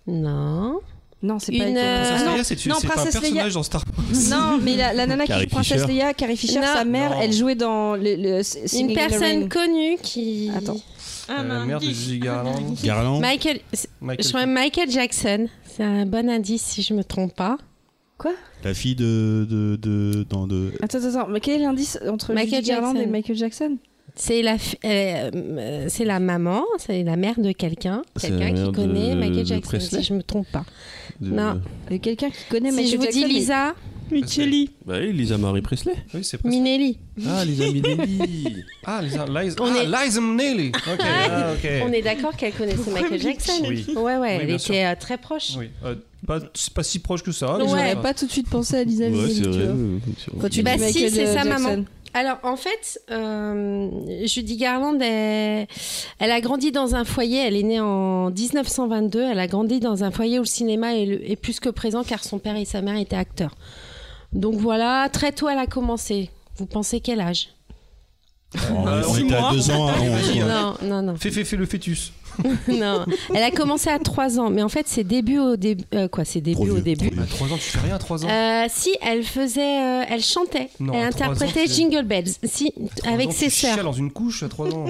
Speaker 5: Non.
Speaker 2: Non, c'est pas elle.
Speaker 5: Une, euh,
Speaker 8: Princesse
Speaker 2: Ah non,
Speaker 8: Leia, c'est-
Speaker 2: non,
Speaker 8: c'est pas un
Speaker 2: Princesse Leia.
Speaker 8: personnage dans Star Wars.
Speaker 2: Non, mais la, la nana qui
Speaker 4: Carrie
Speaker 2: joue Princesse
Speaker 4: Fisher.
Speaker 2: Leia, Carrie Fisher,
Speaker 5: Non.
Speaker 2: sa mère,
Speaker 8: Non.
Speaker 2: elle jouait dans le, le S- Singing
Speaker 5: Une
Speaker 2: in the
Speaker 5: personne
Speaker 2: Rain.
Speaker 5: connue qui
Speaker 2: Attends.
Speaker 1: Ah,
Speaker 8: Euh,
Speaker 1: mais un
Speaker 8: merde,
Speaker 1: geek.
Speaker 8: Judy Garland.
Speaker 4: Garland
Speaker 5: Michael
Speaker 8: Michael
Speaker 5: je crois Michael Jackson, c'est un bon indice si je me trompe pas.
Speaker 4: La fille de. de, de, dans de...
Speaker 2: Attends, attends, attends, mais quel est l'indice entre
Speaker 5: Michael
Speaker 2: Judy Garland
Speaker 5: Jackson.
Speaker 2: et Michael Jackson
Speaker 5: C'est la, fi- euh, euh, c'est la maman, c'est la mère de quelqu'un,
Speaker 9: C'est la
Speaker 5: quelqu'un
Speaker 9: mère
Speaker 5: qui
Speaker 9: de-
Speaker 5: connaît Michael
Speaker 9: de
Speaker 5: Jackson,
Speaker 9: Presley
Speaker 5: si je me trompe pas.
Speaker 9: De-
Speaker 5: Non.
Speaker 2: Euh, Quelqu'un qui connaît
Speaker 5: si je
Speaker 2: Michael
Speaker 5: vous
Speaker 2: Jackson.
Speaker 5: dis
Speaker 2: mais-
Speaker 5: Lisa,
Speaker 1: Mais Kelly.
Speaker 9: Bah oui, Lisa Marie Presley.
Speaker 8: Jackson. Oui, c'est presque.
Speaker 5: Minelli,
Speaker 9: Ah, Lisa Minnelli.
Speaker 8: Ah, Liza, Liza,
Speaker 5: On
Speaker 8: ah,
Speaker 5: est-
Speaker 8: Liza Minnelli. Ok, ah, ok.
Speaker 5: on est d'accord qu'elle connaissait Michael Jackson
Speaker 8: Oui.
Speaker 5: Ouais, ouais, elle
Speaker 8: bien
Speaker 5: était
Speaker 8: sûr.
Speaker 5: euh, très proche.
Speaker 8: Oui, euh, pas, c'est pas si proche que ça. mais
Speaker 5: Ouais.
Speaker 8: ça
Speaker 2: J'aurais
Speaker 8: va.
Speaker 2: pas tout de suite pensé à Lisa
Speaker 9: Ouais,
Speaker 2: Minnelli,
Speaker 9: c'est
Speaker 2: tu
Speaker 9: vrai.
Speaker 2: vois.
Speaker 9: euh, c'est vrai.
Speaker 2: Quand tu
Speaker 5: Bah
Speaker 2: dis
Speaker 5: si,
Speaker 2: Michael
Speaker 5: c'est sa
Speaker 2: Jackson.
Speaker 5: maman. Alors en fait, euh, Judy Garland, elle, elle a grandi dans un foyer, elle est née en 1922, elle a grandi dans un foyer où le cinéma est, le- est plus que présent car son père et sa mère étaient acteurs. Donc voilà, très tôt elle a commencé. Vous pensez quel âge
Speaker 4: On-
Speaker 8: bah,
Speaker 4: on
Speaker 8: six
Speaker 4: était à
Speaker 8: mois.
Speaker 4: deux ans avant.
Speaker 8: Vas-y,
Speaker 4: quoi.
Speaker 8: hein.
Speaker 5: Non, non, non.
Speaker 8: Fais, fais, fais le fœtus.
Speaker 5: non. Elle a commencé à 3 ans, mais en fait ses débuts au début... quoi, ses
Speaker 4: Trop
Speaker 5: débuts au
Speaker 4: vieux,
Speaker 5: début
Speaker 4: trop vieux.
Speaker 8: À 3 ans, tu fais rien à 3 ans.
Speaker 5: Euh, si, elle faisait, euh, elle chantait,
Speaker 8: Non,
Speaker 5: elle
Speaker 8: à trois ans,
Speaker 5: interprétait
Speaker 8: c'est-
Speaker 5: Jingle Bells, si,
Speaker 8: Trois
Speaker 5: avec
Speaker 8: ans,
Speaker 5: ses
Speaker 8: tu chiales
Speaker 5: sœurs.
Speaker 8: dans une couche à 3 ans.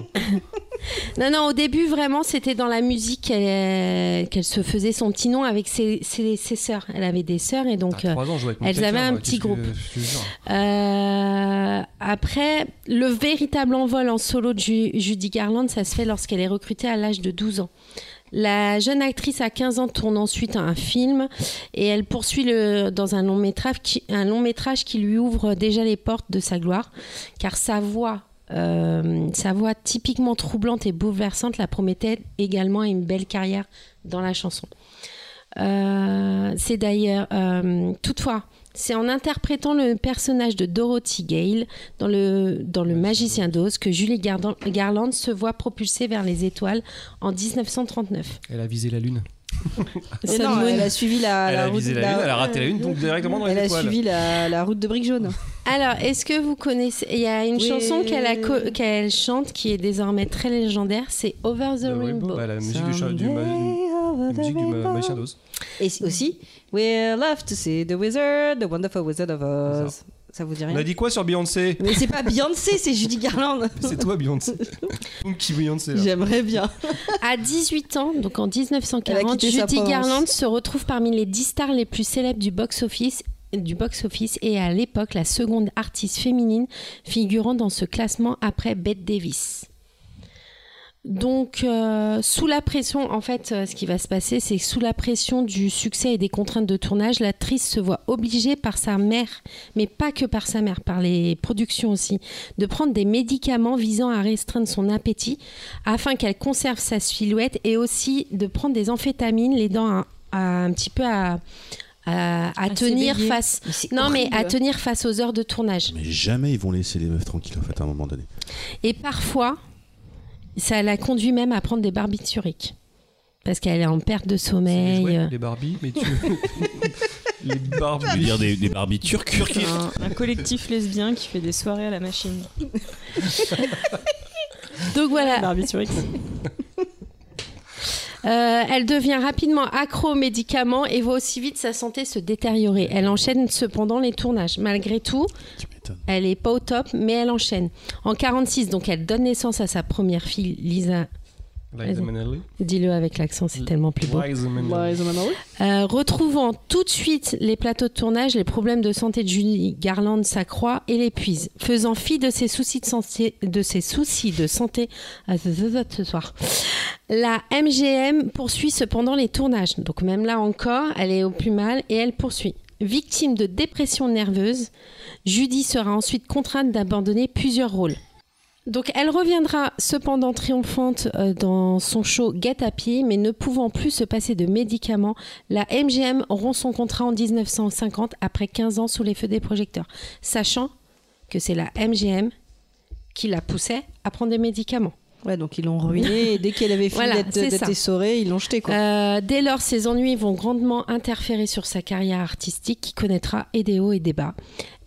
Speaker 5: Non, non, au début, vraiment, c'était dans la musique qu'elle euh, qu'elle se faisait son petit nom avec ses, ses, ses sœurs. Elle avait des sœurs et donc...
Speaker 8: à 3 ans, je jouais avec mon
Speaker 5: elles
Speaker 8: téléphone,
Speaker 5: avaient un
Speaker 8: moi,
Speaker 5: petit
Speaker 8: qu'est-ce que-
Speaker 5: groupe.
Speaker 8: je te jure.
Speaker 5: euh, après, le véritable envol en solo de Ju- Judy Garland, ça se fait lorsqu'elle est recrutée à l'âge de 12 ans. La jeune actrice à 15 ans tourne ensuite un film et elle poursuit le, dans un long, métrage qui, un long métrage qui lui ouvre déjà les portes de sa gloire, car sa voix, euh, sa voix typiquement troublante et bouleversante la promettait également une belle carrière dans la chanson. Euh, c'est d'ailleurs, euh, toutefois, c'est en interprétant le personnage de Dorothy Gale dans le, dans le Magicien d'Oz que Julie Gardan- Garland se voit propulsée vers les étoiles en 1939.
Speaker 8: Elle a visé la lune.
Speaker 2: Mais
Speaker 5: Sun
Speaker 2: non,
Speaker 5: Moon.
Speaker 2: elle a suivi la,
Speaker 8: elle
Speaker 2: la
Speaker 8: a
Speaker 2: route
Speaker 8: visé la, lune, elle a raté la lune, donc directement dans les
Speaker 2: elle a
Speaker 8: étoiles.
Speaker 2: suivi la, la route de briques jaunes.
Speaker 5: Alors, est-ce que vous connaissez Il y a une
Speaker 2: Oui.
Speaker 5: chanson qu'elle a co- qu'elle chante qui est désormais très légendaire, c'est Over the,
Speaker 8: Le
Speaker 5: Rainbow.
Speaker 8: bah, Rainbow, bah, la musique du, cha- du, ma-
Speaker 2: Someday over
Speaker 8: la musique du Ma- My Shadows.
Speaker 2: Et aussi, We're left to see the wizard, the wonderful wizard of Oz. Ça, vous dit
Speaker 8: On
Speaker 2: rien
Speaker 8: a dit quoi
Speaker 2: *laughs*
Speaker 8: sur Beyoncé
Speaker 2: Mais c'est pas Beyoncé, c'est Judy Garland.
Speaker 8: C'est toi Beyoncé. Punky Beyoncé. là.
Speaker 2: J'aimerais bien.
Speaker 5: À 18 ans, donc en
Speaker 2: Elle a
Speaker 5: 1940,
Speaker 2: quitté sa
Speaker 5: Judy
Speaker 2: Provence.
Speaker 5: Garland se retrouve parmi les 10 stars les plus célèbres du box-office du box-office et à l'époque la seconde artiste féminine figurant dans ce classement après Bette Davis. Donc, euh, sous la pression, en fait, euh, ce qui va se passer, c'est que sous la pression du succès et des contraintes de tournage, l'actrice se voit obligée par sa mère, mais pas que par sa mère, par les productions aussi, de prendre des médicaments visant à restreindre son appétit afin qu'elle conserve sa silhouette et aussi de prendre des amphétamines, l'aidant à, à un petit peu à, à- à tenir
Speaker 10: s'éveiller.
Speaker 5: face. Non, mais à tenir face aux heures de tournage.
Speaker 4: Mais jamais ils vont laisser les meufs tranquilles en fait à un moment donné.
Speaker 5: Et parfois, ça la conduit même à prendre des barbituriques. Parce qu'elle est en perte de
Speaker 8: C'est des
Speaker 5: sommeil. *laughs*
Speaker 8: jouets,
Speaker 5: euh,
Speaker 8: Les Barbies, mais tu. *laughs* les Barbies.
Speaker 3: Je veux dire des, des Barbies turques.
Speaker 1: Un, un collectif lesbien qui fait des soirées à la machine.
Speaker 5: Donc *laughs* voilà,
Speaker 1: Barbiturix.
Speaker 5: Euh, elle devient rapidement accro aux médicaments et voit aussi vite sa santé se détériorer. Elle enchaîne cependant les tournages. Malgré tout,
Speaker 4: Tu m'étonnes.
Speaker 5: elle est pas au top, mais elle enchaîne. En 46, donc elle donne naissance à sa première fille, Lisa.
Speaker 8: Liza Minnelli.
Speaker 5: Dis-le avec l'accent, c'est
Speaker 8: L-
Speaker 5: tellement plus beau.
Speaker 8: Liza Minnelli.
Speaker 5: Euh, retrouvant tout de suite les plateaux de tournage, les problèmes de santé de Julie Garland s'accroît et l'épuise, faisant fi de ses soucis de santé, de ses soucis de santé Ah, à ce soir. La MGM poursuit cependant les tournages, donc même là encore, elle est au plus mal et elle poursuit. Victime de dépression nerveuse, Judy sera ensuite contrainte d'abandonner plusieurs rôles. Donc elle reviendra cependant triomphante euh, dans son show Get Happy, mais ne pouvant plus se passer de médicaments, la MGM rompt son contrat en 1950 après 15 ans sous les feux des projecteurs, sachant que c'est la MGM qui la poussait à prendre des médicaments.
Speaker 2: Ouais, donc ils l'ont ruiné. et dès qu'elle avait fini
Speaker 5: Voilà,
Speaker 2: d'être-
Speaker 5: c'est
Speaker 2: d'être
Speaker 5: ça.
Speaker 2: essorée, ils l'ont jeté. Quoi.
Speaker 5: Euh, dès lors, ces ennuis vont grandement interférer sur sa carrière artistique qui connaîtra et des hauts et des bas.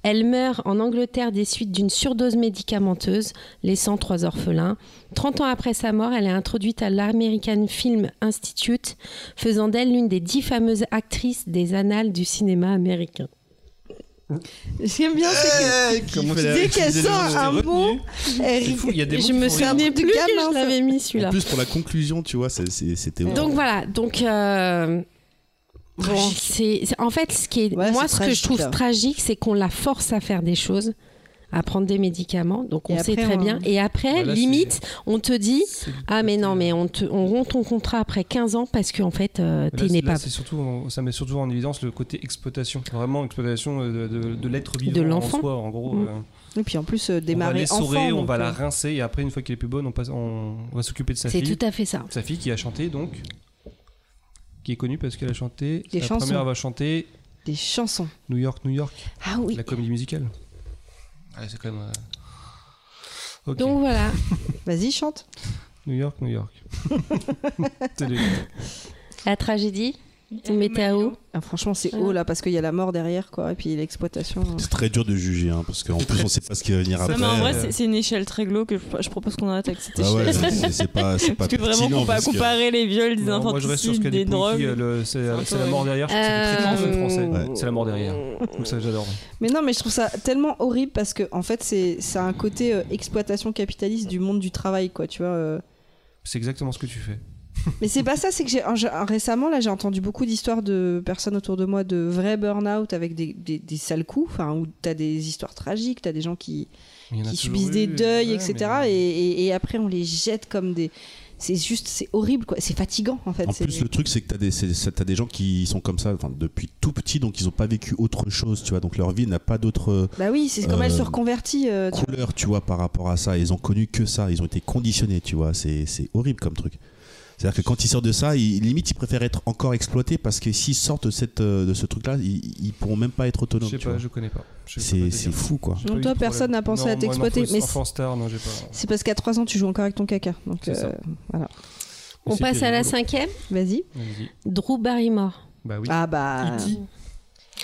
Speaker 5: Elle meurt en Angleterre des suites d'une surdose médicamenteuse, laissant trois orphelins. 30 ans après sa mort, elle est introduite à l'American Film Institute, faisant d'elle l'une des dix fameuses actrices des annales du cinéma américain.
Speaker 2: J'aime bien, c'est que
Speaker 8: Comment
Speaker 4: fait la-
Speaker 2: dès qu'elle
Speaker 4: c'est
Speaker 2: sort
Speaker 4: des-
Speaker 2: un
Speaker 8: retenu.
Speaker 2: mot, elle
Speaker 8: C'est fou, il y a des mots
Speaker 5: Je
Speaker 8: qui
Speaker 5: me
Speaker 8: font
Speaker 2: rire.
Speaker 5: souvenais
Speaker 2: C'est
Speaker 5: plus que
Speaker 2: un gamin,
Speaker 5: je
Speaker 2: ça.
Speaker 5: l'avais mis
Speaker 4: En
Speaker 5: celui-là.
Speaker 4: plus pour la conclusion, tu vois, c'est- c'est- c'était.
Speaker 5: Donc voilà, donc euh, bon, c'est c'est- en fait ce qui est
Speaker 2: Ouais,
Speaker 5: moi
Speaker 2: c'est
Speaker 5: ce que
Speaker 2: tragique,
Speaker 5: je
Speaker 2: hein.
Speaker 5: trouve
Speaker 2: là.
Speaker 5: tragique, c'est qu'on la force à faire des choses, à prendre des médicaments. Donc
Speaker 2: Et
Speaker 5: on sait
Speaker 2: après,
Speaker 5: très
Speaker 2: on-
Speaker 5: bien. Et après,
Speaker 8: Voilà, c'est-
Speaker 5: limite, on te dit
Speaker 8: C'est du
Speaker 5: ah mais
Speaker 8: côté,
Speaker 5: non
Speaker 8: euh,
Speaker 5: mais on te on rompt ton contrat après 15 ans parce qu'en fait euh,
Speaker 8: Là,
Speaker 5: t'es
Speaker 8: c'est-
Speaker 5: né
Speaker 8: là,
Speaker 5: pas
Speaker 8: c'est surtout, en- ça met surtout en évidence le côté exploitation, vraiment exploitation euh, de, de- de l'être vivant
Speaker 5: De
Speaker 8: en
Speaker 5: l'enfant.
Speaker 8: soi, en gros.
Speaker 5: Mm.
Speaker 8: euh,
Speaker 2: Et puis en plus, euh,
Speaker 8: on va
Speaker 2: démarrer
Speaker 8: l'essorer,
Speaker 2: enfant.
Speaker 8: on
Speaker 2: donc,
Speaker 8: va
Speaker 2: euh,
Speaker 8: la rincer et après une fois qu'elle est plus bonne, on, passe, on, on va s'occuper de sa
Speaker 5: C'est
Speaker 8: fille.
Speaker 5: tout à fait ça.
Speaker 8: Sa fille qui a chanté donc, qui est connue parce qu'elle a chanté.
Speaker 2: Des
Speaker 8: c'est la
Speaker 2: chansons.
Speaker 8: première elle va chanter
Speaker 2: Des chansons.
Speaker 8: New York, New York,
Speaker 2: Ah oui.
Speaker 8: la comédie musicale. Ouais, Ah, c'est quand même. euh, Ok.
Speaker 5: Donc voilà.
Speaker 2: Vas-y, chante.
Speaker 8: New York,
Speaker 5: *laughs*
Speaker 8: New York. C'est des-
Speaker 5: La tragédie, on mettait à haut.
Speaker 2: Ah, franchement, c'est haut là parce qu'il y a la mort derrière, quoi. Et puis l'exploitation. euh.
Speaker 4: C'est très dur de juger, hein, parce qu'en plus on sait pas ce qui va venir après.
Speaker 1: Non, mais en vrai,
Speaker 8: euh,
Speaker 1: c'est- c'est une échelle très glauque. que Je, je propose qu'on arrête avec cette
Speaker 4: Ah
Speaker 1: échelle.
Speaker 4: ouais, c'est- c'est- c'est
Speaker 1: *laughs*
Speaker 4: pas, c'est pas
Speaker 1: Parce que vraiment,
Speaker 4: pertinent,
Speaker 1: compa-
Speaker 4: parce que-
Speaker 1: comparer les viols, des
Speaker 8: Non, moi je reste sur ce
Speaker 1: infanticides,
Speaker 8: qu'a dit
Speaker 1: des
Speaker 8: Punky,
Speaker 1: drogues.
Speaker 8: euh, le- c'est
Speaker 1: un peu
Speaker 8: c'est la mort derrière, je trouve que c'est très
Speaker 5: Euh,
Speaker 8: très français.
Speaker 4: Ouais.
Speaker 8: C'est la mort derrière. Donc ça j'adore.
Speaker 2: Mais non, mais je trouve ça tellement horrible parce que en fait, c'est ça a un côté euh, exploitation capitaliste du monde du travail, quoi. Tu vois. euh.
Speaker 8: C'est exactement ce que tu fais.
Speaker 2: Mais c'est pas ça. C'est que j'ai en- j'ai- récemment là, j'ai entendu beaucoup d'histoires de personnes autour de moi de vrais burn-out avec des, des, des sales coups. Enfin, où t'as des histoires tragiques, t'as des gens qui
Speaker 8: Il y en a
Speaker 2: qui
Speaker 8: toujours
Speaker 2: subissent des
Speaker 8: eu,
Speaker 2: deuils,
Speaker 8: ouais,
Speaker 2: etc.
Speaker 8: mais-
Speaker 2: Et, et- et après, on les jette comme des. C'est juste, c'est horrible, quoi. C'est fatigant, en fait.
Speaker 4: En
Speaker 2: c'est-
Speaker 4: plus, le truc, c'est que t'as des, c'est- c'est- t'as des gens qui sont comme ça enfin, depuis tout petit, donc ils ont pas vécu autre chose, tu vois. Donc leur vie n'a pas d'autre
Speaker 2: Bah oui, c'est comme elle
Speaker 4: Euh,
Speaker 2: se reconvertit. euh, tu-
Speaker 4: couleur, tu vois, par rapport à ça. Ils ont connu que ça, ils ont été conditionnés, tu vois. C'est c'est horrible comme truc. C'est-à-dire que quand ils sortent de ça, ils, limite, ils préfèrent être encore exploités parce que s'ils sortent de, cette, euh, de ce truc-là, ils, ils pourront même pas être
Speaker 8: Je
Speaker 4: autonomes.
Speaker 8: sais
Speaker 4: tu
Speaker 8: pas,
Speaker 4: vois.
Speaker 8: je connais pas. Je peux pas
Speaker 4: C'est
Speaker 8: te
Speaker 4: c'est
Speaker 8: dire.
Speaker 4: fou, quoi.
Speaker 8: J'ai
Speaker 2: Non,
Speaker 8: pas eu
Speaker 2: toi,
Speaker 8: de
Speaker 2: personne
Speaker 8: problème.
Speaker 2: n'a pensé
Speaker 8: Non,
Speaker 2: à
Speaker 8: moi,
Speaker 2: t'exploiter,
Speaker 8: enfant-
Speaker 2: mais c'est-
Speaker 8: enfant star, non, j'ai pas.
Speaker 2: C'est parce qu'à 3 ans, tu joues encore avec ton caca. Donc,
Speaker 8: C'est ça.
Speaker 2: euh, voilà.
Speaker 5: On
Speaker 8: C'était
Speaker 5: passe à la
Speaker 8: rigolo.
Speaker 5: cinquième.
Speaker 2: Vas-y.
Speaker 8: Vas-y.
Speaker 5: Drew Barrymore.
Speaker 8: Bah oui.
Speaker 2: Ah bah.
Speaker 8: E.T.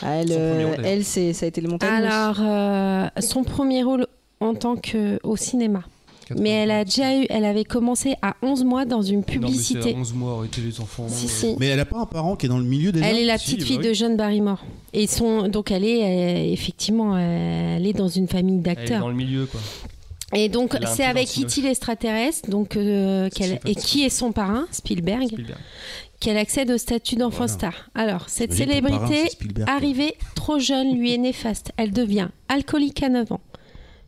Speaker 2: ah, elle,
Speaker 8: Son premier
Speaker 2: euh,
Speaker 8: rôle, d'ailleurs.
Speaker 2: elle c'est, ça a été les montagnes.
Speaker 5: Alors, euh, son premier rôle en tant que au cinéma. Mais elle a déjà eu, elle avait commencé à 11 mois dans une
Speaker 8: Non, mais
Speaker 5: publicité.
Speaker 8: c'est à 11 mois, arrêtez les enfants.
Speaker 5: Si,
Speaker 8: euh,
Speaker 5: si.
Speaker 4: Mais elle a pas un parent qui est dans le milieu déjà
Speaker 5: Elle est la
Speaker 8: Si,
Speaker 5: petite
Speaker 8: bah
Speaker 5: fille
Speaker 8: oui.
Speaker 5: de John Barrymore. Et son, donc elle est euh, effectivement, euh, elle est dans une famille
Speaker 8: Elle est dans
Speaker 5: d'acteurs.
Speaker 8: le milieu, quoi.
Speaker 5: Et donc
Speaker 8: Elle a un
Speaker 5: c'est
Speaker 8: pied
Speaker 5: avec
Speaker 8: dans le
Speaker 5: Kitty l'extraterrestre, donc euh, qu'elle-
Speaker 8: Spielberg.
Speaker 5: et qui est son parrain, Spielberg,
Speaker 8: Spielberg.
Speaker 5: qu'elle accède au statut d'enfant
Speaker 4: Voilà.
Speaker 5: star. Alors cette
Speaker 4: Imagine ton parrain,
Speaker 5: célébrité
Speaker 4: c'est Spielberg, quoi.
Speaker 5: Arrivée trop jeune lui est néfaste. Elle devient alcoolique à 9 ans,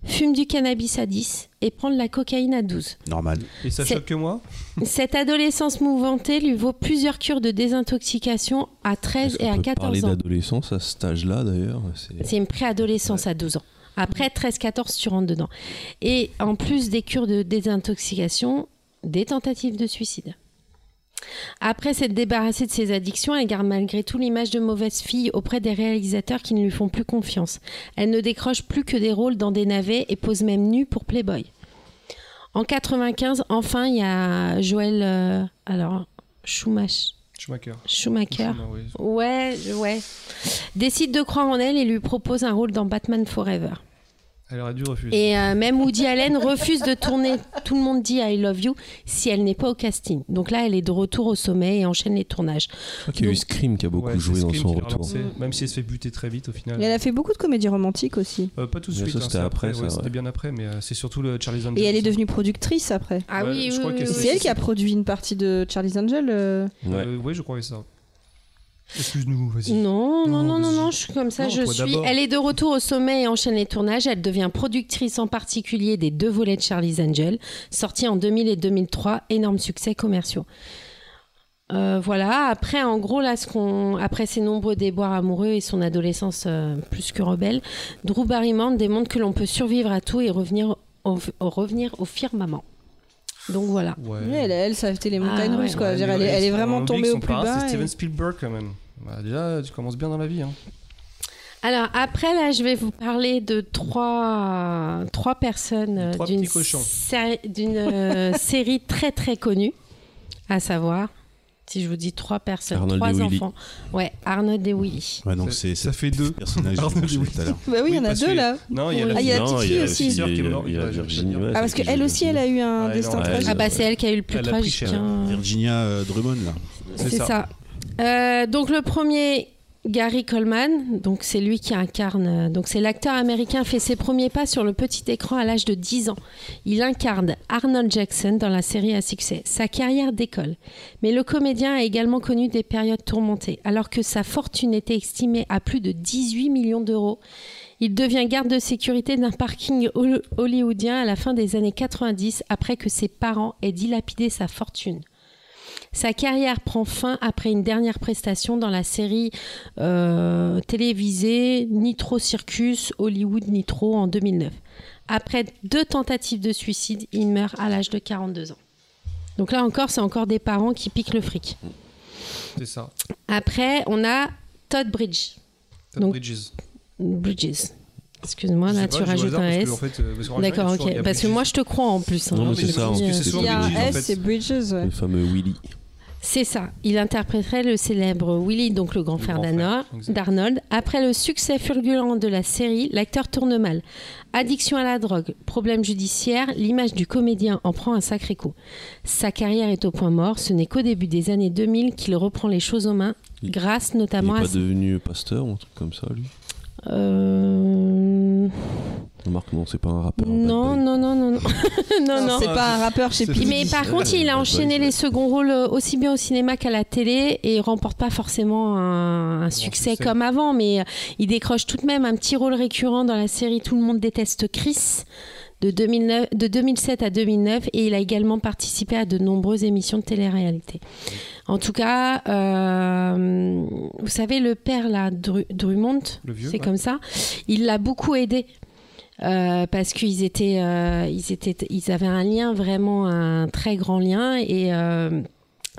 Speaker 5: fume du cannabis à 10 et prend de la cocaïne à 12.
Speaker 4: Normal.
Speaker 8: Et ça
Speaker 5: C'est-
Speaker 8: choque que moi
Speaker 5: Cette adolescence mouvementée lui vaut plusieurs cures de désintoxication à 13 et à 14
Speaker 9: Parler
Speaker 5: ans.
Speaker 9: d'adolescence à ce stage-là, d'ailleurs, c'est
Speaker 5: C'est une préadolescence à 12 ans. Après 13-14, tu rentres dedans. Et en plus des cures de désintoxication, des tentatives de suicide. Après s'être débarrassée de ses addictions, elle garde malgré tout l'image de mauvaise fille auprès des réalisateurs qui ne lui font plus confiance. Elle ne décroche plus que des rôles dans des navets et pose même nue pour Playboy. En 95, enfin, il y a Joël euh, alors Schumach-
Speaker 8: Schumacher.
Speaker 5: Schumacher
Speaker 8: Schumacher, Ah oui.
Speaker 5: Ouais, ouais. Décide de croire en elle et lui propose un rôle dans Batman Forever.
Speaker 8: Elle aurait dû refuser.
Speaker 5: Et euh, même Woody Allen refuse de tourner Tout le monde dit I love you si elle n'est pas au casting. Donc là, elle est de retour au sommet et enchaîne les tournages.
Speaker 9: Je crois Ah, qu'il y a eu
Speaker 5: Donc-
Speaker 9: Scream qui a beaucoup
Speaker 8: Ouais, c'est
Speaker 9: joué dans
Speaker 8: Scream
Speaker 9: son
Speaker 8: qui l'a
Speaker 9: retour.
Speaker 8: relancé, Même si elle se fait buter très vite au final.
Speaker 2: Et elle a fait beaucoup de comédies romantiques aussi.
Speaker 8: Euh, pas tout de
Speaker 9: Mais
Speaker 8: suite,
Speaker 9: ça,
Speaker 8: hein,
Speaker 9: c'était
Speaker 8: c'est
Speaker 9: après,
Speaker 8: ouais,
Speaker 9: ça,
Speaker 8: c'était
Speaker 9: ouais.
Speaker 8: bien après, mais euh, c'est surtout le Charlie's Angels.
Speaker 2: Et elle est devenue productrice après.
Speaker 5: Ah
Speaker 8: Ouais,
Speaker 5: oui,
Speaker 8: je
Speaker 5: oui,
Speaker 8: crois
Speaker 5: oui,
Speaker 8: que
Speaker 5: oui,
Speaker 2: C'est
Speaker 8: oui.
Speaker 2: elle qui a produit une partie de Charlie's Angel. euh.
Speaker 9: Ouais.
Speaker 8: Euh, oui, je crois que ça. Excuse-nous, vas-y.
Speaker 5: Non, non, non,
Speaker 8: Non,
Speaker 5: non,
Speaker 8: vas-y.
Speaker 5: non, je suis comme ça,
Speaker 8: Non,
Speaker 5: je
Speaker 8: toi
Speaker 5: suis.
Speaker 8: d'abord.
Speaker 5: Elle est de retour au sommet et enchaîne les tournages. Elle devient productrice en particulier des deux volets de Charlie's Angel, sortis en 2000 et 2003, énormes succès commerciaux. Euh, voilà, après, en gros, là, ce qu'on... après ses nombreux déboires amoureux et son adolescence euh, plus que rebelle, Drew Barrymore démontre que l'on peut survivre à tout et revenir au, au- revenir au firmament. Donc voilà.
Speaker 8: Ouais.
Speaker 2: Ouais, Elle, elle, ça a été les montagnes
Speaker 5: Ah, ouais.
Speaker 2: russes quoi.
Speaker 8: Ouais,
Speaker 2: Je veux dire,
Speaker 8: mais
Speaker 2: elle, est-
Speaker 8: ouais,
Speaker 2: elle est
Speaker 8: on
Speaker 2: vraiment
Speaker 8: oublie
Speaker 2: tombée
Speaker 8: que
Speaker 2: au
Speaker 8: son
Speaker 2: plus
Speaker 8: parrain,
Speaker 2: bas.
Speaker 8: C'est
Speaker 2: et-
Speaker 8: Steven Spielberg quand même. Bah, déjà, tu commences bien dans la vie. Hein.
Speaker 5: Alors après là, je vais vous parler de trois, trois personnes euh,
Speaker 8: Trois
Speaker 5: d'une
Speaker 8: petits cochons.
Speaker 5: série- d'une,
Speaker 8: *laughs*
Speaker 5: euh, série très très connue, à savoir, si je vous dis trois personnes,
Speaker 9: Arnold
Speaker 5: trois
Speaker 9: et Willy.
Speaker 5: enfants. Ouais, Arnold et Willy.
Speaker 4: Ouais, donc
Speaker 8: Ça-
Speaker 4: c'est
Speaker 8: ça
Speaker 4: c'est
Speaker 8: fait
Speaker 4: le
Speaker 8: deux.
Speaker 4: personnage
Speaker 8: Pardon,
Speaker 4: dont je parlais tout à l'heure.
Speaker 2: Bah oui, il y en a
Speaker 8: parce
Speaker 2: deux
Speaker 8: que-
Speaker 2: là.
Speaker 8: Non, il y a
Speaker 5: Ah, il y a
Speaker 2: la petite
Speaker 9: Non,
Speaker 2: fille
Speaker 9: il y a-
Speaker 2: aussi.
Speaker 9: il y a-
Speaker 8: Qui est
Speaker 9: il y a-
Speaker 8: mort,
Speaker 9: il y
Speaker 8: il
Speaker 9: a
Speaker 8: a-
Speaker 9: Virginie.
Speaker 8: Ah,
Speaker 9: ouais,
Speaker 2: Ah,
Speaker 9: celle
Speaker 2: parce
Speaker 9: qui
Speaker 2: qu'elle
Speaker 9: joue
Speaker 2: aussi, elle a eu un
Speaker 8: Ah, elle
Speaker 2: destin
Speaker 8: en-
Speaker 2: tragique.
Speaker 5: Ah bah c'est elle qui a eu le plus
Speaker 8: Elle a pris
Speaker 5: tragique.
Speaker 8: cher.
Speaker 5: hein.
Speaker 4: Virginia euh, Drummond là.
Speaker 8: C'est
Speaker 5: C'est
Speaker 8: ça.
Speaker 5: ça. Euh, donc le premier, Gary Coleman, donc c'est lui qui incarne. euh, Donc c'est l'acteur américain fait ses premiers pas sur le petit écran à l'âge de 10 ans. Il incarne Arnold Jackson dans la série à succès. Sa carrière décolle, mais le comédien a également connu des périodes tourmentées. Alors que sa fortune était estimée à plus de 18 millions d'euros, il devient garde de sécurité d'un parking hol- hollywoodien à la fin des années 90 après que ses parents aient dilapidé sa fortune. Sa carrière prend fin après une dernière prestation dans la série euh, télévisée Nitro Circus Hollywood Nitro en 2009. Après deux tentatives de suicide, il meurt à l'âge de 42 ans. Donc là encore, c'est encore des parents qui piquent le fric.
Speaker 8: C'est ça.
Speaker 5: Après, on a Todd Bridge.
Speaker 8: Todd
Speaker 5: Donc,
Speaker 8: Bridges.
Speaker 5: Bridges. Excuse-moi,
Speaker 8: Je
Speaker 5: là
Speaker 8: sais pas,
Speaker 5: tu
Speaker 8: je joue au
Speaker 5: rajoutes
Speaker 8: hasard
Speaker 5: un
Speaker 8: parce que,
Speaker 5: S.
Speaker 8: en fait, euh, parce qu'en général,
Speaker 5: D'accord,
Speaker 8: il y a toujours- il y
Speaker 5: ok.
Speaker 8: a
Speaker 5: Parce que moi
Speaker 8: Bridges.
Speaker 5: je te crois en plus. hein.
Speaker 9: Non, mais
Speaker 8: mais
Speaker 9: c'est ça.
Speaker 8: parce
Speaker 9: hein,
Speaker 8: que c'est
Speaker 9: c'est
Speaker 8: souvent
Speaker 2: Il y a
Speaker 9: le
Speaker 2: un
Speaker 8: Bridges, en
Speaker 2: S,
Speaker 8: fait.
Speaker 2: c'est Bridges. ouais.
Speaker 9: le fameux Willy.
Speaker 5: C'est ça. Il interpréterait le célèbre Willy, donc le grand
Speaker 8: Le
Speaker 5: frère
Speaker 8: grand
Speaker 5: d'Arnold.
Speaker 8: frère, exact.
Speaker 5: d'Arnold. Après le succès fulgurant de la série, l'acteur tourne mal. Addiction à la drogue, problème judiciaire, l'image du comédien en prend un sacré coup. Sa carrière est au point mort. Ce n'est qu'au début des années 2000 qu'il reprend les choses en main,
Speaker 9: Il-
Speaker 5: grâce
Speaker 9: Il est
Speaker 5: notamment à.
Speaker 9: pas devenu pasteur ou un truc comme ça, lui
Speaker 5: Euh,
Speaker 9: Marc, non, c'est pas un rappeur.
Speaker 5: Non, non, non, *laughs* non, non, non, non.
Speaker 2: C'est pas un rappeur chez
Speaker 8: C'est-
Speaker 2: P.
Speaker 5: Mais par contre, il a enchaîné les seconds rôles euh, aussi bien au cinéma qu'à la télé et il remporte pas forcément un, un succès,
Speaker 8: succès.
Speaker 5: comme avant, mais euh, il décroche tout de même un petit rôle récurrent dans la série Tout le monde déteste Chris de, 2009 de 2007 à 2009 et il a également participé à de nombreuses émissions de télé-réalité. En tout cas, euh, vous savez, le père là, Dru- Drummond,
Speaker 8: Le vieux,
Speaker 5: c'est
Speaker 8: ouais.
Speaker 5: comme ça, il l'a beaucoup aidé. Euh, parce qu'ils étaient, euh, ils étaient, ils avaient un lien vraiment un très grand lien et euh,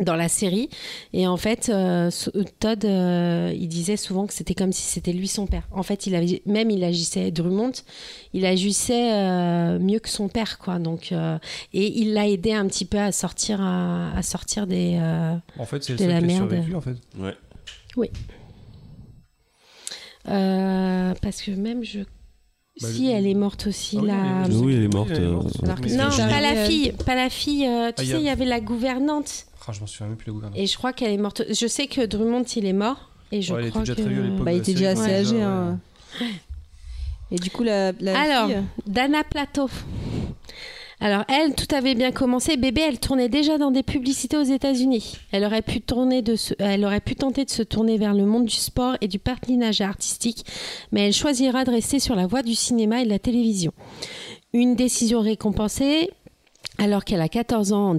Speaker 5: dans la série et en fait euh, so- Todd euh, il disait souvent que c'était comme si c'était lui son père. En fait il avait même il agissait Drummond, il agissait euh, mieux que son père quoi donc euh, et il l'a aidé un petit peu à sortir à, à sortir des euh,
Speaker 8: En fait, c'est
Speaker 5: de la
Speaker 8: la
Speaker 5: merde.
Speaker 8: merde. survécu, en fait.
Speaker 9: Ouais.
Speaker 5: euh, parce que même je
Speaker 8: Bah,
Speaker 5: si,
Speaker 8: je-
Speaker 5: elle est morte aussi,
Speaker 8: Ah oui,
Speaker 5: la...
Speaker 8: mais-
Speaker 9: Oui, elle est morte,
Speaker 8: elle est
Speaker 9: euh,
Speaker 8: morte.
Speaker 2: alors que
Speaker 8: Mais-
Speaker 5: Non,
Speaker 2: c'est
Speaker 5: pas
Speaker 2: arrivé,
Speaker 5: la
Speaker 2: euh,
Speaker 5: fille, pas la fille. euh, tu
Speaker 8: Ah, il y
Speaker 5: sais,
Speaker 8: a-
Speaker 5: il y avait la gouvernante.
Speaker 8: Ah, je m'en souviens même plus, la gouvernante.
Speaker 5: Et je crois qu'elle est morte. Je sais que Drummond, il est mort. Et je
Speaker 8: Ouais, elle était
Speaker 5: crois
Speaker 8: déjà
Speaker 5: que...
Speaker 8: très vieux à l'époque.
Speaker 2: Bah, il était déjà assez
Speaker 5: Ouais.
Speaker 2: âgé. hein. Et du coup, la, la
Speaker 5: Alors,
Speaker 2: fille,
Speaker 5: Dana Plato. Alors, elle, tout avait bien commencé. Bébé, elle tournait déjà dans des publicités aux États-Unis. Elle, aurait pu tourner de se- elle aurait pu tenter de se tourner vers le monde du sport et du patinage artistique, mais elle choisira de rester sur la voie du cinéma et de la télévision. Une décision récompensée. Alors qu'elle a 14 ans, en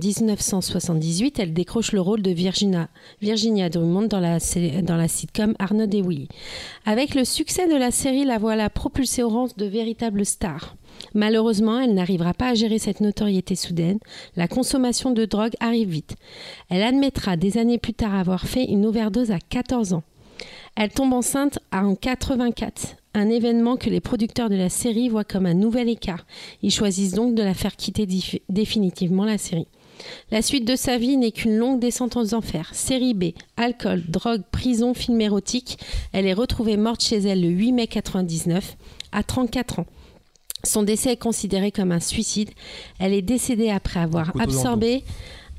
Speaker 5: 1978, elle décroche le rôle de Virginia, Virginia Drummond dans la, sé- dans la sitcom Arnold et Willy. Avec le succès de la série, la voilà propulsée au rang de véritable star. Malheureusement, elle n'arrivera pas à gérer cette notoriété soudaine. La consommation de drogue arrive vite. Elle admettra des années plus tard avoir fait une overdose à 14 ans. Elle tombe enceinte en 84, un événement que les producteurs de la série voient comme un nouvel écart. Ils choisissent donc de la faire quitter dif- définitivement la série. La suite de sa vie n'est qu'une longue descente aux enfers. Série B, alcool, drogue, prison, film érotique. Elle est retrouvée morte chez elle le 8 mai 99, à 34 ans. Son décès est considéré comme un suicide. Elle est décédée après avoir
Speaker 8: couteau dans le
Speaker 5: absorbé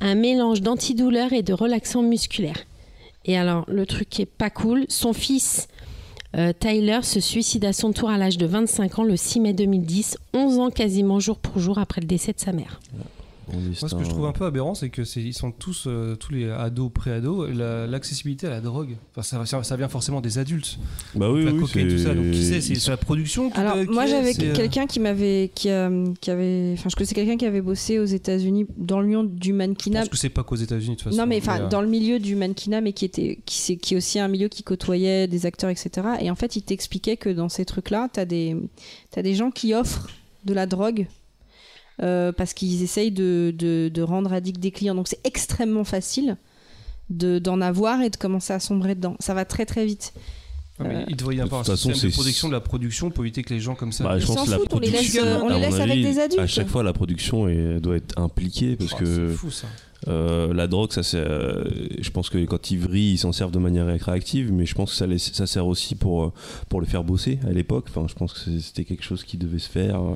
Speaker 5: un mélange d'antidouleurs et de relaxants musculaires. Et alors, le truc qui est pas cool, son fils euh, Tyler se suicide à son tour à l'âge de 25 ans le 6 mai 2010, 11 ans quasiment jour pour jour après le décès de sa mère.
Speaker 8: Moi, ce que je trouve un peu aberrant, c'est que c'est- ils sont tous, euh, tous les ados, pré-ados, la- l'accessibilité à la drogue. Enfin, ça, ça- ça vient forcément des adultes.
Speaker 3: Bah oui,
Speaker 8: la
Speaker 3: oui,
Speaker 8: cocaïne, tout ça. Donc, qui sait,
Speaker 3: c'est.
Speaker 8: c'est c'est la production qui
Speaker 2: Alors,
Speaker 8: qui
Speaker 2: moi
Speaker 8: est,
Speaker 2: j'avais
Speaker 8: c'est, euh,
Speaker 2: quelqu'un qui m'avait. Qui, euh, qui avait... Enfin, je connaissais quelqu'un qui avait bossé aux États-Unis dans le monde du
Speaker 8: Je
Speaker 2: mannequinat.
Speaker 8: pense que c'est pas qu'aux États-Unis, de toute façon.
Speaker 2: Non, mais enfin,
Speaker 8: euh,
Speaker 2: dans le milieu du mannequinat, mais qui était, qui, c'est- qui est aussi un milieu qui côtoyait des acteurs, etc. Et en fait, il t'expliquait que dans ces trucs-là, t'as des, t'as des gens qui offrent de la drogue euh, parce qu'ils essayent de, de, de rendre addict des clients. Donc, c'est extrêmement facile de, d'en avoir et de commencer à sombrer dedans. Ça va très très vite.
Speaker 8: ah, mais il devrait y
Speaker 3: de
Speaker 8: avoir un
Speaker 3: toute façon,
Speaker 8: système de
Speaker 3: c'est-
Speaker 8: protection de la production pour éviter que les gens comme ça.
Speaker 3: Bah, je
Speaker 2: Ils
Speaker 3: pense
Speaker 2: s'en
Speaker 3: que la
Speaker 2: foutent, on les laisse,
Speaker 3: production,
Speaker 2: euh, on les
Speaker 3: à mon
Speaker 2: laisse avec
Speaker 3: avis,
Speaker 2: des adultes.
Speaker 3: À chaque fois, la production est- doit être impliquée parce
Speaker 8: Ah,
Speaker 3: que
Speaker 8: C'est fou ça.
Speaker 3: Euh, la drogue, ça c'est, euh, je pense que quand ils vrillent, ils s'en servent de manière récréative, mais je pense que ça, les- ça sert aussi pour, euh, pour le faire bosser à l'époque. Enfin, je pense que c'est- c'était quelque chose qui devait se faire. euh.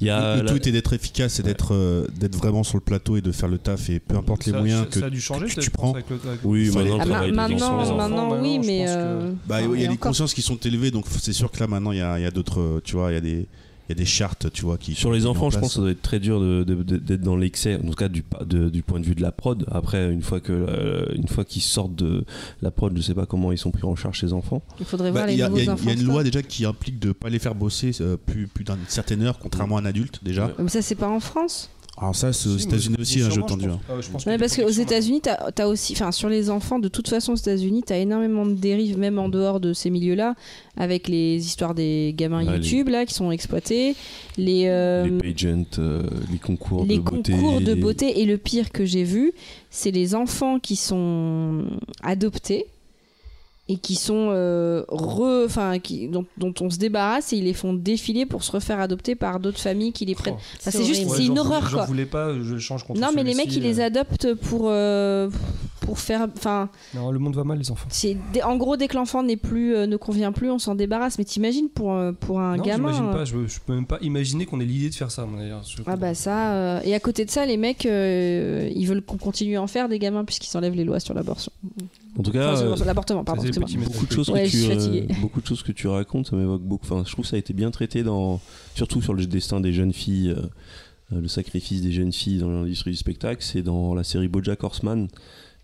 Speaker 3: Il y a
Speaker 4: Le, le
Speaker 3: Euh, la-
Speaker 4: tout était d'être efficace et d'être euh, d'être vraiment sur le plateau et de faire le taf et peu importe les
Speaker 8: Ça-
Speaker 4: moyens
Speaker 8: ça,
Speaker 4: que
Speaker 8: ça a dû changer,
Speaker 4: que tu
Speaker 8: peut-être, je
Speaker 4: prends.
Speaker 8: pense, avec le- avec-
Speaker 3: Oui,
Speaker 4: Fallait-
Speaker 3: maintenant, le
Speaker 2: Ah, ma-
Speaker 3: travail des
Speaker 2: maintenant,
Speaker 3: enfants,
Speaker 8: les
Speaker 2: maintenant,
Speaker 8: enfants,
Speaker 2: oui,
Speaker 8: maintenant, je
Speaker 2: mais.
Speaker 8: pense que-
Speaker 2: euh,
Speaker 4: Bah,
Speaker 2: enfin,
Speaker 4: il y
Speaker 2: mais
Speaker 4: a des
Speaker 2: encore.
Speaker 4: consciences qui sont élevées, donc c'est sûr que là maintenant il y a, il y a d'autres, euh, tu vois, il y a des, il y a des chartes, tu vois, qui
Speaker 3: Sur les
Speaker 4: qui sont
Speaker 3: enfants,
Speaker 4: en
Speaker 3: je
Speaker 4: place.
Speaker 3: pense que ça doit être très dur de- de- de- d'être dans l'excès, en tout cas du, pa- de- du point de vue de la prod. Après, une fois que euh, une fois qu'ils sortent de la prod, je sais pas comment ils sont pris en charge ces enfants.
Speaker 2: Il faudrait
Speaker 4: Bah,
Speaker 2: voir
Speaker 4: Il
Speaker 2: les
Speaker 4: y, a-
Speaker 2: nouveaux
Speaker 4: il y a- il
Speaker 2: enfants.
Speaker 4: y a une loi déjà qui implique de pas les faire bosser euh, plus, plus d'une certaine heure, contrairement à un adulte déjà.
Speaker 3: Ouais.
Speaker 2: Mais ça, c'est pas en France.
Speaker 4: Alors ça, c'est aux
Speaker 8: Si, mais
Speaker 4: États-Unis
Speaker 8: mais
Speaker 4: aussi, hein, j'ai
Speaker 8: sûrement,
Speaker 4: entendu.
Speaker 8: je
Speaker 4: hein.
Speaker 8: pense. Euh, je pense
Speaker 2: Ouais,
Speaker 8: que
Speaker 2: parce
Speaker 8: les
Speaker 2: qu'aux
Speaker 8: productions,
Speaker 2: États-Unis, t'as as aussi, enfin sur les enfants, de toute façon aux États-Unis, t'as énormément de dérives, même en dehors de ces milieux-là, avec les histoires des gamins
Speaker 3: Ouais, les-
Speaker 2: YouTube là qui sont exploités, les euh,
Speaker 3: les pageants, euh, les concours
Speaker 2: les
Speaker 3: de beauté,
Speaker 2: concours de
Speaker 3: les-
Speaker 2: beauté et le pire que j'ai vu, c'est les enfants qui sont adoptés et qui sont euh, re, enfin qui dont, dont on se débarrasse et ils les font défiler pour se refaire adopter par d'autres familles qui les
Speaker 8: Oh.
Speaker 2: prennent. Enfin,
Speaker 5: C'est
Speaker 2: c'est juste,
Speaker 5: horrible.
Speaker 8: Ouais,
Speaker 2: c'est une
Speaker 8: j'en-
Speaker 2: horreur
Speaker 8: j'en
Speaker 2: quoi.
Speaker 8: voulais pas, je change contre
Speaker 2: Non mais les
Speaker 8: celui-ci,
Speaker 2: mecs ils les
Speaker 8: euh.
Speaker 2: adoptent pour euh, pour faire, enfin.
Speaker 8: Non, le monde va mal, les enfants.
Speaker 2: C'est dé- en gros dès que l'enfant n'est plus euh, ne convient plus, on s'en débarrasse. Mais t'imagines pour euh, pour un
Speaker 8: non,
Speaker 2: gamin
Speaker 8: j'imagine
Speaker 2: euh,
Speaker 8: pas, je, je peux même pas imaginer qu'on ait l'idée de faire ça, moi, d'ailleurs. Je-
Speaker 2: Ah bah ça. euh, Et à côté de ça, les mecs, euh, ils veulent qu'on continue à en faire des gamins puisqu'ils enlèvent les lois sur l'abortion.
Speaker 3: En tout cas,
Speaker 2: Enfin, sur
Speaker 3: euh,
Speaker 2: l'abortion- l'avortement, pardon.
Speaker 8: Ah, c'est les
Speaker 2: excuse-moi.
Speaker 8: petits messages
Speaker 3: beaucoup de choses
Speaker 2: Ouais,
Speaker 3: que
Speaker 2: je
Speaker 3: tu
Speaker 2: suis
Speaker 3: euh,
Speaker 2: fatiguée.
Speaker 3: beaucoup de choses que tu racontes ça m'évoque beaucoup enfin je trouve que ça a été bien traité dans surtout sur le destin des jeunes filles euh, euh, le sacrifice des jeunes filles dans l'industrie du spectacle c'est dans la série BoJack Horseman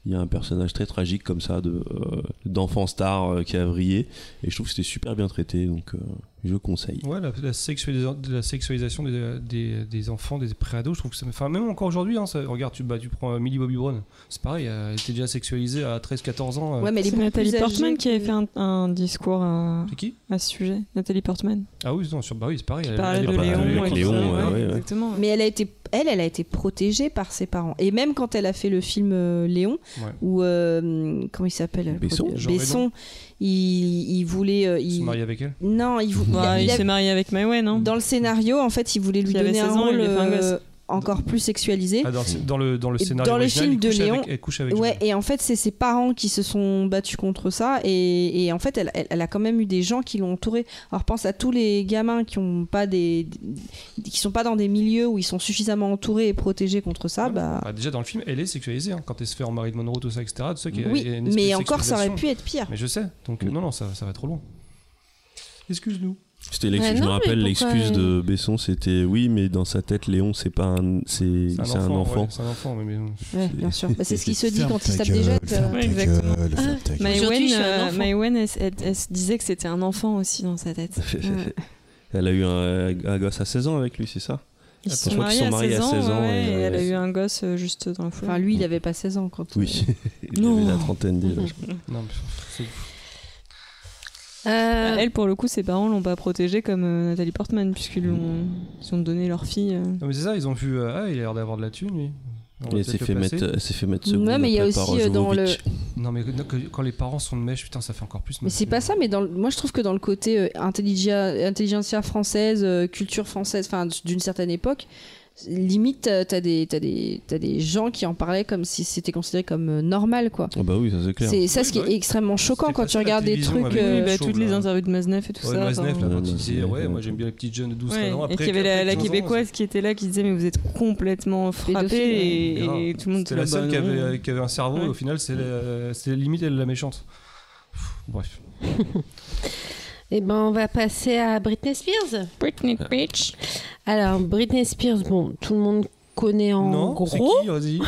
Speaker 3: il y a un personnage très tragique comme ça de euh, d'enfant star euh, qui a vrillé et je trouve que c'était super bien traité donc euh, je conseille
Speaker 8: Ouais, la, la sexualisa- la sexualisation des, euh, des- des enfants, des préados, je trouve que ça. Enfin, même encore aujourd'hui, hein, ça- regarde, tu, bah, tu prends euh, Millie Bobby Brown, c'est pareil, euh, elle était déjà sexualisée à 13-14 ans. euh.
Speaker 2: Ouais, mais les
Speaker 1: C'est Nathalie Portman qui avait
Speaker 2: est
Speaker 1: fait un, un discours à,
Speaker 8: C'est qui
Speaker 1: à ce sujet. Nathalie Portman.
Speaker 8: Ah oui, non, sur, bah oui, c'est pareil. elle-
Speaker 1: Parlait
Speaker 8: elle
Speaker 1: de
Speaker 8: est-
Speaker 3: bah,
Speaker 1: Léon.
Speaker 3: avec
Speaker 1: et tout
Speaker 3: Léon,
Speaker 1: ça.
Speaker 3: ouais, ouais, ouais.
Speaker 1: Exactement.
Speaker 2: Mais elle a été, elle, elle a été protégée par ses parents. Et même quand elle a fait le film euh, Léon,
Speaker 8: Ouais.
Speaker 2: où euh, comment il s'appelle le
Speaker 3: Besson.
Speaker 2: produ-
Speaker 8: Jean
Speaker 2: Besson, il, il voulait, euh,
Speaker 8: Ils sont
Speaker 2: il,
Speaker 8: mariés avec elle.
Speaker 2: non, il, vou- il a-
Speaker 1: Bah,
Speaker 2: il
Speaker 1: il
Speaker 2: a-
Speaker 1: s'est marié avec Maïwen, hein. non
Speaker 2: dans le scénario, en fait, il voulait lui
Speaker 1: Il avait
Speaker 2: donner un
Speaker 1: 16 ans, il
Speaker 2: rôle.
Speaker 1: a fait un
Speaker 2: euh,
Speaker 1: gosse.
Speaker 2: encore plus sexualisée.
Speaker 8: Ah, dans, dans le, dans le
Speaker 2: Et
Speaker 8: scénario
Speaker 2: dans le
Speaker 8: original,
Speaker 2: film
Speaker 8: il
Speaker 2: de
Speaker 8: couche avec-
Speaker 2: Léon-
Speaker 8: elle couche avec
Speaker 2: Ouais,
Speaker 8: Johnny.
Speaker 2: et en fait, c'est ses parents qui se sont battus contre ça, et, et en fait, elle, elle- elle a quand même eu des gens qui l'ont entourée. Alors, pense à tous les gamins qui ont pas des, qui sont pas dans des milieux où ils sont suffisamment entourés et protégés contre ça.
Speaker 1: Ah
Speaker 8: Ouais,
Speaker 2: bah,
Speaker 8: bah, déjà dans le film, elle est sexualisée hein, quand elle se fait en Marie de Monroe, tout ça, etc. Tout ça, qu'il y a-
Speaker 2: oui,
Speaker 8: il y a une espèce
Speaker 2: mais
Speaker 8: de
Speaker 2: encore, ça aurait
Speaker 8: sexualisation.
Speaker 2: pu être pire.
Speaker 8: Mais je sais, donc euh, non, non, ça, ça va trop loin. Excuse-nous.
Speaker 3: C'était l'excuse,
Speaker 5: Ouais,
Speaker 3: je
Speaker 5: non,
Speaker 3: me
Speaker 5: mais
Speaker 3: rappelle,
Speaker 5: pourquoi-
Speaker 3: l'excuse de Besson, c'était oui, mais dans sa tête, Léon, c'est pas un, c'est,
Speaker 8: C'est un
Speaker 3: c'est
Speaker 8: enfant.
Speaker 3: un enfant.
Speaker 8: ouais, c'est un enfant, mais, mais-
Speaker 2: Ouais, bien sûr. Bah, c'est ce qui se dit
Speaker 4: hein. Ferme
Speaker 2: quand il se
Speaker 4: ta
Speaker 2: tape des euh. Ah,
Speaker 4: gueule,
Speaker 2: jettes.
Speaker 4: ferme
Speaker 1: Ouais,
Speaker 4: ta
Speaker 1: exactement.
Speaker 4: gueule, ferme ta gueule.
Speaker 1: Maïwen,
Speaker 5: Aujourd'hui, je suis un
Speaker 1: euh,
Speaker 5: enfant.
Speaker 1: Maïwen, elle, elle- elle se disait que c'était un enfant aussi dans sa tête.
Speaker 2: Mm.
Speaker 1: Ouais.
Speaker 3: Elle a eu un, un gosse à 16 ans avec lui, c'est ça
Speaker 1: Ils
Speaker 8: Attends,
Speaker 1: se
Speaker 8: je
Speaker 1: sont
Speaker 3: crois qu'ils
Speaker 1: mariés
Speaker 3: sont
Speaker 1: à 16 ans,
Speaker 3: mariés à 16 ans,
Speaker 1: ouais,
Speaker 3: et,
Speaker 1: et
Speaker 3: euh,
Speaker 1: elle a
Speaker 3: c'est-
Speaker 1: eu un gosse euh, juste dans le foulard.
Speaker 2: Enfin, lui, il avait pas 16 ans quand. euh,
Speaker 3: Oui. *laughs* Il
Speaker 1: Non.
Speaker 3: avait la trentaine déjà.
Speaker 2: Mm.
Speaker 3: je crois.
Speaker 8: non, mais c'est-
Speaker 5: Euh,
Speaker 1: Elle, pour le coup, ses parents l'ont pas protégée comme euh, Nathalie Portman, puisqu'ils l'ont- ils ont donné leur fille. euh.
Speaker 8: non, mais c'est ça, ils ont vu. euh, ah, il a l'air d'avoir de la thune, lui. On va
Speaker 3: Et elle
Speaker 8: peut-être
Speaker 3: s'est
Speaker 8: le
Speaker 3: fait
Speaker 8: passer.
Speaker 3: mettre, elle s'est fait mettre
Speaker 2: Ouais,
Speaker 3: seconde
Speaker 2: mais il y a
Speaker 3: après par
Speaker 2: aussi, euh, dans le-
Speaker 3: Jovovich.
Speaker 8: Non, mais que- que- quand les parents sont de mèche, putain, ça fait encore plus.
Speaker 2: Mais
Speaker 8: mal.
Speaker 2: c'est pas ça, mais dans le- moi je trouve que dans le côté euh, intelligia- intelligentsia française, euh, culture française, enfin d- d'une certaine époque, limite euh, t'as des, t'as des, t'as des gens qui en parlaient comme si c'était considéré comme euh, normal quoi.
Speaker 3: Ah bah oui, ça c'est clair.
Speaker 2: C'est ça
Speaker 8: Oui,
Speaker 2: ce qui
Speaker 8: bah
Speaker 2: est
Speaker 8: oui.
Speaker 2: extrêmement choquant
Speaker 8: C'était
Speaker 2: quand
Speaker 8: passé
Speaker 2: tu
Speaker 8: à la
Speaker 2: regardes des
Speaker 8: télévision
Speaker 2: trucs.
Speaker 8: avec-
Speaker 2: euh,
Speaker 1: Oui, bah,
Speaker 8: chauve,
Speaker 1: toutes
Speaker 8: là.
Speaker 1: les interviews de Maznef et tout
Speaker 8: Ouais,
Speaker 1: ça.
Speaker 8: Maznef,
Speaker 1: enfin,
Speaker 8: là, quand il
Speaker 3: Ouais,
Speaker 8: disait, ouais,
Speaker 3: ouais.
Speaker 8: moi j'aime bien les petites jeunes de 12
Speaker 1: ouais,
Speaker 8: 13 ans. Après,
Speaker 1: et qu'il y avait la, la
Speaker 8: 15 ans,
Speaker 1: québécoise qui était là qui disait mais vous êtes complètement frappés
Speaker 2: Pédophile,
Speaker 1: et,
Speaker 8: ouais.
Speaker 1: et tout le monde était
Speaker 8: C'était la
Speaker 1: là,
Speaker 8: seule
Speaker 1: bah
Speaker 8: qui
Speaker 1: non.
Speaker 8: avait, euh, qui avait un cerveau
Speaker 1: Ouais.
Speaker 8: et au final, c'est la- c'est limite elle la méchante. Pff, Bref.
Speaker 5: eh ben, on va passer à Britney Spears.
Speaker 1: Britney
Speaker 8: Euh.
Speaker 1: bitch.
Speaker 5: Alors, Britney Spears, bon, tout le monde connaît en
Speaker 8: non, c'est
Speaker 5: gros.
Speaker 8: qui Vas-y.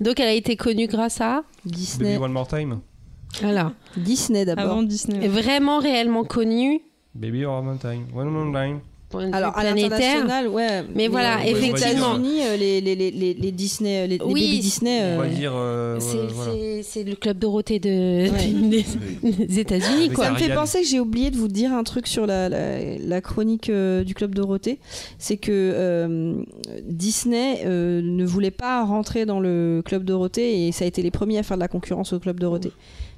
Speaker 5: Donc, elle a été connue grâce à.
Speaker 2: Disney,
Speaker 8: Baby One More Time.
Speaker 5: Alors,
Speaker 2: Disney d'abord.
Speaker 1: Avant Disney.
Speaker 5: est vraiment réellement connue.
Speaker 8: Baby One More Time. One More Time.
Speaker 5: pour une
Speaker 2: Alors à
Speaker 5: planétaire.
Speaker 2: l'international, ouais.
Speaker 5: voilà,
Speaker 2: euh, aux
Speaker 8: effectivement.
Speaker 2: États-Unis, euh, les, les, les, les, les Disney, euh, les, les
Speaker 5: Oui.
Speaker 2: baby Disney.
Speaker 8: On va
Speaker 2: euh,
Speaker 8: dire. euh,
Speaker 5: C'est
Speaker 8: ouais, voilà.
Speaker 5: c'est- c'est le club Dorothée de, *laughs* des, des États-Unis,
Speaker 8: Avec
Speaker 5: quoi.
Speaker 2: Ça me fait
Speaker 8: Ariane.
Speaker 2: penser que j'ai oublié de vous dire un truc sur la, la- la chronique euh, du Club Dorothée. C'est que euh, Disney euh, ne voulait pas rentrer dans le Club Dorothée et ça a été les premiers à faire de la concurrence au Club Dorothée.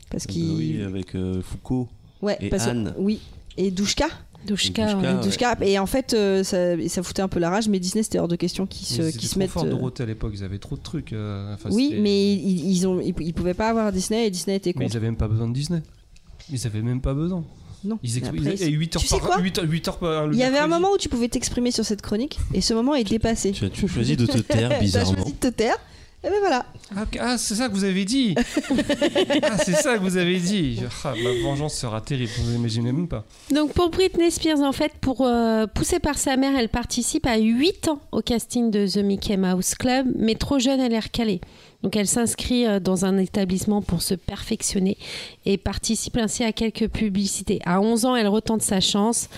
Speaker 2: Parce
Speaker 3: Ah bah
Speaker 2: qu'ils.
Speaker 3: Oui, avec
Speaker 2: *laughs*
Speaker 3: euh, Foucault.
Speaker 2: ouais,
Speaker 3: et
Speaker 2: parce que-
Speaker 3: Anne.
Speaker 2: Oui. Et Douchka,
Speaker 5: Douchka,
Speaker 3: Douchka,
Speaker 5: ouais.
Speaker 3: Ah ouais.
Speaker 2: Douchka. Et en fait, euh, ça, et ça foutait un peu la rage, mais Disney, c'était hors de question qu'ils se,
Speaker 8: Ils étaient
Speaker 2: qu'ils se
Speaker 8: trop
Speaker 2: mettent.
Speaker 8: forts,
Speaker 2: euh,
Speaker 8: Dorothée à l'époque, ils avaient trop de trucs. euh, enfin,
Speaker 2: oui,
Speaker 8: c'était-
Speaker 2: mais ils, ils ont, ils, ils pouvaient pas avoir Disney et Disney était
Speaker 8: Mais
Speaker 2: contre.
Speaker 8: ils avaient même pas besoin de Disney. Ils avaient même pas besoin.
Speaker 2: Non.
Speaker 8: Ils
Speaker 2: Mais
Speaker 8: ex-
Speaker 2: après, ils-
Speaker 8: ils- et 8 heures
Speaker 2: Tu sais
Speaker 8: par
Speaker 2: quoi
Speaker 8: 8 heures, 8 heures par le
Speaker 2: Il y avait un
Speaker 8: mercredi.
Speaker 2: moment où tu pouvais t'exprimer sur cette chronique et ce moment est dépassé.
Speaker 3: Tu as, tu as
Speaker 2: *laughs*
Speaker 3: choisi de te taire
Speaker 2: T'as
Speaker 3: bizarrement.
Speaker 2: choisi de te taire. Et ben voilà.
Speaker 8: Ah, ok, ah, c'est ça que vous
Speaker 2: *laughs*
Speaker 8: avez dit Ah, c'est ça que vous avez dit Ah, Ma vengeance sera terrible, vous imaginez même pas.
Speaker 5: Donc pour Britney Spears, en fait, pour euh, poussée par sa mère, elle participe à 8 ans au casting de The Mickey Mouse Club, mais trop jeune, elle est recalée. Donc elle s'inscrit euh, dans un établissement pour se perfectionner et participe ainsi à quelques publicités. À 11 ans, elle retente sa chance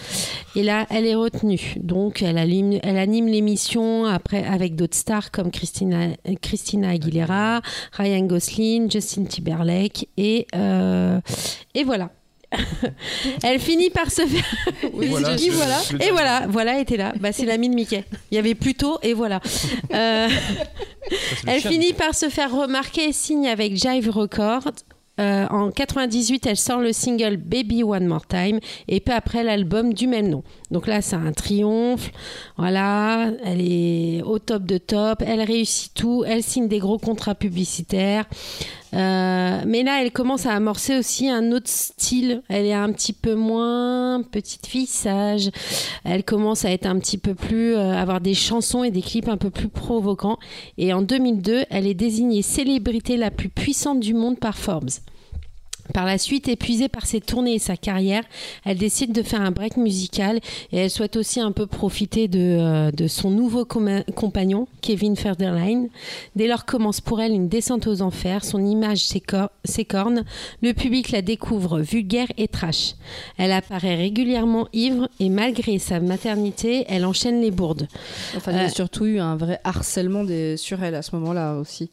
Speaker 5: et là, elle est retenue. Donc elle anime, elle anime l'émission après avec d'autres stars comme Christina, Christina Aguilera, Ryan Gosling, Justin Timberlake et, euh, et voilà. *laughs* elle finit par se faire *laughs*
Speaker 2: Oui, c'est qui,
Speaker 8: je-
Speaker 2: voilà.
Speaker 8: je-
Speaker 5: et voilà, voilà était là. Bah, c'est l'ami de Mickey. Il y avait Pluto et voilà. Euh,
Speaker 8: Ça, c'est le
Speaker 5: elle
Speaker 8: chien.
Speaker 5: finit par se faire remarquer et signe avec Jive Records. Euh, en 98, elle sort le single Baby One More Time et peu après l'album du même nom. Donc là, c'est un triomphe. Voilà, elle est au top de top. Elle réussit tout. Elle signe des gros contrats publicitaires. Euh, mais là, elle commence à amorcer aussi un autre style. Elle est un petit peu moins petite fille sage. Elle commence à être un petit peu plus, euh, avoir des chansons et des clips un peu plus provoquants. Et en 2002, elle est désignée célébrité la plus puissante du monde par Forbes. Par la suite, épuisée par ses tournées et sa carrière, elle décide de faire un break musical et elle souhaite aussi un peu profiter de, euh, de son nouveau com- compagnon, Kevin Federline. Dès lors commence pour elle une descente aux enfers, son image s'écor- s'écorne, le public la découvre vulgaire et trash. Elle apparaît régulièrement ivre et malgré sa maternité, elle enchaîne les bourdes.
Speaker 2: Enfin, il y a
Speaker 5: Ouais.
Speaker 2: surtout eu un vrai harcèlement des- sur elle à ce moment-là aussi.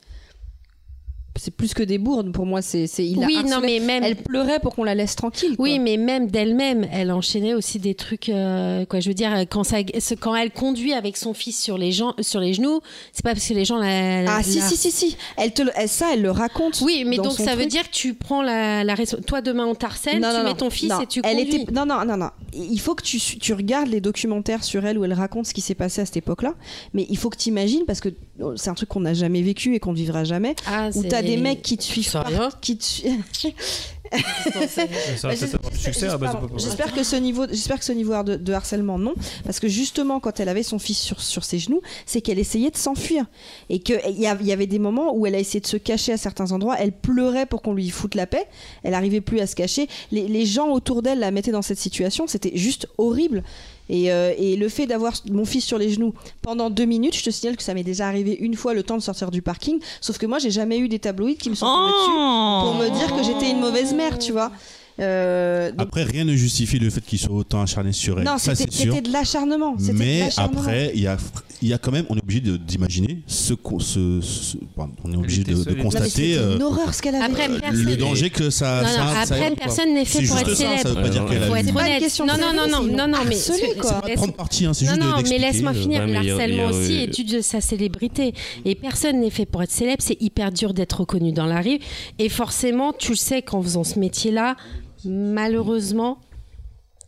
Speaker 2: c'est plus que des bourdes pour moi c'est c'est il a
Speaker 5: oui,
Speaker 2: harcelé-
Speaker 5: non, mais même.
Speaker 2: elle pleurait pour qu'on la laisse tranquille
Speaker 5: Oui,
Speaker 2: quoi.
Speaker 5: mais même d'elle-même, elle enchaînait aussi des trucs. euh, quoi, je veux dire, quand, ça, ce- quand elle conduit avec son fils sur les, gens, sur les genoux, c'est pas parce que les gens la. la-
Speaker 2: ah si
Speaker 5: la-
Speaker 2: si si si elle te le- elle- ça elle le raconte
Speaker 5: Oui, mais
Speaker 2: dans
Speaker 5: donc
Speaker 2: son
Speaker 5: ça veut
Speaker 2: truc.
Speaker 5: dire que tu prends la, la raison- Toi, demain, on t'harcèle, tu
Speaker 2: Non, non,
Speaker 5: mets
Speaker 2: non,
Speaker 5: ton fils
Speaker 2: non,
Speaker 5: et tu
Speaker 2: elle
Speaker 5: conduis.
Speaker 2: était- Non, non, non, non. Il faut que tu, tu regardes les documentaires sur elle où elle raconte ce qui s'est passé à cette époque-là. Mais il faut que tu imagines, parce que oh, c'est un truc qu'on n'a jamais vécu et qu'on ne vivra jamais,
Speaker 5: Ah,
Speaker 2: où
Speaker 5: c'est-
Speaker 2: tu as des mecs qui te suivent
Speaker 5: Ça
Speaker 2: par-
Speaker 5: rien.
Speaker 2: qui te su-
Speaker 8: Ça va
Speaker 2: Bah,
Speaker 8: peut-être avoir du
Speaker 2: j'espère-
Speaker 8: succès à base de
Speaker 2: pardon.
Speaker 8: pop-
Speaker 2: J'espère que ce niveau, j'espère que ce niveau de, de harcèlement non, parce que justement quand elle avait son fils sur, sur ses genoux, c'est qu'elle essayait de s'enfuir et que et il y, a- il y avait des moments où elle a essayé de se cacher à certains endroits, elle pleurait pour qu'on lui foute la paix, elle arrivait plus à se cacher. Les, les gens autour d'elle la mettaient dans cette situation, c'était juste horrible. Et, euh, et le fait d'avoir mon fils sur les genoux pendant deux minutes, je te signale que ça m'est déjà arrivé une fois le temps de sortir du parking. Sauf que moi, j'ai jamais eu des tabloïds qui me sont tombés
Speaker 1: Oh.
Speaker 2: dessus pour me dire que j'étais une mauvaise mère, tu vois. Euh, donc-
Speaker 4: Après, rien ne justifie le fait qu'ils soient autant acharnés sur elle.
Speaker 2: non,
Speaker 4: ça
Speaker 2: c'était
Speaker 4: c'est sûr.
Speaker 2: c'était de l'acharnement. c'était de
Speaker 4: Mais
Speaker 2: l'acharnement.
Speaker 4: après, il y a, il y a quand même, on est obligé de- d'imaginer ce, qu'on- ce, ce- pardon, on est obligé
Speaker 8: était
Speaker 4: de, de
Speaker 8: solide.
Speaker 2: Non, mais c'était
Speaker 4: constater euh,
Speaker 2: une horreur ce qu'elle avait.
Speaker 5: Après, personne.
Speaker 4: le danger que ça.
Speaker 5: Non,
Speaker 4: ça-
Speaker 5: non,
Speaker 4: ça-
Speaker 5: après, personne n'est fait
Speaker 4: c'est
Speaker 5: pour
Speaker 4: juste
Speaker 5: être
Speaker 4: ça,
Speaker 5: célèbre.
Speaker 4: ça veut pas
Speaker 3: Ouais,
Speaker 4: dire
Speaker 3: ouais,
Speaker 4: qu'elle
Speaker 5: Faut
Speaker 4: a
Speaker 5: être
Speaker 4: eu-
Speaker 2: pas une
Speaker 5: honnête.
Speaker 2: question
Speaker 5: Non,
Speaker 2: de
Speaker 5: non, non,
Speaker 2: célèbre,
Speaker 5: non,
Speaker 2: ils
Speaker 5: non,
Speaker 2: l'ont
Speaker 5: non, mais ce
Speaker 2: harcelé,
Speaker 5: que-
Speaker 2: quoi.
Speaker 5: ce-
Speaker 4: C'est pas de prendre parti, hein, c'est
Speaker 5: Non,
Speaker 4: juste de-
Speaker 5: non, mais
Speaker 4: d'expliquer,
Speaker 5: laisse-moi
Speaker 4: euh,
Speaker 5: finir.
Speaker 3: ouais, mais il y a-
Speaker 5: L'harcèlement
Speaker 3: il y a-
Speaker 5: aussi, étude de sa célébrité. Et personne n'est fait pour être célèbre, c'est hyper dur d'être reconnu dans la rue. Et forcément, tu le sais qu'en faisant ce métier-là, malheureusement,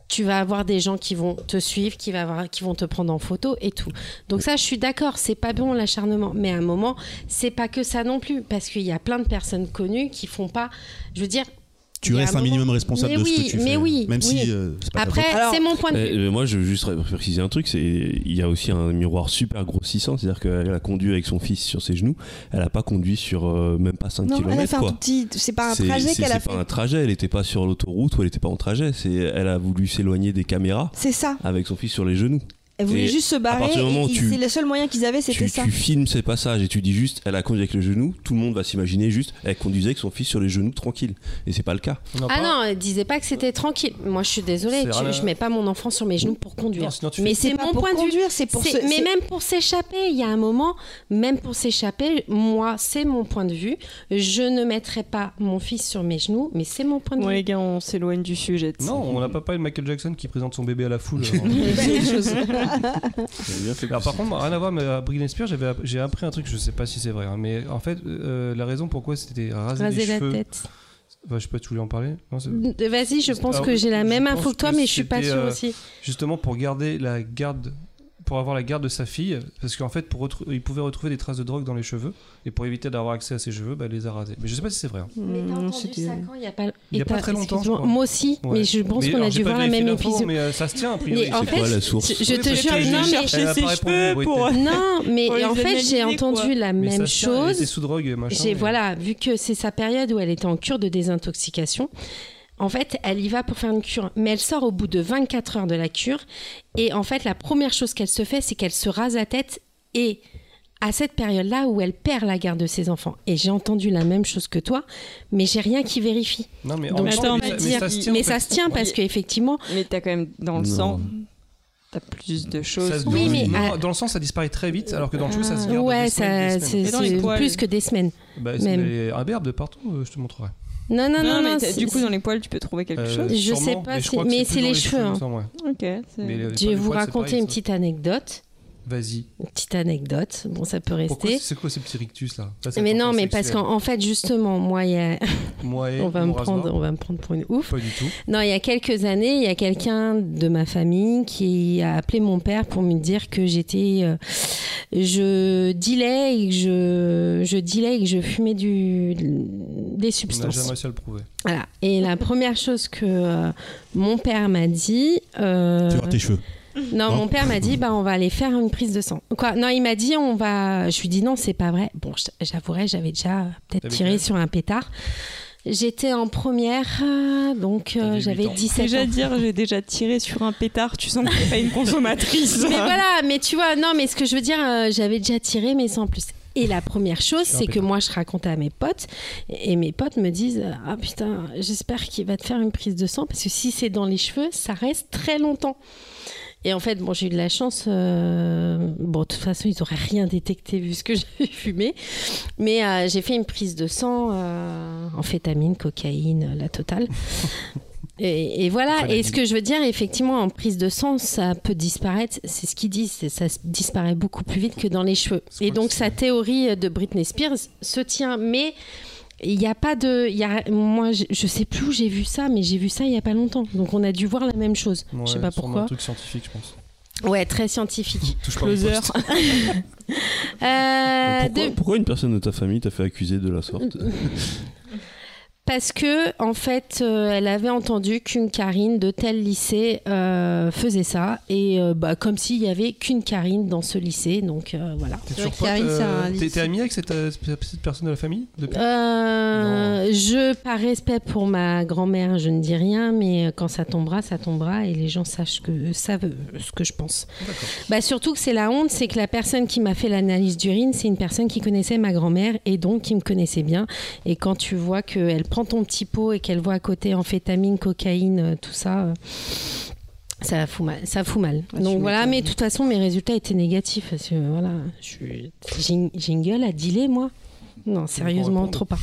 Speaker 5: tu vas avoir des gens qui vont te suivre, qui, va avoir- qui vont te prendre en photo et tout. Donc ça, je suis d'accord, c'est pas bon l'acharnement. Mais à un moment, c'est pas que ça non plus, parce qu'il y a plein de personnes connues qui font pas. Je veux dire. il
Speaker 4: Tu
Speaker 5: y a
Speaker 4: restes un
Speaker 5: moment-
Speaker 4: minimum responsable
Speaker 5: Mais
Speaker 4: de
Speaker 5: oui,
Speaker 4: ce que tu
Speaker 5: mais
Speaker 4: fais.
Speaker 5: oui,
Speaker 4: même
Speaker 5: oui.
Speaker 4: si. euh, c'est pas ta faute.
Speaker 5: Après,
Speaker 2: Alors-
Speaker 5: c'est mon point de vue.
Speaker 3: Eh, mais moi, je veux juste préciser un truc, c'est il y a aussi un miroir super grossissant, c'est-à-dire qu'elle a conduit avec son fils sur ses genoux, elle a pas conduit sur euh, même pas 5
Speaker 2: Non,
Speaker 3: km
Speaker 2: elle a fait un
Speaker 3: quoi.
Speaker 2: tout petit. C'est pas un
Speaker 3: C'est-
Speaker 2: trajet
Speaker 3: c'est-
Speaker 2: qu'elle a fait.
Speaker 3: C'est pas un trajet, elle était pas sur l'autoroute ou elle était pas en trajet, c'est elle a voulu s'éloigner des caméras
Speaker 2: C'est ça.
Speaker 3: avec son fils sur les genoux.
Speaker 2: Elle voulait
Speaker 3: Et
Speaker 2: juste se barrer.
Speaker 3: partir du moment où
Speaker 2: et- et
Speaker 3: tu-
Speaker 2: C'est le seul moyen qu'ils avaient, c'était
Speaker 3: Tu,
Speaker 2: ça.
Speaker 3: tu filmes ces passages et tu dis juste elle a conduit avec le genou, tout le monde va s'imaginer juste elle conduisait avec son fils sur les genoux tranquille et c'est pas le cas.
Speaker 8: On en
Speaker 5: Ah
Speaker 8: parle.
Speaker 5: non, elle disais pas que c'était tranquille. Moi, je suis désolée,
Speaker 8: C'est
Speaker 5: tu-
Speaker 8: rien.
Speaker 5: je mets pas mon enfant sur mes genoux pour conduire.
Speaker 8: Non, sinon tu
Speaker 5: mais
Speaker 8: fais-
Speaker 5: c'est
Speaker 2: pas
Speaker 5: mon
Speaker 2: pour
Speaker 5: point de vue.
Speaker 2: conduire, c'est pour
Speaker 5: C'est-
Speaker 2: se-
Speaker 5: mais
Speaker 2: c'est-
Speaker 5: même pour s'échapper, il y a un moment, même pour s'échapper, moi, c'est mon point de vue. Je ne mettrai pas mon fils sur mes genoux, mais c'est mon point de
Speaker 1: Bon, les
Speaker 5: vue.
Speaker 1: gars, on s'éloigne du sujet. de ça. *laughs*
Speaker 8: Non, on a papa et Michael Jackson qui présente son bébé à la
Speaker 2: *laughs*
Speaker 8: foule.
Speaker 1: *laughs*
Speaker 8: Alors, par contre, rien à voir, mais à Britney Spears, j'avais- j'ai appris un truc, je sais pas si c'est vrai, hein, mais en fait, euh, la raison pourquoi c'était raser,
Speaker 5: Raser
Speaker 8: les
Speaker 5: la
Speaker 8: cheveux.
Speaker 5: tête. Mm.
Speaker 8: Enfin, je sais pas, tu voulais en parler Non, c'est-
Speaker 5: Vas-y, je pense
Speaker 8: Alors,
Speaker 5: que j'ai la
Speaker 8: je
Speaker 5: même
Speaker 8: pense
Speaker 5: info que toi,
Speaker 8: que
Speaker 5: mais je suis pas
Speaker 8: c'était,
Speaker 5: sûre
Speaker 8: euh,
Speaker 5: aussi.
Speaker 8: Justement, pour garder la garde. Pour avoir la garde de sa fille, parce qu'en fait, pour retrou- il pouvait retrouver des traces de drogue dans les cheveux, et pour éviter d'avoir accès à ses cheveux, bah, elle les a rasés. Mais je sais pas si c'est vrai. hein.
Speaker 5: Mais t'as
Speaker 2: Hmm,
Speaker 5: entendu
Speaker 2: c'était-
Speaker 5: ça quand Il y a pas,
Speaker 8: Il y a
Speaker 5: et t'as-
Speaker 8: pas très longtemps, je
Speaker 5: excuse-moi,
Speaker 8: crois.
Speaker 5: Moi aussi,
Speaker 8: Ouais.
Speaker 5: mais je pense
Speaker 8: Mais
Speaker 5: qu'on
Speaker 8: alors,
Speaker 5: a
Speaker 8: j'ai
Speaker 5: dû
Speaker 8: pas
Speaker 5: voir la
Speaker 8: vérifié
Speaker 5: même
Speaker 8: l'info,
Speaker 5: épisode.
Speaker 8: Mais euh, ça se tient, a priori.
Speaker 5: Mais oh, en
Speaker 3: c'est
Speaker 5: fait,
Speaker 3: quoi la source
Speaker 5: je, je te jure,
Speaker 8: Elle
Speaker 5: non,
Speaker 8: a
Speaker 5: mais,
Speaker 8: pas répondu, Britney.
Speaker 5: non, mais
Speaker 1: Faut les
Speaker 5: en fait, j'ai
Speaker 1: analyser, quoi.
Speaker 5: entendu la
Speaker 8: Mais ça
Speaker 5: même
Speaker 8: se tient, elle était
Speaker 5: chose.
Speaker 8: sous drogue, et machin.
Speaker 5: J'ai
Speaker 8: mais- euh,
Speaker 5: voilà, vu que c'est sa période où elle était en cure de désintoxication. En fait, elle y va pour faire une cure, mais elle sort au bout de 24 heures de la cure et en fait, la première chose qu'elle se fait, c'est qu'elle se rase la tête et à cette période-là où elle perd la garde de ses enfants. Et j'ai entendu la même chose que toi, mais j'ai rien qui vérifie.
Speaker 8: Non, mais en
Speaker 5: Donc
Speaker 8: même
Speaker 5: je
Speaker 8: temps,
Speaker 5: peux
Speaker 1: attends,
Speaker 5: pas
Speaker 8: mais
Speaker 5: dire.
Speaker 8: ça se tient, en
Speaker 5: mais
Speaker 8: fait.
Speaker 5: ça se tient parce qu'effectivement,
Speaker 1: Mais t'as quand même dans le
Speaker 3: Non.
Speaker 1: sang, t'as plus de
Speaker 8: Ça
Speaker 1: choses.
Speaker 8: se-
Speaker 5: Oui, mais-
Speaker 8: non,
Speaker 5: à- Ah,
Speaker 8: dans le sens, ça disparaît très vite, alors que dans le cheveu, ça se garde.
Speaker 5: ouais,
Speaker 8: des semaines,
Speaker 5: ça
Speaker 8: des semaines.
Speaker 5: c'est
Speaker 1: Mais dans les
Speaker 5: c'est
Speaker 1: poils.
Speaker 5: plus que des semaines.
Speaker 8: Bah, c'est
Speaker 5: même.
Speaker 8: des- un berbe de partout, euh, je te montrerai.
Speaker 5: Non, non, non,
Speaker 1: Non, mais
Speaker 5: non,
Speaker 1: t'as-
Speaker 5: c'est-
Speaker 1: du coup, dans les poils, tu peux trouver quelque
Speaker 8: Euh,
Speaker 1: chose.
Speaker 5: Je sais
Speaker 8: sûrement,
Speaker 5: pas,
Speaker 8: mais je crois
Speaker 5: c'est-
Speaker 8: que
Speaker 5: mais
Speaker 8: plus
Speaker 5: c'est
Speaker 8: dans
Speaker 5: les cheveux,
Speaker 8: il me
Speaker 5: hein.
Speaker 8: semble, ouais.
Speaker 1: Ok. c'est-
Speaker 8: Mais euh, les-
Speaker 5: Je
Speaker 8: les
Speaker 5: vais vous
Speaker 8: poils, c'est
Speaker 5: raconter
Speaker 8: pareil,
Speaker 5: une
Speaker 8: ça.
Speaker 5: petite anecdote.
Speaker 8: Vas-y.
Speaker 5: Une petite anecdote. Bon, ça peut
Speaker 8: Pourquoi
Speaker 5: rester.
Speaker 8: c'est quoi ces petits rictus là Ça, c'est
Speaker 5: mais non,
Speaker 8: encore
Speaker 5: mais parce
Speaker 8: sexuel.
Speaker 5: qu'en en fait, justement, moi, il y a-
Speaker 8: Moi
Speaker 5: *laughs*
Speaker 8: et
Speaker 5: on, va
Speaker 8: mon
Speaker 5: me
Speaker 8: rasoir,
Speaker 5: prendre, on va me prendre pour une ouf.
Speaker 8: Pas du tout.
Speaker 5: Non, il y a quelques années, il y a quelqu'un de ma famille qui a appelé mon père pour me dire que j'étais. euh, je dealais et que je, je dealais et que je fumais du, des
Speaker 8: On n'a
Speaker 5: substances.
Speaker 8: jamais réussi à le prouver.
Speaker 5: Voilà. Et la première chose que euh, mon père m'a dit. euh,
Speaker 4: Tu vois tes cheveux.
Speaker 5: non,
Speaker 4: Non.
Speaker 5: mon père m'a dit, bah, on va aller faire une prise de sang. Quoi Non, il m'a dit, on va. Je lui dis, non, c'est pas vrai. Bon, je- j'avouerai, j'avais déjà euh, peut-être
Speaker 8: T'avais
Speaker 5: tiré
Speaker 8: quel
Speaker 5: sur un pétard. J'étais en première, euh, donc euh,
Speaker 8: T'as 18
Speaker 5: j'avais
Speaker 8: ans.
Speaker 5: 17
Speaker 1: Déjà
Speaker 5: ans.
Speaker 1: dire, j'ai déjà tiré sur un pétard, tu sens que t'es pas une consommatrice.
Speaker 5: *laughs* Mais voilà, mais tu vois, non, mais ce que je veux dire, euh, j'avais déjà tiré, mais sans plus. Et la première chose,
Speaker 8: Sur un
Speaker 5: c'est que
Speaker 8: pétard.
Speaker 5: moi, je racontais à mes potes, et et mes potes me disent Ah putain, j'espère qu'il va te faire une prise de sang, parce que si c'est dans les cheveux, ça reste très longtemps. Et en fait, bon, j'ai eu de la chance. euh, bon, de toute façon, ils n'auraient rien détecté vu ce que *laughs* j'avais fumé. Mais euh, j'ai fait une prise de sang, euh, amphétamine, cocaïne, euh, la
Speaker 8: *laughs*
Speaker 5: totale. Et, et voilà,
Speaker 8: Très
Speaker 5: et ce que je veux dire, effectivement, en prise de sang, ça peut disparaître, c'est ce qu'ils disent, c'est- ça se disparaît beaucoup plus vite que dans les cheveux.
Speaker 8: Je
Speaker 5: Et
Speaker 8: crois
Speaker 5: donc
Speaker 8: que
Speaker 5: sa théorie euh, de Britney Spears se tient, mais il n'y a pas de... il Y a, moi, je, je sais plus où j'ai vu ça, mais j'ai vu ça il n'y a pas longtemps. Donc on a dû voir la même chose.
Speaker 8: Ouais,
Speaker 5: je sais pas
Speaker 8: sûrement
Speaker 5: pourquoi.
Speaker 8: Un truc scientifique, je pense.
Speaker 5: Ouais, très scientifique.
Speaker 8: Touche pas au
Speaker 1: Closer.
Speaker 8: *laughs*
Speaker 5: *laughs*
Speaker 8: poste.
Speaker 5: Euh,
Speaker 3: pourquoi,
Speaker 5: de-
Speaker 3: pourquoi une personne de ta famille t'a fait accuser de la sorte
Speaker 2: Mm,
Speaker 5: Parce que en fait, euh, elle avait entendu qu'une Karine de tel lycée euh, faisait ça, et euh, bah, comme s'il y avait qu'une Karine dans ce lycée, donc euh, voilà.
Speaker 8: T'es
Speaker 2: C'est
Speaker 8: toujours
Speaker 2: vrai qu'il arrive,
Speaker 8: pote,
Speaker 2: c'est un
Speaker 8: euh, t'es-
Speaker 2: lycée.
Speaker 8: T'es ami avec cette, euh, cette personne de la famille depuis
Speaker 5: Euh, je, par respect pour ma grand-mère, je ne dis rien, mais euh, quand ça tombera, ça tombera et les gens sachent que, savent euh, ce que je pense. Bah, surtout que c'est la honte, c'est que la personne qui m'a fait l'analyse d'urine, c'est une personne qui connaissait ma grand-mère et donc qui me connaissait bien. Et quand tu vois qu'elle prend ton petit pot et qu'elle voit à côté amphétamine, cocaïne, euh, tout ça. euh, ça fout mal. Ça fout mal.
Speaker 2: Ah, tu
Speaker 5: Donc voilà,
Speaker 2: m'étonnes.
Speaker 5: mais de toute façon, mes résultats étaient négatifs. Parce que voilà, je suis- j'ai une- j'ai une gueule à dealer, moi. Non, sérieusement,
Speaker 8: répondre.
Speaker 5: trop pas.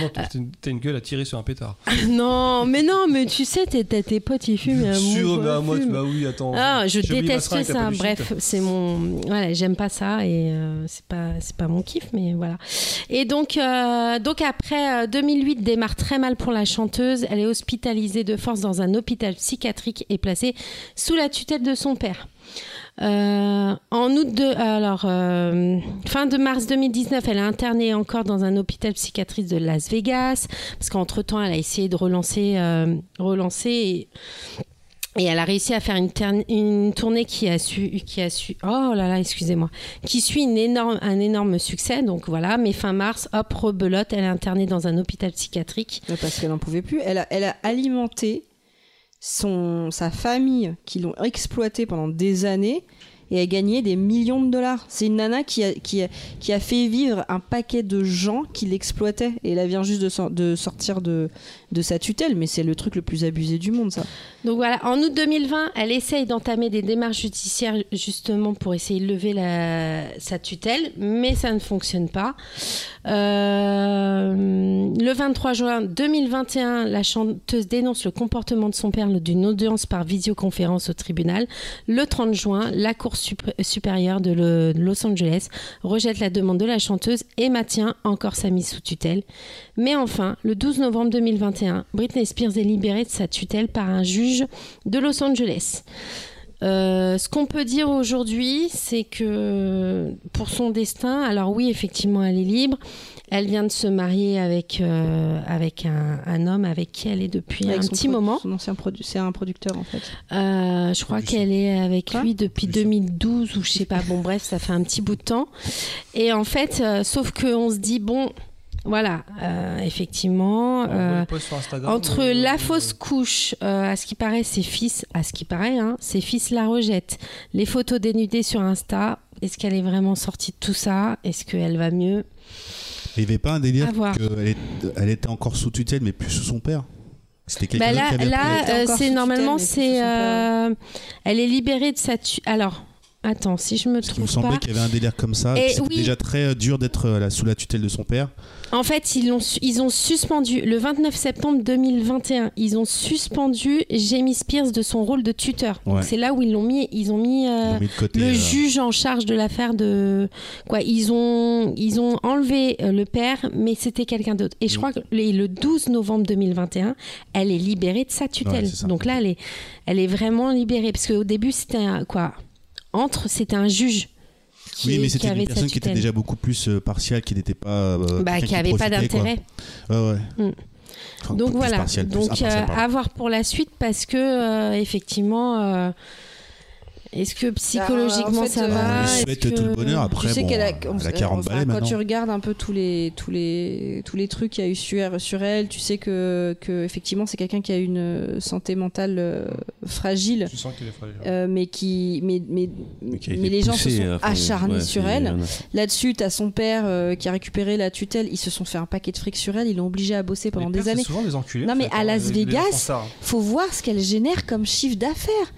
Speaker 8: Non, t'as- t'as une- T'as une gueule à tirer sur un pétard.
Speaker 5: *laughs* Ah, non, mais non, mais tu sais, t'es- t'as tes potes, ils fument. et à
Speaker 8: Sûr,
Speaker 5: moi,
Speaker 8: bah,
Speaker 5: je
Speaker 8: moi, tu-
Speaker 5: fume.
Speaker 8: bah oui, attends.
Speaker 5: Ah, je
Speaker 8: J'ai oublié ma
Speaker 5: déteste
Speaker 8: seringue, t'as
Speaker 5: ça.
Speaker 8: pas du
Speaker 5: Bref,
Speaker 8: shit.
Speaker 5: c'est mon. Voilà, j'aime pas ça et euh, c'est pas c'est pas mon kiff, mais voilà. Et donc euh, donc après euh, 2008 démarre très mal pour la chanteuse. Elle est hospitalisée de force dans un hôpital psychiatrique et placée sous la tutelle de son père. Euh, en août de alors euh, fin de mars 2019, elle est internée encore dans un hôpital psychiatrique de Las Vegas parce qu'entre temps, elle a essayé de relancer euh, relancer et et elle a réussi à faire une, terne- une tournée qui a su, qui a su, oh là là, excusez-moi, qui suit une énorme, un énorme succès. Donc voilà, mais fin mars, hop, rebelote, elle est internée dans un hôpital psychiatrique.
Speaker 2: Ouais, Bah, Parce qu'elle n'en pouvait plus. Elle a, elle a alimenté son, sa famille qui l'ont exploité pendant des années et a gagné des millions de dollars. C'est une nana qui a, qui, a, qui a fait vivre un paquet de gens qui l'exploitaient. Et elle vient juste de, sor- de sortir de, de sa tutelle, mais c'est le truc le plus abusé du monde, ça.
Speaker 5: Donc voilà, en août 2020, elle essaye d'entamer des démarches judiciaires justement pour essayer de lever la- sa tutelle, mais ça ne fonctionne pas. Euh, le 23 juin 2021, la chanteuse dénonce le comportement de son père lors d'une audience par visioconférence au tribunal. Le 30 juin, la Cour sup- supérieure de, le- de Los Angeles rejette la demande de la chanteuse et maintient encore sa mise sous tutelle. Mais enfin, le 12 novembre 2021, Britney Spears est libérée de sa tutelle par un juge de Los Angeles. Euh, ce qu'on peut dire aujourd'hui, c'est que pour son destin, alors oui, effectivement, elle est libre. Elle vient de se marier avec, euh, avec un, un homme avec qui elle est depuis
Speaker 2: Avec
Speaker 5: un
Speaker 2: son
Speaker 5: petit
Speaker 2: pro-
Speaker 5: moment.
Speaker 2: son ancien produ- c'est un producteur, en fait.
Speaker 5: Euh, je crois
Speaker 4: Producer.
Speaker 5: qu'elle est avec
Speaker 2: Quoi
Speaker 5: lui depuis
Speaker 4: Producer.
Speaker 5: 2012 ou je sais pas. Bon, bref, ça fait un petit bout de temps. Et en fait, euh, sauf qu'on se dit, bon, voilà, euh, effectivement.
Speaker 8: Ah, On voit
Speaker 5: euh,
Speaker 8: les posts sur Instagram,
Speaker 5: entre
Speaker 8: euh,
Speaker 5: la
Speaker 8: euh,
Speaker 5: fausse couche, euh, à ce qui paraît, ses fils, à ce qui paraît, hein, ses fils la rejettent. Les photos dénudées sur Insta, est-ce qu'elle est vraiment sortie de tout ça Est-ce qu'elle va mieux
Speaker 4: Il n'y avait pas un délire
Speaker 5: À voir.
Speaker 4: qu'elle est- elle était encore sous tutelle, mais plus sous son père. C'était quelqu'un
Speaker 5: Bah
Speaker 4: d'autre
Speaker 5: là,
Speaker 4: qui avait
Speaker 5: là,
Speaker 4: appris.
Speaker 2: Elle était
Speaker 5: euh,
Speaker 2: encore
Speaker 5: c'est
Speaker 2: sous
Speaker 5: normalement,
Speaker 2: tutelle, mais plus sous
Speaker 5: c'est,
Speaker 2: son père.
Speaker 5: euh, elle est libérée de sa. tu- Alors, attends, si je me
Speaker 4: Parce qu'il me
Speaker 5: trompe pas.
Speaker 4: semblait qu'il y avait un délire comme ça.
Speaker 5: Et
Speaker 4: puis C'était
Speaker 5: oui.
Speaker 4: déjà très euh, dur d'être euh, là, sous la tutelle de son père.
Speaker 5: En fait, ils ont, ils ont suspendu, le 29 septembre 2021, ils ont suspendu Jamie Spears de son rôle de tuteur. Donc,
Speaker 4: Ouais.
Speaker 5: C'est là où ils l'ont mis, ils ont mis, euh,
Speaker 4: Ils l'ont mis de côté.
Speaker 5: le
Speaker 4: euh,
Speaker 5: juge en charge de l'affaire de... Quoi, ils ont, ils ont enlevé euh, le père, mais c'était quelqu'un d'autre. Et je
Speaker 4: Mm.
Speaker 5: crois que le, le 12 novembre 2021, elle est libérée de sa tutelle.
Speaker 4: Ouais, c'est ça.
Speaker 5: Donc là, elle est, elle est vraiment libérée. Parce qu'au début, c'était un- quoi Entre, c'était un juge. Qui,
Speaker 4: Oui, mais
Speaker 5: qui
Speaker 4: c'était
Speaker 5: avait
Speaker 4: une
Speaker 5: sa
Speaker 4: personne qui était
Speaker 5: tutelle.
Speaker 4: déjà beaucoup plus euh, partiale, qui n'était pas. euh,
Speaker 5: Bah,
Speaker 4: quelqu'un
Speaker 5: qui n'avait pas
Speaker 4: profitait, quoi.
Speaker 5: d'intérêt.
Speaker 4: Ouais, ouais.
Speaker 5: Mm.
Speaker 4: Enfin,
Speaker 5: Donc
Speaker 4: plus
Speaker 5: voilà,
Speaker 4: partial, plus
Speaker 9: Ah, bah,
Speaker 5: donc
Speaker 4: impartial,
Speaker 5: euh,
Speaker 4: pardon.
Speaker 5: à voir pour la suite parce que euh, effectivement, euh, est-ce que psychologiquement
Speaker 2: en fait,
Speaker 5: ça
Speaker 2: euh,
Speaker 5: va Bah,
Speaker 4: On lui
Speaker 5: est-ce
Speaker 4: Bah, souhaite
Speaker 5: que-
Speaker 4: tout le bonheur. Après,
Speaker 2: tu sais
Speaker 4: bon,
Speaker 2: qu'elle a,
Speaker 4: euh, elle a 40
Speaker 2: enfin,
Speaker 4: balais
Speaker 2: Quand tu
Speaker 4: maintenant.
Speaker 2: regardes un peu tous les, tous les, tous les trucs qu'il y a eu sur, sur elle, tu sais que, que effectivement c'est quelqu'un qui a une euh, santé mentale euh, fragile.
Speaker 8: Tu sens qu'il est fragile.
Speaker 2: euh, mais qui mais, mais,
Speaker 3: Mais qui a été
Speaker 2: mais les gens se
Speaker 3: poussé
Speaker 2: sont
Speaker 3: à fond.
Speaker 2: acharnés
Speaker 3: Ouais,
Speaker 2: sur
Speaker 3: c'est-
Speaker 2: elle
Speaker 3: ouais.
Speaker 2: là-dessus t'as son père euh, qui a récupéré la tutelle ils se sont fait un paquet de fric sur elle ils l'ont obligée à bosser pendant
Speaker 8: Les
Speaker 2: des
Speaker 8: pères, c'est
Speaker 2: années
Speaker 8: souvent des enculés.
Speaker 2: Non,
Speaker 8: en
Speaker 2: mais
Speaker 8: fait,
Speaker 2: à
Speaker 8: hein,
Speaker 2: Las
Speaker 8: les- les
Speaker 2: Vegas,
Speaker 8: enfants stars.
Speaker 2: faut voir ce qu'elle génère comme chiffre d'affaires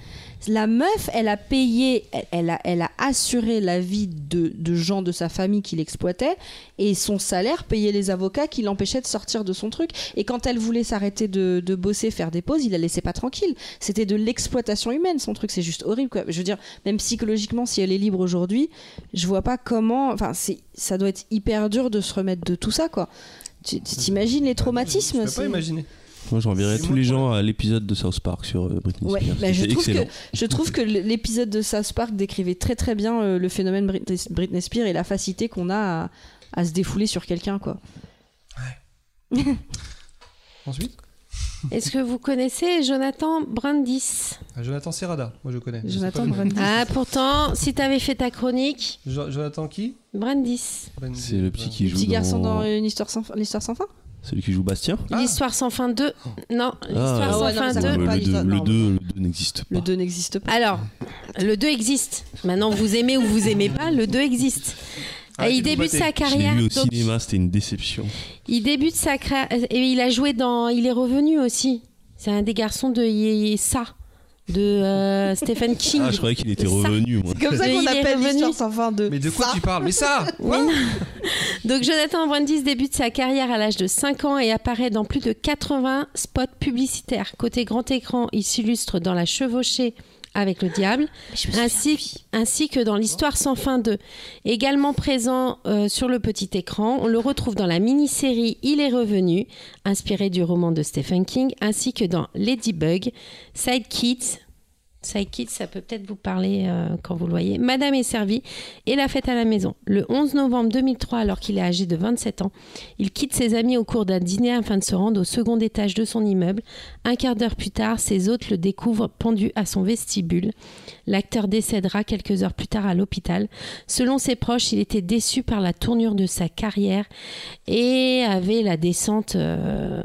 Speaker 2: La meuf, elle a payé, elle, elle a, elle a assuré la vie de, de gens de sa famille qui l'exploitaient et son salaire payait les avocats qui l'empêchaient de sortir de son truc. Et quand elle voulait s'arrêter de, de bosser, faire des pauses, il la laissait pas tranquille. C'était de l'exploitation humaine, son truc. C'est juste horrible. Quoi. Je veux dire, même psychologiquement, si elle est libre aujourd'hui, je vois pas comment. Enfin, c'est, ça doit être hyper dur de se remettre de tout ça, quoi. Tu tu t'imagines les
Speaker 8: Bah, Je
Speaker 2: traumatismes
Speaker 8: peux pas
Speaker 2: c'est-
Speaker 8: imaginer.
Speaker 9: Moi, j'enverrai
Speaker 8: C'est
Speaker 9: tous
Speaker 8: moi
Speaker 9: les
Speaker 8: qui
Speaker 9: gens à l'épisode de South Park sur euh, Britney
Speaker 2: Ouais,
Speaker 9: Spears.
Speaker 2: bah, je,
Speaker 9: C'était
Speaker 2: trouve que,
Speaker 9: excellent.
Speaker 2: je trouve que l'épisode de South Park décrivait très très bien euh, le phénomène Britney, Britney Spears et la facilité qu'on a à, à se défouler sur quelqu'un quoi.
Speaker 8: Ensuite,
Speaker 5: Est-ce que vous connaissez Jonathan Brandis
Speaker 8: à euh, Jonathan Serrada, moi je connais. Je sais
Speaker 2: Jonathan
Speaker 8: pas le nom.
Speaker 2: Brandis.
Speaker 5: Ah, pourtant, si t'avais fait ta chronique,
Speaker 8: Jo- Jonathan qui
Speaker 5: Brandis.
Speaker 8: Ben-
Speaker 9: C'est le petit qui
Speaker 2: Le
Speaker 9: joue.
Speaker 2: petit garçon
Speaker 9: dans-
Speaker 2: dans une histoire sans fin- l'histoire sans fin.
Speaker 9: Celui qui joue Bastien
Speaker 8: Ah.
Speaker 5: L'histoire sans fin 2. Non,
Speaker 9: Oh.
Speaker 5: l'histoire
Speaker 9: Ah,
Speaker 5: sans
Speaker 2: ouais, non,
Speaker 5: fin
Speaker 2: ça
Speaker 5: 2.
Speaker 2: compte
Speaker 9: Bon,
Speaker 2: pas,
Speaker 9: bah, le
Speaker 2: il
Speaker 9: deux-
Speaker 2: doit-
Speaker 9: le
Speaker 2: non.
Speaker 9: 2 n'existe
Speaker 3: Bah.
Speaker 9: pas.
Speaker 2: Le 2 n'existe pas.
Speaker 5: Alors, le 2 existe. Maintenant, vous aimez ou vous aimez pas, le 2 existe.
Speaker 8: Ah,
Speaker 5: Et il
Speaker 8: tu
Speaker 5: débute
Speaker 8: combattais.
Speaker 5: sa
Speaker 9: Je l'ai
Speaker 5: carrière.
Speaker 9: vu au
Speaker 5: donc-
Speaker 9: cinéma, c'était une
Speaker 5: *laughs*
Speaker 9: déception.
Speaker 5: il débute sa carrière. Et il a joué dans. Il est revenu aussi. C'est un des garçons de Yé- Ça, de euh, Stephen King.
Speaker 9: Ah, je croyais qu'il était
Speaker 5: Ça.
Speaker 9: revenu, moi.
Speaker 2: *laughs* Comme ça
Speaker 5: Mais
Speaker 2: qu'on
Speaker 5: il est
Speaker 2: appelle
Speaker 5: revenu.
Speaker 2: l'histoire sans fin de.
Speaker 8: Mais de quoi
Speaker 2: Ça.
Speaker 8: tu parles Mais ça
Speaker 5: Mais non. Donc Jonathan Brandis débute sa carrière à l'âge de 5 ans et apparaît dans plus de 80 spots publicitaires. Côté grand écran, il s'illustre dans La chevauchée avec le diable, ainsi, ainsi que dans l'histoire sans fin 2. Également présent euh, sur le petit écran, on le retrouve dans la mini-série Il est revenu, inspiré du roman de Stephen King, ainsi que dans Ladybug, Side Kids. Side Kids, ça peut peut-être vous parler euh, quand vous le voyez. Madame est servie et la fête à la maison. Le 11 novembre 2003, alors qu'il est âgé de 27 ans, il quitte ses amis au cours d'un dîner afin de se rendre au second étage de son immeuble. Un quart d'heure plus tard, ses hôtes le découvrent pendu à son vestibule. L'acteur décédera quelques heures plus tard à l'hôpital. Selon ses proches, il était déçu par la tournure de sa carrière et avait la descente euh,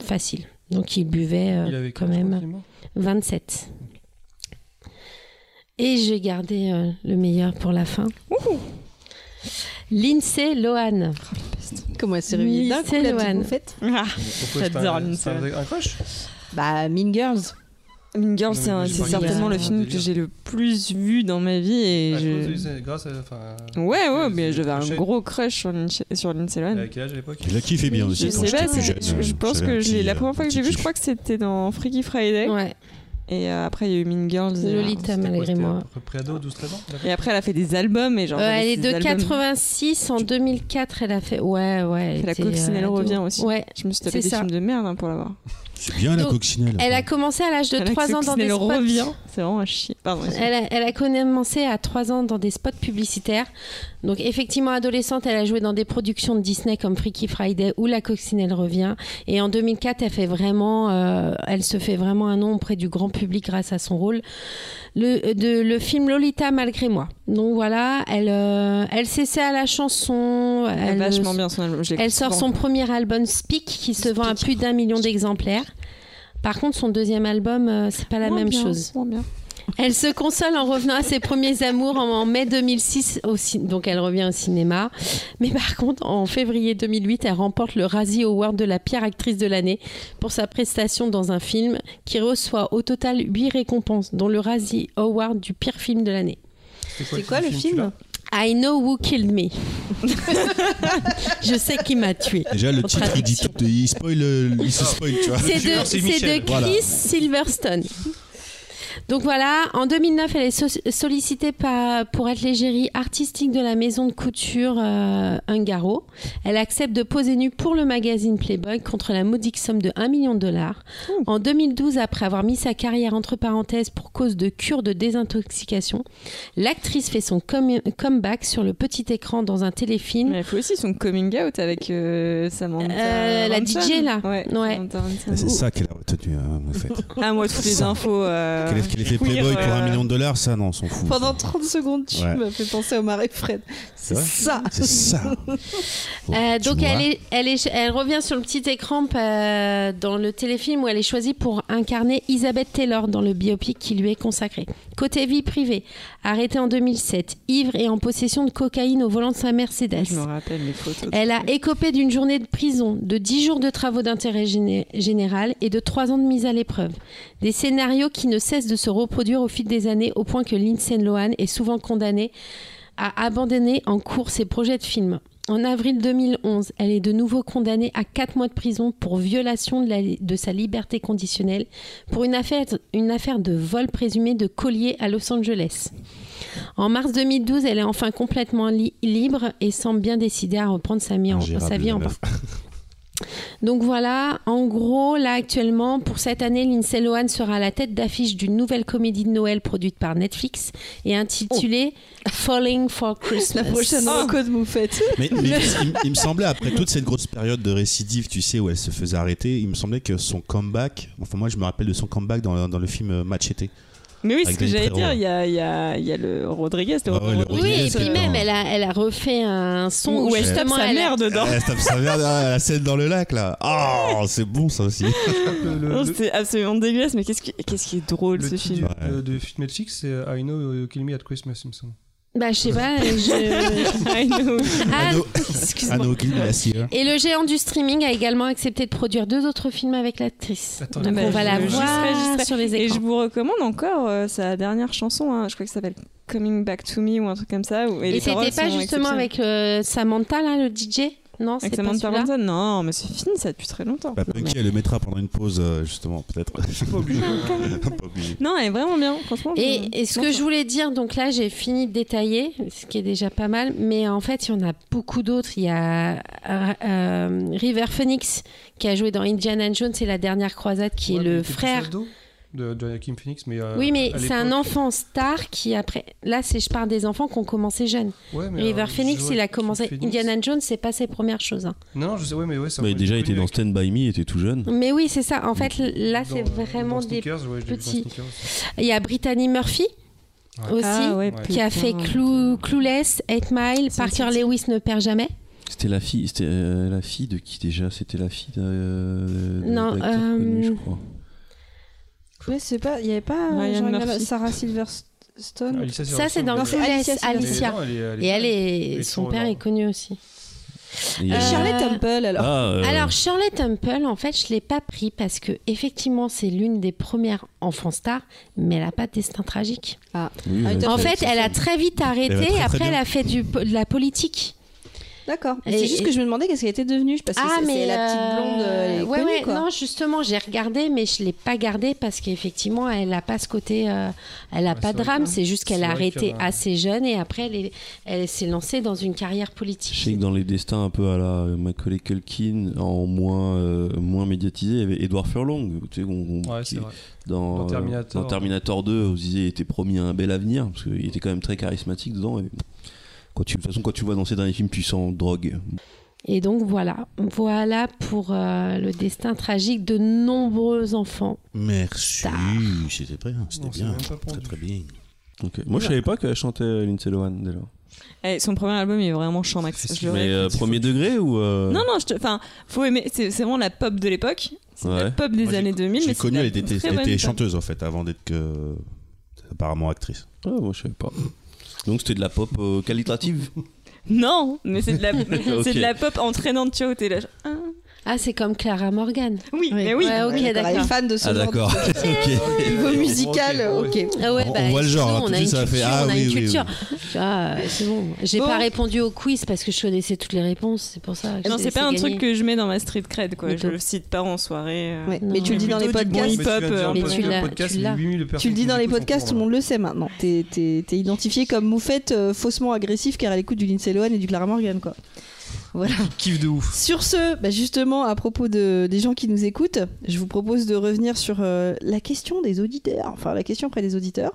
Speaker 5: facile. Donc il buvait euh,
Speaker 8: Il avait
Speaker 5: quand
Speaker 8: quel âge,
Speaker 5: même
Speaker 8: tranquillement
Speaker 5: 27. Et j'ai gardé euh, le meilleur pour la fin. Lindsay Lohan.
Speaker 2: Comment elle s'est réveillée d'un coup la
Speaker 5: Lycée,
Speaker 2: petite
Speaker 5: Lohan.
Speaker 2: bouffette
Speaker 1: Ah.
Speaker 8: Pourquoi
Speaker 1: J'adore
Speaker 8: c'est un-
Speaker 1: Lindsay.
Speaker 8: c'est Un, un crush
Speaker 2: Bah Mean Girls.
Speaker 1: Mean Girls,
Speaker 8: Non, mais
Speaker 1: c'est un-
Speaker 8: moi, j'ai
Speaker 1: c'est
Speaker 8: pas
Speaker 1: certainement
Speaker 5: regardé.
Speaker 1: le film que j'ai le plus vu dans ma vie et
Speaker 8: Ah, je pense que
Speaker 1: je...
Speaker 8: c'est Grâce à. enfin,
Speaker 1: Ouais, ouais,
Speaker 8: c'est-
Speaker 1: mais
Speaker 8: c'est
Speaker 1: j'avais un
Speaker 8: crochet.
Speaker 1: gros crush sur, Lin- sur Lindsay Lohan.
Speaker 8: Elle avait quel âge à l'époque
Speaker 4: Je la kiffais bien aussi.
Speaker 1: Je
Speaker 4: quand
Speaker 1: sais
Speaker 4: j'étais
Speaker 1: pas,
Speaker 4: plus
Speaker 1: c'est-
Speaker 4: jeune,
Speaker 1: je, je
Speaker 4: euh,
Speaker 1: pense
Speaker 4: j'avais un
Speaker 1: que je l'ai-
Speaker 4: petit-
Speaker 1: la première fois que j'ai vu, je
Speaker 4: kiff.
Speaker 1: crois que c'était dans Freaky Friday.
Speaker 5: Ouais,
Speaker 1: Et euh, après, il y a eu Mean Girls. Et, euh,
Speaker 5: Lolita,
Speaker 8: C'était quoi, c'était
Speaker 5: malgré moi.
Speaker 8: À peu près ado, 12-13 ans d'accord.
Speaker 1: et après, elle a fait des albums. Et genre,
Speaker 5: Euh,
Speaker 1: j'avais
Speaker 5: elle est
Speaker 1: ses
Speaker 5: de
Speaker 1: albums.
Speaker 5: 86, en 2004 elle a fait... Ouais, ouais.
Speaker 1: Fait la
Speaker 5: était, euh,
Speaker 1: coccinelle
Speaker 5: ado.
Speaker 1: revient aussi.
Speaker 5: Ouais.
Speaker 1: Je me suis tapé des
Speaker 5: C'est ça.
Speaker 1: films de merde hein, pour l'avoir.
Speaker 4: C'est bien la
Speaker 5: Donc,
Speaker 4: coccinelle.
Speaker 5: Elle a commencé à l'âge de
Speaker 1: Alex
Speaker 5: 3 ans dans des
Speaker 1: Coccinelle
Speaker 5: spots.
Speaker 1: revient. C'est vraiment un chien. Pardon.
Speaker 5: Elle a, elle a commencé à 3 ans dans des spots publicitaires. Donc effectivement, adolescente, elle a joué dans des productions de Disney comme Freaky Friday ou La Coccinelle revient. Et en 2004, elle, fait vraiment, euh, elle se fait vraiment un nom auprès du grand public grâce à son rôle le, de, le film Lolita malgré moi. Donc voilà, elle, euh, elle s'essaie à la chanson.
Speaker 1: Elle est
Speaker 5: Elle,
Speaker 1: vachement bien son album. je l'écoute
Speaker 5: elle sort
Speaker 1: souvent.
Speaker 5: son premier album Speak qui se vend à plus d'un million d'exemplaires. Par contre, son deuxième album, euh, c'est pas la
Speaker 1: Moins
Speaker 5: même
Speaker 1: bien,
Speaker 5: chose.
Speaker 1: moins bien.
Speaker 5: Elle se console en revenant à ses premiers amours en, en mai 2006, au cin- donc elle revient au cinéma. Mais par contre, en février 2008, elle remporte le Razzie Award de la pire actrice de l'année pour sa prestation dans un film qui reçoit au total 8 récompenses, dont le Razzie Award du pire film de l'année.
Speaker 2: C'est quoi le
Speaker 8: tu
Speaker 2: film
Speaker 8: l'as
Speaker 5: I know who killed me. *laughs* Je sais qui m'a tué.
Speaker 4: Déjà, le titre, il, dit
Speaker 5: Contradiction.
Speaker 4: tout- il spoil, euh, il se spoil, tu vois.
Speaker 5: C'est de,
Speaker 8: tueur, c'est
Speaker 5: c'est
Speaker 8: Michel.
Speaker 5: de Chris
Speaker 4: Voilà.
Speaker 5: Silverstone. Donc voilà, en 2009, elle est so- sollicitée par- pour être l'égérie artistique de la maison de couture euh, Ungaro. Elle accepte de poser nue pour le magazine Playboy contre la modique somme de 1 million de dollars. En 2012, après avoir mis sa carrière entre parenthèses pour cause de cure de désintoxication, l'actrice fait son com- comeback sur le petit écran dans un téléfilm
Speaker 1: Mais elle fait aussi son coming out avec euh, Samantha.
Speaker 5: Euh, la
Speaker 1: Ronson.
Speaker 5: DJ, là.
Speaker 1: Ouais.
Speaker 5: Ouais.
Speaker 1: Samantha Ronson.
Speaker 4: C'est ça qu'elle a retenu, hein, en fait.
Speaker 1: Ah, moi, toutes les
Speaker 4: Ça.
Speaker 1: infos. euh,
Speaker 4: Qu'elle ait- qu'elle ait fait
Speaker 1: queer,
Speaker 4: Playboy pour
Speaker 1: euh,
Speaker 4: un million de dollars, ça, non, on s'en fout.
Speaker 2: Pendant 30 secondes, tu
Speaker 4: Ouais.
Speaker 2: m'as fait penser au marais Fred. C'est
Speaker 4: vrai
Speaker 2: ça.
Speaker 4: C'est ça. Bon,
Speaker 5: Euh,
Speaker 4: tu
Speaker 5: donc
Speaker 4: vois.
Speaker 5: elle, est, elle, est, elle revient sur le petit écran euh, dans le téléfilm où elle est choisie pour incarner Isabelle Taylor dans le biopic qui lui est consacré. Côté vie privée, arrêtée en 2007, ivre et en possession de cocaïne au volant de sa Mercedes.
Speaker 1: Je me rappelle les photos.
Speaker 5: Elle a écopé d'une journée de prison, de 10 jours de travaux d'intérêt géné- général et de 3 ans de mise à l'épreuve. Des scénarios qui ne cessent de se se reproduire au fil des années au point que Lindsay Lohan est souvent condamnée à abandonner en cours ses projets de films. En avril 2011, elle est de nouveau condamnée à 4 mois de prison pour violation de, la- de sa liberté conditionnelle pour une affaire, une affaire de vol présumé de collier à Los Angeles. En mars 2012, elle est enfin complètement li- libre et semble bien décidée à reprendre sa, vie en-
Speaker 4: Ingérable,
Speaker 5: sa vie en
Speaker 4: la
Speaker 5: main.
Speaker 4: meuf.
Speaker 5: Donc voilà, en gros, là actuellement, pour cette année, Lindsay Lohan sera à la tête d'affiche d'une nouvelle comédie de Noël produite par Netflix et intitulée
Speaker 1: Oh. *laughs*
Speaker 5: Falling for Christmas. Ah.
Speaker 2: La prochaine reco de Moufette.
Speaker 4: Mais, mais il, il me semblait, après toute cette grosse période de récidive, tu sais, où elle se faisait arrêter, il me semblait que son comeback, enfin moi je me rappelle de son comeback dans, le- dans le film euh, Machete.
Speaker 1: Mais oui, c'est
Speaker 4: Avec
Speaker 1: ce que
Speaker 4: Danny
Speaker 1: j'allais
Speaker 4: Trejo.
Speaker 1: dire. Il y a, il y a- il y a le Rodriguez. le
Speaker 4: Ah ouais, le
Speaker 1: Rodriguez.
Speaker 5: Oui, et
Speaker 4: Rodriguez,
Speaker 5: puis
Speaker 4: euh,
Speaker 5: même,
Speaker 4: dans-
Speaker 5: elle a, elle a refait un son
Speaker 1: Où elle tape
Speaker 5: justement,
Speaker 1: sa
Speaker 5: elle a-
Speaker 1: mère dedans.
Speaker 4: Elle se tape sa merde à la scène dans le lac là. Ah, c'est bon ça aussi.
Speaker 8: Le, le-
Speaker 1: Non,
Speaker 8: Euh, le-
Speaker 1: C'est absolument dégueulasse, mais qu'est-ce qui, qu'est-ce qui est drôle
Speaker 8: le
Speaker 1: Oh, ce
Speaker 8: titre
Speaker 1: film.
Speaker 8: du- de, de film Netflix, c'est euh, I Know You Kill Me at Christmas, il me semble.
Speaker 5: Bah, je sais
Speaker 1: *laughs*
Speaker 5: pas. je-
Speaker 1: I know.
Speaker 5: Ah,
Speaker 4: Anno-
Speaker 5: excuse-moi.
Speaker 4: Anno Gil Glacier.
Speaker 5: Et le géant du streaming a également accepté de produire deux autres films avec l'actrice.
Speaker 8: Attends,
Speaker 5: Donc
Speaker 8: bah,
Speaker 5: on va la
Speaker 8: je- je
Speaker 5: voir
Speaker 1: serai- je serai.
Speaker 5: sur les
Speaker 1: Et je
Speaker 5: écrans.
Speaker 1: vous recommande encore euh, sa dernière chanson, hein, je crois que ça s'appelle Coming Back to Me ou un truc comme ça. où-
Speaker 5: Et
Speaker 1: les paroles
Speaker 5: c'était pas
Speaker 1: sont
Speaker 5: justement
Speaker 1: exceptionnelles.
Speaker 5: avec euh, Samantha, là, le DJ Non, c'est
Speaker 1: Avec
Speaker 5: pas
Speaker 1: Samantha
Speaker 5: celui-là.
Speaker 1: Ronson Non, mais c'est fini, ça depuis très longtemps.
Speaker 4: Bah, Punky, elle le mettra pendant une pause, euh, justement, peut-être.
Speaker 8: Pas obligé.
Speaker 4: *laughs* Pas obligé.
Speaker 1: Non, elle est vraiment bien, franchement.
Speaker 5: Et, et ce que je voulais dire, donc là j'ai fini de détailler, ce qui est déjà pas mal, mais en fait il y en a beaucoup d'autres. Il y a euh, euh, River Phoenix qui a joué dans Indiana Jones et la dernière croisade, qui
Speaker 8: Ouais,
Speaker 5: est
Speaker 8: mais il
Speaker 5: le
Speaker 8: était plus
Speaker 5: frère.
Speaker 8: ado de Joaquin Phoenix, mais. euh,
Speaker 5: Oui, mais
Speaker 8: à
Speaker 5: c'est un
Speaker 8: l'époque-
Speaker 5: enfant star qui après. Là, c'est je parle des enfants qui ont commencé jeunes.
Speaker 8: Ouais, mais,
Speaker 5: River
Speaker 8: euh,
Speaker 5: Phoenix, il a
Speaker 8: Joaquin
Speaker 5: commencé.
Speaker 8: Phoenix-
Speaker 5: Indiana Jones, c'est pas ses premières choses. hein.
Speaker 8: Non, non, je sais, ouais, mais ouais, ça.
Speaker 3: Bah, il a déjà était dans Stand By Me, il était tout jeune.
Speaker 5: Mais oui, c'est ça. En fait, là, c'est vraiment des. petits.
Speaker 8: petits.
Speaker 5: Il y a Brittany Murphy
Speaker 8: Ouais.
Speaker 5: aussi.
Speaker 1: Ah ouais,
Speaker 8: qui
Speaker 5: Qui a fait Clou, Clueless, 8 Mile,
Speaker 1: C'est
Speaker 5: Parker
Speaker 1: une petite-
Speaker 5: Lewis ne perd jamais.
Speaker 3: C'était la fille, c'était euh, la fille de qui déjà C'était la fille d'un euh,
Speaker 5: Non,
Speaker 3: d'acteur
Speaker 5: euh,
Speaker 3: connu, je crois.
Speaker 2: Ouais, c'est pas. Il y avait pas euh,
Speaker 1: Ryan
Speaker 2: genre, une-
Speaker 1: Murphy.
Speaker 2: Sarah
Speaker 8: Ah,
Speaker 2: Silverstone.
Speaker 5: Ça, c'est dans
Speaker 2: Non, c'est
Speaker 5: Clueless, Alicia.
Speaker 2: Alicia, Alicia.
Speaker 5: Et elle est,
Speaker 8: est
Speaker 5: son
Speaker 8: trop
Speaker 5: père
Speaker 8: énorme.
Speaker 5: est connu aussi.
Speaker 3: Et il y a-
Speaker 5: Euh,
Speaker 2: Shirley Temple, alors.
Speaker 3: Ah, euh,
Speaker 5: Alors Shirley Temple, en fait, je l'ai pas pris parce que effectivement, c'est l'une des premières enfants stars, mais elle a pas de destin tragique.
Speaker 3: oui,
Speaker 2: Ah,
Speaker 3: ouais.
Speaker 2: Tout à
Speaker 5: En
Speaker 2: fait,
Speaker 5: fait, elle a très vite
Speaker 4: Elle va
Speaker 5: arrêté.
Speaker 4: très, très
Speaker 5: après,
Speaker 4: bien.
Speaker 5: elle a fait du, po- de la politique.
Speaker 2: D'accord.
Speaker 5: Et- Ah,
Speaker 2: C'est juste que je me demandais qu'est-ce qu'elle était devenue. Parce que c'est- c'est la petite
Speaker 5: euh,
Speaker 2: blonde. euh, elle est
Speaker 5: ouais,
Speaker 2: connue,
Speaker 5: ouais,
Speaker 2: quoi.
Speaker 5: non, justement, j'ai regardé, mais je l'ai pas gardée parce qu'effectivement, elle n'a pas ce côté, euh, elle a
Speaker 8: Ouais,
Speaker 5: pas
Speaker 8: c'est
Speaker 5: de
Speaker 8: vrai
Speaker 5: drame.
Speaker 8: que-
Speaker 5: C'est juste qu'elle
Speaker 8: c'est
Speaker 5: a
Speaker 8: vrai
Speaker 5: arrêté
Speaker 8: qu'elle a-
Speaker 5: assez jeune et après, elle, est- elle s'est lancée dans une carrière
Speaker 3: Je
Speaker 5: politique.
Speaker 3: sais que dans les destins un peu à la euh, Macaulay Culkin, en moins, euh, moins médiatisé, il y avait Edward Furlong. Tu sais, on- on-
Speaker 8: Ouais,
Speaker 3: qui-
Speaker 8: c'est vrai.
Speaker 3: dans,
Speaker 8: Dans
Speaker 3: euh,
Speaker 8: Terminator.
Speaker 3: dans Terminator 2, on se disait il était promis un bel avenir, parce qu'il était quand même très charismatique dedans. Et quand tu, de toute façon, quand tu le vois dans ses derniers films, tu sens drogue.
Speaker 5: Et donc voilà, voilà pour euh, le destin tragique de nombreux enfants.
Speaker 4: Merci.
Speaker 5: Star.
Speaker 4: C'était bien. C'était
Speaker 8: On s'est
Speaker 4: bien.
Speaker 8: même pas
Speaker 4: Très
Speaker 8: pendu.
Speaker 4: très bien.
Speaker 3: Donc, euh, Moi, je savais pas qu'elle chantait euh, Lindsay Lohan, dès lors.
Speaker 1: Eh, son premier album est vraiment chant max.
Speaker 8: C'est
Speaker 1: je le
Speaker 3: Mais euh,
Speaker 1: répète.
Speaker 3: premier degré ou. euh,
Speaker 1: Non, non, je te- enfin, faut aimer. C'est c'est vraiment la pop de l'époque. C'est
Speaker 3: Ouais.
Speaker 1: la pop des
Speaker 4: Moi, j'ai-
Speaker 1: années 2000. mais
Speaker 4: J'ai
Speaker 1: c'est de
Speaker 4: connu, elle
Speaker 1: la
Speaker 4: était,
Speaker 1: très
Speaker 4: elle
Speaker 1: bonne
Speaker 4: était
Speaker 1: pop.
Speaker 4: chanteuse en fait, avant d'être que. Apparemment actrice.
Speaker 3: Ah, moi, je savais pas. Donc, c'était de la pop euh, *laughs* qualitative.
Speaker 1: Non, mais c'est de la, c'est de la pop entraînante. Tu vois, où t'es là. genre, ah,
Speaker 5: Ah, c'est comme Clara Morgan.
Speaker 1: oui, mais oui.
Speaker 5: Ouais, ok,
Speaker 2: Ouais, Elle est
Speaker 5: d'accord.
Speaker 2: fan de ce
Speaker 3: Ah,
Speaker 2: genre.
Speaker 3: d'accord. *laughs* ok.
Speaker 2: de Niveau musical,
Speaker 8: Ok,
Speaker 2: ok.
Speaker 8: ouais.
Speaker 5: Ah ouais,
Speaker 4: On- on
Speaker 5: bah,
Speaker 4: voit le genre, hein,
Speaker 5: on
Speaker 4: tout
Speaker 5: a
Speaker 4: de
Speaker 5: une
Speaker 4: suite, ça
Speaker 5: culture.
Speaker 4: va faire, ah
Speaker 5: on a
Speaker 4: oui,
Speaker 5: une
Speaker 4: oui, oui.
Speaker 5: culture. Tu vois, euh, c'est bon. J'ai
Speaker 1: Bon.
Speaker 5: pas répondu au quiz parce que je connaissais toutes les réponses. C'est pour ça. que
Speaker 1: Non,
Speaker 5: je
Speaker 1: c'est
Speaker 5: t'ai
Speaker 1: pas un
Speaker 5: laissé
Speaker 1: truc
Speaker 5: gagner.
Speaker 1: que je mets dans ma street cred, quoi.
Speaker 5: Mais
Speaker 1: Je le
Speaker 5: donc-
Speaker 1: cite pas en soirée. euh.
Speaker 2: Ouais,
Speaker 5: Non.
Speaker 2: Mais tu le dis dans
Speaker 1: Plutôt
Speaker 2: les
Speaker 1: du bon
Speaker 2: podcasts.
Speaker 1: hip-hop, euh,
Speaker 5: mais tu l'as- tu l'as.
Speaker 2: Tu le dis dans les podcasts, tout le monde le sait maintenant. T'es t'es- t'es identifié comme moufette euh, faussement agressif car elle écoute du Lindsay Lohan et du Clara Morgan, quoi. Voilà.
Speaker 8: Kiffe de ouf.
Speaker 2: Sur ce, bah justement, à propos de, des gens qui nous écoutent, je vous propose de revenir sur euh, la question des auditeurs, enfin la question près des auditeurs.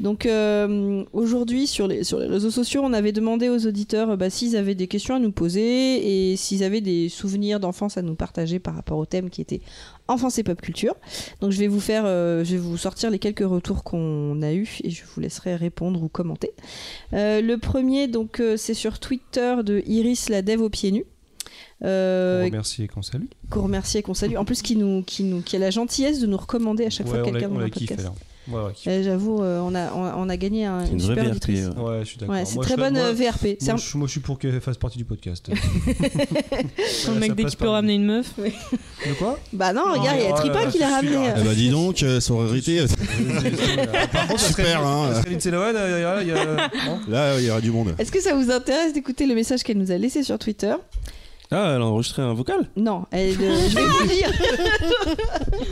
Speaker 2: Donc euh, aujourd'hui, sur les, sur les réseaux sociaux, on avait demandé aux auditeurs euh, bah, s'ils avaient des questions à nous poser et s'ils avaient des souvenirs d'enfance à nous partager par rapport au thème qui était enfance et pop culture. Donc je vais vous faire, euh, je vais vous sortir les quelques retours qu'on a eus et je vous laisserai répondre ou commenter. Euh, le premier, donc, euh, c'est sur Twitter de Iris la dev aux pieds nus. Euh,
Speaker 8: Merci et qu'on salue.
Speaker 2: qu'on remercie et qu'on salue. En plus, qui, nous, qui, nous, qui a la gentillesse de nous recommander à chaque
Speaker 8: Ouais,
Speaker 2: fois
Speaker 8: on
Speaker 2: quelqu'un
Speaker 8: la-
Speaker 2: dans
Speaker 8: on
Speaker 2: un
Speaker 8: la kiffe
Speaker 2: podcast.
Speaker 8: alors. Ouais, ouais.
Speaker 2: Et J'avoue, euh, on, a, on, a- on a gagné un,
Speaker 3: C'est une vraie
Speaker 2: super
Speaker 3: VRP.
Speaker 2: auditrice.
Speaker 3: ouais.
Speaker 8: Ouais, je suis d'accord.
Speaker 2: Ouais, c'est
Speaker 8: Moi,
Speaker 2: très
Speaker 8: je-
Speaker 2: bonne
Speaker 8: moi-
Speaker 2: euh, VRP. C'est
Speaker 8: Moi,
Speaker 2: un-
Speaker 8: je, moi, je suis pour qu'elle fasse partie du podcast.
Speaker 1: Ton
Speaker 8: Ouais,
Speaker 1: mec,
Speaker 8: ça
Speaker 1: dès
Speaker 8: passe
Speaker 1: qu'il peut
Speaker 8: par-
Speaker 1: ramener une meuf.
Speaker 8: De quoi
Speaker 2: Bah non, regarde, il y a
Speaker 8: Oh,
Speaker 2: Tripa
Speaker 8: là,
Speaker 2: qui l'a
Speaker 8: je suis
Speaker 2: ramené.
Speaker 8: là.
Speaker 4: Eh bah dis donc, euh, *laughs* sororité,
Speaker 8: Par contre,
Speaker 4: super, hein.
Speaker 8: Céline Seloane, il y a. non
Speaker 4: Là, il y aura du monde.
Speaker 2: Est-ce que ça vous intéresse d'écouter le message qu'elle nous a laissé sur Twitter
Speaker 3: Ah, elle a enregistré un vocal
Speaker 2: Non, elle, euh, je vais vous lire.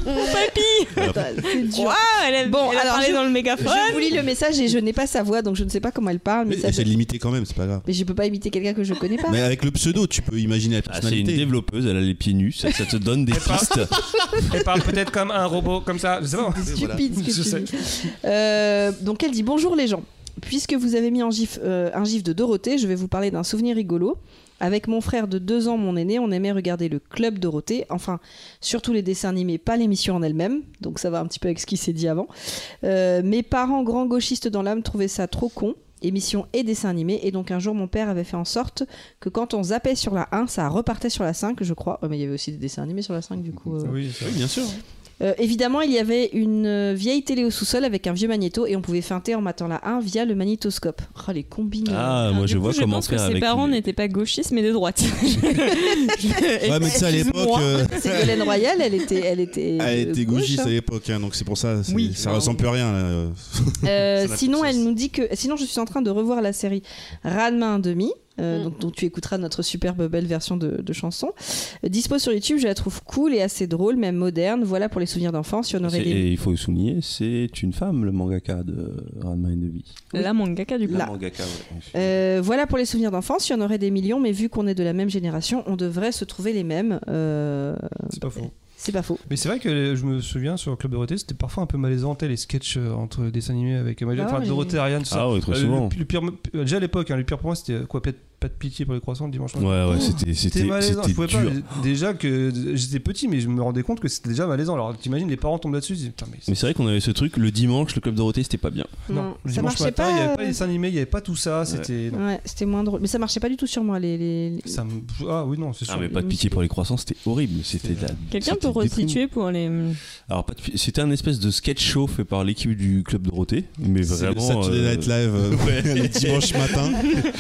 Speaker 1: Papy
Speaker 2: Attends, c'est dur.
Speaker 1: Waouh, elle a,
Speaker 2: Bon,
Speaker 1: bon, elle a
Speaker 2: alors,
Speaker 1: parlé
Speaker 2: je-
Speaker 1: dans le
Speaker 2: Je
Speaker 1: mégaphone.
Speaker 2: vous lis le message et je n'ai pas sa voix, donc je ne sais pas comment elle parle. Mais,
Speaker 4: Mais
Speaker 2: ça
Speaker 4: essaie de limiter quand même, c'est pas grave.
Speaker 2: mais je peux pas imiter quelqu'un que je connais pas.
Speaker 4: Mais avec le pseudo, tu peux imaginer la
Speaker 3: Ah, c'est une *laughs*
Speaker 4: personnalité.
Speaker 3: développeuse, elle a les pieds nus, ça, ça te donne des
Speaker 8: pas-
Speaker 3: pistes.
Speaker 8: Elle parle peut-être comme un robot, comme ça. Je sais pas.
Speaker 2: C'est
Speaker 4: voilà.
Speaker 2: stupide
Speaker 8: Je
Speaker 2: ce que
Speaker 8: sais.
Speaker 2: tu dis. Euh, donc elle dit bonjour les gens. Puisque vous avez mis en gif, euh, un gif de Dorothée, je vais vous parler d'un souvenir rigolo. Avec mon frère de deux ans, mon aîné, on aimait regarder le Club Dorothée. Enfin, surtout les dessins animés, pas l'émission en elle-même. Donc ça va un petit peu avec ce qui s'est dit avant. Euh, mes parents, grands gauchistes dans l'âme, trouvaient ça trop con. Émission et dessin animé. Et donc un jour, mon père avait fait en sorte que quand on zappait sur la 1, ça repartait sur la 5, je crois. Oh, mais il y avait aussi des dessins animés sur la 5, du coup. euh,
Speaker 8: Oui, ça.
Speaker 4: Oui, bien sûr.
Speaker 2: euh, évidemment, il y avait une euh, vieille télé au sous-sol avec un vieux magnéto et on pouvait feinter en matant la 1 via le magnétoscope. Oh, les combines.
Speaker 3: Ah, moi
Speaker 1: Alors, du
Speaker 3: je
Speaker 1: coup,
Speaker 3: vois comment
Speaker 1: pense que
Speaker 3: faire
Speaker 1: Ses
Speaker 3: avec.
Speaker 1: parents
Speaker 3: les-
Speaker 1: n'étaient pas gauchistes mais de droite. Je-
Speaker 4: Ouais, mais tu sais, à l'époque,
Speaker 1: excuse-moi.
Speaker 4: euh,
Speaker 2: Ségolène Royal, elle était. Elle était,
Speaker 4: *laughs* elle
Speaker 2: euh,
Speaker 4: était
Speaker 2: gauche,
Speaker 4: gauchiste
Speaker 2: hein.
Speaker 4: à l'époque, hein, donc c'est pour ça, c'est-
Speaker 2: Oui.
Speaker 4: ça ressemble plus à rien. là, euh.
Speaker 2: Euh,
Speaker 4: Ça n'a
Speaker 2: sinon,
Speaker 4: plus de
Speaker 2: elle
Speaker 4: sens.
Speaker 2: nous dit que. Sinon, je suis en train de revoir la série Ranma 1,5. Euh,
Speaker 5: Mm.
Speaker 2: donc, dont tu écouteras notre superbe belle version de, de chanson. Euh, dispo sur YouTube, je la trouve cool et assez drôle, même moderne. Voilà pour les souvenirs d'enfance. Si on aurait
Speaker 3: C'est-
Speaker 2: des...
Speaker 3: Et il faut souligner, c'est une femme le mangaka de Ranma et Devi.
Speaker 1: La mangaka du coup.
Speaker 2: Là.
Speaker 3: mangaka, ouais.
Speaker 2: Euh, voilà pour les souvenirs d'enfance. Il y en aurait des millions, mais vu qu'on est de la même génération, on devrait se trouver les mêmes. Euh,
Speaker 8: C'est pas faux.
Speaker 2: C'est pas faux.
Speaker 8: Mais c'est vrai que je me souviens sur Club Dorothée, c'était parfois un peu malaisant, t'as les sketchs euh, entre dessins animés avec Imagine-
Speaker 2: Ah
Speaker 8: enfin,
Speaker 2: oui.
Speaker 8: Dorothée, Ariane, tout ça.
Speaker 3: Ah ouais, très
Speaker 8: Euh, le-
Speaker 3: souvent.
Speaker 8: le pire- euh, déjà à l'époque, hein, le pire pour moi, c'était quoi Peut-être pas de pitié pour les croissants le dimanche matin.
Speaker 3: Ouais, ouais, c'était c'était-
Speaker 8: C'était malaisant, je
Speaker 3: c'était
Speaker 8: pouvais
Speaker 3: dur.
Speaker 8: pas. Déjà que j'étais petit, mais je me rendais compte que c'était déjà malaisant. Alors t'imagines, les parents tombent là-dessus, ils disent, putain, mais
Speaker 3: Mais c'est vrai qu'on avait ce truc, le dimanche, le club Dorothée, c'était pas bien.
Speaker 2: Non,
Speaker 8: le
Speaker 2: ça
Speaker 8: dimanche
Speaker 2: marchait
Speaker 8: matin, il n'y
Speaker 2: pas,
Speaker 8: avait
Speaker 2: euh,
Speaker 8: pas les dessins animés, il n'y avait pas tout ça. C'était.
Speaker 2: Ouais, c'était moins drôle. Mais ça marchait pas du tout sur moi. Les, les- les-
Speaker 8: Ça me... Ah oui, non, c'est sûr.
Speaker 3: Ah, mais pas de pitié pour les croissants, c'était horrible. C'était de la-
Speaker 1: Quelqu'un
Speaker 3: c'était
Speaker 1: peut
Speaker 3: déprimant.
Speaker 1: restituer pour les.
Speaker 3: Alors, pas de pi- c'était un espèce de sketch show fait par l'équipe du club Dorothée, mais
Speaker 4: C'est le
Speaker 3: vraiment.
Speaker 4: Saturday
Speaker 3: euh,
Speaker 4: Night Live euh, *laughs* le dimanche matin.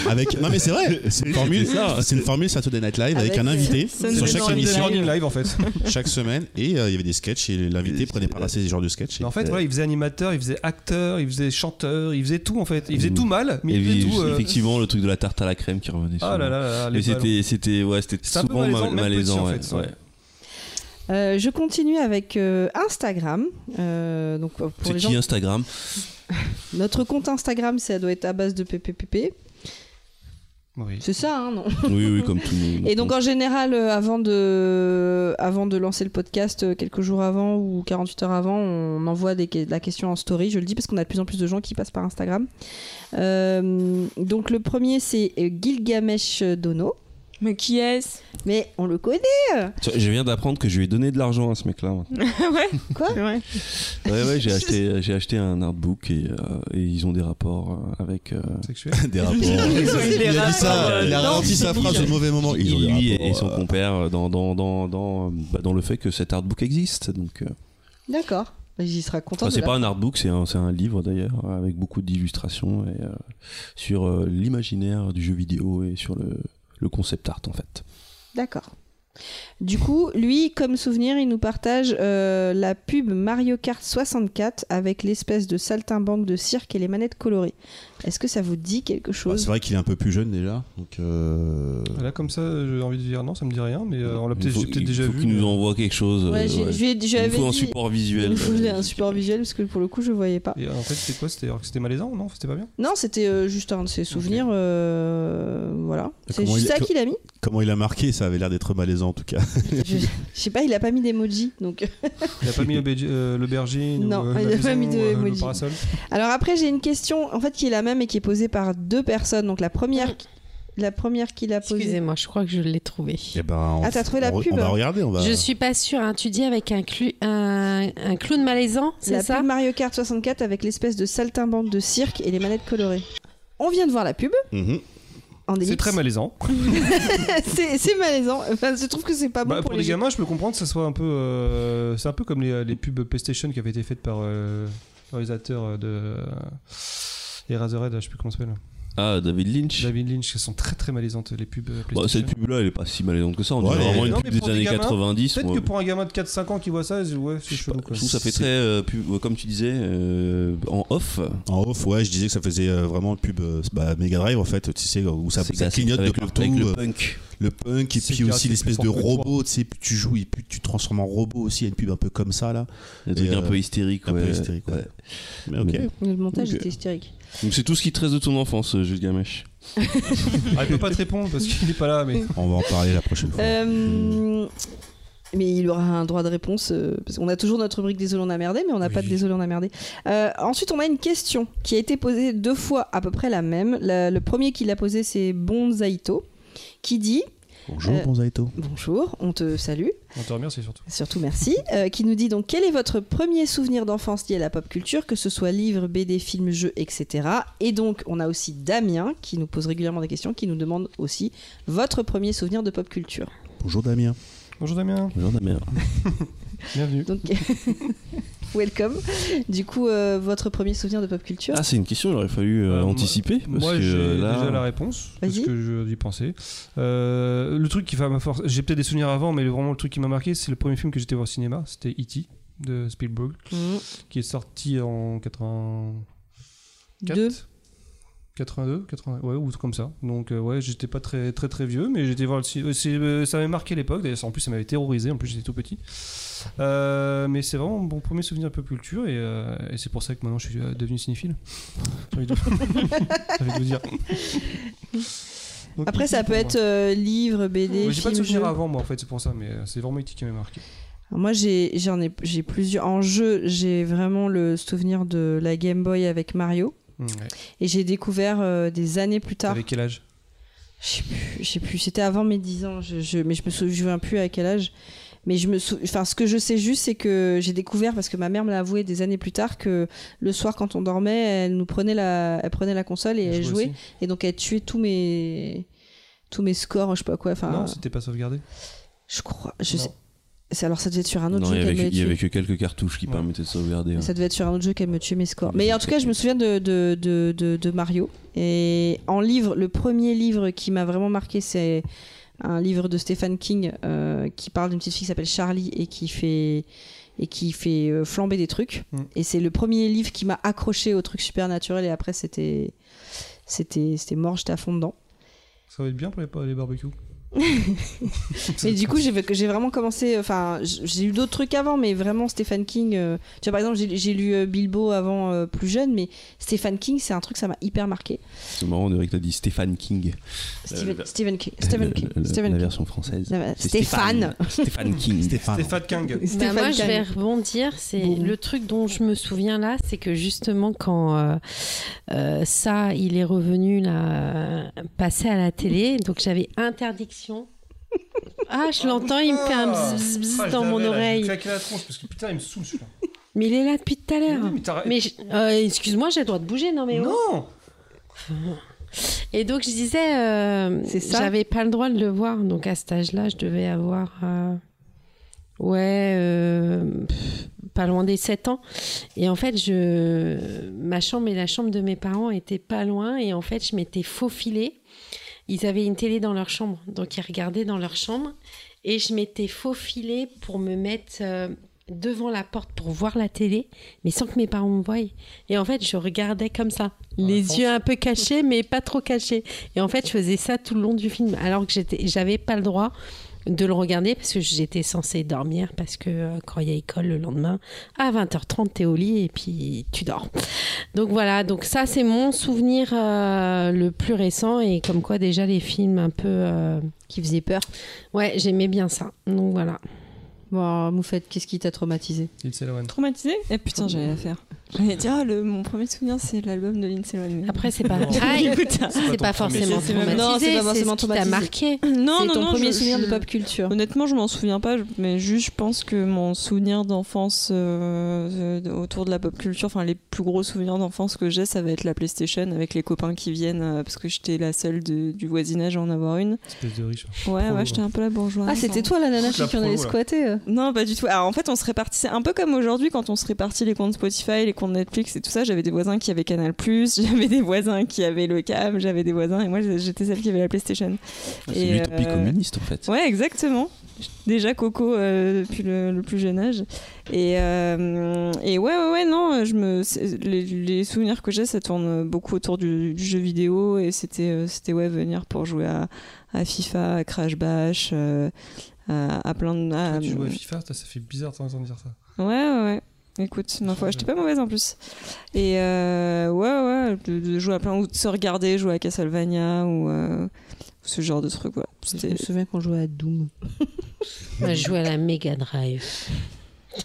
Speaker 4: Avec... Non, mais c'est vrai, c'est une formule, c'est une formule Saturday Night Live avec,
Speaker 2: Avec,
Speaker 4: un
Speaker 2: euh,
Speaker 4: invité
Speaker 1: Sunday
Speaker 4: sur chaque
Speaker 1: Night
Speaker 4: émission,
Speaker 8: Running live en
Speaker 3: *laughs*
Speaker 8: fait.
Speaker 4: chaque semaine, et euh, il y avait des sketchs, et l'invité prenait par là ces genres de sketchs. et-
Speaker 8: Mais en fait,
Speaker 4: *laughs*
Speaker 8: voilà, il faisait animateur, il faisait acteur, il faisait chanteur, il faisait tout en fait. Il faisait tout mal, mais
Speaker 3: et
Speaker 8: il faisait
Speaker 3: puis,
Speaker 8: tout. euh,
Speaker 3: effectivement, le truc de la tarte à la crème qui revenait.
Speaker 8: Ah
Speaker 3: souvent.
Speaker 8: là là là, là, les
Speaker 3: Mais
Speaker 8: ballons.
Speaker 3: c'était, c'était, ouais, c'était
Speaker 8: C'est un peu
Speaker 3: souvent
Speaker 8: malaisant,
Speaker 3: mal-
Speaker 8: même
Speaker 3: malaisant,
Speaker 8: petit, en
Speaker 3: ouais,
Speaker 8: fait,
Speaker 3: ouais.
Speaker 8: ouais.
Speaker 2: Euh, je continue avec euh, Instagram. Euh, donc euh, pour
Speaker 3: C'est
Speaker 2: les
Speaker 3: qui
Speaker 2: gens,
Speaker 3: Instagram
Speaker 2: notre compte Instagram, ça doit être à base de PPPP.
Speaker 8: Oui.
Speaker 2: C'est ça, hein, non
Speaker 3: Oui, oui, comme tout le monde.
Speaker 2: Et donc en général, euh, avant de, avant de lancer le podcast, euh, quelques jours avant ou 48 heures avant, on envoie des, que- la question en story. Je le dis parce qu'on a de plus en plus de gens qui passent par Instagram. Euh, donc le premier, c'est euh, Gilgamesh Dono.
Speaker 1: Mais qui est-ce
Speaker 2: Mais on le connaît.
Speaker 3: Tiens, Je viens d'apprendre que je lui ai donné de l'argent à ce mec-là. maintenant.
Speaker 2: *laughs*
Speaker 1: Ouais.
Speaker 2: Quoi
Speaker 1: Ouais.
Speaker 3: Ouais, ouais, j'ai acheté, j'ai acheté un artbook et, euh, et ils ont des rapports euh, avec. euh,
Speaker 8: Sexuel.
Speaker 4: des rapports. Il a dit ça, il a ralenti sa phrase au mauvais moment. Ils ont des
Speaker 3: lui et,
Speaker 4: rapports,
Speaker 3: et son
Speaker 4: euh,
Speaker 3: compère euh, dans dans dans dans, euh, bah, dans le fait que cet artbook existe. Donc, euh,
Speaker 2: D'accord. J'y sera content.
Speaker 3: enfin,
Speaker 2: de
Speaker 3: Ah, c'est
Speaker 2: la-
Speaker 3: pas un artbook, c'est un, c'est un livre d'ailleurs avec beaucoup d'illustrations et euh, sur euh, l'imaginaire du jeu vidéo et sur le le concept art en fait.
Speaker 2: D'accord. Du coup, lui, comme souvenir, il nous partage euh, la pub Mario Kart 64 avec l'espèce de saltimbanque de cirque et les manettes colorées. Est-ce que ça vous dit quelque
Speaker 4: bah,
Speaker 2: chose
Speaker 4: c'est vrai qu'il est un peu plus jeune déjà, donc. euh,
Speaker 8: Là, comme ça, j'ai envie de dire non, ça me dit rien, mais euh, on l'a
Speaker 3: Il
Speaker 8: peut-être
Speaker 3: faut-
Speaker 8: j'ai peut-être
Speaker 3: il
Speaker 8: déjà
Speaker 3: faut
Speaker 8: vu.
Speaker 3: qu'il nous envoie quelque chose. euh,
Speaker 2: Ouais, j'ai-
Speaker 3: ouais.
Speaker 2: je lui ai- je lui
Speaker 3: Il
Speaker 2: avais
Speaker 3: faut un
Speaker 2: dit-
Speaker 3: support
Speaker 2: *laughs* Il
Speaker 3: visuel. euh,
Speaker 2: me faudrait un support visuel parce que pour le coup je voyais pas.
Speaker 8: Et euh, en fait, c'était quoi C'était alors que c'était malaisant Non, c'était pas bien
Speaker 2: Non, c'était euh, juste un de ses souvenirs. euh, voilà.
Speaker 4: Et
Speaker 2: C'est
Speaker 4: comment
Speaker 2: juste ça
Speaker 4: il-
Speaker 2: qu'il
Speaker 3: *laughs*
Speaker 2: a mis.
Speaker 4: Comment il a marqué, ça avait l'air d'être malaisant en tout cas.
Speaker 2: Je, je sais pas, il a pas mis d'emoji. Donc.
Speaker 8: Il
Speaker 3: *laughs*
Speaker 8: a pas mis le bé- euh, l'aubergine
Speaker 2: Non,
Speaker 8: ou, euh,
Speaker 2: *laughs* il
Speaker 8: la
Speaker 2: a pas
Speaker 8: maison,
Speaker 2: mis de
Speaker 8: ou, euh,
Speaker 2: emoji.
Speaker 8: le parasol.
Speaker 2: Alors après, j'ai une question en fait qui est la même et qui est posée par deux personnes. Donc la première, la première qu'il a posée.
Speaker 5: Excusez-moi, je crois que je l'ai trouvé.
Speaker 4: Et ben, on-
Speaker 2: Ah, t'as trouvé la
Speaker 4: on,
Speaker 2: pub
Speaker 4: On va regarder, on va.
Speaker 5: Je suis pas sûre. hein. Tu dis avec un, clu- un, un clown malaisant, c'est
Speaker 2: La
Speaker 5: ça
Speaker 2: pub Mario Kart 64 avec l'espèce de saltimbanque de cirque et les manettes colorées. On vient de voir la pub
Speaker 4: Mhm.
Speaker 2: en
Speaker 8: C'est
Speaker 2: ellipse.
Speaker 8: très malaisant.
Speaker 2: *laughs* c'est, c'est malaisant. Enfin, je trouve que c'est pas bon
Speaker 8: Bah, pour, les gamins, je peux comprendre que ça soit un peu. euh, c'est un peu comme les, les pubs PlayStation qui avaient été faites par. euh, le réalisateur euh, de euh, Eraserhead, je sais plus comment ça s'appelle.
Speaker 3: Ah, David Lynch.
Speaker 8: David Lynch, elles sont très très malaisantes les pubs. euh,
Speaker 3: Bah,
Speaker 8: PlayStation.
Speaker 3: cette pub-là, elle est pas si malaisante que ça. On
Speaker 4: Ouais,
Speaker 3: dirait vraiment
Speaker 4: mais-
Speaker 3: une
Speaker 8: Non,
Speaker 3: pub
Speaker 8: mais
Speaker 3: des
Speaker 8: pour des
Speaker 3: années
Speaker 8: gamins,
Speaker 3: 90.
Speaker 8: Peut-être
Speaker 3: moi.
Speaker 8: que pour un gamin de 4-5 ans qui voit ça, ouais, c'est chelou quoi.
Speaker 3: euh, Je trouve que ça fait très, euh, pub- euh, comme tu disais, euh, en off.
Speaker 4: En off, ouais, je disais que ça faisait euh, vraiment pub euh, bah, Mega Drive en fait, tu sais, où ça,
Speaker 3: C'est
Speaker 4: ça
Speaker 3: classique,
Speaker 4: clignote de
Speaker 3: avec le-
Speaker 4: partout.
Speaker 3: avec
Speaker 4: euh,
Speaker 3: le punk.
Speaker 4: le punk et
Speaker 8: C'est
Speaker 4: puis
Speaker 8: clair,
Speaker 4: aussi
Speaker 8: c'est
Speaker 4: l'espèce
Speaker 8: plus
Speaker 4: de
Speaker 8: fort que toi.
Speaker 4: robot, tu sais, puis tu joues et puis tu te transformes en robot aussi, il y a une pub un peu comme ça là.
Speaker 3: Il y a des
Speaker 4: Et,
Speaker 3: trucs un
Speaker 4: euh,
Speaker 3: peu hystérique.
Speaker 4: un peu
Speaker 3: ouais.
Speaker 4: hystérique, ouais.
Speaker 3: Ouais.
Speaker 4: Mais ok.
Speaker 3: Mais-
Speaker 2: Le montage
Speaker 3: Ok.
Speaker 8: euh,
Speaker 2: était hystérique.
Speaker 3: Donc c'est tout ce qui te reste de ton enfance, euh, Jules Gamèche.
Speaker 8: Ah, il peut pas te répondre parce qu'il est pas là,
Speaker 2: *laughs*
Speaker 8: mais.
Speaker 4: On va en parler la prochaine fois.
Speaker 2: Euh, mais il aura un droit de réponse. euh, parce qu'on a toujours notre rubrique Désolé, on a merdé, mais on n'a pas de Désolé, on a merdé. Euh, ensuite, on a une question qui a été posée deux fois à peu près la même. La- le premier qui l'a posé, c'est Bonzaito, qui dit
Speaker 4: Bonjour,
Speaker 2: euh,
Speaker 4: Bonzaito.
Speaker 2: Bonjour, on te salue,
Speaker 8: On te remercie surtout.
Speaker 2: surtout
Speaker 3: *laughs*
Speaker 2: merci. Euh, qui nous dit donc Quel est votre premier souvenir d'enfance lié à la pop culture, que ce soit livre, BD, film, jeu, etc. Et donc, on a aussi Damien qui nous pose régulièrement des questions, qui nous demande aussi votre premier souvenir de pop culture.
Speaker 4: Bonjour Damien.
Speaker 8: Bonjour Damien,
Speaker 3: Genre de merde.
Speaker 8: bienvenue.
Speaker 2: Donc, *laughs* welcome. Du coup, euh, votre premier souvenir de pop culture
Speaker 3: Ah, c'est une question, il aurait fallu euh,
Speaker 8: Euh, moi-
Speaker 3: anticiper. Parce
Speaker 8: Moi,
Speaker 3: que
Speaker 8: j'ai
Speaker 3: euh, là,
Speaker 8: déjà la réponse, parce
Speaker 2: Vas-y.
Speaker 8: que je y pensais. Euh, le truc qui va me forcer, j'ai peut-être des souvenirs avant, mais le- vraiment le truc qui m'a marqué, c'est le premier film que j'étais voir au cinéma, c'était E.T. de Spielberg, qui est sorti en 84
Speaker 2: Deux.
Speaker 8: 82, 80, ouais, ou comme ça. Donc, euh, ouais, j'étais pas très, très, très vieux, mais j'étais voir le cinéma. euh, ça m'avait marqué l'époque, d'ailleurs, en plus, ça m'avait terrorisé, en plus, j'étais tout petit. Euh, mais c'est vraiment mon premier souvenir un peu culture, et, euh, et c'est pour ça que maintenant je suis euh, devenu cinéphile. J'ai envie de, *laughs* j'ai envie de vous dire. Donc,
Speaker 2: Après, ça
Speaker 8: E.T.
Speaker 2: peut
Speaker 8: pour
Speaker 2: être euh, livre, BD,
Speaker 8: moi. Ouais, J'ai pas
Speaker 2: film,
Speaker 8: de
Speaker 2: jeu.
Speaker 8: souvenir avant, moi, en fait, c'est pour ça, mais euh, c'est vraiment E.T. qui m'a marqué.
Speaker 2: Alors Moi, j'ai, j'en ai, j'ai plusieurs. En jeu, j'ai vraiment le souvenir de la Game Boy avec Mario. Et j'ai découvert euh, des années plus tard.
Speaker 8: Avec quel âge
Speaker 2: Je sais plus, je sais plus. C'était avant mes 10 ans. Je, je- mais je me souviens plus à quel âge. Mais je me sou- enfin, ce que je sais juste, c'est que j'ai découvert, parce que ma mère me l'a avoué des années plus tard, que le soir, quand on dormait, elle nous prenait la, elle prenait la console et
Speaker 8: Je
Speaker 2: elle
Speaker 8: vois
Speaker 2: jouait.
Speaker 8: aussi.
Speaker 2: Et donc elle tuait tous mes tous mes scores, je sais pas quoi. Enfin,
Speaker 8: Non, c'était pas sauvegardé.
Speaker 2: je crois, je
Speaker 8: Non.
Speaker 2: sais. c'est- Alors ça devait être sur un autre
Speaker 3: non, il
Speaker 2: jeu
Speaker 3: y avait,
Speaker 2: qu'elle me
Speaker 3: que- il y avait
Speaker 2: tuait.
Speaker 3: que quelques cartouches qui
Speaker 8: Ouais.
Speaker 3: permettaient de sauvegarder. hein.
Speaker 2: Ça devait être sur un autre jeu qu'elle me tuait mes scores.
Speaker 3: Mais
Speaker 2: Mais en
Speaker 3: c'est
Speaker 2: tout cas, je me souviens de, de, de, de- de Mario. Et en livre, le premier livre qui m'a vraiment marqué, c'est un livre de Stephen King euh, qui parle d'une petite fille qui s'appelle Charlie et qui fait et qui fait euh, flamber des trucs.
Speaker 8: Mm.
Speaker 2: Et c'est le premier livre qui m'a accroché au truc supernaturel. Et après, c'était c'était c'était mort, j'étais à fond dedans.
Speaker 8: Ça va être bien pour les,
Speaker 2: *laughs*
Speaker 8: les barbecues.
Speaker 2: Mais du coup, j'ai j'ai vraiment commencé. Enfin, j- j'ai lu d'autres trucs avant, mais vraiment Stephen King. euh, tu vois, par exemple, j'ai- j'ai lu euh, Bilbo avant euh, plus jeune, mais Stephen King, c'est un truc ça m'a hyper marqué.
Speaker 3: C'est marrant, on dirait que t'as dit Stéphane King.
Speaker 2: Stephen,
Speaker 3: Euh, le-
Speaker 2: Stephen King. Stephen
Speaker 3: Le-
Speaker 2: King.
Speaker 3: le-
Speaker 2: Stephen
Speaker 3: la
Speaker 2: King.
Speaker 3: version française.
Speaker 2: Non, mais
Speaker 3: C'est
Speaker 2: Stéphane.
Speaker 3: Stéphane King.
Speaker 4: Stéphane.
Speaker 8: C'est Fat Kang.
Speaker 5: Bah,
Speaker 2: Stephen
Speaker 5: moi, je
Speaker 2: King.
Speaker 5: vais rebondir. C'est
Speaker 2: Boum.
Speaker 5: le truc dont je me souviens là, c'est que justement quand euh, euh, ça, il est revenu là, euh, passer à la télé, donc j'avais
Speaker 8: *laughs*
Speaker 5: interdiction. Ah, je l'entends, il me fait un bzz, bzz, bzz
Speaker 8: Ah,
Speaker 5: dans mon oreille.
Speaker 8: la tronche parce que putain, il me saoule celui-là.
Speaker 5: Mais il est là depuis tout à l'heure.
Speaker 8: Oui, mais t'arrêtes.
Speaker 5: Mais je- euh, excuse-moi, j'ai le droit de bouger, non mais. oh.
Speaker 8: Non
Speaker 5: Et donc je disais, euh,
Speaker 2: C'est ça
Speaker 5: j'avais pas le droit de le voir. Donc à cet âge-là, je devais avoir, euh, ouais, euh, pff, pas loin des 7 ans. Et en fait, je, ma chambre et la chambre de mes parents étaient pas loin. Et en fait, je m'étais faufilée. Ils avaient une télé dans leur chambre, donc ils regardaient dans leur chambre. Et je m'étais faufilée pour me mettre euh, devant la porte pour voir la télé, mais sans que mes parents me voient. Et en fait, je regardais comme ça,
Speaker 8: Dans la
Speaker 5: les
Speaker 8: France.
Speaker 5: yeux un peu cachés, mais pas trop cachés. Et en fait, je faisais ça tout le long du film, alors que j'étais, j'avais pas le droit de le regarder parce que j'étais censée dormir parce que euh, quand il y a école le lendemain à 20h30 t'es au lit et puis tu dors donc voilà donc ça c'est mon souvenir euh, le plus récent et comme quoi déjà les films un peu euh,
Speaker 2: Qui faisait peur.
Speaker 5: ouais j'aimais bien ça donc voilà
Speaker 2: Bon, alors, Moufette, qu'est-ce qui t'a traumatisé
Speaker 8: It's Eleven.
Speaker 1: Traumatisé Eh putain, j'allais la faire. J'allais dire, ah, le, mon premier souvenir, c'est l'album de Lindsay Lohan.
Speaker 5: après c'est pas
Speaker 8: Non.
Speaker 1: *laughs*
Speaker 5: Ah, écoute,
Speaker 1: hein.
Speaker 8: pas
Speaker 5: c'est
Speaker 8: ton
Speaker 5: pas
Speaker 8: premier
Speaker 5: forcément
Speaker 1: souvenir.
Speaker 5: traumatisé
Speaker 2: Non, c'est pas forcément
Speaker 5: ce qui t'a
Speaker 2: traumatisé.
Speaker 5: marqué
Speaker 1: Non,
Speaker 2: C'est
Speaker 1: non,
Speaker 2: ton
Speaker 1: non,
Speaker 2: premier
Speaker 1: je-
Speaker 2: souvenir de
Speaker 1: je-
Speaker 2: pop culture.
Speaker 1: Honnêtement, je m'en souviens pas, mais juste je pense que mon souvenir d'enfance euh, euh, autour de la pop culture, enfin les plus gros souvenirs d'enfance que j'ai, ça va être la PlayStation avec les copains qui viennent, euh, parce que j'étais la seule de- du voisinage à en avoir une.
Speaker 8: Espèce de riche.
Speaker 1: Ouais,
Speaker 8: Trop
Speaker 1: ouais,
Speaker 8: lourd.
Speaker 1: j'étais un peu la bourgeoise. hein.
Speaker 2: Ah, c'était toi la nana
Speaker 8: Toute
Speaker 2: chez
Speaker 8: la
Speaker 2: qui on allait
Speaker 8: promo, là.
Speaker 2: squatter euh.
Speaker 1: Non, pas du tout. Alors en fait, on se répartissait un peu comme aujourd'hui quand on se répartit les comptes Spotify, les comptes Netflix et tout ça, j'avais des voisins qui avaient Canal+, *laughs* j'avais des voisins qui avaient le câble, j'avais des voisins et moi j'étais celle qui avait la PlayStation.
Speaker 3: Ah, C'est
Speaker 8: Ah,
Speaker 1: Et,
Speaker 3: l'utopie
Speaker 1: euh,
Speaker 3: communiste en fait.
Speaker 1: Ouais, exactement. Déjà Coco euh, depuis le, le plus jeune âge. Et, euh, et ouais, ouais, ouais, non, je me, c'est- les, les souvenirs que j'ai, ça tourne beaucoup autour du, du jeu vidéo. Et c'était, euh, c'était ouais, venir pour jouer à, à FIFA, à Crash Bash, euh, à, à plein de. à-
Speaker 8: tu joues à FIFA, ça ça fait bizarre de temps dire ça.
Speaker 1: Ouais, ouais, ouais. Écoute, ma foi, j'étais pas mauvaise en plus. Et euh, ouais, ouais, de, de jouer à plein, ou de se regarder, jouer à Castlevania, ou euh, ce genre de truc, voilà.
Speaker 2: Je
Speaker 1: C'était-
Speaker 2: me souviens qu'on jouait à Doom.
Speaker 5: Moi, je jouais à la Mega Drive.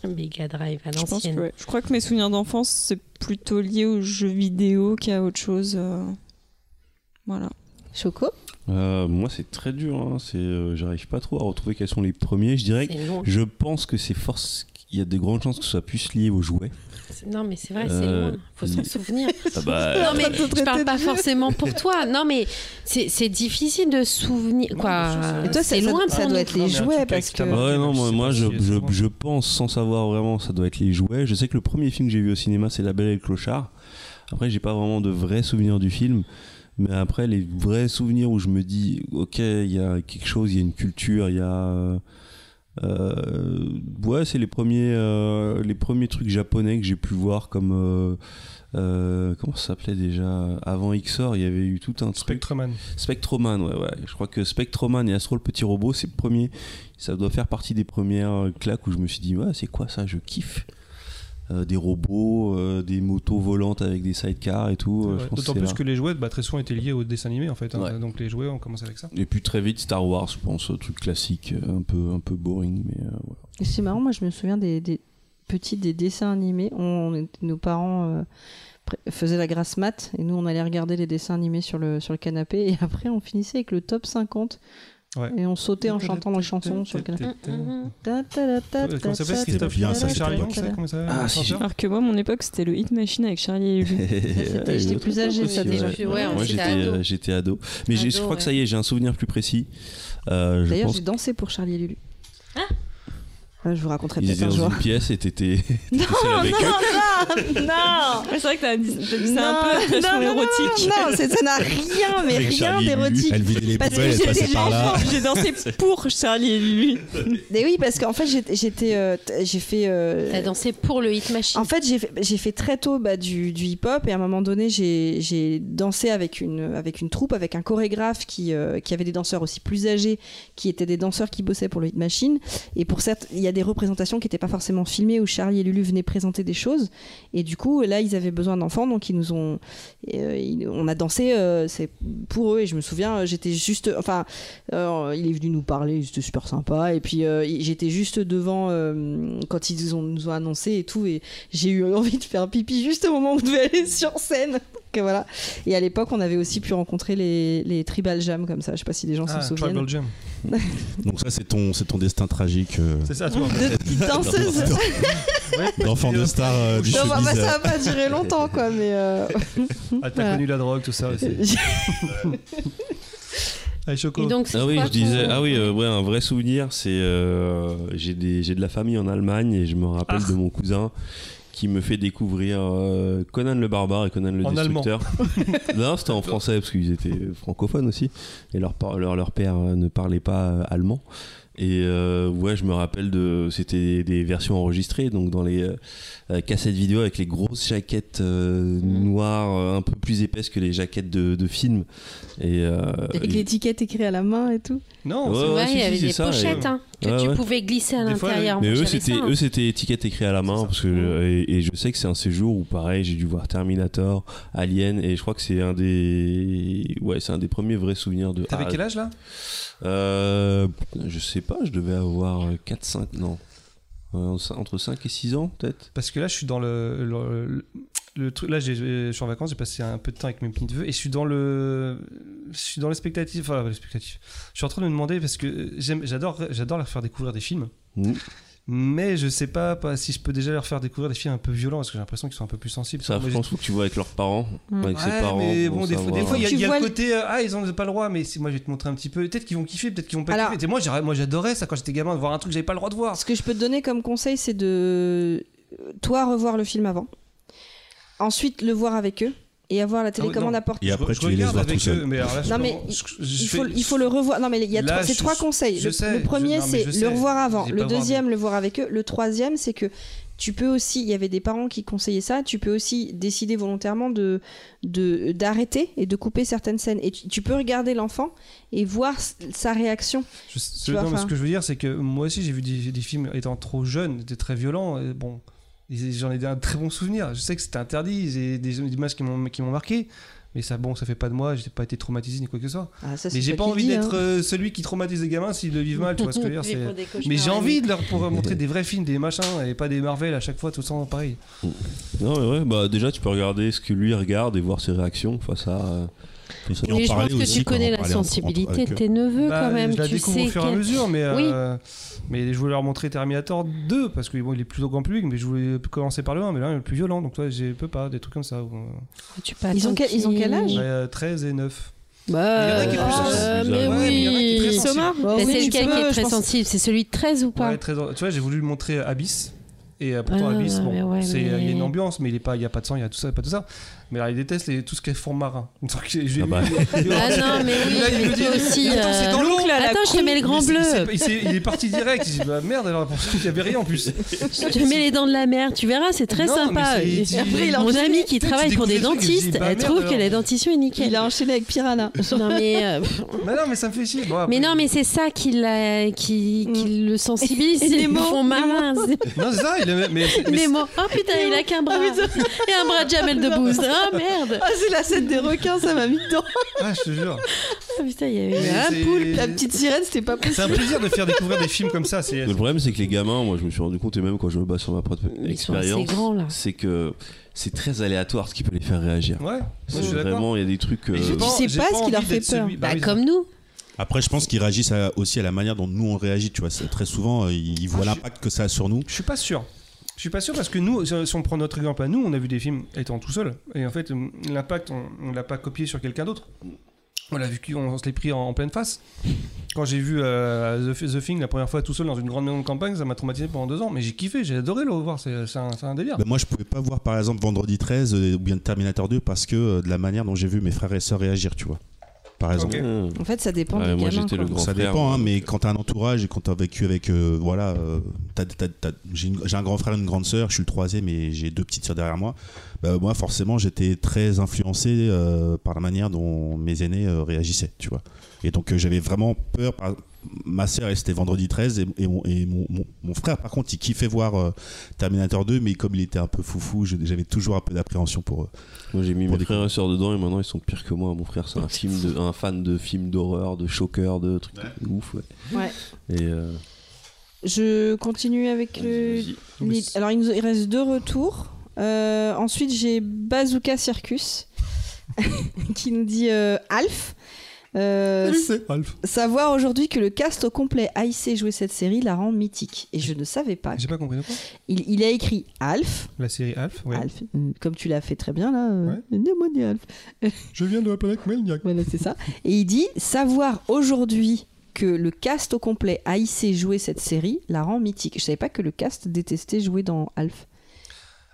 Speaker 5: La Mega Drive à
Speaker 1: Je, pense que,
Speaker 5: l'ancienne.
Speaker 1: ouais. Je crois que mes souvenirs d'enfance, c'est plutôt lié aux jeux vidéo qu'à autre chose. euh. Voilà.
Speaker 2: Choco
Speaker 3: Euh, moi c'est très dur, hein. C'est, euh, j'arrive pas trop à retrouver quels sont les premiers. Je dirais que
Speaker 5: C'est loin.
Speaker 3: je pense que c'est force il y a de grandes chances que ça puisse lier aux jouets.
Speaker 5: C'est- Non, mais c'est vrai, c'est
Speaker 3: Euh,
Speaker 5: loin. Faut s'en
Speaker 3: il-
Speaker 5: souvenir.
Speaker 3: Ah bah,
Speaker 5: Non, mais
Speaker 2: train de te
Speaker 5: je
Speaker 2: traiter
Speaker 5: parle
Speaker 2: de
Speaker 5: pas
Speaker 2: vieux.
Speaker 5: forcément pour toi. Non, mais c'est c'est difficile de souvenir. Quoi.
Speaker 2: Et toi, ça-
Speaker 5: c'est
Speaker 2: ça-
Speaker 5: loin
Speaker 2: ça
Speaker 5: pour
Speaker 2: doit
Speaker 5: nous.
Speaker 2: être les jouets parce que.
Speaker 3: Ouais, non, moi, moi, je, je, je pense sans savoir vraiment, ça doit être les jouets. Je sais que le premier film que j'ai vu au cinéma, c'est La Belle et le Clochard. Après, j'ai pas vraiment de vrais souvenirs du film. Mais après, les vrais souvenirs où je me dis, ok, il y a quelque chose, il y a une culture, il y a. euh, euh, ouais, c'est les premiers, euh, les premiers trucs japonais que j'ai pu voir comme. euh, euh, comment ça s'appelait déjà Avant XOR, il y avait eu tout un truc.
Speaker 8: Spectreman.
Speaker 3: Spectroman, ouais, ouais. Je crois que Spectroman et Astro le petit robot, c'est le premier. Ça doit faire partie des premières euh, claques où je me suis dit, ouais, c'est quoi ça Je kiffe. Euh, des robots, euh, des motos volantes avec des sidecars et tout. euh, je pense
Speaker 8: Ouais,
Speaker 3: que
Speaker 8: D'autant
Speaker 3: c'est
Speaker 8: plus
Speaker 3: là.
Speaker 8: que les jouets, bah, très souvent, étaient liés au dessin animé en fait. hein.
Speaker 3: Ouais.
Speaker 8: Donc les jouets, on commence avec ça.
Speaker 3: Et puis très vite Star Wars, je pense, un truc classique, euh, un peu, un peu boring, mais euh,
Speaker 2: *laughs*
Speaker 3: voilà.
Speaker 2: Et C'est marrant, moi je me souviens des, des petits des dessins animés. On, on- nos parents euh, pré- faisaient la grasse mat et nous on allait regarder les dessins animés sur le, sur le canapé et après on finissait avec le top 50
Speaker 8: Ouais.
Speaker 2: et on sautait en chantant les chansons sur le canapé. Ta, ta, ta, ta,
Speaker 8: Comment
Speaker 2: ta,
Speaker 8: ça s'appelle
Speaker 2: ta,
Speaker 4: C'était
Speaker 8: Christophe
Speaker 4: bien,
Speaker 2: ta,
Speaker 4: ça,
Speaker 2: ta,
Speaker 8: Charlie,
Speaker 2: ta, ta,
Speaker 4: c'était
Speaker 8: on sait
Speaker 2: ta.
Speaker 8: comment ça
Speaker 3: Ah, si,
Speaker 8: chanteur
Speaker 1: Alors que moi, mon époque, c'était le Hit Machine avec Charlie et
Speaker 2: *laughs*
Speaker 1: Lulu.
Speaker 3: Eh,
Speaker 2: c'était- j'étais plus âgée, ça,
Speaker 3: Aussi,
Speaker 5: déjà.
Speaker 3: ouais.
Speaker 5: Ouais, on
Speaker 3: Moi,
Speaker 5: était
Speaker 3: j'étais
Speaker 5: ado.
Speaker 3: euh, j'étais ado. Mais j'ai- je
Speaker 5: Ado,
Speaker 3: crois que
Speaker 5: ouais.
Speaker 3: ça y est, j'ai un souvenir plus précis. Euh, je
Speaker 2: D'ailleurs
Speaker 3: pense
Speaker 2: j'ai dansé pour Charlie et Lulu.
Speaker 5: Ah.
Speaker 2: Ah, je vous raconterai
Speaker 3: qu'ils
Speaker 2: peut-être
Speaker 3: étaient
Speaker 2: un
Speaker 3: dans
Speaker 2: *laughs* jour. Ah,
Speaker 3: une pièce et t'étais t'étais seul avec eux.
Speaker 1: non C'est vrai que t'as dit, t'as dit ça un peu
Speaker 2: Non,
Speaker 1: vachement
Speaker 2: non, non,
Speaker 1: érotique.
Speaker 2: Non, c'est- ça n'a rien, mais
Speaker 3: Avec
Speaker 2: rien
Speaker 3: Charlie et Lulu.
Speaker 2: d'érotique.
Speaker 4: Elle vidait les
Speaker 2: Parce que
Speaker 4: poubelles, elle
Speaker 2: j'étais
Speaker 4: passait par là.
Speaker 1: J'ai
Speaker 4: *laughs*
Speaker 1: dansé pour Charlie et Lulu.
Speaker 2: Mais oui, parce qu'en fait j'étais, j'étais, euh, t- j'ai fait. euh,
Speaker 5: T'as dansé pour le Hit Machine.
Speaker 2: En fait, j'ai fait, j'ai fait très tôt bah, du, du hip-hop et à un moment donné, j'ai j'ai dansé avec une, avec une troupe, avec un chorégraphe qui, euh, qui avait des danseurs aussi plus âgés, qui étaient des danseurs qui bossaient pour le Hit Machine. Et pour certes, il y a des représentations qui n'étaient pas forcément filmées où Charlie et Lulu venaient présenter des choses. Et du coup, là, ils avaient besoin d'enfants, donc ils nous ont. euh, ils- on a dansé, euh, c'est pour eux. Et je me souviens, euh, j'étais juste. Enfin, euh, il est venu nous parler, il était super sympa. Et puis, euh, il- j'étais juste devant euh, quand ils nous ont, nous ont annoncé et tout. Et j'ai eu *laughs* envie de faire pipi juste au moment où on devait aller sur scène. Donc, voilà. Et à l'époque, on avait aussi pu rencontrer les, les Tribal Jam comme ça. Je sais pas si les gens s'en
Speaker 8: Ah,
Speaker 2: souviennent.
Speaker 8: Tribal Jam.
Speaker 4: Donc ça, c'est ton, c'est ton destin tragique euh,
Speaker 8: C'est ça, toi.
Speaker 2: De petites
Speaker 8: *laughs*
Speaker 2: danseuses.
Speaker 4: d'enfant de star euh, du
Speaker 2: Non, bah, bah,
Speaker 4: showbiz.
Speaker 2: ça va pas durer longtemps, quoi.
Speaker 1: *laughs*
Speaker 2: Mais euh,
Speaker 8: Ah, t'as
Speaker 2: Voilà.
Speaker 8: connu la drogue, tout ça. aussi. Allez,
Speaker 5: Et
Speaker 8: Choco.
Speaker 5: donc, c'est
Speaker 3: Ah oui,
Speaker 5: quoi
Speaker 3: je disais,
Speaker 5: ton-
Speaker 3: ah oui, euh, ouais, un vrai souvenir, c'est euh, j'ai des- j'ai de la famille en Allemagne et je me rappelle de mon cousin qui me fait découvrir euh, Conan le barbare et Conan le
Speaker 8: En
Speaker 3: destructeur. non, c'était en français parce qu'ils étaient francophones aussi et leur, par- leur, leur père euh, ne parlait pas euh, allemand. Et euh, ouais, je me rappelle de. C'était des, des versions enregistrées, donc dans les euh, euh, cassettes vidéo avec les grosses jaquettes euh, noires, euh, un peu plus épaisses que les jaquettes de, de films. Et, euh,
Speaker 2: avec l'étiquette écrite à la main et tout.
Speaker 8: Non,
Speaker 3: Ouais,
Speaker 8: c'est-
Speaker 5: Ouais, il y
Speaker 3: si,
Speaker 5: avait
Speaker 3: si,
Speaker 5: des
Speaker 3: c'est ça,
Speaker 5: pochettes hein, que
Speaker 3: Ouais,
Speaker 5: tu
Speaker 3: ouais.
Speaker 5: pouvais glisser à
Speaker 8: Des fois,
Speaker 5: l'intérieur.
Speaker 3: Mais
Speaker 5: Moi,
Speaker 3: eux,
Speaker 5: j'avais
Speaker 3: c'était,
Speaker 5: ça, hein.
Speaker 3: eux, c'était étiquette écrite à la main.
Speaker 8: ça.
Speaker 3: Parce que, et, et je sais que c'est un séjour où, pareil, j'ai dû voir Terminator, Alien, et je crois que c'est un des. Ouais, c'est un des premiers vrais souvenirs de.
Speaker 8: T'avais quel âge là
Speaker 3: euh, Je sais pas, je devais avoir 4-5. Non. Euh, Entre 5 et 6 ans, peut-être
Speaker 8: Parce que là, je suis dans le. le, le- le truc, là, j'ai- je suis en vacances, j'ai passé un peu de temps avec mes petits neveux et je suis dans le, je suis dans les spectatifs. Enfin, les spectatifs. Je suis en train de me demander parce que j'aime, j'adore, j'adore leur faire découvrir des films,
Speaker 3: Mm.
Speaker 8: mais je sais pas, pas si je peux déjà leur faire découvrir des films un peu violents parce que j'ai l'impression qu'ils sont un peu plus sensibles.
Speaker 3: Ça,
Speaker 8: Moi,
Speaker 3: je
Speaker 8: j'ai-
Speaker 3: pense faut que tu vois avec leurs parents,
Speaker 2: Mm.
Speaker 3: avec ses
Speaker 8: Ouais,
Speaker 3: parents.
Speaker 8: mais
Speaker 3: pour
Speaker 8: bon, des fois,
Speaker 3: savoir.
Speaker 8: des fois, il y a,
Speaker 2: Tu
Speaker 8: il y a
Speaker 2: vois
Speaker 8: le
Speaker 2: le-
Speaker 8: côté euh, ah ils ont pas le droit, mais si moi je vais te montrer un petit peu. Peut-être qu'ils vont kiffer, peut-être qu'ils vont pas
Speaker 2: Alors-
Speaker 8: kiffer. Et moi, j'ai- moi, j'adorais ça quand j'étais gamin de voir un truc que j'avais pas le droit de voir.
Speaker 2: euh, Ce que je peux te donner comme conseil, c'est de toi revoir le film avant. ensuite le voir avec eux et avoir la télécommande
Speaker 8: Ah non.
Speaker 2: à portée.
Speaker 4: Et après,
Speaker 8: je
Speaker 4: tu les laisses
Speaker 8: regarde
Speaker 4: voir tout
Speaker 8: avec euh, eux,
Speaker 4: seul.
Speaker 8: mais alors là, je
Speaker 2: Non,
Speaker 8: peux-
Speaker 2: mais
Speaker 8: je- je- je
Speaker 2: Il
Speaker 8: fais-
Speaker 2: faut, il faut le revoir. Non, mais il y a
Speaker 8: Là,
Speaker 2: trois- c'est
Speaker 8: je-
Speaker 2: trois conseils.
Speaker 8: je
Speaker 2: Le,
Speaker 8: sais,
Speaker 2: le premier,
Speaker 8: je- non, mais
Speaker 2: c'est
Speaker 8: je
Speaker 2: le
Speaker 8: sais,
Speaker 2: revoir avant.
Speaker 8: j'ai
Speaker 2: Le
Speaker 8: pas
Speaker 2: deuxième, le voir avec eux. Le troisième, c'est que tu peux aussi. Il y avait des parents qui conseillaient ça. Tu peux aussi décider volontairement de de- d'arrêter et de couper certaines scènes. Et tu, tu peux regarder l'enfant et voir s- sa réaction.
Speaker 8: Je- ce,
Speaker 2: Tu vois,
Speaker 8: non, mais
Speaker 2: enfin-
Speaker 8: ce que je veux dire, c'est que moi aussi, j'ai vu des, des films étant trop jeune, des très violents. et bon, et j'en ai un très bon souvenir. Je sais que c'était interdit, j'ai des des images qui m'ont qui m'ont marqué. Mais ça, bon, ça fait pas de moi, j'ai pas été traumatisé ni quoi que ce soit.
Speaker 2: Ah, ça, c'est
Speaker 8: Mais j'ai
Speaker 2: toi
Speaker 8: pas
Speaker 2: qui
Speaker 8: envie
Speaker 2: le dis,
Speaker 8: d'être
Speaker 2: hein.
Speaker 8: euh, celui qui traumatise les gamins s'ils le vivent mal, tu vois ce que je veux
Speaker 2: *laughs*
Speaker 8: dire. c'est- Mais j'ai
Speaker 5: la
Speaker 8: envie de leur pour- montrer des vrais films, des machins, et pas des Marvel à chaque fois, tout le temps pareil.
Speaker 3: Non, mais ouais, bah déjà, tu peux regarder ce que lui regarde et voir ses réactions face à. euh, face à-
Speaker 4: Et en
Speaker 5: Mais je pense
Speaker 4: parler
Speaker 5: que tu
Speaker 4: aussi, quoi,
Speaker 5: connais
Speaker 4: en
Speaker 5: la
Speaker 4: parler entre- entre- euh,
Speaker 5: sensibilité
Speaker 4: avec
Speaker 5: de
Speaker 4: eux.
Speaker 5: tes neveux
Speaker 8: Bah,
Speaker 5: quand même.
Speaker 8: Je la
Speaker 5: tu
Speaker 8: découvre
Speaker 5: sais
Speaker 8: au fur et à
Speaker 5: quel-
Speaker 8: mesure, mais, euh, mais je voulais leur montrer Terminator 2 parce que bon, il est plutôt grand public, mais je voulais commencer par le 1, mais là, il est plus violent, donc toi, j'ai peu pas, des trucs comme ça. où, euh,
Speaker 5: Tu peux
Speaker 2: Ils ont
Speaker 5: attendre
Speaker 2: quel- ils ont quel âge
Speaker 5: qu'ils-
Speaker 8: ouais, euh, 13 et 9.
Speaker 5: Bah,
Speaker 8: Il y en a qui est plus
Speaker 5: euh,
Speaker 3: sensible.
Speaker 5: mais
Speaker 3: Ouais,
Speaker 8: mais il y en a qui est très
Speaker 5: oui.
Speaker 8: sensible. Sommaire
Speaker 2: Bah
Speaker 5: Mais
Speaker 2: oui,
Speaker 5: c'est
Speaker 2: tu
Speaker 5: lequel qui
Speaker 2: peux,
Speaker 5: est
Speaker 2: je
Speaker 5: très
Speaker 2: pense-
Speaker 5: sensible C'est celui de 13 ou pas
Speaker 8: Ouais, 13 ans. Tu vois, j'ai voulu montrer Abyss. Et euh, pourtant,
Speaker 5: Ah,
Speaker 8: Abyss,
Speaker 5: mais
Speaker 8: bon,
Speaker 5: ouais,
Speaker 8: c'est- il y a
Speaker 5: mais-
Speaker 8: une ambiance, mais il n'y a pas de sang, il y a tout ça, il y a pas tout ça. Mais alors, il déteste les- tout ce qui est fond marin. *laughs* Donc, j'ai- j'ai
Speaker 3: Ah
Speaker 5: *laughs*
Speaker 3: bah.
Speaker 8: eu-
Speaker 5: Ah non, mais oui,
Speaker 8: Là, il
Speaker 5: mais
Speaker 8: me dit,
Speaker 5: toi aussi.
Speaker 8: mais attends,
Speaker 5: euh,
Speaker 8: c'est dans l'eau.
Speaker 5: Attends, je te mets le grand
Speaker 8: Mais c'est-
Speaker 5: bleu.
Speaker 8: Il, s'est- il s'est- il est parti direct. Il dit, bah merde, alors, *laughs* pour ça, il n'y avait rien en plus.
Speaker 5: Je te mets les dents de la mer. Tu verras, c'est très
Speaker 8: Non,
Speaker 5: sympa.
Speaker 8: mais c'est-
Speaker 5: Et-
Speaker 8: Après, il a
Speaker 5: Mon
Speaker 8: enchaîné.
Speaker 5: amie qui
Speaker 8: Tu sais,
Speaker 5: travaille
Speaker 8: tu
Speaker 5: pour des
Speaker 8: découvres des trucs, je dis,
Speaker 5: dentistes,
Speaker 8: bah,
Speaker 5: elle
Speaker 8: merde,
Speaker 5: trouve que
Speaker 8: alors.
Speaker 5: la dentition est
Speaker 2: Il
Speaker 5: nickel.
Speaker 2: a enchaîné avec Piranha.
Speaker 5: Non mais, euh, pff,
Speaker 8: Mais non, mais ça me fait chier. Bon, après-
Speaker 5: mais Mm. non mais c'est ça qui, l'a- qui, qui le *laughs* sensibilise,
Speaker 2: Et
Speaker 5: c'est le
Speaker 2: Nemo,
Speaker 5: fond marin. c'est-
Speaker 8: Non, c'est ça, il aimait- mais,
Speaker 5: *laughs*
Speaker 8: mais-
Speaker 5: Nemo. Oh putain, il a qu'un bras *laughs* et un bras de Jamel de Boost. Oh merde.
Speaker 2: Ah, c'est la scène des requins, ça m'a mis dedans.
Speaker 8: Ah, je te jure.
Speaker 5: Ah, putain, il y avait
Speaker 8: Mais
Speaker 5: un
Speaker 8: c'est-
Speaker 5: poule.
Speaker 2: La petite sirène, c'était pas
Speaker 8: C'est
Speaker 2: possible.
Speaker 8: un plaisir de faire découvrir des films comme ça. C'est
Speaker 3: Mais Le problème, c'est que les gamins, moi, je me suis rendu compte, et même quand je me bats sur ma propre
Speaker 5: Ils sont assez
Speaker 3: expérience,
Speaker 5: grands là.
Speaker 3: c'est que c'est très aléatoire ce qui peut les faire réagir.
Speaker 8: ouais, je suis d'accord.
Speaker 3: Vraiment, il y a des trucs.
Speaker 8: Mais
Speaker 3: euh,
Speaker 8: j'ai
Speaker 2: sais
Speaker 8: j'ai
Speaker 2: pas ce qui
Speaker 8: envie
Speaker 2: leur fait
Speaker 8: d'être
Speaker 2: peur.
Speaker 8: celui- bah
Speaker 5: Bah,
Speaker 8: oui,
Speaker 5: comme nous.
Speaker 4: Après, je pense qu'ils réagissent à- aussi à la manière dont nous on réagit. Tu vois, C'est très souvent, euh, ils voient
Speaker 8: Ah, je-
Speaker 4: l'impact que ça a sur nous.
Speaker 8: Je suis pas sûr. Je suis pas sûr parce que nous, si on prend notre exemple à nous, on a vu des films étant tout seul. Et en fait, hum, l'impact, on, on l'a pas copié sur quelqu'un d'autre. On l'a vécu, on se l'est pris en, en pleine face. Quand j'ai vu euh, The, The Thing la première fois tout seul dans une grande maison de campagne, ça m'a traumatisé pendant deux ans. Mais j'ai kiffé, j'ai adoré le revoir. C'est c'est un, c'est un délire.
Speaker 4: Bah, moi, je pouvais pas voir par exemple Vendredi 13 euh, ou bien Terminator 2 parce que euh, de la manière dont j'ai vu mes frères et sœurs réagir, tu vois. Par exemple.
Speaker 8: Ok.
Speaker 3: euh,
Speaker 2: En fait, ça dépend du
Speaker 3: Ouais, moi,
Speaker 2: gamin,
Speaker 3: j'étais
Speaker 2: quoi.
Speaker 3: le grand
Speaker 4: Ça
Speaker 3: frère, euh,
Speaker 4: dépend, hein,
Speaker 3: donc,
Speaker 4: mais quand t'as un entourage et quand t'as vécu avec, euh, voilà, euh, t'as- t'as- t'as- j'ai une- j'ai un grand frère, une grande sœur, je suis le troisième et j'ai deux petites sœurs derrière moi. Bah, moi, forcément, j'étais très influencé euh, par la manière dont mes aînés euh, réagissaient, tu vois. Et donc, euh, j'avais vraiment peur. par- Ma sœur, elle, c'était vendredi 13 et, et mon, et mon- mon- mon frère, par contre, il kiffait voir euh, Terminator 2, mais comme il était un peu foufou, je- j'avais toujours un peu d'appréhension pour eux.
Speaker 3: Moi j'ai mis
Speaker 4: Pour
Speaker 3: mes
Speaker 4: des
Speaker 3: frères et sœurs dedans et maintenant ils sont pires que moi. Mon
Speaker 2: *laughs*
Speaker 3: frère c'est un film de, un fan de films d'horreur, de choqueurs, de trucs de ouf. Ouais.
Speaker 2: Ouais.
Speaker 3: Et euh,
Speaker 2: Je continue
Speaker 3: Ah,
Speaker 2: avec le-
Speaker 3: vas-y.
Speaker 2: les- Alors, il nous il reste deux retours. Euh, ensuite, j'ai Bazooka Circus *laughs* qui nous dit euh, Alf. Euh, savoir aujourd'hui que le cast au complet a jouer joué cette série la rend mythique. Et je ne savais pas.
Speaker 8: J'ai pas compris de quoi
Speaker 2: Il, il a écrit Alf,
Speaker 8: La série Alf, ouais.
Speaker 2: Alf, euh, comme tu l'as fait très bien là, euh,
Speaker 8: Ouais.
Speaker 2: le démon de Alf.
Speaker 8: Je viens de la planète Melniak.
Speaker 2: Voilà, c'est ça. Et il dit savoir aujourd'hui que le cast au complet haïssait jouer cette série la rend mythique. Je savais pas que le cast détestait jouer dans Alf.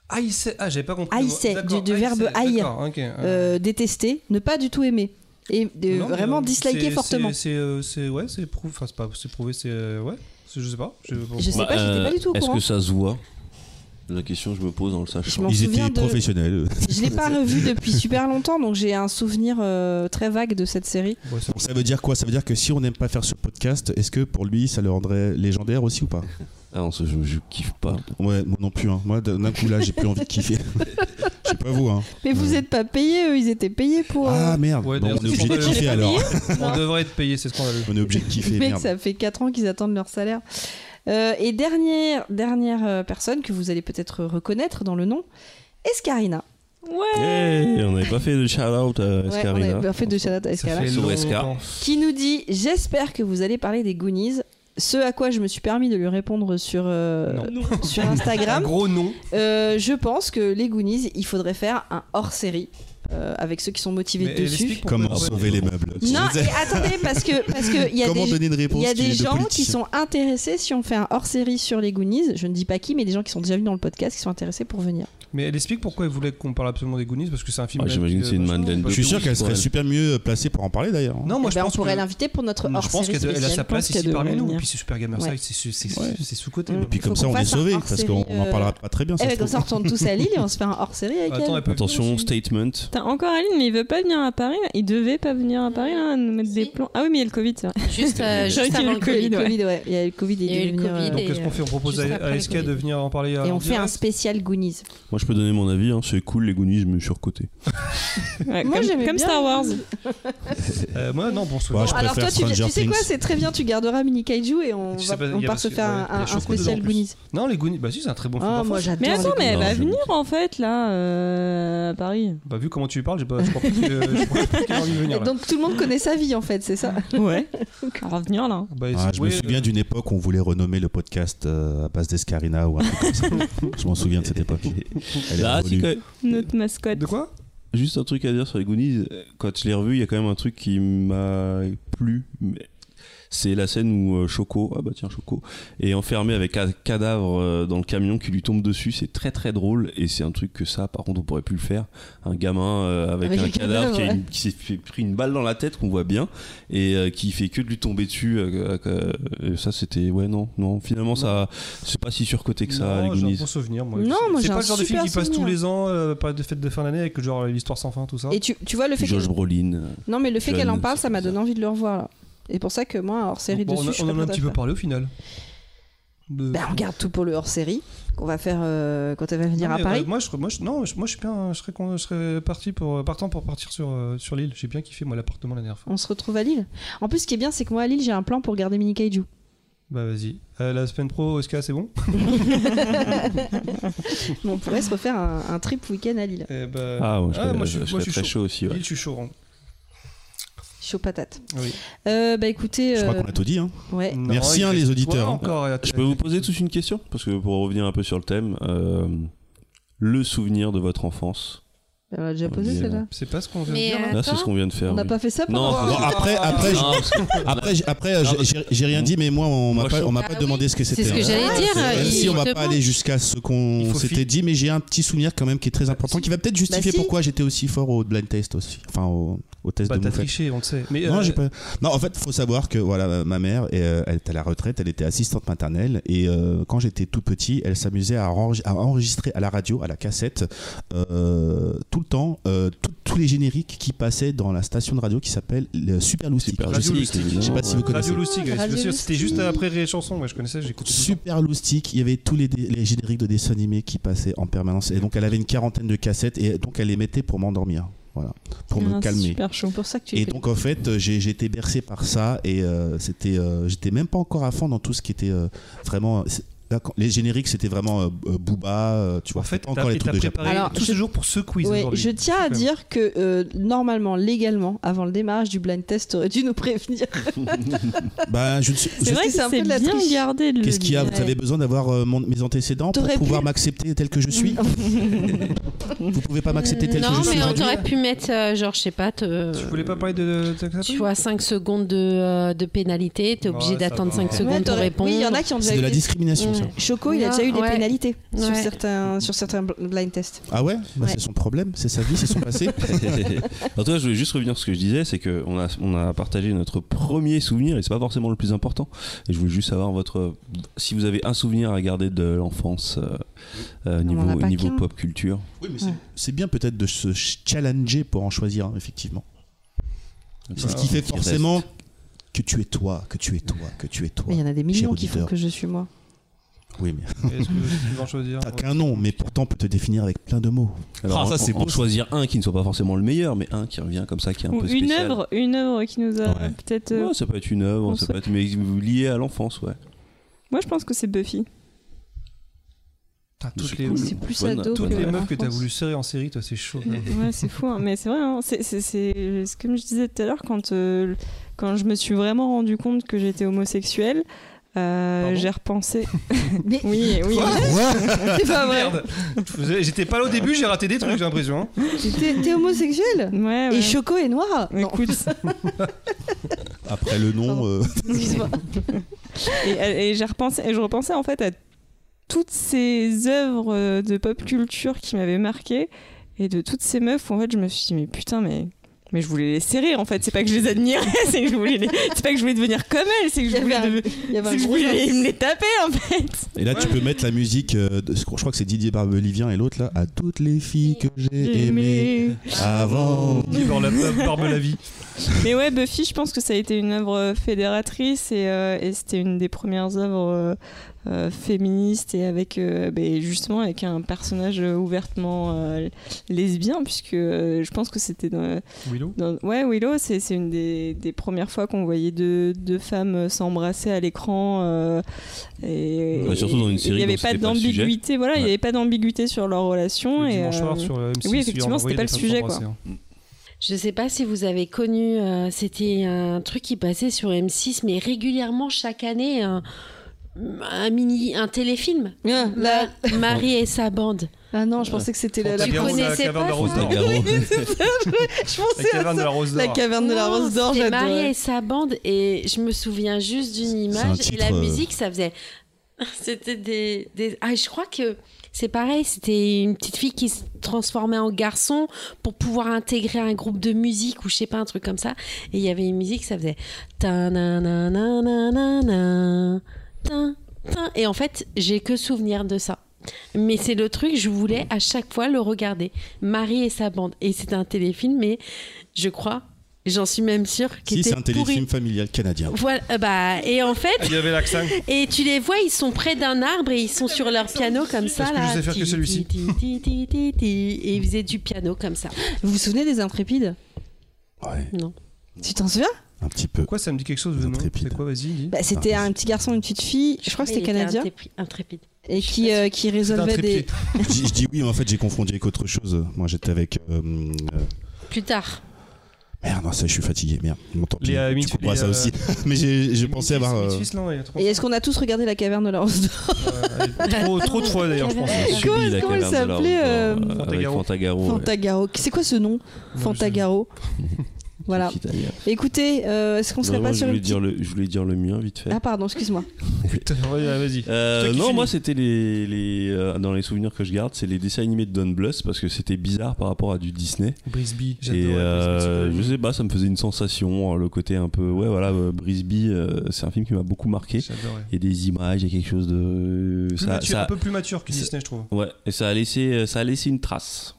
Speaker 8: Ah, il sait. Ah, j'avais pas compris.
Speaker 2: Haïssait,
Speaker 8: D'accord,
Speaker 2: du- du
Speaker 8: haïssait,
Speaker 2: verbe haïr.
Speaker 8: d'accord, ok. Euh,
Speaker 2: Euh, détester, ne pas du tout aimer. Et euh,
Speaker 8: Non, mais,
Speaker 2: vraiment
Speaker 8: euh,
Speaker 2: disliker
Speaker 8: c'est-
Speaker 2: fortement.
Speaker 8: c'est- C'est euh, c'est- ouais, c'est prouvé. Enfin, c'est pas c'est prouvé. C'est euh, ouais. c'est- Je sais pas. Je, bon.
Speaker 2: Je sais
Speaker 3: Bah,
Speaker 2: pas, j'étais pas du tout au
Speaker 3: Est-ce
Speaker 2: courant.
Speaker 3: que ça se voit La question je me pose en le
Speaker 2: Je
Speaker 3: sachant.
Speaker 2: m'en
Speaker 4: Ils
Speaker 2: souviens
Speaker 4: étaient
Speaker 2: de-
Speaker 4: professionnels. eux.
Speaker 2: Je l'ai pas revu depuis super longtemps, donc j'ai un souvenir euh, très vague de cette série.
Speaker 8: Ouais, ça-
Speaker 4: Donc, ça veut dire quoi Ça veut dire que si on n'aime pas faire ce podcast, est-ce que pour lui, ça le rendrait légendaire aussi ou pas
Speaker 3: Ah non, ça, je, je kiffe pas.
Speaker 4: Ouais, moi non plus. hein. Moi, d'un coup, là, j'ai plus envie de kiffer. *laughs* Je sais pas vous. Hein.
Speaker 2: Mais vous
Speaker 4: Ouais.
Speaker 2: êtes pas payés, eux, ils étaient payés pour. euh,
Speaker 4: Ah merde,
Speaker 8: Ouais,
Speaker 4: Bon,
Speaker 8: d'ailleurs,
Speaker 4: on est obligé de
Speaker 8: c'est pour
Speaker 4: kiffer
Speaker 8: ça.
Speaker 4: alors.
Speaker 8: On devrait être payé, c'est scandaleux.
Speaker 4: On est obligé de kiffer,
Speaker 2: Mec,
Speaker 4: merde.
Speaker 2: ça fait 4 ans qu'ils attendent leur salaire. Euh, et dernière, dernière euh, personne que vous allez peut-être reconnaître dans le nom, Escarina.
Speaker 3: Hey, Eh, on n'avait pas fait de shout out à
Speaker 2: Ouais,
Speaker 3: Escarina.
Speaker 2: on a fait de shout-out à Escarina.
Speaker 3: Sur
Speaker 8: longtemps.
Speaker 2: Qui nous dit J'espère que vous allez parler des Goonies. Ce à quoi je me suis permis de lui répondre sur, euh, *laughs* sur
Speaker 8: Un
Speaker 2: Instagram.
Speaker 8: *laughs* gros nom.
Speaker 2: Euh, je pense que les Goonies, il faudrait faire un hors série. euh, avec ceux qui sont motivés
Speaker 8: Mais elle
Speaker 2: dessus.
Speaker 8: explique pourquoi-
Speaker 4: Comment
Speaker 8: ouais.
Speaker 4: sauver les meubles
Speaker 2: Non, et attendez, parce que parce que il
Speaker 8: *laughs*
Speaker 2: y a
Speaker 4: Comment
Speaker 2: des
Speaker 4: donner une réponse
Speaker 2: il y a
Speaker 4: qui est
Speaker 2: des
Speaker 4: de
Speaker 2: gens qui
Speaker 4: politicien
Speaker 2: sont intéressés si on fait un hors-série sur les Goonies. Je ne dis pas qui, mais des gens qui sont déjà venus dans le podcast qui sont intéressés pour venir.
Speaker 8: Mais elle explique pourquoi elle voulait qu'on parle absolument des Goonies parce que c'est un film. euh,
Speaker 3: Ah, j'imagine que c'est une Madeleine
Speaker 4: Je suis sûr qu'elle
Speaker 3: Ouais.
Speaker 4: serait super mieux euh, placée pour en parler d'ailleurs. hein.
Speaker 8: Non, moi
Speaker 2: Eh
Speaker 8: je
Speaker 2: ben, on
Speaker 8: pense
Speaker 2: pourrait
Speaker 8: que-
Speaker 2: l'inviter pour notre
Speaker 8: je pense
Speaker 2: hors-série
Speaker 8: qu'elle elle a
Speaker 2: spéciale.
Speaker 8: sa
Speaker 2: Je pense
Speaker 8: place
Speaker 2: qu'elle
Speaker 8: ici parmi
Speaker 2: devrait
Speaker 8: nous. Et
Speaker 2: venir.
Speaker 8: puis c'est Super Gamer
Speaker 2: Ouais.
Speaker 8: Side, c'est c'est-
Speaker 2: Ouais.
Speaker 8: c'est- c'est sous-côté.
Speaker 2: Mm.
Speaker 4: Et puis
Speaker 2: Faut
Speaker 4: comme ça,
Speaker 2: qu'on
Speaker 4: on est
Speaker 2: fasse un
Speaker 4: sauvés
Speaker 2: hors
Speaker 4: parce
Speaker 2: série,
Speaker 4: qu'on n'en
Speaker 2: euh,
Speaker 4: parlera pas très bien.
Speaker 2: Eh
Speaker 4: ça
Speaker 2: ben,
Speaker 4: se
Speaker 2: comme
Speaker 4: trouve.
Speaker 2: ça, on retourne
Speaker 8: *laughs*
Speaker 2: tous à Lille et on se fait un hors-série avec
Speaker 8: Attends,
Speaker 2: elle.
Speaker 8: elle peut
Speaker 3: Attention,
Speaker 8: venir aussi.
Speaker 3: statement.
Speaker 1: T'as encore Aline, mais il veut pas venir à Paris. là. Il devait pas venir à Paris, là, nous mettre des
Speaker 5: Si.
Speaker 1: plans. Ah oui, mais il y a le Covid, c'est
Speaker 2: *laughs*
Speaker 1: vrai.
Speaker 5: Juste,
Speaker 1: J'aurais
Speaker 5: euh, juste
Speaker 1: dit
Speaker 5: avant
Speaker 1: le
Speaker 5: le
Speaker 2: Il y a eu
Speaker 5: Covid.
Speaker 2: le
Speaker 5: ouais.
Speaker 2: Covid, ouais. Il y a eu le Covid.
Speaker 5: Il y a
Speaker 2: est
Speaker 5: eu le
Speaker 2: devenu,
Speaker 5: Covid
Speaker 8: Donc qu'est-ce
Speaker 5: Et,
Speaker 8: qu'on fait On propose
Speaker 5: juste
Speaker 8: à,
Speaker 5: après
Speaker 8: à
Speaker 5: le
Speaker 8: SK de
Speaker 5: Covid.
Speaker 8: venir en parler. euh,
Speaker 2: Et
Speaker 8: en
Speaker 2: on fait un
Speaker 8: direct
Speaker 2: spécial Goonies.
Speaker 3: Moi, je peux donner mon avis. hein, C'est cool les Goonies, mais je suis recoté.
Speaker 1: Ouais,
Speaker 2: Moi,
Speaker 1: comme,
Speaker 2: j'aimais
Speaker 1: comme
Speaker 2: bien
Speaker 1: Star
Speaker 2: les
Speaker 1: Wars.
Speaker 2: Goonies.
Speaker 8: Euh, Moi non, bon,
Speaker 4: Ouais,
Speaker 8: soit.
Speaker 4: Bah, je
Speaker 2: Alors toi,
Speaker 4: préfère
Speaker 2: tu, viens-
Speaker 4: Stranger
Speaker 2: tu sais quoi,
Speaker 4: Things.
Speaker 2: c'est très bien, tu garderas Mini Kaiju et on, va,
Speaker 8: Je sais pas,
Speaker 2: on
Speaker 8: il y
Speaker 2: part
Speaker 8: a parce
Speaker 2: se
Speaker 8: que-
Speaker 2: faire
Speaker 8: ouais,
Speaker 2: un,
Speaker 8: il y a
Speaker 2: un
Speaker 8: Choco dedans, en
Speaker 2: spécial
Speaker 8: plus.
Speaker 2: Goonies.
Speaker 8: Non, les Goonies, bah si, c'est un très bon film.
Speaker 2: Ah,
Speaker 8: parfois.
Speaker 2: moi j'adore.
Speaker 1: Mais attends,
Speaker 2: les
Speaker 1: mais elle
Speaker 3: Non,
Speaker 1: va
Speaker 3: j'aime
Speaker 1: venir en fait, là, euh, à Paris.
Speaker 8: Bah vu comment tu lui parles, j'ai pas, je crois pas que- je crois pas qu'il a envie de venir.
Speaker 2: Goonies. *laughs*
Speaker 8: là.
Speaker 2: Donc tout le monde connaît sa vie en fait, c'est ça
Speaker 8: Hein
Speaker 1: Ouais. *laughs* On va venir là. hein.
Speaker 8: Bah,
Speaker 4: Ah,
Speaker 8: c'est-
Speaker 4: je
Speaker 8: ouais,
Speaker 4: me souviens d'une époque où on voulait renommer le podcast euh, à base d'Escarina ou un truc
Speaker 8: *laughs*
Speaker 4: comme ça. je m'en souviens de cette époque. Elle est
Speaker 3: Là, c'est
Speaker 4: revenue.
Speaker 3: quand-
Speaker 1: Notre mascotte.
Speaker 8: De quoi
Speaker 3: Juste un truc à dire sur les Goonies. euh, Quand je l'ai revu, il y a quand même un truc qui m'a plu. mais C'est la scène où euh, Choco, ah bah tiens Choco, est enfermé avec un cadavre euh, dans le camion qui lui tombe dessus. C'est très très drôle et c'est un truc que ça, par contre, on pourrait plus le faire. Un gamin euh, avec,
Speaker 2: Avec
Speaker 3: un
Speaker 2: un
Speaker 3: cadavre,
Speaker 2: cadavre,
Speaker 3: qui, a
Speaker 2: ouais.
Speaker 3: une- qui s'est fait- pris une balle dans la tête qu'on voit bien et euh, qui fait que de lui tomber dessus. euh, euh, euh, ça c'était ouais non non finalement ça c'est pas si surcoté que ça les
Speaker 8: Non, j'ai un
Speaker 3: Goonies.
Speaker 8: bon souvenir. Moi.
Speaker 2: Non, moi, j'ai
Speaker 8: c'est pas
Speaker 2: un
Speaker 8: le genre de film
Speaker 2: super
Speaker 8: qui passe tous
Speaker 2: souvenir.
Speaker 8: les ans, euh, pas de fête de fin d'année avec genre l'histoire sans fin, tout ça.
Speaker 2: Et tu, tu vois le fait
Speaker 3: Josh
Speaker 2: que-
Speaker 3: Brolin. euh,
Speaker 2: Non, mais le fait
Speaker 3: John,
Speaker 2: qu'elle en parle, ça m'a
Speaker 3: c'est
Speaker 2: donné envie de le revoir là. Et pour ça que moi, hors série
Speaker 8: Bon, on,
Speaker 2: dessus,
Speaker 8: a-
Speaker 2: je suis
Speaker 8: on
Speaker 2: pas
Speaker 8: en a un
Speaker 2: prête à
Speaker 8: petit peu
Speaker 2: faire.
Speaker 8: parlé au final. De-
Speaker 2: Ben, on garde tout pour le hors série qu'on va faire euh, quand elle va venir
Speaker 8: Non,
Speaker 2: à
Speaker 8: mais,
Speaker 2: Paris.
Speaker 8: euh, moi, je, moi, je- non, je- moi, je suis bien, je serais, con- je serais parti pour, partant pour partir sur, euh, sur l'île. J'ai bien kiffé moi l'appartement la dernière fois.
Speaker 2: On se retrouve à Lille. En plus, ce qui est bien, c'est que moi à Lille, j'ai un plan pour garder Mini Kaiju.
Speaker 8: Bah vas-y. Euh, la semaine pro, SK, c'est bon
Speaker 2: Mais on pourrait se refaire un, un trip week-end à Lille.
Speaker 8: Eh ben,
Speaker 3: Ah ouais, je,
Speaker 8: moi, je,
Speaker 3: je
Speaker 8: moi, je
Speaker 3: serais
Speaker 8: suis
Speaker 3: très
Speaker 8: chaud.
Speaker 3: chaud aussi. ouais.
Speaker 8: Lille, je suis chaud. hein.
Speaker 2: Chaud patate.
Speaker 8: Oui.
Speaker 2: Euh, bah écoutez,
Speaker 4: Je crois
Speaker 2: euh,
Speaker 4: qu'on a tout dit. hein.
Speaker 2: ouais.
Speaker 8: Non,
Speaker 4: Merci,
Speaker 8: il
Speaker 4: hein, les
Speaker 8: reste-
Speaker 4: auditeurs, hein.
Speaker 8: toi encore, et à-
Speaker 3: Je peux vous poser tous une question Parce que pour revenir un peu sur le thème, euh, le souvenir de votre enfance.
Speaker 2: On l'a déjà posé
Speaker 3: On dit,
Speaker 2: celle-là.
Speaker 8: C'est pas ce qu'on veut
Speaker 5: Mais
Speaker 8: dire.
Speaker 5: euh,
Speaker 3: Là, c'est ce
Speaker 5: attends,
Speaker 3: qu'on vient de faire.
Speaker 2: On n'a
Speaker 3: oui.
Speaker 2: pas fait ça
Speaker 3: Non,
Speaker 2: pendant.
Speaker 4: Bon, après, Ah, après,
Speaker 3: Non, parce que- *laughs*
Speaker 4: Après, j'ai- après euh,
Speaker 3: Non,
Speaker 4: j'ai- j'ai- j'ai rien dit, mais moi, on m'a
Speaker 3: Moi,
Speaker 4: pas,
Speaker 3: je-
Speaker 4: on m'a
Speaker 5: Bah
Speaker 4: pas
Speaker 5: oui,
Speaker 4: demandé ce que
Speaker 5: c'est
Speaker 4: c'était.
Speaker 5: ce que
Speaker 4: hein.
Speaker 5: j'allais dire. euh,
Speaker 4: Même
Speaker 5: il-
Speaker 4: si on va
Speaker 5: te
Speaker 4: pas
Speaker 5: demande-
Speaker 4: aller jusqu'à ce
Speaker 8: Il
Speaker 4: qu'on
Speaker 8: faut
Speaker 4: s'était
Speaker 8: filer.
Speaker 4: dit, mais j'ai un petit souvenir quand même qui est très important,
Speaker 5: Bah,
Speaker 4: qui va peut-être justifier
Speaker 2: si.
Speaker 4: pourquoi j'étais aussi fort au blind test aussi, enfin au, au test
Speaker 8: Bah,
Speaker 4: de
Speaker 8: t'as
Speaker 4: mouflette.
Speaker 8: triché, on le sait. Mais,
Speaker 4: Non,
Speaker 8: euh,
Speaker 4: j'ai pas- non, en fait, faut savoir que voilà, ma mère, euh, elle était à la retraite, elle était assistante maternelle, et euh, quand j'étais tout petit, elle s'amusait à, enregi- à enregistrer à la radio, à la cassette, euh, tout le temps, euh, tout- tous les génériques qui passaient dans la station de radio qui s'appelle le Super Loustic.
Speaker 3: Super
Speaker 4: Alors, je sais-
Speaker 3: Loustic, évidemment.
Speaker 4: je sais pas si vous connaissez.
Speaker 8: Radio Loustic,
Speaker 2: Ah,
Speaker 8: ouais,
Speaker 2: Radio
Speaker 8: bien sûr,
Speaker 2: Loustic.
Speaker 8: c'était juste après les chansons, moi je connaissais, j'écoutais. tout le temps.
Speaker 4: Super loustique, il y avait tous les, dé- les génériques de dessins animés qui passaient en permanence. Et donc elle avait une quarantaine de cassettes et donc elle les mettait pour m'endormir, voilà, pour me
Speaker 1: Ah,
Speaker 4: calmer.
Speaker 1: Super chaud.
Speaker 2: C'est pour ça que tu
Speaker 4: Et donc en fait, euh, j'ai j'ai été bercé par ça et euh, c'était, euh, j'étais même pas encore à fond dans tout ce qui était euh, vraiment. c'est- là, quand- Les génériques, c'était vraiment euh, euh, Booba, euh, tu vois.
Speaker 8: En fait,
Speaker 4: c'était pas encore
Speaker 8: t'as
Speaker 4: les
Speaker 8: et
Speaker 4: trucs
Speaker 8: t'as
Speaker 4: de Japon.
Speaker 8: préparé
Speaker 2: Alors,
Speaker 8: tout ce
Speaker 2: je-
Speaker 8: jour pour ce quiz
Speaker 2: Ouais,
Speaker 8: aujourd'hui.
Speaker 2: je tiens à
Speaker 8: C'est quand même-
Speaker 2: dire que euh, normalement, légalement, avant le démarrage du blind test, t'aurais dû nous prévenir.
Speaker 4: Bah, je ne suis- je-
Speaker 1: C'est vrai
Speaker 2: que
Speaker 1: que
Speaker 2: c'est un
Speaker 1: c'est
Speaker 2: peu de la
Speaker 1: bien
Speaker 2: triche.
Speaker 1: gardé. de le
Speaker 4: Qu'est-ce qu'il y a
Speaker 1: dire.
Speaker 4: Vous avez besoin d'avoir euh, mon- mes antécédents pour
Speaker 2: T'aurais pu-
Speaker 4: pouvoir m'accepter tel que je suis Vous pouvez pas m'accepter tel que
Speaker 5: Non,
Speaker 4: je suis
Speaker 5: mais on
Speaker 4: aujourd'hui
Speaker 5: t'aurait pu mettre, euh, genre, je sais pas, te-
Speaker 8: Tu voulais pas parler de. de- de-
Speaker 5: tu vois, 5 secondes de, euh, de pénalité, t'es obligé
Speaker 8: Ouais, ça
Speaker 5: d'attendre
Speaker 8: va.
Speaker 5: 5
Speaker 8: Ouais,
Speaker 5: secondes pour
Speaker 2: t'aurais-
Speaker 5: répondre.
Speaker 2: Oui, il y en a qui ont déjà
Speaker 4: C'est de
Speaker 2: eu
Speaker 4: la
Speaker 2: des-
Speaker 4: discrimination, ça.
Speaker 5: Ouais.
Speaker 2: Choco, il a
Speaker 5: Non,
Speaker 2: déjà eu des
Speaker 5: ouais.
Speaker 2: pénalités sur
Speaker 5: Ouais.
Speaker 2: certains sur certains bl- blind tests.
Speaker 4: Ah ouais, Bah,
Speaker 2: Ouais.
Speaker 4: C'est son problème, c'est sa vie, c'est son passé.
Speaker 3: en tout cas, je voulais juste revenir sur ce que je disais c'est qu'on a, on a partagé notre premier souvenir et c'est pas forcément le plus important. Et je voulais juste savoir votre, si vous avez un souvenir à garder de l'enfance euh, euh,
Speaker 2: Non, on en a
Speaker 3: niveau,
Speaker 2: pas
Speaker 3: niveau
Speaker 2: qu'un.
Speaker 3: pop culture.
Speaker 4: C'est bien peut-être de se ch- challenger pour en choisir, hein, effectivement. C'est ce qui fait
Speaker 3: Qui
Speaker 4: forcément
Speaker 3: reste.
Speaker 4: que tu es toi, que tu es toi, que tu es toi.
Speaker 2: Mais il y en a des millions
Speaker 4: Cher
Speaker 2: qui font
Speaker 4: auditeur.
Speaker 2: que je suis moi.
Speaker 4: Oui, mais
Speaker 8: Est-ce que tu vas en choisir
Speaker 4: t'as qu'un nom, mais pourtant peut te définir avec plein de mots.
Speaker 3: Alors,
Speaker 4: Ah, ça,
Speaker 3: en-
Speaker 4: c'est
Speaker 3: en
Speaker 4: beau, ça.
Speaker 3: choisir un qui ne soit pas forcément le meilleur, mais un qui revient comme ça, qui est un
Speaker 1: Ou
Speaker 3: peu
Speaker 1: une
Speaker 3: spécial.
Speaker 1: œuvre, une œuvre qui nous a
Speaker 4: Ouais.
Speaker 1: peut-être. euh,
Speaker 3: Ouais, ça peut être une œuvre,
Speaker 1: on
Speaker 3: ça
Speaker 1: sait-
Speaker 3: peut être mais lié à l'enfance, ouais.
Speaker 1: Moi, je pense que c'est
Speaker 4: *laughs*
Speaker 1: Buffy.
Speaker 8: Putain, Toutes
Speaker 3: C'est
Speaker 8: les.
Speaker 3: cool.
Speaker 2: C'est plus
Speaker 3: Bonne-
Speaker 2: ado
Speaker 8: Toutes
Speaker 2: que-
Speaker 8: les meufs que t'as
Speaker 2: France.
Speaker 8: voulu serrer en série, toi,
Speaker 1: *laughs*
Speaker 8: c'est chaud. hein.
Speaker 1: Ouais, c'est fou, hein. mais c'est vrai. hein. C'est, c'est, c'est- c'est comme je disais tout à l'heure, quand, euh, quand je me suis vraiment rendu compte que j'étais homosexuelle, Euh,
Speaker 8: Pardon
Speaker 1: j'ai
Speaker 2: *laughs*
Speaker 1: repensé.
Speaker 2: *laughs* Mais-
Speaker 1: oui, oui.
Speaker 2: *laughs*
Speaker 1: C'est pas vrai.
Speaker 8: Merde Je faisais- J'étais pas là au début, j'ai raté des trucs, j'ai l'impression. hein.
Speaker 2: T'es t'es homosexuel
Speaker 1: Ouais, ouais.
Speaker 2: Et Choco est noir Non,
Speaker 1: Écoute,
Speaker 4: Après le nom,
Speaker 2: Pardon.
Speaker 4: euh,
Speaker 2: excuse-moi.
Speaker 1: et, et j'ai repensé, et je repensais en fait à toutes ces œuvres euh, de pop culture qui m'avaient marqué et de toutes ces meufs où en fait je me suis dit mais putain mais mais je voulais les serrer en fait c'est pas que je les admirais c'est que je voulais les- c'est pas que je voulais devenir comme elles c'est que je
Speaker 2: Il y avait
Speaker 1: voulais, de-
Speaker 2: un- Il y avait
Speaker 1: c'est
Speaker 2: un
Speaker 1: que je
Speaker 2: gros
Speaker 1: voulais
Speaker 2: indice.
Speaker 1: me les taper en fait
Speaker 4: et là tu
Speaker 8: Ouais.
Speaker 4: peux mettre la musique, euh, de- je crois que c'est Didier Barbelivien et l'autre là, à toutes les filles que j'ai aimées avant.
Speaker 8: Qui barbe la, barbe la vie.
Speaker 1: Mais ouais, Buffy, je pense que ça a été une œuvre euh, fédératrice et, euh, et c'était une des premières œuvres euh, euh, féministes et avec euh, ben, justement avec un personnage euh, ouvertement euh, lesbien puisque euh, je pense que c'était dans,
Speaker 8: Willow
Speaker 1: dans- ouais Willow, c'est c'est une des, des premières fois qu'on voyait deux, deux femmes euh, s'embrasser à l'écran euh, et
Speaker 3: Bah, surtout dans une
Speaker 1: et il
Speaker 3: série
Speaker 1: n'y avait
Speaker 3: dont
Speaker 1: pas
Speaker 3: c'était pas le sujet.
Speaker 1: d'ambiguïté, voilà, il n'y
Speaker 3: Ouais.
Speaker 1: avait pas d'ambiguïté sur leur relation
Speaker 8: Le
Speaker 1: et
Speaker 8: dimanche
Speaker 1: euh,
Speaker 8: soir sur euh, M6.
Speaker 1: oui,
Speaker 8: il y a
Speaker 1: effectivement, c'était
Speaker 8: envoyé des
Speaker 1: pas le
Speaker 8: femmes
Speaker 1: sujet,
Speaker 8: s'embrasser,
Speaker 1: quoi.
Speaker 8: hein.
Speaker 5: Je sais pas si vous avez connu, euh, c'était un truc qui passait sur M6, mais régulièrement chaque année, un, un mini, un téléfilm.
Speaker 2: Ah, là-
Speaker 5: Ma- Marie et sa bande.
Speaker 2: Ah non, je pensais que c'était la, la-
Speaker 5: Tu
Speaker 8: Bien, on a
Speaker 5: connaissais
Speaker 8: la caverne
Speaker 5: pas
Speaker 8: de la Rose
Speaker 5: ça
Speaker 4: *laughs*
Speaker 8: d'Or.
Speaker 2: Je pensais à
Speaker 8: La caverne
Speaker 2: ça.
Speaker 8: de la Rose
Speaker 2: La
Speaker 8: d'Or.
Speaker 2: caverne de la
Speaker 5: Non,
Speaker 2: rose d'or,
Speaker 5: c'était Marie
Speaker 2: j'adore.
Speaker 5: et sa bande, et je me souviens juste d'une
Speaker 4: un
Speaker 5: image. et la
Speaker 4: titre, euh,
Speaker 5: musique, ça faisait. *laughs* C'était des, des- Ah, je crois que c'est pareil, c'était une petite fille qui se transformait en garçon pour pouvoir intégrer un groupe de musique ou je sais pas, un truc comme ça. Et il y avait une musique, ça faisait. Ta-na-na-na-na-na-na, tin, tin. Et en fait, j'ai que souvenir de ça. Mais c'est le truc, je voulais à chaque fois le regarder. Marie et sa bande. Et c'est un téléfilm, mais je crois, j'en suis même sûre, qu'il
Speaker 4: Si c'est
Speaker 5: était
Speaker 4: un
Speaker 5: pourri.
Speaker 4: téléfilm familial canadien.
Speaker 5: Voilà, euh, bah, et en
Speaker 8: Ah, Il
Speaker 5: fait,
Speaker 8: y avait l'accent.
Speaker 5: et tu les vois, ils sont près d'un arbre et ils sont sur leur piano comme ça.
Speaker 8: Parce que
Speaker 5: là.
Speaker 8: je sais faire que
Speaker 5: Ti, ti,
Speaker 8: celui-ci.
Speaker 5: ti, ti, ti, ti, ti. Et ils faisaient du piano comme ça.
Speaker 2: Vous vous souvenez des intrépides
Speaker 4: Ouais,
Speaker 5: Non.
Speaker 2: Tu t'en souviens
Speaker 4: un petit peu.
Speaker 8: Pourquoi ça me dit quelque chose
Speaker 4: Un
Speaker 8: non
Speaker 4: trépide.
Speaker 8: C'est quoi, vas-y, dis.
Speaker 2: bah, C'était
Speaker 4: Ah,
Speaker 2: un petit garçon, une petite fille. Je crois que c'était
Speaker 5: Il était
Speaker 2: canadien
Speaker 5: intrépide- Intrépide.
Speaker 2: et
Speaker 5: je
Speaker 2: qui
Speaker 5: suis pas
Speaker 2: euh, qui
Speaker 8: C'est un
Speaker 2: résolvait des.
Speaker 8: trépide.
Speaker 4: je, dis- je dis oui, mais en fait j'ai confondu avec autre chose. Moi j'étais avec. euh, euh,
Speaker 5: Plus tard.
Speaker 4: merde, non, ça je suis fatigué, merde. Bon, tant pis,
Speaker 8: Les, euh,
Speaker 4: tu
Speaker 8: Mitch-
Speaker 4: comprends
Speaker 8: les,
Speaker 4: ça
Speaker 8: euh,
Speaker 4: aussi. *laughs* mais j'ai j'ai pensé avoir.
Speaker 8: Smith-
Speaker 4: euh,
Speaker 8: Smith, non, il y a trop- euh,
Speaker 2: Et est-ce qu'on a tous regardé la caverne de la rose d'or
Speaker 8: Trop, trop de fois d'ailleurs, je pense.
Speaker 2: Comment-
Speaker 3: Subi la
Speaker 2: comment
Speaker 3: caverne
Speaker 2: elle
Speaker 3: de la
Speaker 2: s'appelait,
Speaker 3: Rose
Speaker 2: euh,
Speaker 3: d'Or, avec
Speaker 8: Fantagaro.
Speaker 3: Fantagaro, ouais.
Speaker 2: Fantagaro. C'est quoi ce nom Fantagaro. *laughs* Voilà.
Speaker 3: Petit italien.
Speaker 2: Écoutez, euh, est-ce qu'on serait
Speaker 3: Vraiment,
Speaker 2: pas
Speaker 3: je
Speaker 2: sur une
Speaker 3: voulais
Speaker 2: petite...
Speaker 3: dire le- je voulais dire le mien vite fait.
Speaker 2: Ah pardon, excuse-moi.
Speaker 8: Putain, ouais, vas-y.
Speaker 3: Euh,
Speaker 8: Toi qui
Speaker 3: non,
Speaker 8: finis.
Speaker 3: moi c'était les, les euh, dans les souvenirs que je garde, c'est les dessins animés de Don Bluth parce que c'était bizarre par rapport à du Disney.
Speaker 8: Brisby,
Speaker 3: Et
Speaker 8: j'adore.
Speaker 3: euh, je sais pas, ça me faisait une sensation, hein, le côté un peu ouais voilà, euh, Brisby, euh, c'est un film qui m'a beaucoup marqué.
Speaker 8: J'adorais.
Speaker 3: Il y a des images, il y a quelque chose de
Speaker 8: Plus
Speaker 3: ça,
Speaker 8: mature,
Speaker 3: ça-
Speaker 8: Un peu plus mature que
Speaker 3: ça-
Speaker 8: Disney, je trouve.
Speaker 3: ouais, et ça a laissé euh, ça a laissé une trace.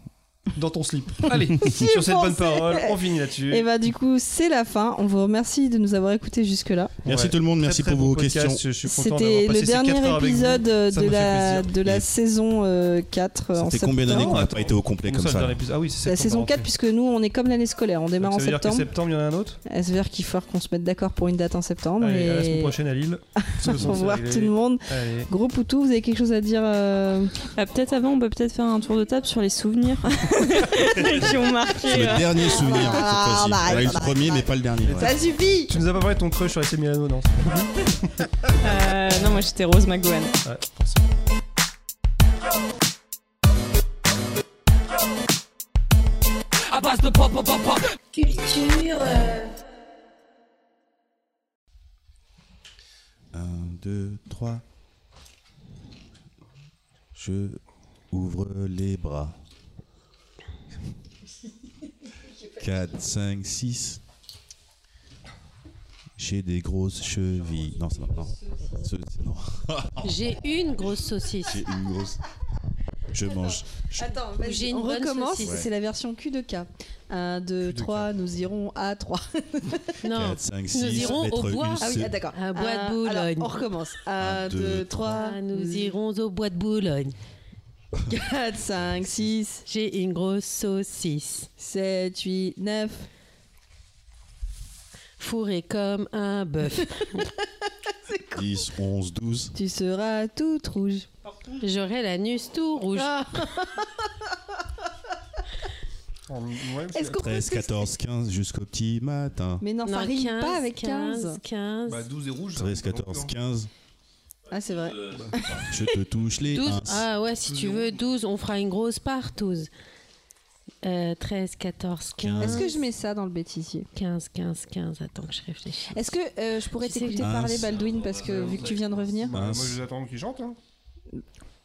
Speaker 8: Dans
Speaker 2: *laughs*
Speaker 8: ton slip. Allez, sur cette bonne parole, on finit là-dessus.
Speaker 2: Et bah du coup, c'est la fin. On vous remercie de nous avoir écoutés jusque-là.
Speaker 4: Merci
Speaker 8: Ouais.
Speaker 4: tout le monde,
Speaker 8: Très,
Speaker 4: merci
Speaker 8: très
Speaker 4: pour
Speaker 8: bon
Speaker 4: vos
Speaker 8: podcast,
Speaker 4: questions.
Speaker 8: Je suis content
Speaker 2: C'était
Speaker 8: d'avoir passé
Speaker 2: le
Speaker 8: ces quatre
Speaker 2: dernier
Speaker 8: heures avec vous.
Speaker 2: épisode euh,
Speaker 8: Ça
Speaker 2: de
Speaker 8: m'a fait
Speaker 2: la,
Speaker 8: plaisir.
Speaker 2: de la
Speaker 4: Oui.
Speaker 2: saison euh, 4 en
Speaker 4: C'était
Speaker 2: septembre.
Speaker 4: combien d'années qu'on n'a
Speaker 8: Attends,
Speaker 4: pas été au complet
Speaker 8: Comment
Speaker 4: comme
Speaker 8: ça, le
Speaker 4: ça
Speaker 8: dernier épisode Ah oui, c'est
Speaker 2: la
Speaker 8: septembre,
Speaker 2: saison
Speaker 8: en
Speaker 2: 4
Speaker 8: fait.
Speaker 2: puisque nous on est comme l'année scolaire, on démarre
Speaker 8: Donc,
Speaker 2: en
Speaker 8: ça veut dire que
Speaker 2: septembre.
Speaker 8: septembre, il y en a un autre
Speaker 2: Ça veut dire qu'il faut qu'on se mette d'accord pour une date en septembre
Speaker 8: Allez, à la semaine
Speaker 2: et
Speaker 8: prochaine
Speaker 2: *laughs*
Speaker 8: à Lille.
Speaker 2: pour voir tout le monde.
Speaker 8: Allez.
Speaker 2: Gros poutou, vous avez quelque chose à dire euh,
Speaker 1: Ah, peut-être avant, on peut peut-être faire un tour de table sur les
Speaker 2: *laughs*
Speaker 1: souvenirs qui ont
Speaker 4: C'est
Speaker 1: marqué.
Speaker 4: le
Speaker 1: euh,
Speaker 4: dernier souvenir cette
Speaker 2: Ah,
Speaker 4: fois-ci.
Speaker 2: bah,
Speaker 4: On a eu le
Speaker 2: bah,
Speaker 4: premier
Speaker 2: bah.
Speaker 4: mais pas le dernier. ouais.
Speaker 2: Ça suffit
Speaker 8: Tu nous as pas parlé de ton crush sur les Milano, non
Speaker 1: euh, non, moi j'étais Rose McGowan.
Speaker 8: Ouais, forcément.
Speaker 4: Un, deux, trois. Je ouvre les bras. 4, 5, 6. J'ai des grosses chevilles. Non, c'est pas. Non. Ce- c'est- non.
Speaker 8: Oh.
Speaker 5: J'ai une grosse
Speaker 8: *laughs*
Speaker 5: saucisse.
Speaker 4: J'ai une grosse. Je mange.
Speaker 2: Attends,
Speaker 5: vas-y, J'ai une
Speaker 2: on
Speaker 5: bonne
Speaker 2: recommence,
Speaker 5: saucisse.
Speaker 4: Ouais.
Speaker 2: c'est la version Q de K. 1, 2,
Speaker 8: Q de K.
Speaker 2: 3, nous irons à 3.
Speaker 5: Non.
Speaker 4: 4, 5, 6.
Speaker 5: irons au bois.
Speaker 2: Ah oui, ah, d'accord.
Speaker 5: Un bois de
Speaker 2: Un-
Speaker 5: Boulogne.
Speaker 2: alors, on recommence. 1,
Speaker 4: Un, deux,
Speaker 2: 2, 3,
Speaker 5: Ah, nous irons au bois de Boulogne.
Speaker 2: 4, 5, 6,
Speaker 5: J'ai une grosse saucisse.
Speaker 2: 7, 8, 9.
Speaker 5: Fourrée comme
Speaker 2: *laughs*
Speaker 5: un bœuf.
Speaker 4: 10, 11, 12.
Speaker 2: Tu seras toute rouge.
Speaker 5: J'aurai l'anus tout rouge.
Speaker 2: Ah,
Speaker 8: En- ouais, je-
Speaker 2: Est-ce qu'on peut
Speaker 4: 13,
Speaker 2: se-
Speaker 4: 14, 15 jusqu'au petit matin.
Speaker 2: Mais non, ça
Speaker 5: Non,
Speaker 2: rime pas avec 15.
Speaker 5: 15. 15.
Speaker 8: bah, 12 et rouge. ça
Speaker 4: 13,
Speaker 8: compte pas non
Speaker 4: 14,
Speaker 8: plus, hein.
Speaker 4: 15.
Speaker 2: Ah, c'est
Speaker 4: Euh.
Speaker 2: vrai.
Speaker 4: Je te touche les
Speaker 5: 12.
Speaker 4: uns.
Speaker 5: Ah ouais, si tu veux, 12, on fera une grosse part, 12. Euh, 13, 14, 15.
Speaker 2: Est-ce que je mets ça dans le bêtisier
Speaker 5: 15, 15, 15. Attends que je réfléchisse.
Speaker 2: Est-ce que euh, je pourrais
Speaker 5: Tu sais
Speaker 2: t'écouter
Speaker 5: que- Ah,
Speaker 2: parler,
Speaker 4: Mince.
Speaker 2: Baldwin, parce que vu que tu viens de revenir
Speaker 8: Bah, moi,
Speaker 4: Mince.
Speaker 8: je les attends qu'ils chantent. Hein.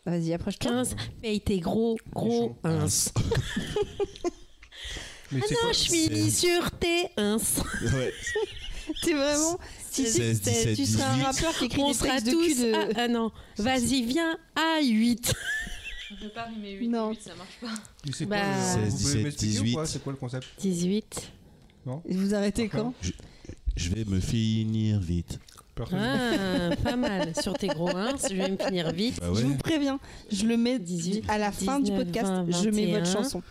Speaker 2: Vas-y, approche-toi.
Speaker 5: 15. Paye tes gros, gros ins.
Speaker 2: Ah,
Speaker 8: Mais c'est
Speaker 5: Non,
Speaker 8: quoi
Speaker 5: je suis
Speaker 4: C'est-
Speaker 5: mis sur tes ins.
Speaker 3: *laughs*
Speaker 4: Ouais.
Speaker 2: T'es vraiment. Si, si,
Speaker 4: 16,
Speaker 2: t'es-
Speaker 4: 17,
Speaker 2: tu seras un
Speaker 4: 18.
Speaker 2: rappeur qui écrit
Speaker 5: On
Speaker 2: des
Speaker 5: sera
Speaker 2: textes
Speaker 5: tous.
Speaker 2: de cul de.
Speaker 5: à- ah non, vas-y, viens à 8.
Speaker 1: On peut pas rimer 8
Speaker 2: Non.
Speaker 1: huit, ça marche pas.
Speaker 8: Mais c'est
Speaker 5: Bah,
Speaker 8: quoi, le-
Speaker 4: 16,
Speaker 8: vous
Speaker 4: 17,
Speaker 8: pouvez m'expliquer ou quoi
Speaker 4: 18.
Speaker 8: C'est quoi le concept
Speaker 5: 18.
Speaker 2: Vous arrêtez quand
Speaker 8: Enfin.
Speaker 4: Je vais me finir vite.
Speaker 8: Peur que-
Speaker 5: Ah, pas mal. Sur tes gros ins, je vais me finir vite.
Speaker 4: Bah
Speaker 2: Je vous
Speaker 4: ouais.
Speaker 2: préviens, je le mets
Speaker 5: 18,
Speaker 2: à la fin du
Speaker 5: 19,
Speaker 2: podcast.
Speaker 5: 20,
Speaker 2: je mets votre
Speaker 5: 21.
Speaker 2: chanson.